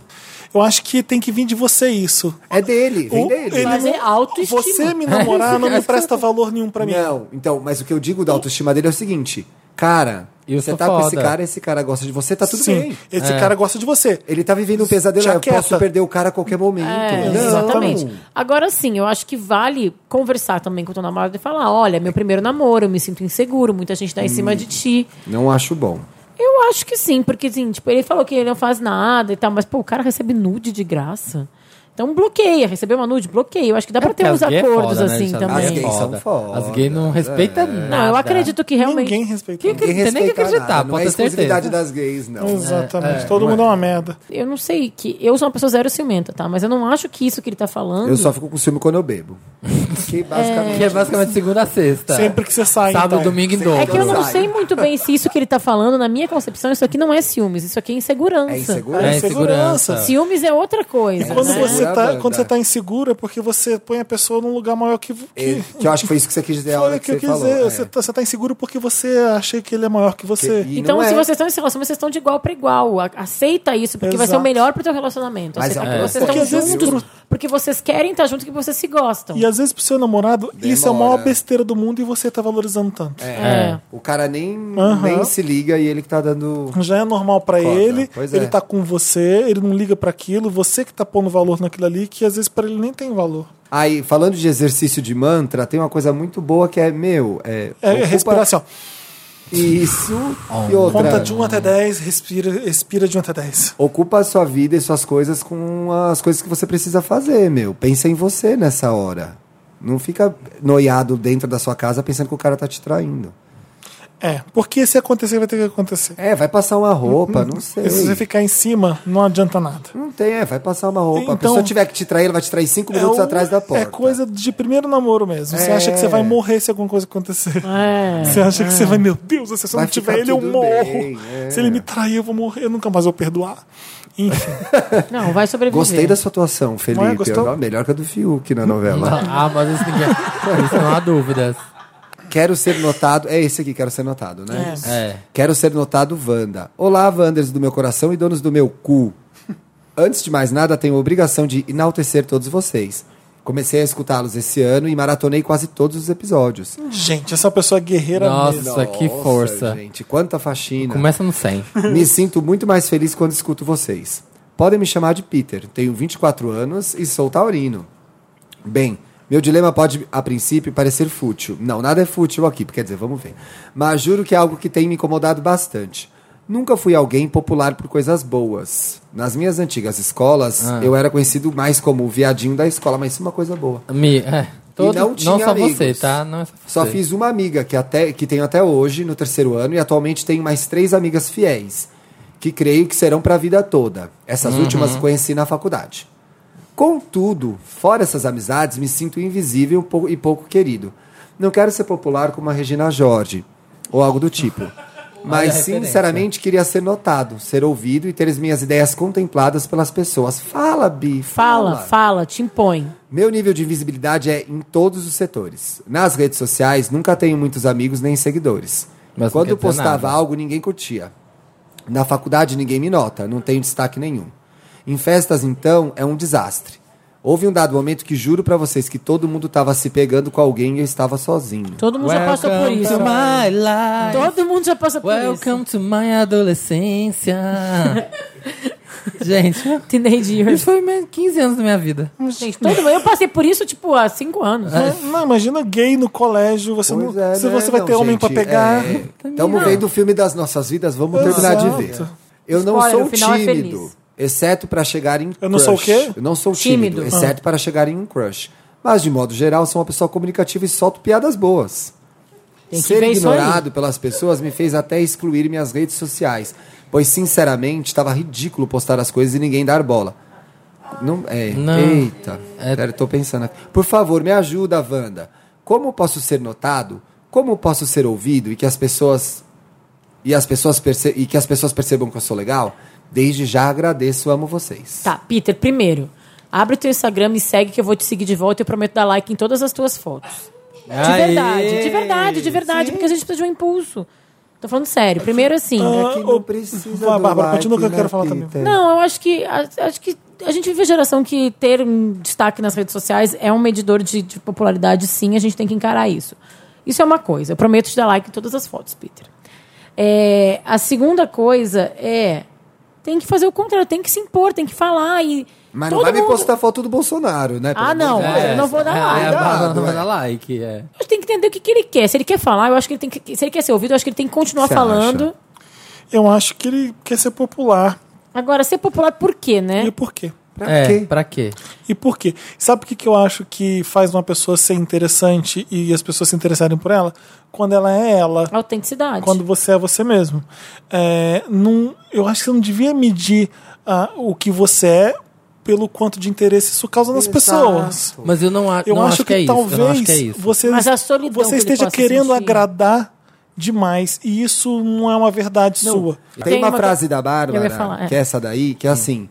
Speaker 1: Eu acho que tem que vir de você isso.
Speaker 4: É dele, vem dele. É
Speaker 1: ele
Speaker 2: Mas é
Speaker 1: não-
Speaker 2: autoestima.
Speaker 1: Você me namorar não me presta valor nenhum pra mim.
Speaker 4: Não, então, mas o que eu digo da autoestima dele é o seguinte, cara,
Speaker 3: Eu
Speaker 4: você
Speaker 3: sou
Speaker 4: tá com esse
Speaker 3: foda.
Speaker 4: cara, esse cara gosta de você, tá tudo
Speaker 1: Sim,
Speaker 4: bem.
Speaker 1: esse cara gosta de você.
Speaker 4: Ele tá vivendo um pesadelo,
Speaker 1: Já
Speaker 4: eu
Speaker 1: quieta.
Speaker 4: posso perder o cara a qualquer momento.
Speaker 2: É,
Speaker 4: Não.
Speaker 2: exatamente. Agora sim, eu acho que vale conversar também com o teu namorado e falar: olha, meu primeiro namoro, eu me sinto inseguro, muita gente dá em cima de ti.
Speaker 4: Não acho bom.
Speaker 2: Eu acho que sim, porque assim, tipo, ele falou que ele não faz nada e tal, mas pô, o cara recebe nude de graça. Então bloqueia, recebeu uma nude, bloqueia. Eu acho que dá pra
Speaker 3: Porque
Speaker 2: ter uns
Speaker 3: as gays é
Speaker 2: acordos
Speaker 3: foda, né?
Speaker 2: assim
Speaker 3: As
Speaker 2: também.
Speaker 4: As
Speaker 3: gays
Speaker 4: gays são foda. É.
Speaker 3: As gays não respeitam nada.
Speaker 2: Não, eu acredito que realmente.
Speaker 1: Ninguém respeita.
Speaker 3: Que- que-
Speaker 4: Ninguém
Speaker 3: Tem nem
Speaker 4: respeita
Speaker 3: acreditar,
Speaker 4: nada, não
Speaker 3: pode
Speaker 4: é
Speaker 3: ter
Speaker 4: exclusividade
Speaker 3: certeza.
Speaker 4: das gays, é um- não.
Speaker 1: Exatamente. Todo mundo é uma merda.
Speaker 2: Eu não sei que. Eu sou uma pessoa zero ciumenta, tá? Mas eu não acho que isso que ele tá falando.
Speaker 4: Eu só fico com ciúme quando eu bebo. Que basicamente...
Speaker 3: Que é basicamente segunda a
Speaker 4: Tá.
Speaker 3: sexta.
Speaker 1: Sempre que você sai,
Speaker 3: Sábado,
Speaker 1: então.
Speaker 3: domingo e
Speaker 4: É
Speaker 3: dobro.
Speaker 2: É que eu não
Speaker 4: Sai.
Speaker 2: sei muito bem se isso que ele tá falando, na minha concepção, isso aqui não é ciúmes, isso aqui é insegurança.
Speaker 4: É insegurança.
Speaker 1: É
Speaker 3: É
Speaker 1: insegurança.
Speaker 4: Tá.
Speaker 3: insegurança.
Speaker 2: Ciúmes é outra coisa.
Speaker 1: Quando
Speaker 2: né?
Speaker 1: você,
Speaker 4: É,
Speaker 1: tá,
Speaker 4: Wanda.
Speaker 1: quando você tá inseguro é porque você põe a pessoa num lugar maior que... que...
Speaker 4: É, que eu acho que foi isso que você quis dizer a hora
Speaker 1: Olha o
Speaker 4: que,
Speaker 1: que eu
Speaker 4: você
Speaker 1: quis
Speaker 4: falou.
Speaker 1: dizer.
Speaker 4: é.
Speaker 1: Você, tá, você tá inseguro porque você acha que ele é maior que você.
Speaker 4: Que- e-
Speaker 2: Então,
Speaker 4: não
Speaker 2: se
Speaker 4: é.
Speaker 2: vocês estão nesse relacionamento, vocês estão de igual para igual. A- Aceita isso, porque vai ser o
Speaker 1: Exato.
Speaker 2: melhor pro teu relacionamento.
Speaker 4: Mas
Speaker 2: Aceita
Speaker 4: é,
Speaker 2: que vocês
Speaker 1: porque
Speaker 2: estão
Speaker 1: às vezes-
Speaker 2: juntos, porque vocês querem estar juntos, que vocês se gostam.
Speaker 1: E às vezes pro seu namorado, isso é a
Speaker 4: Demora.
Speaker 1: maior besteira do mundo e você tá valorizando tanto.
Speaker 2: É.
Speaker 4: O cara nem,
Speaker 1: Aham.
Speaker 4: nem se liga e ele que tá dando.
Speaker 1: Já é normal pra
Speaker 4: Conta,
Speaker 1: ele,
Speaker 4: pois
Speaker 1: ele
Speaker 4: é.
Speaker 1: tá com você, ele não liga pra aquilo, você que tá pondo valor naquilo ali, que às vezes pra ele nem tem valor.
Speaker 4: Aí, falando de exercício de mantra, tem uma coisa muito boa que é, meu, é,
Speaker 1: É
Speaker 4: ocupa-
Speaker 1: respiração.
Speaker 4: Isso. e outra.
Speaker 1: Conta de 1 até 10, respira, respira de 1 até 10.
Speaker 4: Ocupa a sua vida e suas coisas com as coisas que você precisa fazer, meu. Pensa em você nessa hora. Não fica noiado dentro da sua casa pensando que o cara tá te traindo.
Speaker 1: É, porque se acontecer, vai ter que acontecer.
Speaker 4: É, vai passar uma roupa, não sei.
Speaker 1: Se você ficar em cima, não adianta nada.
Speaker 4: Não tem, é, vai passar uma roupa.
Speaker 1: Então-
Speaker 4: a pessoa tiver que te trair, ela vai te trair cinco minutos
Speaker 1: o-
Speaker 4: atrás da porta.
Speaker 1: é coisa de primeiro namoro mesmo. Você
Speaker 4: É.
Speaker 1: acha que você vai morrer se alguma coisa acontecer.
Speaker 2: É.
Speaker 1: Você acha que você vai, meu Deus, se eu
Speaker 4: Vai
Speaker 1: não tiver
Speaker 4: ficar
Speaker 1: ele, eu
Speaker 4: tudo
Speaker 1: morro.
Speaker 4: bem, é.
Speaker 1: Se ele me trair, eu vou morrer. Eu nunca mais vou perdoar. Enfim,
Speaker 2: Não, vai sobreviver.
Speaker 4: Gostei da sua atuação, Felipe.
Speaker 1: Não é, gostou?
Speaker 4: Ó, melhor que a do Fiuk na novela.
Speaker 3: Ah, mas isso ninguém. Isso não há dúvidas.
Speaker 4: Quero ser notado. É esse aqui, quero ser notado, né?
Speaker 3: É.
Speaker 4: Quero ser notado, Wanda. Olá, Wanders do meu coração e donos do meu cu. Antes de mais nada, tenho a obrigação de enaltecer todos vocês. Comecei a escutá-los esse ano e maratonei quase todos os episódios.
Speaker 1: gente, essa pessoa é guerreira
Speaker 3: Nossa.
Speaker 1: mesmo.
Speaker 3: que força. é
Speaker 4: Gente, quanta faxina.
Speaker 3: Começa no 100.
Speaker 4: Me sinto muito mais feliz quando escuto vocês. Podem me chamar de Peter, tenho 24 anos e sou taurino. Bem, meu dilema pode, a princípio, parecer fútil. Não, nada é fútil aqui, quer dizer, vamos ver. Mas juro que é algo que tem me incomodado bastante. Nunca fui alguém popular por coisas boas. Nas minhas antigas escolas, eu era conhecido mais como o viadinho da escola, mas isso é uma coisa boa.
Speaker 3: Mi, é. Todo,
Speaker 4: E não
Speaker 3: não,
Speaker 4: tinha
Speaker 3: só
Speaker 4: amigos.
Speaker 3: você, tá? Não é só você.
Speaker 4: Só fiz uma amiga que, até, que tenho até hoje, no terceiro ano, e atualmente tenho mais três amigas fiéis, que creio que serão para a vida toda. Essas últimas conheci na faculdade. Contudo, fora essas amizades, me sinto invisível e pou- e pouco querido. Não quero ser popular como a Regina Jorge, ou algo do tipo. Mas,
Speaker 3: a referência.
Speaker 4: sinceramente, queria ser notado, ser ouvido e ter as minhas ideias contempladas pelas pessoas. Fala, Bi,
Speaker 2: Fala, fala, te impõe.
Speaker 4: meu nível de invisibilidade é em todos os setores. Nas redes sociais, nunca tenho muitos amigos nem seguidores.
Speaker 3: Mas não
Speaker 4: Quando
Speaker 3: quer
Speaker 4: eu
Speaker 3: dizer
Speaker 4: postava
Speaker 3: nada.
Speaker 4: algo, ninguém curtia. Na faculdade, ninguém me nota, não tenho destaque nenhum. Em festas, então, é um desastre. Houve um dado momento que juro pra vocês que todo mundo tava se pegando com alguém e eu estava sozinho.
Speaker 2: Todo mundo já passou por
Speaker 3: Welcome
Speaker 2: isso.
Speaker 3: to my life.
Speaker 2: Todo mundo já passa por
Speaker 3: Welcome to my adolescência. Gente,
Speaker 2: isso. Teenage
Speaker 3: isso
Speaker 2: years.
Speaker 3: foi meio 15 anos da minha vida.
Speaker 2: Gente, todo mundo. Eu passei por isso, tipo, há cinco anos.
Speaker 4: É,
Speaker 1: Não, não, imagina gay no colégio. Você
Speaker 4: Pois
Speaker 1: não,
Speaker 4: é,
Speaker 1: se
Speaker 4: né?
Speaker 1: você vai
Speaker 4: Não,
Speaker 1: ter homem pra
Speaker 4: gente,
Speaker 1: pegar.
Speaker 4: é. Estamos vendo o filme das nossas vidas, vamos terminar
Speaker 1: Exato.
Speaker 4: de ver. Eu não
Speaker 2: Spoiler,
Speaker 4: sou
Speaker 2: o final é
Speaker 4: tímido,
Speaker 2: feliz.
Speaker 4: exceto para chegar em
Speaker 1: Eu não sou
Speaker 4: crush.
Speaker 1: o quê? Ah.
Speaker 4: Eu não sou tímido,
Speaker 2: Tímido.
Speaker 4: exceto para chegar em um crush. Mas, de modo geral, sou uma pessoa comunicativa e solto piadas boas.
Speaker 2: Tem que
Speaker 4: Ser
Speaker 2: ver isso
Speaker 4: ignorado pelas pessoas me fez até excluir minhas redes sociais, pois, sinceramente, estava ridículo postar as coisas e ninguém dar bola. Não, é,
Speaker 3: Não.
Speaker 4: Eita,
Speaker 2: É.
Speaker 4: pera, eu tô pensando aqui. Por favor, me ajuda, Wanda. Como posso ser notado? Como posso ser ouvido e que as pessoas e as pessoas perce- e que as pessoas percebam que eu sou legal? Desde já agradeço, amo vocês.
Speaker 2: Tá, Peter, primeiro, abre o teu Instagram, me segue que eu vou te seguir de volta e eu prometo dar like em todas as tuas fotos. De verdade, de verdade, de verdade, porque a gente precisa de um impulso. Tô falando sério. Primeiro, assim.
Speaker 1: Ah,
Speaker 4: que não
Speaker 1: ô,
Speaker 4: precisa
Speaker 1: vai,
Speaker 4: do
Speaker 1: Bárbara,
Speaker 4: like,
Speaker 1: continua que eu
Speaker 4: né,
Speaker 1: quero falar também.
Speaker 4: Peter?
Speaker 2: Não, eu acho que a- acho que a gente vive a geração que ter um destaque nas redes sociais é um medidor de, de popularidade, sim, a gente tem que encarar isso. Isso é uma coisa. Eu prometo te dar like em todas as fotos, Peter. É, a segunda coisa é tem que fazer o contrário, tem que se impor, tem que falar e
Speaker 4: Mas
Speaker 2: todo
Speaker 4: não vai me
Speaker 2: mundo-
Speaker 4: postar foto do Bolsonaro, né? Pelo
Speaker 2: Ah,
Speaker 4: amor
Speaker 2: não,
Speaker 4: de
Speaker 2: eu não vou dar like.
Speaker 3: É, a Bárbara não
Speaker 4: Cuidado,
Speaker 3: vai
Speaker 4: é.
Speaker 3: dar like, é.
Speaker 2: A gente tem que entender o que, que ele quer. Se ele quer falar, eu acho que ele tem que. Se ele quer ser ouvido, eu acho que ele tem que continuar
Speaker 4: Você
Speaker 2: falando.
Speaker 4: acha?
Speaker 1: Eu acho que ele quer ser popular.
Speaker 2: Agora, ser popular por quê, né?
Speaker 1: E por quê?
Speaker 4: Pra
Speaker 3: é,
Speaker 4: quê?
Speaker 3: pra quê?
Speaker 1: E por quê? Sabe o que, que eu acho que faz uma pessoa ser interessante e as pessoas se interessarem por ela? Quando ela é ela.
Speaker 2: Autenticidade.
Speaker 1: Quando você é você mesmo. É, não, eu acho que você não devia medir ah, o que você é pelo quanto de interesse isso causa nas
Speaker 4: Exato.
Speaker 1: pessoas.
Speaker 3: Mas eu não, a-
Speaker 1: Eu
Speaker 3: não
Speaker 1: acho, que,
Speaker 3: é isso.
Speaker 1: talvez
Speaker 3: Eu não acho que é isso.
Speaker 1: você,
Speaker 2: Mas a solidão que
Speaker 1: você
Speaker 2: ele
Speaker 1: esteja
Speaker 2: possa
Speaker 1: querendo
Speaker 2: sentir.
Speaker 1: agradar demais e isso não é uma verdade sua.
Speaker 4: Tem,
Speaker 2: Tem
Speaker 4: uma,
Speaker 2: uma
Speaker 4: frase
Speaker 2: que-
Speaker 4: da
Speaker 2: Eu
Speaker 4: Bárbara,
Speaker 2: ia falar, é.
Speaker 4: que é essa daí, que é assim: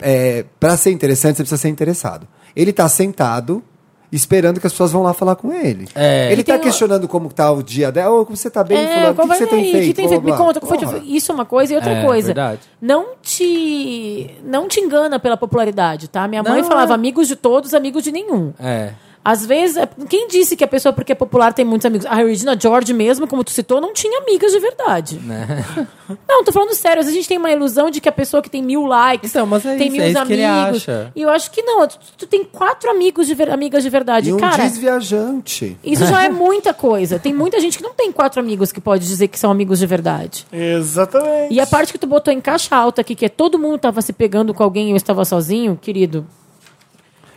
Speaker 4: é, para ser interessante, você precisa ser interessado. Ele tá sentado, esperando que as pessoas vão lá falar com ele.
Speaker 3: É.
Speaker 4: Ele
Speaker 2: E
Speaker 4: tá
Speaker 2: tem o-
Speaker 4: questionando como tá o dia dela, ou como você tá bem, fulano, o que,
Speaker 2: É, qual
Speaker 4: que
Speaker 2: vai-
Speaker 4: você tem
Speaker 2: e
Speaker 4: feito?
Speaker 2: que tem
Speaker 4: blá,
Speaker 2: feito? Me
Speaker 4: blá,
Speaker 2: conta, o que foi
Speaker 4: Porra.
Speaker 2: de- isso é uma coisa e outra
Speaker 3: É,
Speaker 2: coisa.
Speaker 3: verdade.
Speaker 2: Não te não te engana pela popularidade, tá? Minha mãe
Speaker 3: Não,
Speaker 2: falava
Speaker 3: é.
Speaker 2: amigos de todos, amigos de nenhum.
Speaker 3: É.
Speaker 2: Às vezes, é- quem disse que a pessoa, porque é popular, tem muitos amigos? A Regina George mesmo, como tu citou, não tinha amigas de verdade.
Speaker 3: Né?
Speaker 2: Não, tô falando sério. Às vezes a gente tem uma ilusão de que a pessoa que tem mil likes
Speaker 3: Então, mas é
Speaker 2: tem
Speaker 3: isso,
Speaker 2: mil
Speaker 3: é isso
Speaker 2: amigos.
Speaker 3: que ele acha.
Speaker 2: E eu acho que não. Tu, tu tem quatro amigos de ver- amigas de verdade.
Speaker 4: E um
Speaker 2: Cara,
Speaker 4: desviajante.
Speaker 2: isso já é muita coisa. Tem muita gente que não tem quatro amigos que pode dizer que são amigos de verdade.
Speaker 1: Exatamente.
Speaker 2: E a parte que tu botou em caixa alta aqui, que é todo mundo tava se pegando com alguém e eu estava sozinho, querido.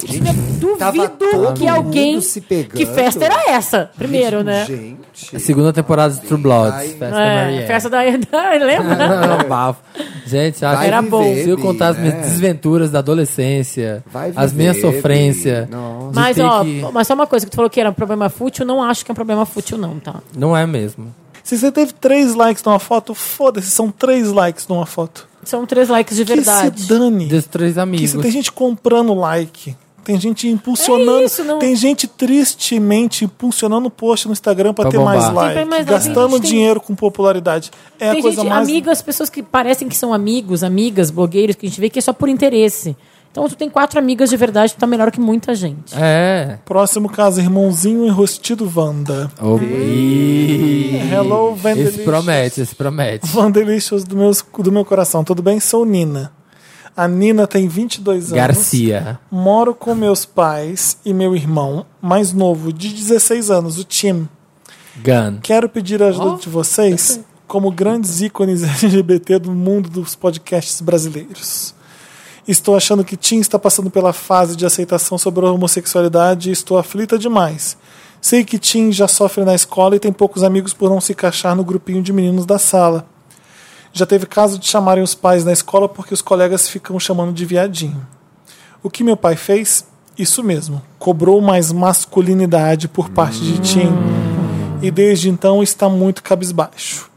Speaker 2: é
Speaker 4: tava
Speaker 2: Duvido
Speaker 4: todo
Speaker 2: que alguém.
Speaker 4: mundo se pegando.
Speaker 2: Que festa era essa? Primeiro, né?
Speaker 4: Gente.
Speaker 3: Segunda temporada de True Bloods.
Speaker 4: Ai.
Speaker 3: Festa
Speaker 2: É,
Speaker 3: Marianne.
Speaker 2: festa da. Lembra?
Speaker 3: Não, bafo. Gente, acho
Speaker 4: Vai
Speaker 3: que
Speaker 2: Era bom.
Speaker 4: viver,
Speaker 3: Se eu contar as
Speaker 4: Bi,
Speaker 3: minhas
Speaker 4: né?
Speaker 3: desventuras da adolescência,
Speaker 4: Vai
Speaker 3: as minhas
Speaker 4: viver, Bi.
Speaker 3: sofrências.
Speaker 4: Nossa.
Speaker 3: de
Speaker 2: Mas,
Speaker 3: ter
Speaker 2: ó,
Speaker 3: que-
Speaker 2: mas só uma coisa que tu falou que era um problema fútil, não acho que é um problema fútil, não, tá?
Speaker 3: Não é mesmo.
Speaker 1: Se você teve três likes numa foto, foda-se, são três likes numa foto.
Speaker 2: São três likes de
Speaker 1: Que
Speaker 2: verdade.
Speaker 1: se dane.
Speaker 3: Dos três
Speaker 1: Que
Speaker 3: amigos.
Speaker 1: se tem gente comprando like. Tem gente impulsionando.
Speaker 2: É isso, não-
Speaker 1: Tem gente tristemente impulsionando post no Instagram pra
Speaker 3: Pra
Speaker 1: ter
Speaker 3: bombar.
Speaker 1: mais
Speaker 3: Tem
Speaker 1: like.
Speaker 2: pra mais like,
Speaker 1: gastando
Speaker 2: gente, tem-
Speaker 1: dinheiro com popularidade. É
Speaker 2: Tem
Speaker 1: a coisa
Speaker 2: gente,
Speaker 1: mais.
Speaker 2: amigo, as pessoas que parecem que são amigos, amigas, blogueiros, que a gente vê que é só por interesse. Então, tu tem quatro amigas de verdade, tu tá melhor que muita gente.
Speaker 3: É.
Speaker 1: Próximo caso, irmãozinho enrostido Wanda.
Speaker 3: Ô, Bi.
Speaker 1: Hello, Vandelicious.
Speaker 3: Esse promete, esse promete.
Speaker 1: Vandelicious do, meus, do meu coração. Tudo bem? Sou Nina. A Nina tem 22 anos.
Speaker 3: Garcia.
Speaker 1: Moro com meus pais e meu irmão mais novo, de 16 anos, o Tim.
Speaker 3: Gun.
Speaker 1: Quero pedir a ajuda de vocês como grandes ícones LGBT do mundo dos podcasts brasileiros. Estou achando que Tim está passando pela fase de aceitação sobre a homossexualidade e estou aflita demais. Sei que Tim já sofre na escola e tem poucos amigos por não se encaixar no grupinho de meninos da sala. Já teve caso de chamarem os pais na escola porque os colegas ficam chamando de viadinho. O que meu pai fez? Isso mesmo. Cobrou mais masculinidade por parte de Tim. E desde então está muito cabisbaixo.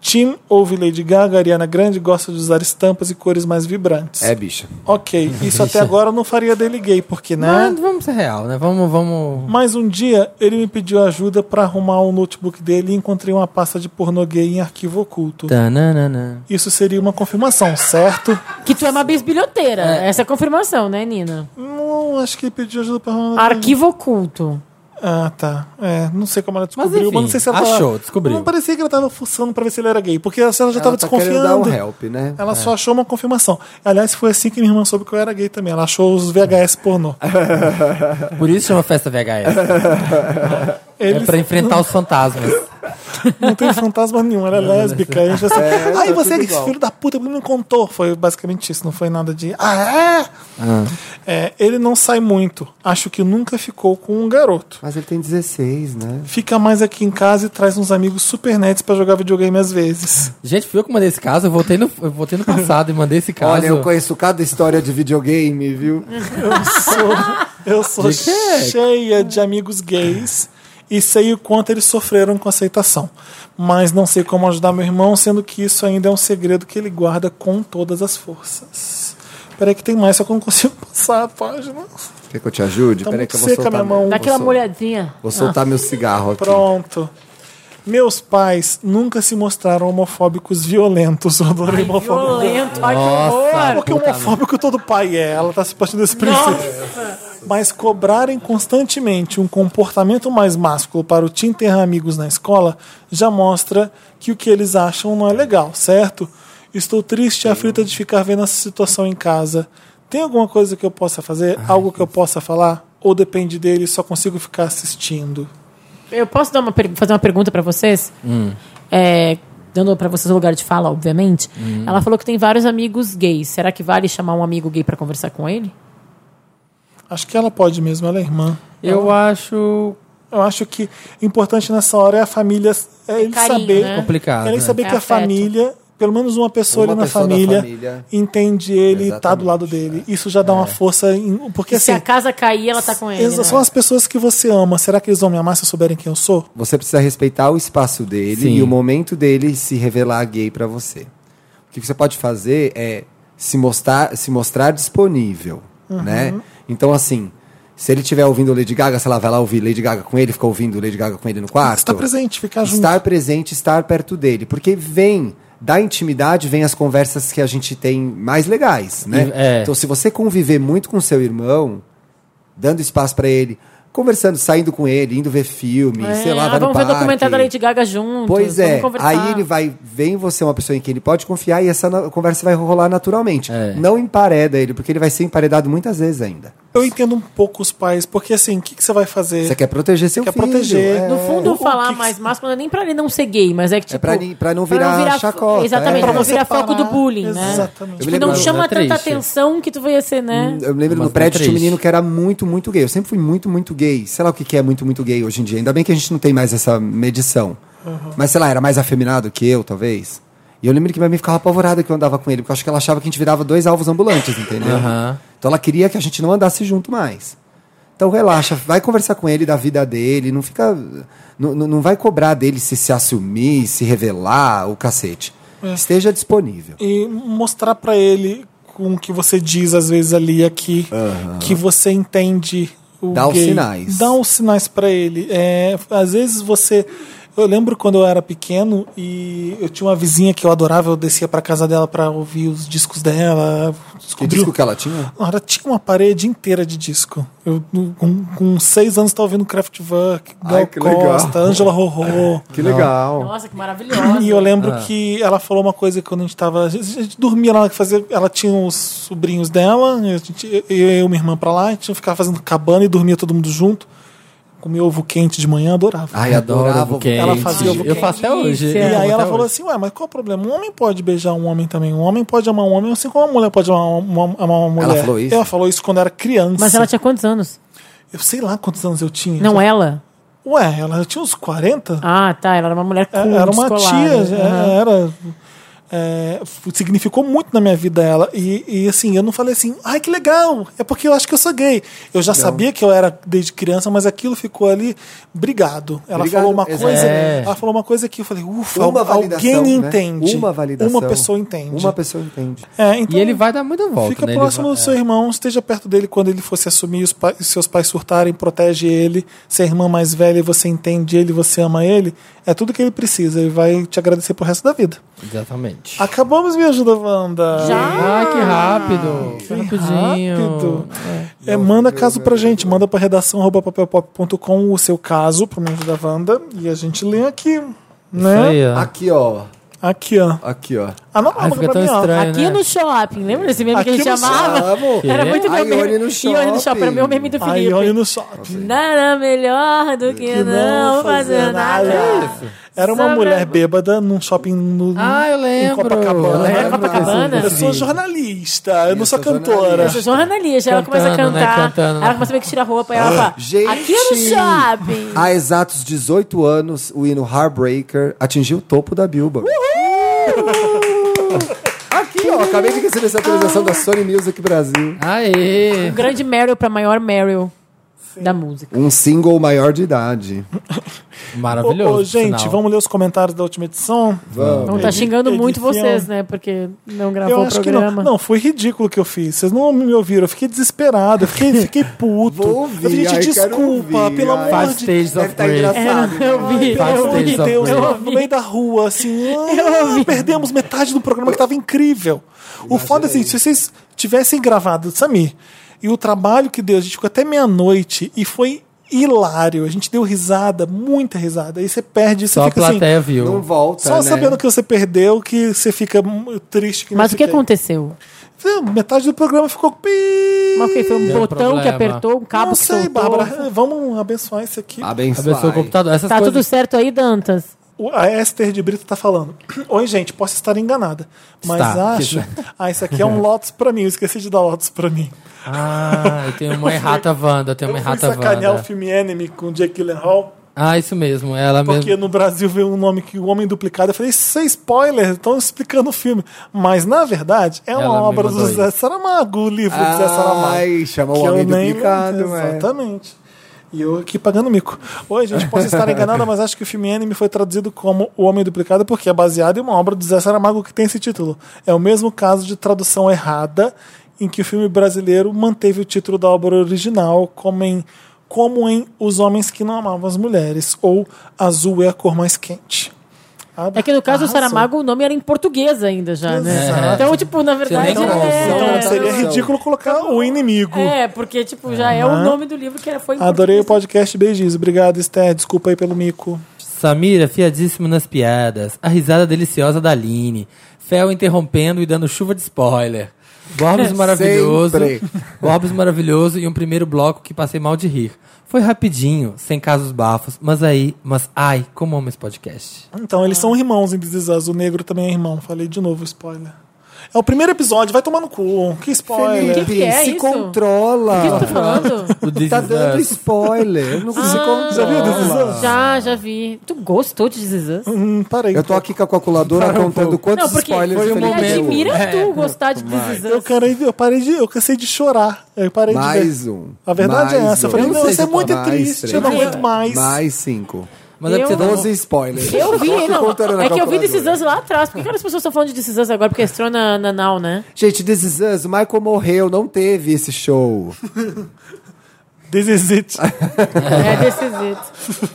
Speaker 1: Tim ouve Lady Gaga, Ariana Grande gosta de usar estampas e cores mais vibrantes.
Speaker 4: É, bicha.
Speaker 1: Ok, isso até agora eu não faria dele gay, porque né?
Speaker 3: Mas vamos ser real, né? Vamos, vamos.
Speaker 1: Mas um dia ele me pediu ajuda para arrumar o notebook dele e encontrei uma pasta de pornô gay em arquivo oculto.
Speaker 3: Tá. Tananana.
Speaker 1: Isso seria uma confirmação, certo?
Speaker 2: Que tu é uma bisbilhoteira. Essa é a confirmação, né, Nina?
Speaker 1: Não, acho que ele pediu ajuda pra arrumar.
Speaker 2: Arquivo oculto.
Speaker 1: Ah, tá. É, não sei como ela descobriu, mas,
Speaker 3: enfim,
Speaker 1: não sei se ela
Speaker 3: achou, descobriu.
Speaker 1: Não parecia que ela tava fuçando pra ver se ele era gay, porque ela já
Speaker 4: Ela
Speaker 1: tava
Speaker 4: tá querendo
Speaker 1: desconfiando.
Speaker 4: dar um help, né?
Speaker 1: Ela só achou uma confirmação. Aliás, foi assim que minha irmã soube que eu era gay também. Ela achou os VHS pornô.
Speaker 3: Por isso chama festa VHS. É
Speaker 1: Eles
Speaker 3: pra enfrentar os fantasmas.
Speaker 1: não tem fantasma nenhum, ela é lésbica. Aí você, Ai, você é filho da puta, porque não contou. Foi basicamente isso, não foi nada de. Ah, é? É, ele não sai muito. Acho que nunca ficou com um garoto.
Speaker 4: Mas ele tem 16, né?
Speaker 1: Fica mais aqui em casa e traz uns amigos super nets pra jogar videogame às vezes.
Speaker 3: Gente, fui eu que mandei esse caso. Eu voltei no, eu voltei no passado e mandei esse caso.
Speaker 4: Olha, eu conheço cada história de videogame, viu?
Speaker 1: Eu sou, eu sou
Speaker 3: De quê?
Speaker 1: cheia de amigos gays e sei o quanto eles sofreram com aceitação. Mas não sei como ajudar meu irmão, sendo que isso ainda é um segredo que ele guarda com todas as forças. Peraí que tem mais, só que eu não consigo passar a página.
Speaker 4: Quer que eu te ajude?
Speaker 1: Tá
Speaker 4: Peraí
Speaker 1: muito
Speaker 4: que eu vou
Speaker 1: seca
Speaker 4: soltar.
Speaker 1: minha mão.
Speaker 2: Dá aquela
Speaker 4: vou, sol-
Speaker 2: molhadinha.
Speaker 4: vou soltar meu cigarro aqui.
Speaker 1: Pronto. Meus pais nunca se mostraram homofóbicos violentos. Eu adorei homofóbico.
Speaker 2: Violento. Ai, que
Speaker 3: Nossa.
Speaker 2: horror.
Speaker 1: Porque é homofóbico todo pai é, ela tá se partindo desse princípio. Mas cobrarem constantemente um comportamento mais másculo para o Tim ter amigos na escola já mostra que o que eles acham não é legal, certo? Estou triste e aflita de ficar vendo essa situação em casa. Tem alguma coisa que eu possa fazer? Algo que eu possa falar? Ou depende dele e só consigo ficar assistindo?
Speaker 2: Eu posso dar uma per- fazer uma pergunta pra vocês?
Speaker 1: Hum.
Speaker 2: É, dando pra vocês o lugar de fala, obviamente.
Speaker 1: Hum.
Speaker 2: Ela falou que tem vários amigos gays. Será que vale chamar um amigo gay pra conversar com ele?
Speaker 1: Acho que ela pode mesmo, ela é irmã.
Speaker 3: Eu acho
Speaker 1: Eu acho que importante nessa hora é a família é ele
Speaker 2: carinho,
Speaker 1: saber,
Speaker 2: né?
Speaker 3: Complicado,
Speaker 1: é ele
Speaker 3: né?
Speaker 1: saber
Speaker 2: É
Speaker 1: que a
Speaker 2: afeto.
Speaker 1: família, pelo menos uma pessoa
Speaker 4: Uma
Speaker 1: ali na
Speaker 4: pessoa da
Speaker 1: família,
Speaker 4: família.
Speaker 1: entende ele e tá do
Speaker 4: Exatamente, é.
Speaker 1: lado dele. Isso já dá uma força em- porque
Speaker 2: Se a
Speaker 1: assim,
Speaker 2: casa cair, ela tá com ele.
Speaker 1: exa-
Speaker 2: né?
Speaker 1: são as pessoas que você ama. Será que eles vão me amar se souberem quem eu sou?
Speaker 4: Você precisa respeitar o espaço dele
Speaker 3: Sim.
Speaker 4: e o momento dele se revelar gay pra você. O que você pode fazer é se mostrar, se mostrar disponível, né? Então, assim, se ele estiver ouvindo Lady Gaga, sei lá, vai lá ouvir Lady Gaga com ele, fica ouvindo Lady Gaga com ele no quarto.
Speaker 1: Estar tá presente,
Speaker 2: Tá
Speaker 1: ficar junto.
Speaker 4: Estar presente, estar perto dele. Porque vem da intimidade, vem as conversas que a gente tem mais legais, né?
Speaker 3: E- é.
Speaker 4: Então, se você conviver muito com seu irmão, dando espaço pra ele, conversando, saindo com ele, indo ver filme,
Speaker 2: É,
Speaker 4: sei lá,
Speaker 2: ah,
Speaker 4: vai
Speaker 2: vamos
Speaker 4: no
Speaker 2: ver
Speaker 4: parque.
Speaker 2: o documentário da Lady Gaga juntos.
Speaker 4: Pois
Speaker 2: vamos
Speaker 4: é,
Speaker 2: conversar.
Speaker 4: aí ele vai, vem você uma pessoa em quem ele pode confiar e essa na- conversa vai rolar naturalmente.
Speaker 3: É.
Speaker 4: Não empareda ele, porque ele vai ser emparedado muitas vezes ainda.
Speaker 1: Eu entendo um pouco os pais, porque assim, o que, que você vai fazer?
Speaker 2: É.
Speaker 4: Você quer proteger seu
Speaker 1: Quer
Speaker 4: filho.
Speaker 1: proteger.
Speaker 4: é.
Speaker 2: No fundo,
Speaker 1: o- o
Speaker 2: falar
Speaker 1: que que-
Speaker 2: mais másculo não é nem pra ele não ser gay, mas é que tipo.
Speaker 4: pra ni- pra não virar chacota,
Speaker 2: Exatamente,
Speaker 4: é.
Speaker 2: pra
Speaker 4: Pra
Speaker 2: não
Speaker 1: você
Speaker 2: virar
Speaker 1: parar.
Speaker 2: foco do bullying, né?
Speaker 1: Exatamente.
Speaker 2: Tipo,
Speaker 4: Eu me
Speaker 2: não
Speaker 4: lembro-
Speaker 2: chama
Speaker 3: É
Speaker 2: tanta
Speaker 3: triste.
Speaker 2: atenção que tu vai ser, né?
Speaker 4: Eu me lembro
Speaker 3: Mas
Speaker 4: no
Speaker 3: é
Speaker 4: prédio tinha um
Speaker 3: triste.
Speaker 4: menino que era muito, muito gay. Eu sempre fui muito, muito gay. Sei lá o que, que é muito, muito gay hoje em dia. Ainda bem que a gente não tem mais essa medição. Mas sei lá, era mais afeminado que eu, talvez. E eu lembro que minha mãe ficava apavorada que eu andava com ele, porque eu acho que ela achava que a gente virava dois alvos ambulantes, entendeu?
Speaker 3: Aham.
Speaker 4: Então ela queria que a gente não andasse junto mais. Então relaxa, vai conversar com ele da vida dele, não fica. Não, não- não vai cobrar dele se se assumir, se revelar, o cacete. Esteja disponível.
Speaker 1: E mostrar pra ele com o que você diz às vezes ali e aqui, que você entende o
Speaker 4: Dá os
Speaker 1: gay.
Speaker 4: sinais.
Speaker 1: Dá os sinais pra ele. É, às vezes você eu lembro quando eu era pequeno e eu tinha uma vizinha que eu adorava, eu descia pra casa dela pra ouvir os discos dela,
Speaker 4: Que
Speaker 1: descobri
Speaker 4: disco que ela tinha?
Speaker 1: Ora, tinha tipo uma parede inteira de disco. Eu, com, com seis anos, estava ouvindo Kraftwerk, Gal
Speaker 4: Ai, que legal.
Speaker 1: Costa, Angela Rorô.
Speaker 4: Que legal.
Speaker 2: Nossa, que maravilhosa.
Speaker 1: E eu lembro que ela falou uma coisa quando a gente tava. A gente, a gente dormia lá, que fazia, ela tinha os sobrinhos dela, e a gente, eu e minha irmã pra lá, a gente ficava fazendo cabana e dormia todo mundo junto. Comia ovo quente de manhã, adorava.
Speaker 4: Ai, adorava.
Speaker 3: Adoro
Speaker 1: Ela fazia ovo
Speaker 3: Eu faço até
Speaker 2: quente.
Speaker 3: hoje.
Speaker 2: E
Speaker 1: E
Speaker 3: Eu
Speaker 1: aí
Speaker 3: como
Speaker 1: ela
Speaker 3: até
Speaker 1: falou
Speaker 3: hoje.
Speaker 1: assim, ué, mas qual o problema? Um homem pode beijar um homem também. Um homem pode amar um homem, assim como uma mulher pode amar uma, uma- amar uma mulher.
Speaker 4: falou isso?
Speaker 1: Ela falou isso quando era criança.
Speaker 2: Mas ela tinha quantos anos?
Speaker 1: Eu sei lá quantos anos eu tinha.
Speaker 2: Não é? ela?
Speaker 1: Ué, ela tinha uns 40?
Speaker 2: Ah, tá. Ela era uma mulher cool,
Speaker 1: É, era uma
Speaker 2: descolada.
Speaker 1: tia, é,
Speaker 2: Aham.
Speaker 1: era. é, f- significou muito na minha vida ela. E, e, assim, eu não falei assim, ai que legal, é porque eu acho que eu sou gay. Eu já sabia que eu era desde criança, mas aquilo ficou ali, obrigado. Ela
Speaker 4: Obrigado,
Speaker 1: falou uma
Speaker 4: exato.
Speaker 1: coisa,
Speaker 3: É.
Speaker 1: ela falou uma coisa que eu falei, ufa,
Speaker 4: Uma
Speaker 1: al-
Speaker 4: validação,
Speaker 1: alguém
Speaker 4: né?
Speaker 1: entende.
Speaker 4: Uma validação.
Speaker 1: Uma pessoa entende.
Speaker 4: Uma pessoa entende.
Speaker 1: É, então,
Speaker 3: E ele vai dar muita volta.
Speaker 1: Fica
Speaker 3: né? Ele
Speaker 1: próximo
Speaker 3: vai-
Speaker 1: do seu irmão, esteja perto dele quando ele for se assumir, os, pa- os seus pais surtarem, protege ele. Se a irmã mais velha e você entende ele, você ama ele, é tudo que ele precisa e vai te agradecer pro resto da vida. Ah,
Speaker 3: Exatamente.
Speaker 1: Acabamos, me ajuda, Wanda.
Speaker 2: Já?
Speaker 3: Ah, que rápido. Que
Speaker 1: Rápido.
Speaker 3: rapidinho.
Speaker 1: É, manda caso pra gente, manda pra redação arroba papelpop.com o seu caso pro Me Ajuda Wanda e a gente lê aqui,
Speaker 3: Isso
Speaker 1: né?
Speaker 3: aí, ó.
Speaker 4: Aqui, ó.
Speaker 1: Aqui, ó.
Speaker 4: Aqui, ó.
Speaker 1: Ah, não,
Speaker 3: Ai,
Speaker 1: manda
Speaker 3: fica
Speaker 1: pra
Speaker 3: tão
Speaker 1: mim, ó.
Speaker 3: estranho,
Speaker 2: Aqui
Speaker 3: né?
Speaker 2: no shopping. Lembra desse meme que a
Speaker 1: É, Aqui
Speaker 2: gente
Speaker 1: no
Speaker 2: amava?
Speaker 4: Vamos.
Speaker 2: Era muito meu
Speaker 4: Aí,
Speaker 2: meme.
Speaker 4: olha no
Speaker 2: Ione no shopping. Era meu meme do
Speaker 1: Aí,
Speaker 2: Felipe.
Speaker 1: olha no shopping.
Speaker 2: Nada melhor do que, não, fazer nada.
Speaker 1: Era uma
Speaker 2: Sobre-
Speaker 1: mulher bêbada num shopping no,
Speaker 3: Ah, eu
Speaker 1: em
Speaker 3: lembro. Eu
Speaker 1: Copacabana.
Speaker 3: lembro
Speaker 2: É Copacabana?
Speaker 3: desse-
Speaker 1: Eu
Speaker 3: desse
Speaker 1: sou
Speaker 3: vídeo.
Speaker 1: jornalista, eu não
Speaker 4: Eu
Speaker 1: sou
Speaker 4: sou
Speaker 1: cantora.
Speaker 2: Eu sou é jornalista, ela começa a
Speaker 3: Cantando, né?
Speaker 2: cantar.
Speaker 3: Cantando.
Speaker 2: Ela começa a ver que tira a roupa
Speaker 1: Ah,
Speaker 2: e ela fala:
Speaker 4: Gente!
Speaker 2: Aqui no shopping.
Speaker 4: Há exatos 18 anos, o hino Heartbreaker atingiu o topo da Billboard. Aqui, ó. Acabei de receber essa atualização da Sony Music Brasil.
Speaker 3: Aê.
Speaker 2: Um grande Meryl pra maior Meryl da música.
Speaker 4: Um single maior de idade.
Speaker 1: Ô,
Speaker 3: Maravilhoso.
Speaker 1: ô,
Speaker 3: por
Speaker 1: gente,
Speaker 3: sinal.
Speaker 1: vamos ler os comentários da última edição?
Speaker 2: Então tá xingando
Speaker 1: Edição.
Speaker 2: muito vocês, né? Porque não
Speaker 1: Eu
Speaker 2: gravou o
Speaker 1: acho que não.
Speaker 2: programa.
Speaker 1: Não, foi ridículo o que eu fiz. Vocês não me ouviram. Eu fiquei desesperado. Eu fiquei, fiquei puto.
Speaker 4: Vou ouvir,
Speaker 1: eu falei, gente,
Speaker 4: ai, quero
Speaker 1: desculpa.
Speaker 4: ouvir,
Speaker 1: pelo
Speaker 4: ai.
Speaker 1: amor
Speaker 3: Faz
Speaker 1: de
Speaker 3: Stages
Speaker 4: Deve
Speaker 3: of
Speaker 4: tá
Speaker 3: Grey.
Speaker 4: engraçado.
Speaker 2: É, eu vi,
Speaker 1: Pelo
Speaker 3: Faz
Speaker 2: eu
Speaker 1: amor
Speaker 2: vi.
Speaker 1: de
Speaker 3: Stages of
Speaker 1: Deus,
Speaker 3: Grey.
Speaker 1: eu- no meio da rua, assim, ah, perdemos metade do programa que tava incrível. O foda é assim, se vocês tivessem gravado, Samir, e o trabalho que deu, a gente ficou até meia-noite e foi hilário. A gente deu risada, muita risada. Aí você perde, você
Speaker 3: Só a
Speaker 1: fica assim.
Speaker 3: plateia viu.
Speaker 4: Não volta,
Speaker 1: Só
Speaker 4: né?
Speaker 1: sabendo que você perdeu, que você fica hum, triste. Que não
Speaker 2: Mas o que
Speaker 1: fiquei.
Speaker 2: aconteceu?
Speaker 1: Então, Metade do programa ficou. pi.
Speaker 2: Mas o que? Foi um
Speaker 3: Deu
Speaker 2: botão que
Speaker 3: problema.
Speaker 2: apertou, um cabo
Speaker 1: Não
Speaker 2: que
Speaker 1: sei,
Speaker 2: soltou.
Speaker 1: Bárbara. Vamos abençoar isso aqui.
Speaker 3: Abençoa o
Speaker 4: Abençoe.
Speaker 3: computador. Essas
Speaker 2: Tá tudo
Speaker 1: assim.
Speaker 3: coisas.
Speaker 2: certo aí, Dantas?
Speaker 1: O- A Esther de Brito tá falando. Oi, gente, posso estar enganada. Mas
Speaker 3: Está.
Speaker 1: acho. Ah, isso aqui é um Lotus pra mim. Eu esqueci de dar Lotus pra mim.
Speaker 3: Ah, eu tenho uma errata Wanda. Eu tenho
Speaker 1: Eu
Speaker 3: uma
Speaker 1: fui
Speaker 3: errata
Speaker 1: sacanear o
Speaker 3: Wanda.
Speaker 1: filme Enemy com o Jake Gyllenhaal,
Speaker 3: Ah, isso mesmo. Ela
Speaker 1: porque
Speaker 3: mesmo.
Speaker 1: no Brasil veio um nome que o Homem Duplicado. Eu falei, isso é spoiler, estão explicando o filme. Mas, na verdade, é uma
Speaker 3: Ela me
Speaker 1: obra do
Speaker 3: mandou
Speaker 1: Zé
Speaker 3: isso.
Speaker 1: Saramago, o livro do Zé Saramago.
Speaker 4: Ai, chamou
Speaker 1: que
Speaker 4: o
Speaker 1: eu
Speaker 4: homem
Speaker 1: nem-
Speaker 4: duplicado, é.
Speaker 1: Exatamente. E eu aqui pagando mico. Oi, gente, posso estar enganada, mas acho que o filme anime foi traduzido como O Homem Duplicado porque é baseado em uma obra do Zé Saramago que tem esse título. É o mesmo caso de tradução errada em que o filme brasileiro manteve o título da obra original como em, como em Os Homens que Não Amavam as Mulheres ou Azul é a Cor Mais Quente.
Speaker 2: É que no caso do Saramago o nome era em português ainda já, né?
Speaker 3: Exato.
Speaker 2: Então, tipo, na verdade.
Speaker 3: É.
Speaker 2: é-
Speaker 3: nem noção,
Speaker 1: Então,
Speaker 2: é,
Speaker 1: seria ridículo colocar o inimigo.
Speaker 2: É, porque, tipo, já é o nome do livro que era, foi em
Speaker 1: Adorei o
Speaker 2: português.
Speaker 1: podcast, beijinhos. Obrigado, Esther. Desculpa aí pelo mico.
Speaker 3: Samira, é fiadíssimo nas piadas. A risada deliciosa da Aline. Fel interrompendo e dando chuva de spoiler. Borbs maravilhoso.
Speaker 4: Sempre.
Speaker 3: Borbs maravilhoso e um primeiro bloco que passei mal de rir. Foi rapidinho, sem casos bafos, mas aí, mas ai, como amo esse podcast.
Speaker 1: Então, eles são irmãos em This Is Us. O negro também é irmão. Falei de novo, spoiler. É o primeiro episódio, vai tomar no cu. Que spoiler.
Speaker 4: Felipe,
Speaker 2: que é
Speaker 4: se
Speaker 2: isso?
Speaker 4: controla.
Speaker 2: O que você tá falando?
Speaker 3: O This
Speaker 4: Tá
Speaker 3: Is
Speaker 4: dando
Speaker 3: Us.
Speaker 4: spoiler. Não
Speaker 2: Ah.
Speaker 4: se
Speaker 1: Já viu
Speaker 4: controla.
Speaker 1: This Is Us?
Speaker 2: já, já vi. Tu gostou de Jesus?
Speaker 1: Hum, parei.
Speaker 4: Eu tô aqui com a calculadora
Speaker 3: Para um
Speaker 4: contando
Speaker 3: pouco.
Speaker 4: quantos
Speaker 2: Não, porque
Speaker 4: spoilers
Speaker 3: foi um
Speaker 4: Felipe
Speaker 2: Me
Speaker 3: momento.
Speaker 4: deu.
Speaker 2: admira
Speaker 3: É.
Speaker 2: tu gostar de This Is
Speaker 1: Eu,
Speaker 2: Us.
Speaker 1: parei, de- eu parei de. Eu cansei de chorar. Eu parei de.
Speaker 4: Mais
Speaker 1: ver.
Speaker 4: um.
Speaker 1: A verdade
Speaker 4: Mais
Speaker 1: é essa. Eu
Speaker 4: um.
Speaker 1: falei,
Speaker 4: Eu
Speaker 1: não,
Speaker 4: sei
Speaker 1: isso é
Speaker 4: se
Speaker 1: muito
Speaker 4: tá mais
Speaker 1: triste,
Speaker 4: três.
Speaker 1: eu não aguento mais.
Speaker 4: Mais cinco.
Speaker 3: Mas é porque
Speaker 2: Eu-
Speaker 3: você tá-
Speaker 4: 12 spoilers.
Speaker 2: Eu vi,
Speaker 4: Tô
Speaker 2: não.
Speaker 4: contando na
Speaker 2: É que eu vi This Is
Speaker 4: calculadora.
Speaker 2: Us lá atrás. Por que as pessoas estão falando de This Is Us agora? Porque estreou na, na Now, né?
Speaker 4: Gente, This Is Us, o Michael morreu, não teve esse show.
Speaker 1: This is it.
Speaker 2: É This Is It.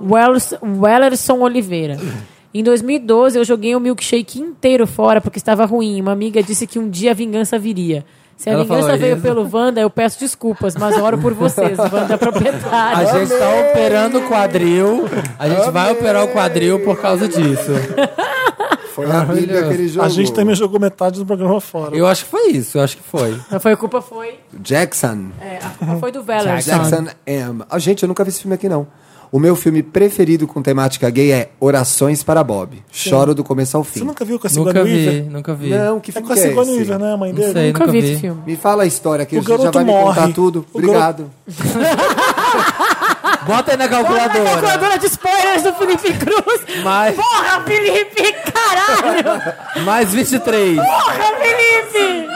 Speaker 2: Wellers- Wellerson Oliveira. Em 2012, eu joguei o milkshake inteiro fora porque estava ruim. Uma amiga disse que um dia a vingança viria. Se a
Speaker 3: Ela
Speaker 2: vingança
Speaker 3: falou
Speaker 2: veio
Speaker 3: isso?
Speaker 2: pelo Wanda, eu peço desculpas, mas oro por vocês, Wanda
Speaker 3: A
Speaker 2: proprietária.
Speaker 3: gente tá operando o quadril. A gente vai operar o quadril por causa disso.
Speaker 4: Foi a Bíblia que ele jogou.
Speaker 1: A gente também jogou metade do programa fora.
Speaker 3: Eu acho que foi isso, eu acho que foi.
Speaker 2: Não foi a culpa, foi.
Speaker 4: Jackson.
Speaker 2: é, a culpa foi do Wellerson.
Speaker 4: Jackson M. Ah, gente, eu nunca vi esse filme aqui, não. O meu filme preferido com temática gay é Orações para Bob. Choro do começo ao fim.
Speaker 1: Você nunca viu com a
Speaker 3: Nunca
Speaker 1: Sigourney
Speaker 3: vi,
Speaker 1: Weaver?
Speaker 3: nunca vi.
Speaker 4: Não, que
Speaker 1: É
Speaker 4: filme
Speaker 1: com a
Speaker 4: que é
Speaker 1: Sigourney
Speaker 4: esse?
Speaker 1: Weaver, né? A mãe
Speaker 3: Não
Speaker 1: dele.
Speaker 3: sei.
Speaker 2: Nunca
Speaker 3: nunca
Speaker 2: vi
Speaker 3: vi.
Speaker 2: esse filme.
Speaker 4: Me fala a história que
Speaker 1: O
Speaker 4: o gente já
Speaker 1: garoto
Speaker 4: vai me
Speaker 1: morre.
Speaker 4: contar tudo.
Speaker 1: O
Speaker 4: Obrigado.
Speaker 3: Bota aí na calculadora.
Speaker 2: Calculadora é de spoilers do Felipe Cruz.
Speaker 3: Mas-
Speaker 2: Porra, Felipe! Caralho!
Speaker 3: Mais 23.
Speaker 2: Porra, Felipe!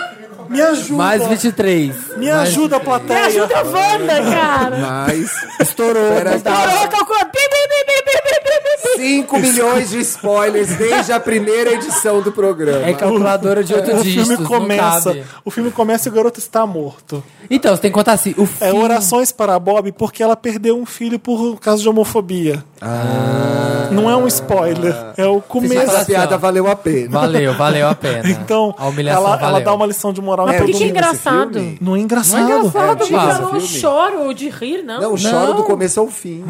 Speaker 1: Me ajuda.
Speaker 3: Mais 23.
Speaker 1: Me ajuda,
Speaker 2: Me
Speaker 1: plateia.
Speaker 2: ajuda a Wanda, cara!
Speaker 4: Mas estourou.
Speaker 3: né?
Speaker 1: tá
Speaker 2: Parou, calculadora. Bi, bi, bi, bi, bi, bi, bi, bi.
Speaker 4: 5 milhões de spoilers desde a primeira edição do programa.
Speaker 3: É calculadora de
Speaker 1: O
Speaker 3: 8 dígitos.
Speaker 1: filme
Speaker 3: não
Speaker 1: começa.
Speaker 3: cabe.
Speaker 1: O filme começa e o garoto está morto.
Speaker 3: Então, você tem que contar assim. O fim,
Speaker 1: É orações para a Bob porque ela perdeu um filho por causa de homofobia.
Speaker 3: Ah.
Speaker 1: Não é um spoiler, é o
Speaker 3: Mas
Speaker 1: começo.
Speaker 4: Essa piada valeu a pena.
Speaker 3: Valeu, valeu a pena.
Speaker 1: Então,
Speaker 3: a humilhação
Speaker 1: ela, ela
Speaker 3: valeu.
Speaker 1: dá uma lição de moral
Speaker 4: É,
Speaker 1: pra
Speaker 2: Por que
Speaker 1: todo
Speaker 2: que é
Speaker 1: mundo.
Speaker 2: engraçado?
Speaker 4: filme?
Speaker 1: Não é engraçado.
Speaker 3: Não é engraçado.
Speaker 2: Porque
Speaker 3: Massa,
Speaker 2: eu não
Speaker 4: filme.
Speaker 2: choro de rir, não.
Speaker 4: Não, choro do começo ao fim.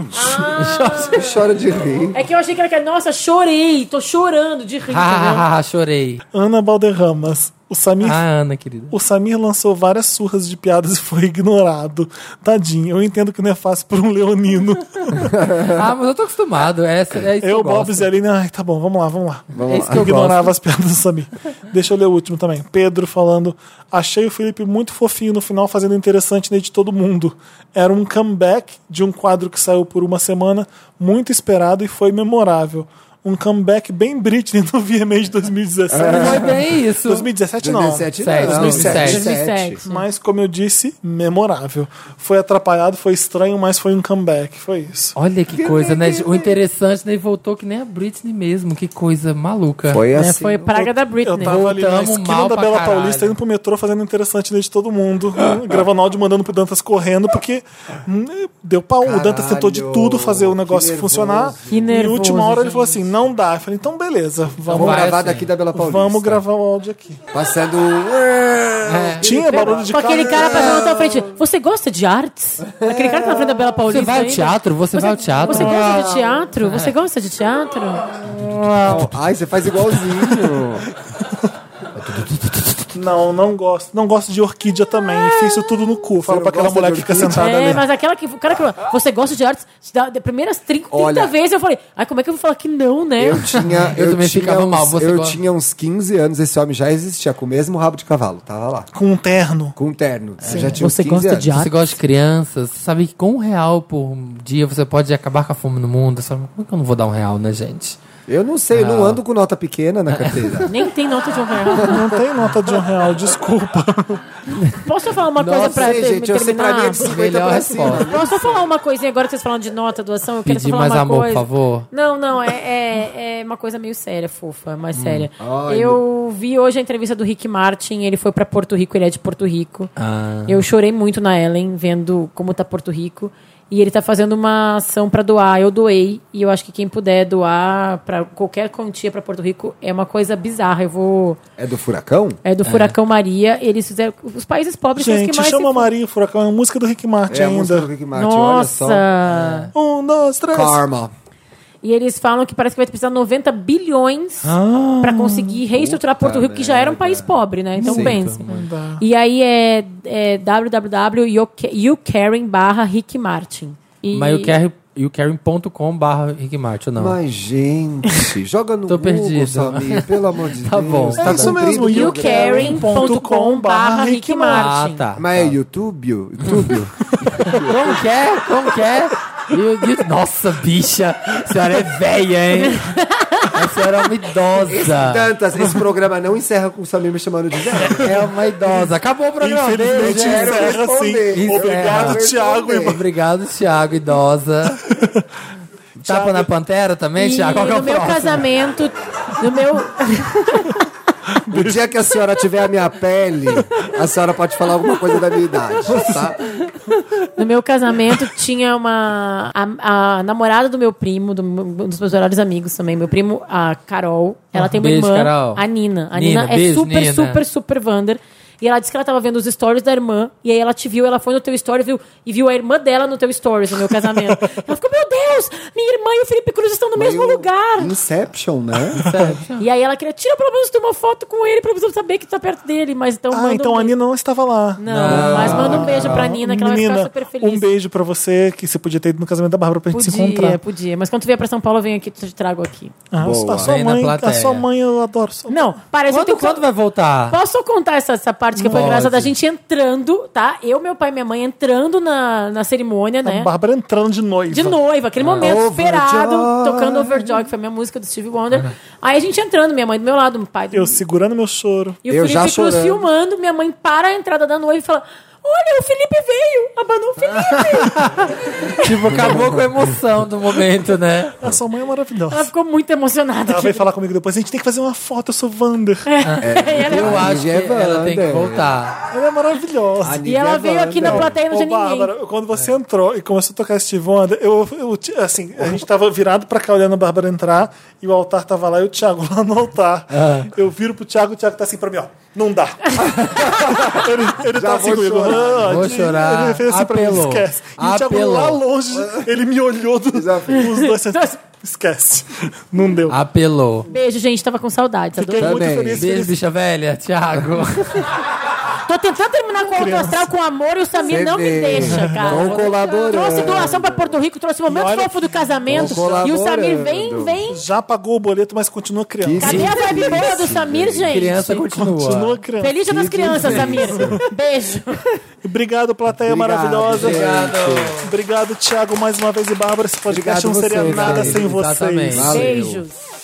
Speaker 4: Choro de rir.
Speaker 2: É que eu achei que era aquela, nossa, chorei, tô chorando de rir. entendeu?
Speaker 3: Ah, chorei.
Speaker 1: Ana Balderramas. O Samir,
Speaker 3: Ah, Ana, querida.
Speaker 1: o Samir lançou várias surras de piadas e foi ignorado. Tadinho, eu entendo que não é fácil por um leonino.
Speaker 3: Ah, mas eu tô acostumado. É, é isso que
Speaker 1: eu,
Speaker 3: eu
Speaker 1: Bob
Speaker 3: gosto.
Speaker 1: e Aline, ai, tá bom, vamos lá, vamos lá.
Speaker 3: É isso que eu
Speaker 1: Eu ignorava
Speaker 3: gosto.
Speaker 1: as piadas do Samir. Deixa eu ler o último também. Pedro falando: Achei o Felipe muito fofinho no final, fazendo interessante na de todo mundo. Era um comeback de um quadro que saiu por uma semana, muito esperado e foi memorável. Um comeback bem Britney no VMA de 2017.
Speaker 3: É. Foi bem isso.
Speaker 1: 2017 não.
Speaker 4: 2017
Speaker 3: Sete,
Speaker 4: não.
Speaker 3: 2007.
Speaker 2: 2007.
Speaker 1: Mas, como eu disse, memorável. Foi atrapalhado, foi estranho, mas foi um comeback. Foi isso.
Speaker 3: Olha que coisa, né? O interessante, né? Voltou que nem a Britney mesmo. Que coisa maluca.
Speaker 4: Foi
Speaker 2: É,
Speaker 4: assim.
Speaker 2: foi praga da
Speaker 1: Eu
Speaker 2: Britney.
Speaker 1: tava ali na
Speaker 3: Voltamos
Speaker 1: esquina
Speaker 3: mal
Speaker 1: da
Speaker 3: pra
Speaker 1: Bela
Speaker 3: caralho.
Speaker 1: Paulista, indo pro metrô, fazendo interessante de todo mundo, gravando áudio, mandando pro Dantas correndo, porque hum, deu pau. O Dantas tentou de
Speaker 4: Caralho,
Speaker 1: tudo fazer o
Speaker 4: que
Speaker 1: negócio
Speaker 4: nervoso.
Speaker 1: funcionar.
Speaker 2: Que
Speaker 1: e na
Speaker 2: nervoso,
Speaker 1: última hora ele
Speaker 2: gente.
Speaker 1: falou assim: não dá. Eu falei, então beleza, vamos,
Speaker 4: Vamos
Speaker 3: Vai
Speaker 4: gravar
Speaker 3: assim.
Speaker 4: daqui da Bela Paulista.
Speaker 1: vamos gravar o áudio aqui.
Speaker 4: Passando.
Speaker 3: É.
Speaker 1: Tinha barulho de
Speaker 2: Com aquele
Speaker 1: carro.
Speaker 2: cara passando na tua frente. Você gosta de artes? Aquele cara que tá na frente da Bela
Speaker 3: Você
Speaker 2: Paulista.
Speaker 3: vai ao
Speaker 2: ainda.
Speaker 3: teatro? Você,
Speaker 1: é,
Speaker 3: vai ao teatro?
Speaker 2: Você gosta
Speaker 4: É.
Speaker 2: de teatro? Você gosta de teatro?
Speaker 4: Ai, você faz igualzinho.
Speaker 1: Não, não gosto. Não gosto de orquídea também. Fiz isso tudo no cu. Fala
Speaker 4: não
Speaker 1: pra aquela
Speaker 4: gosta
Speaker 1: mulher que
Speaker 4: de
Speaker 1: fica
Speaker 4: orquídea?
Speaker 1: sentada
Speaker 2: É,
Speaker 1: ali.
Speaker 2: mas aquela que. O cara que falou, você gosta de artes? Se dá- de primeiras 30, 30
Speaker 4: Olha.
Speaker 2: vezes eu falei, ai, como é que eu vou falar que não, né?
Speaker 4: Eu tinha.
Speaker 3: Eu também
Speaker 4: tinha
Speaker 3: ficava
Speaker 4: uns,
Speaker 3: mal, você
Speaker 4: Eu
Speaker 3: gosta.
Speaker 4: tinha uns 15 anos, esse homem já existia, com o mesmo rabo de cavalo. Tava lá.
Speaker 1: Com um terno.
Speaker 4: Com um terno. Você já tinha uns
Speaker 2: Você
Speaker 4: 15
Speaker 2: gosta
Speaker 4: anos.
Speaker 2: de
Speaker 3: Você gosta de crianças? Você sabe que com um real por dia você pode acabar com a fome no mundo? Você fala, como é que eu não vou dar um real, né, gente?
Speaker 4: Eu não sei, eu
Speaker 3: Ah.
Speaker 4: não ando com nota pequena na carteira.
Speaker 2: Nem tem nota de um real.
Speaker 1: Não tem nota de um real, desculpa.
Speaker 2: Posso só falar uma
Speaker 4: Não
Speaker 2: coisa pra
Speaker 4: sei,
Speaker 2: ter-
Speaker 4: gente. Eu sei pra mim é
Speaker 2: terminar?
Speaker 4: de 50
Speaker 3: Melhor
Speaker 4: pra cima.
Speaker 3: resposta.
Speaker 2: Posso só falar uma coisinha agora que vocês falaram de nota, doação? Eu quero só
Speaker 3: Pedir
Speaker 2: falar
Speaker 3: mais
Speaker 2: uma
Speaker 3: amor,
Speaker 2: coisa.
Speaker 3: por favor.
Speaker 2: Não, não, é, é, é uma coisa meio séria, fofa, mais
Speaker 3: Hum.
Speaker 2: séria. eu vi hoje a entrevista do Rick Martin, ele foi pra
Speaker 3: Ah.
Speaker 2: Porto Rico, ele é de Porto Rico. Eu chorei muito na Ellen, vendo como tá Porto Rico. E ele tá fazendo uma ação para doar. Eu doei. E eu acho que quem puder doar para qualquer quantia para Porto Rico é uma coisa bizarra. Eu vou.
Speaker 4: É do furacão?
Speaker 2: É do Furacão Maria. Eles fizeram. Os países pobres são os
Speaker 1: Gente,
Speaker 2: que mais. se
Speaker 1: chama
Speaker 2: fu-
Speaker 1: Maria Furacão, é a música do Rick Martin
Speaker 4: É a música do
Speaker 1: ainda.
Speaker 4: Rick Martin, olha
Speaker 3: É.
Speaker 2: Nossa!
Speaker 4: só. Um, dois,
Speaker 1: três.
Speaker 4: Karma.
Speaker 2: E eles falam que parece que vai precisar de 90 bilhões
Speaker 3: Ah.
Speaker 2: pra conseguir reestruturar Porto Rico, que já era um país pobre, né? Então
Speaker 4: Sim,
Speaker 2: pense.
Speaker 4: então,
Speaker 2: E aí é, é www.youcaring barra Rick Martin. E
Speaker 3: Mas o Karen.com barra Rick Martin, não.
Speaker 4: Mas, gente, joga no
Speaker 3: Tô
Speaker 4: Google,
Speaker 3: perdido.
Speaker 4: Samir, pelo amor de
Speaker 3: Tá
Speaker 4: Deus.
Speaker 3: bom.
Speaker 4: Tá
Speaker 1: É isso
Speaker 4: cumprido
Speaker 1: mesmo,
Speaker 4: o
Speaker 1: you
Speaker 4: programa.
Speaker 1: care.
Speaker 2: youcaring.com barra Rick
Speaker 3: Ah,
Speaker 2: Martin.
Speaker 3: tá.
Speaker 4: Mas é YouTube? YouTube?
Speaker 3: Como que é? Como que é? E o- e- Nossa, bicha! A senhora é velha, hein? A senhora é uma idosa.
Speaker 4: Tantas, esse programa não encerra com o Samir me chamando de velho.
Speaker 3: É uma idosa. Acabou o programa.
Speaker 1: Infelizmente é
Speaker 3: Beijo, gente.
Speaker 1: encerra
Speaker 4: responder.
Speaker 1: assim.
Speaker 3: Encerra.
Speaker 1: Obrigado,
Speaker 4: Responder.
Speaker 1: Thiago. e-
Speaker 3: Obrigado, Thiago, idosa. Tapa na pantera também,
Speaker 2: E
Speaker 3: Thiago? Qual que é
Speaker 2: no
Speaker 3: o
Speaker 2: meu
Speaker 3: próximo?
Speaker 2: casamento, no meu,
Speaker 4: O dia que a senhora tiver a minha pele, a senhora pode falar alguma coisa da minha idade, tá?
Speaker 2: no meu casamento tinha uma. A, a namorada do meu primo, do, um dos meus melhores amigos também, meu primo, a Carol, ela
Speaker 3: Ah,
Speaker 2: tem uma
Speaker 3: beijo,
Speaker 2: irmã,
Speaker 3: Carol.
Speaker 2: a Nina. A
Speaker 3: Nina,
Speaker 2: Nina, é
Speaker 3: beijo,
Speaker 2: super,
Speaker 3: Nina.
Speaker 2: super, super Wander. E ela disse que ela tava vendo os stories da irmã, e aí ela te viu, ela foi no teu story viu, e viu a irmã dela no teu stories, no meu casamento. ela ficou, meu Deus, minha irmã e o Felipe Cruz estão no mesmo
Speaker 4: Meio
Speaker 2: lugar.
Speaker 4: Inception, né?
Speaker 2: E aí ela queria, tira pelo menos tu uma foto com ele pra você saber que tu tá perto dele, mas então manda
Speaker 1: Ah,
Speaker 2: um
Speaker 1: então a
Speaker 2: beijo.
Speaker 1: Nina não estava lá.
Speaker 2: Não, mas manda um beijo
Speaker 3: Ah,
Speaker 2: pra Nina, que ela
Speaker 1: Menina,
Speaker 2: vai ficar super feliz.
Speaker 1: um beijo pra você, que você podia ter ido no casamento da Bárbara pra gente se
Speaker 2: Podia,
Speaker 1: encontrar.
Speaker 2: podia. Mas quando tu vier pra São Paulo, eu venho aqui, te trago aqui.
Speaker 1: Ah,
Speaker 4: Boa.
Speaker 1: a, sua
Speaker 3: Vem na
Speaker 1: mãe, a
Speaker 3: plateia.
Speaker 1: sua mãe, eu adoro. Sua...
Speaker 2: Não, parece que
Speaker 3: Quando,
Speaker 2: eu tô-
Speaker 3: quando vai voltar?
Speaker 2: Posso só contar essa, essa parte que foi
Speaker 3: Pode.
Speaker 2: engraçada? A gente entrando, tá? Eu, meu pai e minha mãe entrando na, na cerimônia,
Speaker 1: A
Speaker 2: né?
Speaker 1: Bárbara entrando de noiva.
Speaker 2: De noiva, aquele momento
Speaker 4: Overjoy.
Speaker 2: esperado, tocando Overjoy, que foi a minha música do Steve Wonder. Aí a gente entrando, minha mãe do meu lado, meu pai do
Speaker 1: Eu segurando meu choro.
Speaker 2: E o
Speaker 4: Eu
Speaker 2: Felipe
Speaker 4: já
Speaker 2: Cruz
Speaker 4: chorando.
Speaker 2: filmando, minha mãe para a entrada da noiva e fala: Olha, o Felipe veio! Abanou o Felipe!
Speaker 3: Tipo, acabou com a emoção do momento, né?
Speaker 1: A sua mãe é
Speaker 2: Ela
Speaker 1: maravilhosa.
Speaker 2: ficou muito emocionada.
Speaker 1: Ela veio falar comigo depois. A gente tem que fazer uma foto, eu sou Wander.
Speaker 2: É. E ela-
Speaker 3: Eu
Speaker 4: A
Speaker 3: acho que
Speaker 4: Nívia é
Speaker 3: ela tem que
Speaker 4: Wander.
Speaker 3: voltar.
Speaker 1: Ela é maravilhosa.
Speaker 4: A
Speaker 2: E
Speaker 4: Nívia
Speaker 2: ela
Speaker 4: é
Speaker 2: veio aqui na
Speaker 4: Wanda.
Speaker 2: plateia e não
Speaker 1: Ô,
Speaker 2: tinha ninguém.
Speaker 1: Bárbara, quando você entrou e começou a tocar Steve Wonder, eu, eu ti- assim, a gente tava virado pra cá olhando a Bárbara entrar e o altar tava lá e o Thiago lá no altar. Eu viro pro Thiago, o Thiago tá assim pra mim, ó, não dá. ele ele
Speaker 4: Já
Speaker 1: tá
Speaker 4: vou
Speaker 1: assim comigo.
Speaker 4: chorar,
Speaker 1: "Ah,
Speaker 3: vou
Speaker 1: ele-
Speaker 3: chorar."
Speaker 1: Ele fez assim pra mim,
Speaker 3: Apelou.
Speaker 1: esquece. E o Thiago
Speaker 3: Apelou.
Speaker 1: lá longe, ele me olhou do, dos dois, assim, esquece. Não deu.
Speaker 3: Ah, Apelou.
Speaker 2: Beijo, gente, tava com saudade. Tá
Speaker 1: Fiquei
Speaker 2: doido?
Speaker 1: muito
Speaker 4: Também.
Speaker 1: feliz.
Speaker 3: Beijo,
Speaker 1: feliz.
Speaker 3: bicha velha. Thiago.
Speaker 2: Tô tentando terminar com o alto astral com amor e o Samir
Speaker 4: Você
Speaker 2: não me
Speaker 4: vê.
Speaker 2: deixa, cara.
Speaker 4: Vão colaborando.
Speaker 2: Trouxe doação pra Porto Rico, trouxe o momento
Speaker 1: Olha-
Speaker 2: fofo do casamento.
Speaker 4: Vão
Speaker 2: E o Samir vem,
Speaker 4: colaborando.
Speaker 2: vem.
Speaker 1: Já pagou o boleto, mas continua criando.
Speaker 4: Que
Speaker 2: Cadê a
Speaker 4: Sim.
Speaker 2: vibe boa do Samir, gente?
Speaker 3: Criança continua.
Speaker 1: Continua criando.
Speaker 2: Feliz dia das crianças, Samir. Beijo.
Speaker 1: Obrigado, plateia
Speaker 4: Obrigado,
Speaker 1: maravilhosa.
Speaker 4: obrigado.
Speaker 1: Obrigado, Thiago, mais uma vez e Bárbara. Esse podcast
Speaker 4: Obrigado
Speaker 1: não seria
Speaker 4: você,
Speaker 1: nada
Speaker 4: Bárbara.
Speaker 1: sem vocês.
Speaker 3: Exatamente.
Speaker 4: Valeu.
Speaker 2: Beijos.